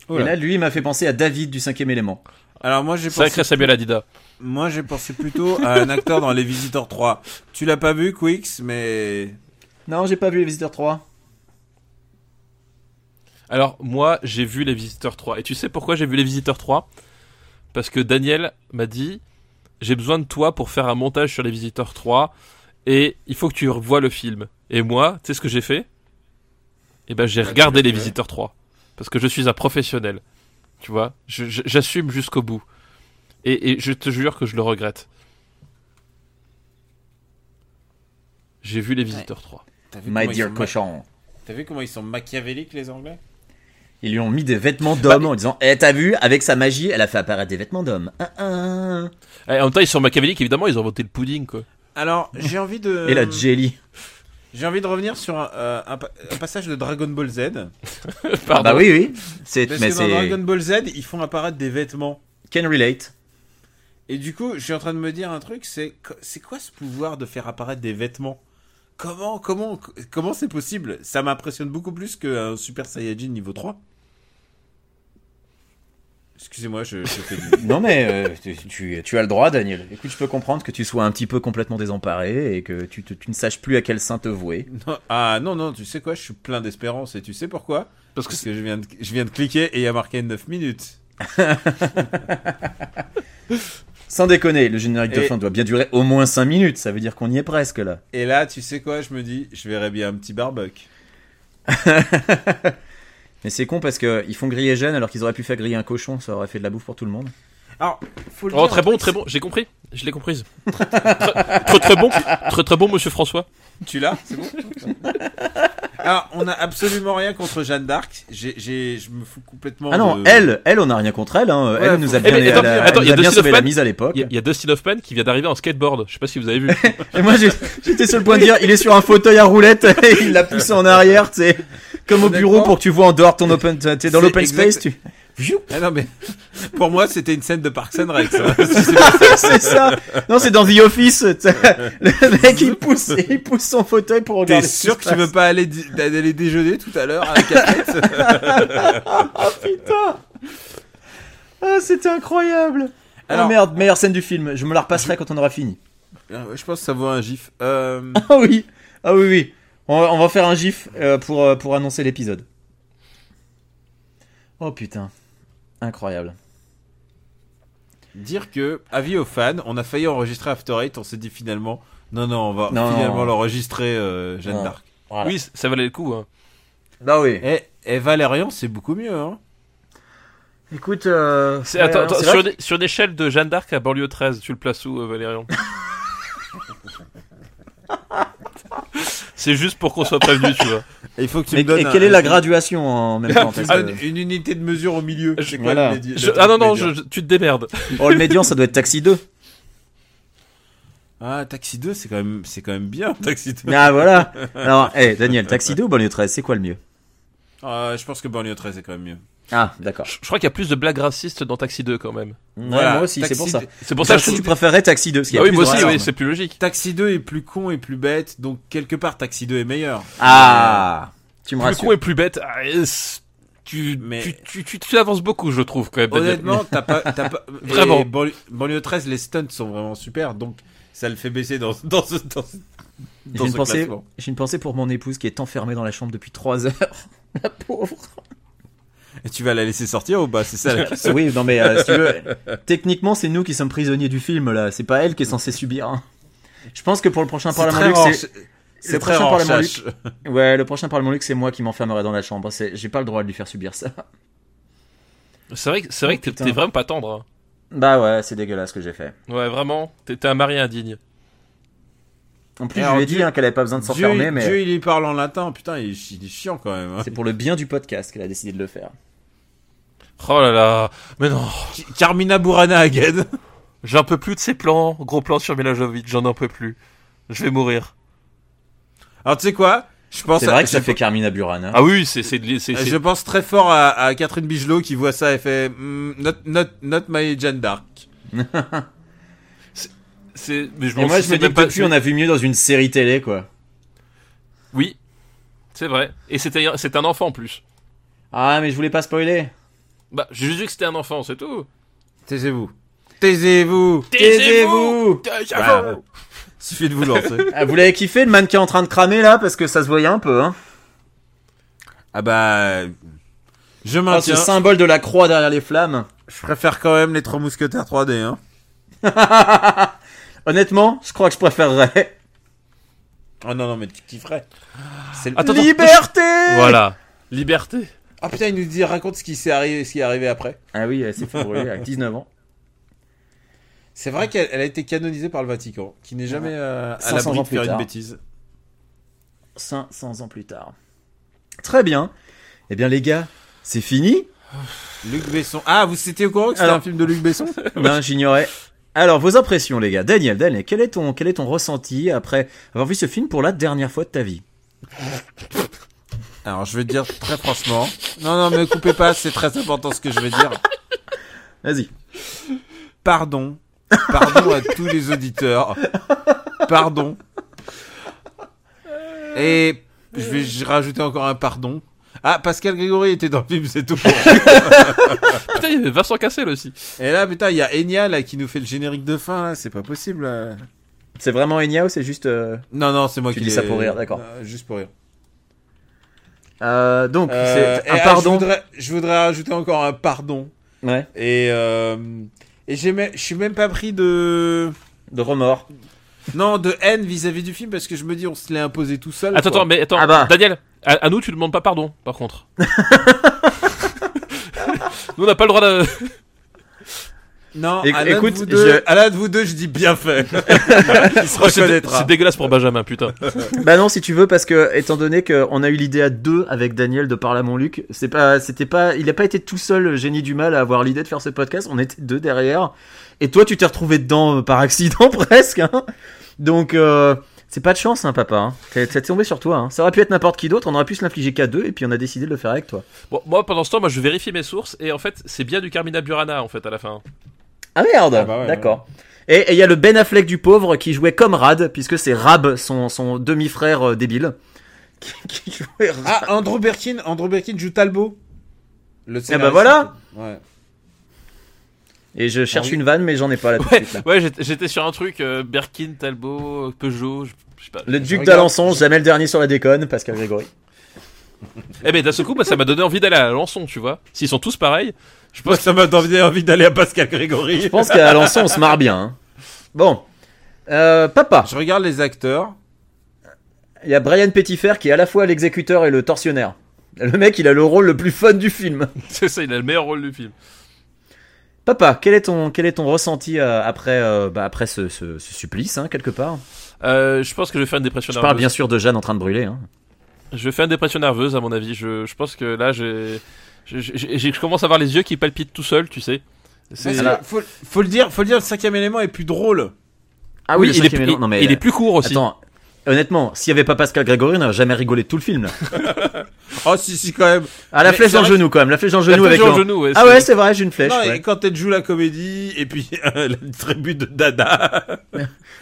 A: Et là, lui, il m'a fait penser à David du cinquième élément.
B: Alors moi j'ai pensé,
C: Sacré Samuel Adida.
B: moi j'ai pensé plutôt à un acteur dans Les Visiteurs 3. Tu l'as pas vu, Quix, mais
A: Non, j'ai pas vu Les Visiteurs 3.
C: Alors, moi, j'ai vu Les Visiteurs 3. Et tu sais pourquoi j'ai vu Les Visiteurs 3 Parce que Daniel m'a dit J'ai besoin de toi pour faire un montage sur Les Visiteurs 3 et il faut que tu revoies le film. Et moi, tu sais ce que j'ai fait Eh ben, j'ai
A: Bah,
C: regardé Les Visiteurs 3. Parce que je suis un professionnel. Tu vois Je- je- J'assume jusqu'au bout. Et, et je te jure que je le regrette. J'ai vu Les Visiteurs 3.
B: t'as vu,
A: My
B: comment ils sont
A: dear
B: ma-
A: cochon.
B: t'as vu comment ils sont machiavéliques les Anglais
A: Ils lui ont mis des vêtements
C: Bah,
A: d'homme en disant Eh, t'as vu, avec sa magie, elle a fait apparaître des vêtements d'homme. Ah, ah.
C: Eh, en même temps, ils sont machiavéliques, évidemment, ils ont inventé le pudding, quoi.
B: Alors j'ai envie de
C: Euh,
A: Et la jelly. Ah,
B: j'ai envie de revenir sur un, euh, un pa- un passage de Dragon Ball Z.
A: Ah, bah oui, oui. C'est,
B: Parce
A: mais
B: que dans Dragon
A: c'est.
B: Ball Z ils font apparaître des vêtements.
A: Can relate.
B: Et du coup, je suis en train de me dire un truc, c'est qu- c'est quoi ce pouvoir de faire apparaître des vêtements Comment comment comment c'est possible Ça m'impressionne beaucoup plus qu'un Super Saiyajin niveau 3. Excusez-moi, je, je fais du-
A: Non, mais euh, tu, tu- tu as le droit, Daniel. Écoute, je peux comprendre que tu sois un petit peu complètement désemparé et que tu, te- tu ne saches plus à quel saint te vouer.
B: Non, ah non, non, tu sais quoi, je suis plein d'espérance et tu sais pourquoi
C: Parce que
B: Parce que je viens, de, je viens de cliquer et il y a marqué 9 minutes.
A: Sans déconner, le générique de
B: Et-
A: fin doit bien durer au moins 5 minutes. Ça veut dire qu'on y est presque là.
B: Et là, tu sais quoi, je me dis, je verrais bien un petit barbuck.
A: Mais c'est con parce qu'ils font griller Jeanne alors qu'ils auraient pu faire griller un cochon. Ça aurait fait de la bouffe pour tout le monde.
B: Alors, faut le
C: Oh,
B: dire,
A: hein.
C: très bon, très bon, j'ai compris, je l'ai comprise. très, très, très bon, très très bon, monsieur François.
B: Tu l'as C'est bon Alors, on n'a absolument rien contre Jeanne d'Arc. J'ai, j'ai- je me fous complètement.
A: Ah non,
B: de-
A: elle, elle, on n'a rien contre elle. hein.
B: Ouais,
A: elle nous a
B: faut-
A: bien,
C: Eh mais
A: elle
C: attends,
A: a-
C: attends,
A: elle
C: il y
A: nous
C: a
A: a bien
C: Dustin
A: sauvé la
C: Hoffman
A: mise à l'époque.
C: Il y, a- il y a Dustin Hoffman qui vient d'arriver en skateboard, je sais pas si vous avez vu.
A: Et moi, j'ai- j'étais sur le point de dire, il est sur un fauteuil à roulette et il l'a poussé en arrière, tu sais, comme au bureau
B: Honnêtement,
A: pour que tu vois en dehors ton open, tu sais, dans
B: c'est
A: l'open
B: exact-
A: space, tu.
B: Ah non, mais pour moi, c'était une scène de Parks and Rec. ça.
A: c'est ça. Non, c'est dans The Office. tu sais. Le mec, il pousse, il pousse son fauteuil pour
B: T'es
A: regarder.
B: sûr que tu veux pas aller, di- aller déjeuner tout à l'heure à la cafette
A: Ah putain. Ah, c'était incroyable.
B: Alors-
A: oh merde, meilleure scène du film. Je me la repasserai quand on aura fini.
B: Je pense que ça vaut un gif. Euh,
A: Ah oui. Ah oui, oui. On va, on va faire un gif euh, pour, euh, pour annoncer l'épisode. Oh putain. Incroyable.
B: dire que, avis aux fans, on a failli enregistrer After Eight, on s'est dit finalement, non, non, on va
A: Non,
B: finalement
A: non.
B: l'enregistrer euh, Jeanne
A: Non.
B: d'Arc.
A: Voilà.
C: Oui, c- ça valait le coup. hein.
A: Bah oui.
B: Et, et Valérian, c'est beaucoup mieux. Hein.
A: Écoute, euh,
C: C'est-
A: ouais,
C: attends,
A: hein,
C: attends,
A: c'est
C: sur,
A: vrai
C: une, sur une échelle de Jeanne d'Arc à banlieue 13, tu le places où, euh, Valérian C'est juste pour qu'on soit prévenu, tu vois.
B: Il faut que tu
A: que-
B: me donnes
A: mais, et
B: un-
A: quelle est
B: un-
A: la graduation en même temps parce
B: Ah,
A: que-
B: une, une unité de mesure au milieu.
C: Je-
B: C'est quoi
A: Euh, voilà.
B: le médi- le
C: Je-
B: truc
C: ah non, non,
B: médian
C: je- je- tu te démerdes.
A: Oh, le médian, ça doit être Taxi 2.
B: Ah, Taxi 2, c'est quand même, c'est quand même bien. Taxi 2.
A: Ah, voilà. Alors, hey, Daniel, Taxi 2 ou Banlieue 13, c'est quoi le mieux
B: Euh, je pense que Banlieue 13 est quand même mieux.
A: Ah, d'accord.
C: Je, je crois qu'il y a plus de blagues racistes dans Taxi 2 quand même.
A: Ouais,
B: Voilà,
A: moi aussi, c'est
B: Taxi
A: pour ça.
B: deux-
C: C'est pour ça que je
A: Taxi,
C: trouve.
A: tu préférais Taxi 2. Parce qu'il y
C: Ah
A: a
C: oui,
A: plus
C: moi
A: de
C: aussi,
A: racisme.
C: oui, c'est plus logique.
B: Taxi 2 est plus con et plus bête, donc quelque part Taxi 2 est meilleur.
A: Ah, tu me
C: Plus
A: rassures.
C: con et plus bête. ah, et c'est- tu,
B: Mais-
C: tu, tu, tu, tu avances beaucoup, je trouve, quand même. Daniel.
B: Honnêtement, t'as pas, t'as pas. et
C: Vraiment.
B: Banlieue, Banlieue 13, les stunts sont vraiment super, donc ça le fait baisser dans, dans ce, dans, ce-
A: J'ai
B: dans
A: une,
B: ce
A: pensée,
B: classement.
A: j'ai une pensée pour mon épouse qui est enfermée dans la chambre depuis 3 heures. La pauvre.
B: Et tu vas la laisser sortir ou pas C'est ça la question.
A: Oui, non, mais euh, si tu veux, techniquement, c'est nous qui sommes prisonniers du film, là. C'est pas elle qui est censée subir. hein. Je pense que pour le prochain
B: C'est
A: Parlement
B: très
A: Luc,
B: rare,
A: c'est.
B: c'est-
A: le
B: C'est très
A: prochain
B: rare.
A: Parlement
B: Chache.
A: Ouais, le prochain Parlement Luc, c'est moi qui m'enfermerai dans la chambre. C'est... J'ai pas le droit de lui faire subir ça.
C: C'est vrai, que- c'est vrai
A: Oh,
C: que t'es-
A: putain.
C: t'es vraiment pas tendre.
A: Bah ouais, c'est dégueulasse ce que j'ai fait.
C: hein. Ouais, vraiment. T'es t'es un mari indigne.
A: En plus,
B: Et
A: je
B: alors,
A: lui ai dit
B: Dieu-
A: hein, qu'elle avait pas besoin de s'enfermer,
B: Dieu,
A: mais
B: Dieu, il y parle en latin, putain, il, est chi- il est chiant quand même. hein.
A: c'est pour le bien du podcast qu'elle a décidé de le faire.
C: Oh là là, mais non,
B: Ki- Carmina Burana again.
E: J'en peux plus de ces plans, gros plans sur Milajovic, j'en en peux plus. Je vais mourir.
B: Alors tu sais quoi Je pense
A: C'est
B: à-
A: vrai que ça
B: je-
A: fait Carmina Burana.
C: Ah oui, c'est c'est de- c'est-
B: Je
C: c'est-
B: pense très fort à, à Catherine Bigelow qui voit ça et fait Hmm, not, not, not my Jeanne d'Arc.
C: c'est mais je
A: Et
C: m'en
A: moi,
C: fous,
A: je
C: c'est
A: me dis
C: même
A: que
C: pas
A: depuis, on a vu mieux dans une série télé, quoi.
C: Oui. C'est vrai. Et c'était c'est un enfant en plus.
A: Ah, mais je voulais pas spoiler.
C: Bah, j'ai juste dit que c'était un enfant, c'est tout.
B: Taisez-vous. Taisez-vous.
C: Taisez-vous Bah,
B: Suffit de vous lancer.
A: Ah, vous l'avez kiffé, le mannequin en train de cramer, là, parce que ça se voyait un peu, hein.
B: ah
F: euh,
B: bah je
A: Ah,
B: maintiens.
A: ce symbole de la croix derrière les flammes.
B: je préfère quand même les trois mousquetaires 3D. Hein.
A: Honnêtement, je crois que je préférerais.
F: Ah
B: Oh non non mais tu kifferais.
A: C'est le-
C: Attends, attends.
A: Liberté
C: Voilà. Liberté.
F: Ah putain, il nous dit raconte ce qui s'est arrivé, ce qui est arrivé après.
A: Ah oui, elle s'est fait brûler à 19 ans.
F: C'est vrai qu'elle elle a été canonisée par le Vatican, qui n'est jamais euh, à
A: 500
F: l'abri
A: ans
F: de
A: plus
F: faire une
A: tard.
F: bêtise.
A: 500 ans plus tard. Très bien. Eh bien, les gars, c'est fini
B: Luc Besson. Ah vous étiez au courant que c'était
A: Alors-
B: un film de Luc Besson
A: Non, Ben, j'ignorais. Alors, vos impressions, les gars. Daniel, Daniel, quel est ton, quel est ton ressenti après avoir vu ce film pour la dernière fois de ta vie
B: Alors je vais te dire très franchement. Non non me coupez pas c'est très important ce que je vais dire.
A: Vas-y.
B: Pardon. Pardon à tous les auditeurs. Pardon. Et je vais j- rajouter encore un pardon. Ah, Pascal Grégory était dans le film, c'est tout.
C: Putain, il y avait Vincent Cassel aussi.
B: Et là, putain, il y a Enya là, qui nous fait le générique de fin, là. c'est pas possible. là.
A: C'est vraiment Enya ou c'est juste. euh,
B: Non, non, c'est moi
A: Tu
B: qui
A: dis ça
B: l'ai-
A: pour rire, d'accord.
B: Euh, juste pour rire.
A: euh, donc,
B: Euh,
A: c'est
B: et,
A: un
B: ah,
A: pardon.
B: Je voudrais, je voudrais rajouter encore un pardon.
A: Ouais,
B: Et, euh, et j'ai même- je suis même pas pris de.
A: de remords.
B: Non, de haine vis-à-vis du film parce que je me dis, on se l'est imposé tout seul.
C: Attends,
B: quoi.
C: attends, mais attends,
A: Ah bah.
C: Daniel, à, à nous tu demandes pas pardon, par contre. nous on n'a pas le droit de.
B: Non,
A: Éc-
B: à l'un de
A: écoute,
B: vous deux-
A: je-
B: à l'un de vous deux, je dis bien fait. Il se
C: Oh, c'est dé-
A: hein.
B: reconnaîtra.
C: c'est dégueulasse pour Benjamin, putain.
A: Bah non, si tu veux, parce que étant donné qu'on a eu l'idée à deux avec Daniel de parler à mon Luc, c'est pas, c'était pas, il a pas été tout seul le génie du mal à avoir l'idée de faire ce podcast. On était deux derrière, et toi tu t'es retrouvé dedans euh, par accident presque. hein. Donc euh, c'est pas de chance, hein, papa. hein. T'es, t'es tombé sur toi. hein. Ça aurait pu être n'importe qui d'autre. On aurait pu se l'infliger qu'à deux, et puis on a décidé de le faire avec toi.
C: Bon, moi pendant ce temps, moi je vérifie mes sources et en fait c'est bien du Carmina Burana en fait à la fin.
A: Ah merde.
F: Ah bah ouais,
A: D'accord. Et et il y a le Ben Affleck du pauvre qui jouait comme Rad, puisque c'est Rab, son, son demi-frère euh, débile, qui, qui jouait Rab.
F: Ah, Andrew Birkin, Andrew Birkin joue Talbot. Le
A: Eh
F: scénariste.
A: bah voilà.
F: Ouais.
A: Et je
F: Ah
A: cherche une vanne, mais j'en ai pas là tout de
C: Ouais,
A: suite, là.
C: ouais j'étais- j'étais sur un truc euh, Birkin, Talbot, Peugeot, je je sais pas.
A: Le duc
F: Regarde.
A: d'Alençon, jamais le dernier sur la déconne, Pascal Grégory.
C: Eh ben d'un seul coup, bah, ça m'a donné envie d'aller à Lançon, tu vois. S'ils sont tous pareils, je pense.
B: Ça m'a donné envie d'aller à Pascal Grégory.
A: Je pense qu'à Alençon, on se marre bien. hein. Bon. Euh, papa,
B: Je regarde les acteurs.
A: il y a Brian Petitfer qui est à la fois l'exécuteur et le tortionnaire. Le mec, il a le rôle le plus fun du film.
C: C'est ça, il a le meilleur rôle du film.
A: Papa, quel est ton, quel est ton ressenti euh, après, euh, bah, après ce, ce- ce supplice, hein, quelque part
C: Euh, je pense que je vais faire une dépression
A: Je
C: nerveuse.
A: parle bien sûr de Jeanne en train de brûler. hein.
C: Je vais faire une dépression nerveuse, à mon avis. Je, je pense que là, j'ai, j'ai- j'ai- j'ai- je commence à avoir les yeux qui palpitent tout seul, tu sais. C'est-
B: Parce que faut, faut le dire, faut le dire, le cinquième élément est plus drôle.
A: Ah
C: Oui,
A: le
C: il, est,
A: cinquième
C: il-
A: élément- non, mais,
C: il est plus court aussi.
A: Attends, honnêtement, s'il y avait pas Pascal Grégory, on n'aurait jamais rigolé de tout le film. là.
B: Oh si si quand même.
A: Ah, la
B: Mais
A: flèche
B: c'est
A: dans le
B: vrai
A: genou, quand même. La flèche dans le
C: La
A: genou avec
C: flèche
A: l'en-
C: au genou, ouais,
A: Ah
C: c'est-
A: ouais, c'est vrai, j'ai une flèche.
B: non,
A: ouais.
B: et quand elle joue la comédie et puis euh, la tribu de Dada.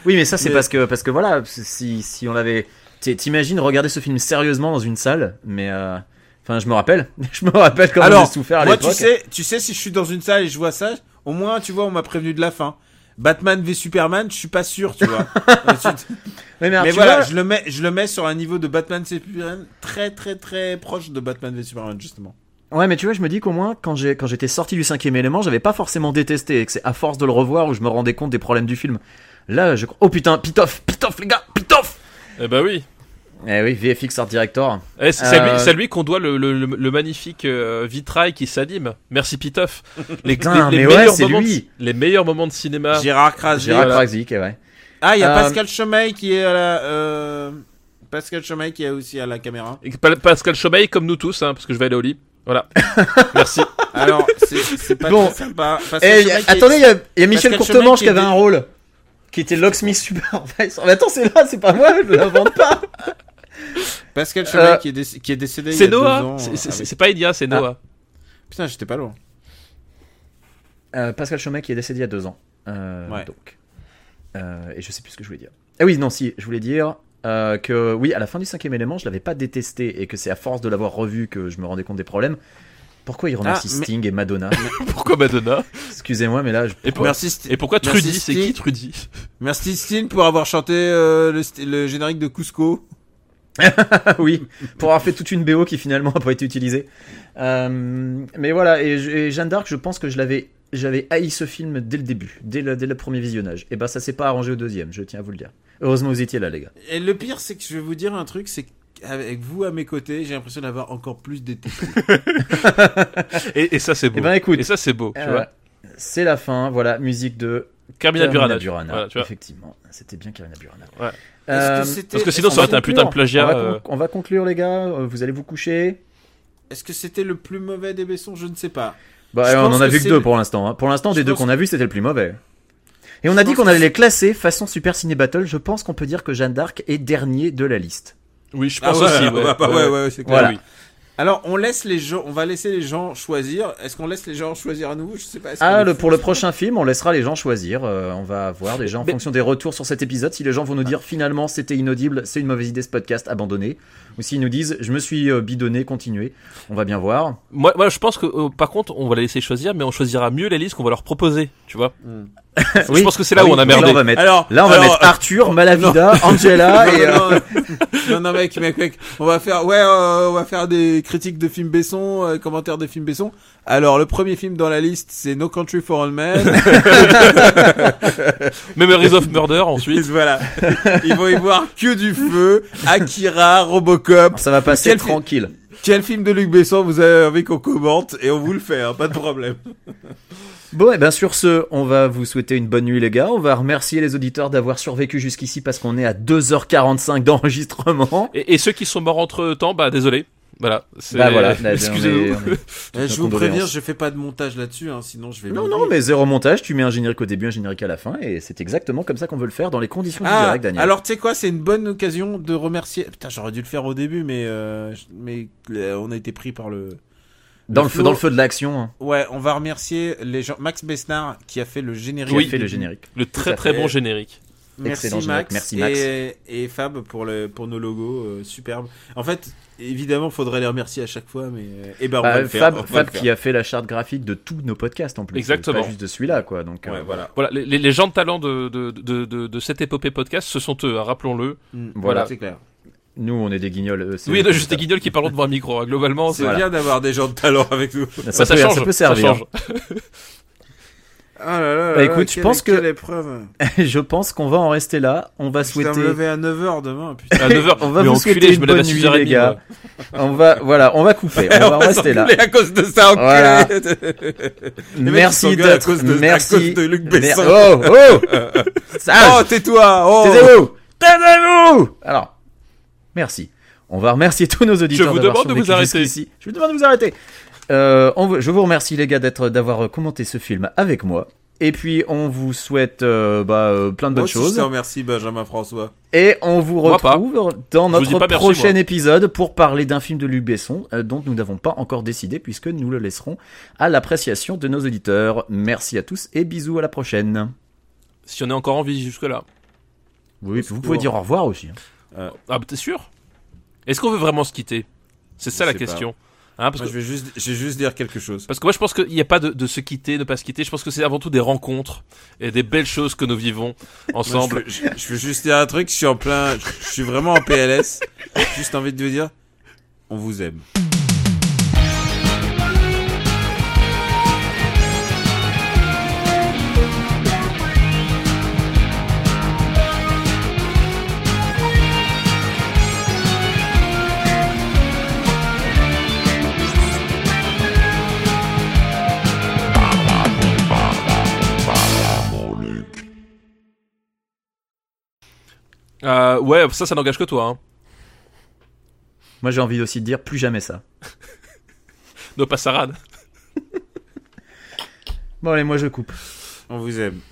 A: Oui, mais ça, c'est
B: Mais-
A: parce que, parce que voilà, si, si on l'avait. t'es- T'imagines regarder ce film sérieusement dans une salle, mais. euh, Enfin, je me rappelle. Je me rappelle comment
B: Alors,
A: j'ai souffert à
B: Moi tu
A: l'époque.
B: sais, tu sais si je suis dans une salle et je vois ça, au moins tu vois on m'a prévenu de la fin. Batman v Superman, je suis pas sûr, tu vois.
A: Oui, mais alors,
B: Mais
A: tu
B: voilà,
A: vois,
B: je le mets, je le mets sur un niveau de Batman v Superman très très très proche de Batman v Superman justement.
A: Ouais, mais tu vois, je me dis qu'au moins, quand j'ai, quand j'étais sorti du cinquième élément, j'avais pas forcément détesté, et que c'est à force de le revoir où je me rendais compte des problèmes du film. Là, je. Oh putain, Pitoff, Pitoff, les gars, Pitoff
C: Eh ben oui.
A: Eh oui, VFX Art Director.
B: Ah,
C: Eh, c'est, c'est à
A: Euh,
C: lui, c'est à lui qu'on doit le, le- le- le magnifique euh, vitrail qui s'anime. Merci Pitoff. Les,
A: Putain, mais ouais,
C: meilleurs
A: c'est
C: moments
A: lui.
C: de- les meilleurs moments de cinéma.
B: Gérard Krasny.
A: Ah. Gérard
C: voilà.
A: Krazik, eh ouais.
B: Ah, il y a
A: Euh,
B: Pascal Chemaille qui est à la. euh, Pascal Chemaille qui est aussi à la caméra.
C: Et Pa- Pascal Chomeil, comme nous tous, hein, parce que je vais aller au lit. Voilà. Merci.
B: Alors, c'est- c'est pas
A: Bon.
B: très sympa. parce que
A: Eh,
B: ce
A: y a-
B: mec est-
A: attendez, il y a, y a Michel
B: Pascal Chemin
A: Courtemanche
B: qui
A: qui avait
B: était-
A: un rôle. Qui était Locksmith Supervisor. Mais attends, c'est là, c'est pas moi, je l'invente pas.
B: Pascal Chemin
A: Euh,
B: qui, est déc- qui est décédé. il y
C: C'est
B: a deux
C: Noah.
B: ans,
C: C'est- C'est
B: euh,
C: c'est-
B: avec-
C: c'est pas Elia, c'est Noah.
B: Putain, j'étais pas loin.
A: Euh, Pascal Chomet qui est décédé il y a deux ans. Euh,
B: Ouais.
A: Donc. Euh, et je sais plus ce que je voulais dire. Ah oui, non, si, je voulais dire euh, que oui, à la fin du cinquième élément, je l'avais pas détesté et que c'est à force de l'avoir revu que je me rendais compte des problèmes. Pourquoi il remercie
B: Ah, mais-
A: Sting et Madonna
C: Pourquoi Madonna
A: Excusez-moi, mais là, je...
C: et, pour-
B: Merci, Sti-
C: et pourquoi
B: Merci,
C: Trudy C'est
B: Steve.
C: qui Trudy
B: merci Stine pour avoir chanté euh, le, sti- le générique de Cusco.
A: Ah oui, pour avoir fait toute une BO qui finalement n'a pas été utilisée. Euh, mais voilà, et, je- et Jeanne d'Arc, je pense que je l'avais, j'avais haï ce film dès le début, dès le, dès le premier visionnage. Et bah ça s'est pas arrangé au deuxième, je tiens à vous le dire. Heureusement vous étiez là, les gars.
B: Et le pire, c'est que je vais vous dire un truc, c'est qu'avec vous à mes côtés, j'ai l'impression d'avoir encore plus détesté.
C: et, et ça, c'est beau.
A: Eh ben, écoute.
C: Et ça, c'est beau. Tu
A: Euh,
C: vois.
A: c'est la fin, voilà, musique de
C: Carmina Burana. tu-
A: Burana.
C: voilà, tu vois.
A: Effectivement, c'était bien Carmina Burana.
C: Ouais.
A: Euh,
B: Est-ce que c'était-
C: Parce que sinon,
B: est-ce
C: ça aurait
B: que-
C: été un putain de
A: on,
C: plagiat.
A: va
C: euh,
A: con- on va conclure, les gars. euh, Vous allez vous coucher.
B: Est-ce que c'était le plus mauvais des Bessons Je ne sais pas.
A: Bah,
B: Je
A: on
B: pense
A: en a
B: que
A: vu que
B: c'est
A: deux
B: le-
A: pour l'instant. hein. Pour l'instant,
B: Je
A: des deux
B: pense
A: qu'on a vu, c'était le plus mauvais. Et on
B: Je
A: a dit
B: pense
A: qu'on
B: que
A: allait
B: c'est-
A: les classer façon Super Ciné Battle. Je pense qu'on peut dire que Jeanne d'Arc est dernier de la liste.
C: Oui, je pense
B: ouais,
C: aussi.
B: ouais, bah, ouais, ouais, c'est clair.
A: Voilà.
C: oui.
B: Alors, on laisse les gens, on va laisser les gens choisir. Est-ce qu'on laisse les gens choisir à nouveau Je sais pas. est-ce
A: Ah,
B: qu'on
A: le,
B: fait-
A: pour le prochain film, on laissera les gens choisir. Euh, on va voir déjà en
B: Mais-
A: fonction des retours sur cet épisode si les gens vont nous dire finalement c'était inaudible, c'est une mauvaise idée ce podcast, abandonné. Ou s'ils nous disent je me suis euh, bidonné, continuez. On va bien voir.
C: Moi, moi, je pense que euh, par contre, on va les laisser choisir, mais on choisira mieux les listes qu'on va leur proposer. Tu vois.
A: Hmm. Oui.
C: Je pense que c'est là
A: Ah
C: où
A: oui,
C: on a
A: Là
C: merdé.
A: on va mettre,
B: Alors,
A: là, on va
B: alors,
A: mettre
B: euh,
A: Arthur, Malavida, Angela
B: non,
A: et. euh,
B: non, non, non, mec, mec, mec, on va faire, ouais, euh, on va faire des critiques de films Besson, euh, commentaires de films Besson. Alors, le premier film dans la liste, c'est No Country for Old Men.
A: euh,
C: Memories of Murder ensuite.
B: voilà. Ils vont y voir que du feu, Akira, Robocop.
A: Ça va passer
B: Quel-
A: tranquille.
B: Quel film de Luc Besson vous avez envie qu'on commente et on vous le fait, hein, pas de problème.
A: Bon, et bien sur ce, on va vous souhaiter une bonne nuit, les gars. On va remercier les auditeurs d'avoir survécu jusqu'ici parce qu'on est à 2h45 d'enregistrement.
C: Et, et ceux qui sont morts entre temps, bah désolé. Voilà. c'est-
A: Bah voilà, là,
C: Excusez-nous.
A: on est- on est-
B: Eh,
A: nos
B: je vous
A: condoléances.
B: préviens, je fais pas de montage là-dessus, hein, sinon je vais.
A: Non,
B: m'ennuyer.
A: non, mais zéro montage, tu mets un générique au début, un générique à la fin, et c'est exactement comme ça qu'on veut le faire dans les conditions du
B: Ah,
A: direct, Daniel.
B: alors tu sais quoi, c'est une bonne occasion de remercier. Putain, j'aurais dû le faire au début, mais euh, je- mais euh, on a été pris par le.
A: dans, le
B: Flo-
A: feu, dans le feu de l'action, hein,
B: Ouais, on va remercier les gens. Max Besnard qui a fait le générique.
A: qui a fait le générique.
C: Le très
A: à
C: très
B: fait.
C: bon générique.
B: Merci
A: Excellent
B: Max.
A: générique, merci Max.
B: Et, et Fab pour le pour nos logos euh, superbes. En fait, évidemment, faudrait les remercier à chaque fois, mais euh, eh ben on
A: Bah,
B: va le faire.
A: Fab,
B: on va
A: Fab
B: le faire.
A: qui a fait la charte graphique de tous nos podcasts en plus.
C: Exactement.
A: Pas juste de celui-là, quoi. Donc, euh,
B: Ouais, voilà.
C: Voilà, les, les- les gens de talent de, de, de, de, de cette épopée podcast, ce sont eux, hein, rappelons-le.
B: Mm,
A: Voilà.
B: c'est clair.
A: nous, on est des guignols. euh, c'est-
C: Oui, non, juste des guignols qui parlent devant un micro, hein, globalement.
B: C'est
C: c'est-
B: bien d'avoir des gens de talent avec nous.
A: Ça,
C: ça,
A: peut,
C: change,
A: ça peut servir.
C: change.
B: Ah là là. là
A: Bah,
B: là,
A: écoute, je
B: quelle-
A: pense que-
B: quelle épreuve.
A: Je pense qu'on va en rester là. On va
B: Je vais me
A: souhaiter.
B: lever à 9h demain, putain.
C: À 9h,
A: On va
C: Ah, mais
A: vous
C: enculé,
A: souhaiter
C: je
A: une
C: me lève à
A: bonne nuit,
C: 6h30,
A: les gars.
C: moi.
A: On va, voilà, on va couper. On va rester là.
B: s'engueuler à cause de ça, enculé.
A: Voilà.
B: Les mecs, ils
A: Merci
B: s'engueulent à
A: d'être.
B: cause de- à
A: Merci.
B: cause de Luc Besson.
A: Mer- Oh, ah, oh.
B: Oh,
A: Sage.
B: tais-toi. Oh.
A: Taisez-vous. Taisez-vous. Alors, merci. On va remercier tous nos auditeurs.
C: vous
A: d'avoir
C: demande de vous
A: survécu
C: arrêter.
A: jusqu'ici. Je vous demande de vous arrêter. Euh, on vous- je vous remercie les gars d'être d'avoir commenté ce film avec moi. Et puis on vous souhaite euh, bah, euh, plein de
B: Moi
A: bonnes
B: aussi, Je
A: choses.
B: te remercie, Benjamin François.
A: Et on vous
C: Moi pas.
A: retrouve dans
C: Je vous dis
A: notre
C: pas merci,
A: prochain
C: moi.
A: épisode pour parler d'un film de Luc Besson euh, dont nous n'avons pas encore décidé puisque nous le laisserons à l'appréciation de nos auditeurs. Merci à tous et bisous à la prochaine.
C: Si on est encore en vie jusque-là.
A: Oui,
B: Au
A: vous
B: secours.
A: pouvez dire au revoir aussi. hein.
C: Ah, bah, t'es sûr Est-ce qu'on veut vraiment se quitter C'est ça
B: Je
C: la
B: sais pas.
C: question. Hein, parce,
B: Moi, je
C: que,
B: vais juste, je vais juste dire quelque chose.
C: parce que moi, je pense qu'il n'y a pas de, de se quitter, ne pas se quitter. Je pense que c'est avant tout des rencontres et des belles choses que nous vivons
B: Moi,
C: ensemble.
B: Je, veux- je- je veux juste dire un truc. Je suis en plein, je, je suis vraiment en PLS. J'ai juste envie de vous dire, on vous aime.
C: Euh, ouais, ça, ça n'engage que toi. Hein.
A: Moi j'ai envie aussi de dire plus jamais ça.
G: nos passaran.
C: Bon, allez, moi je coupe.
A: On vous aime.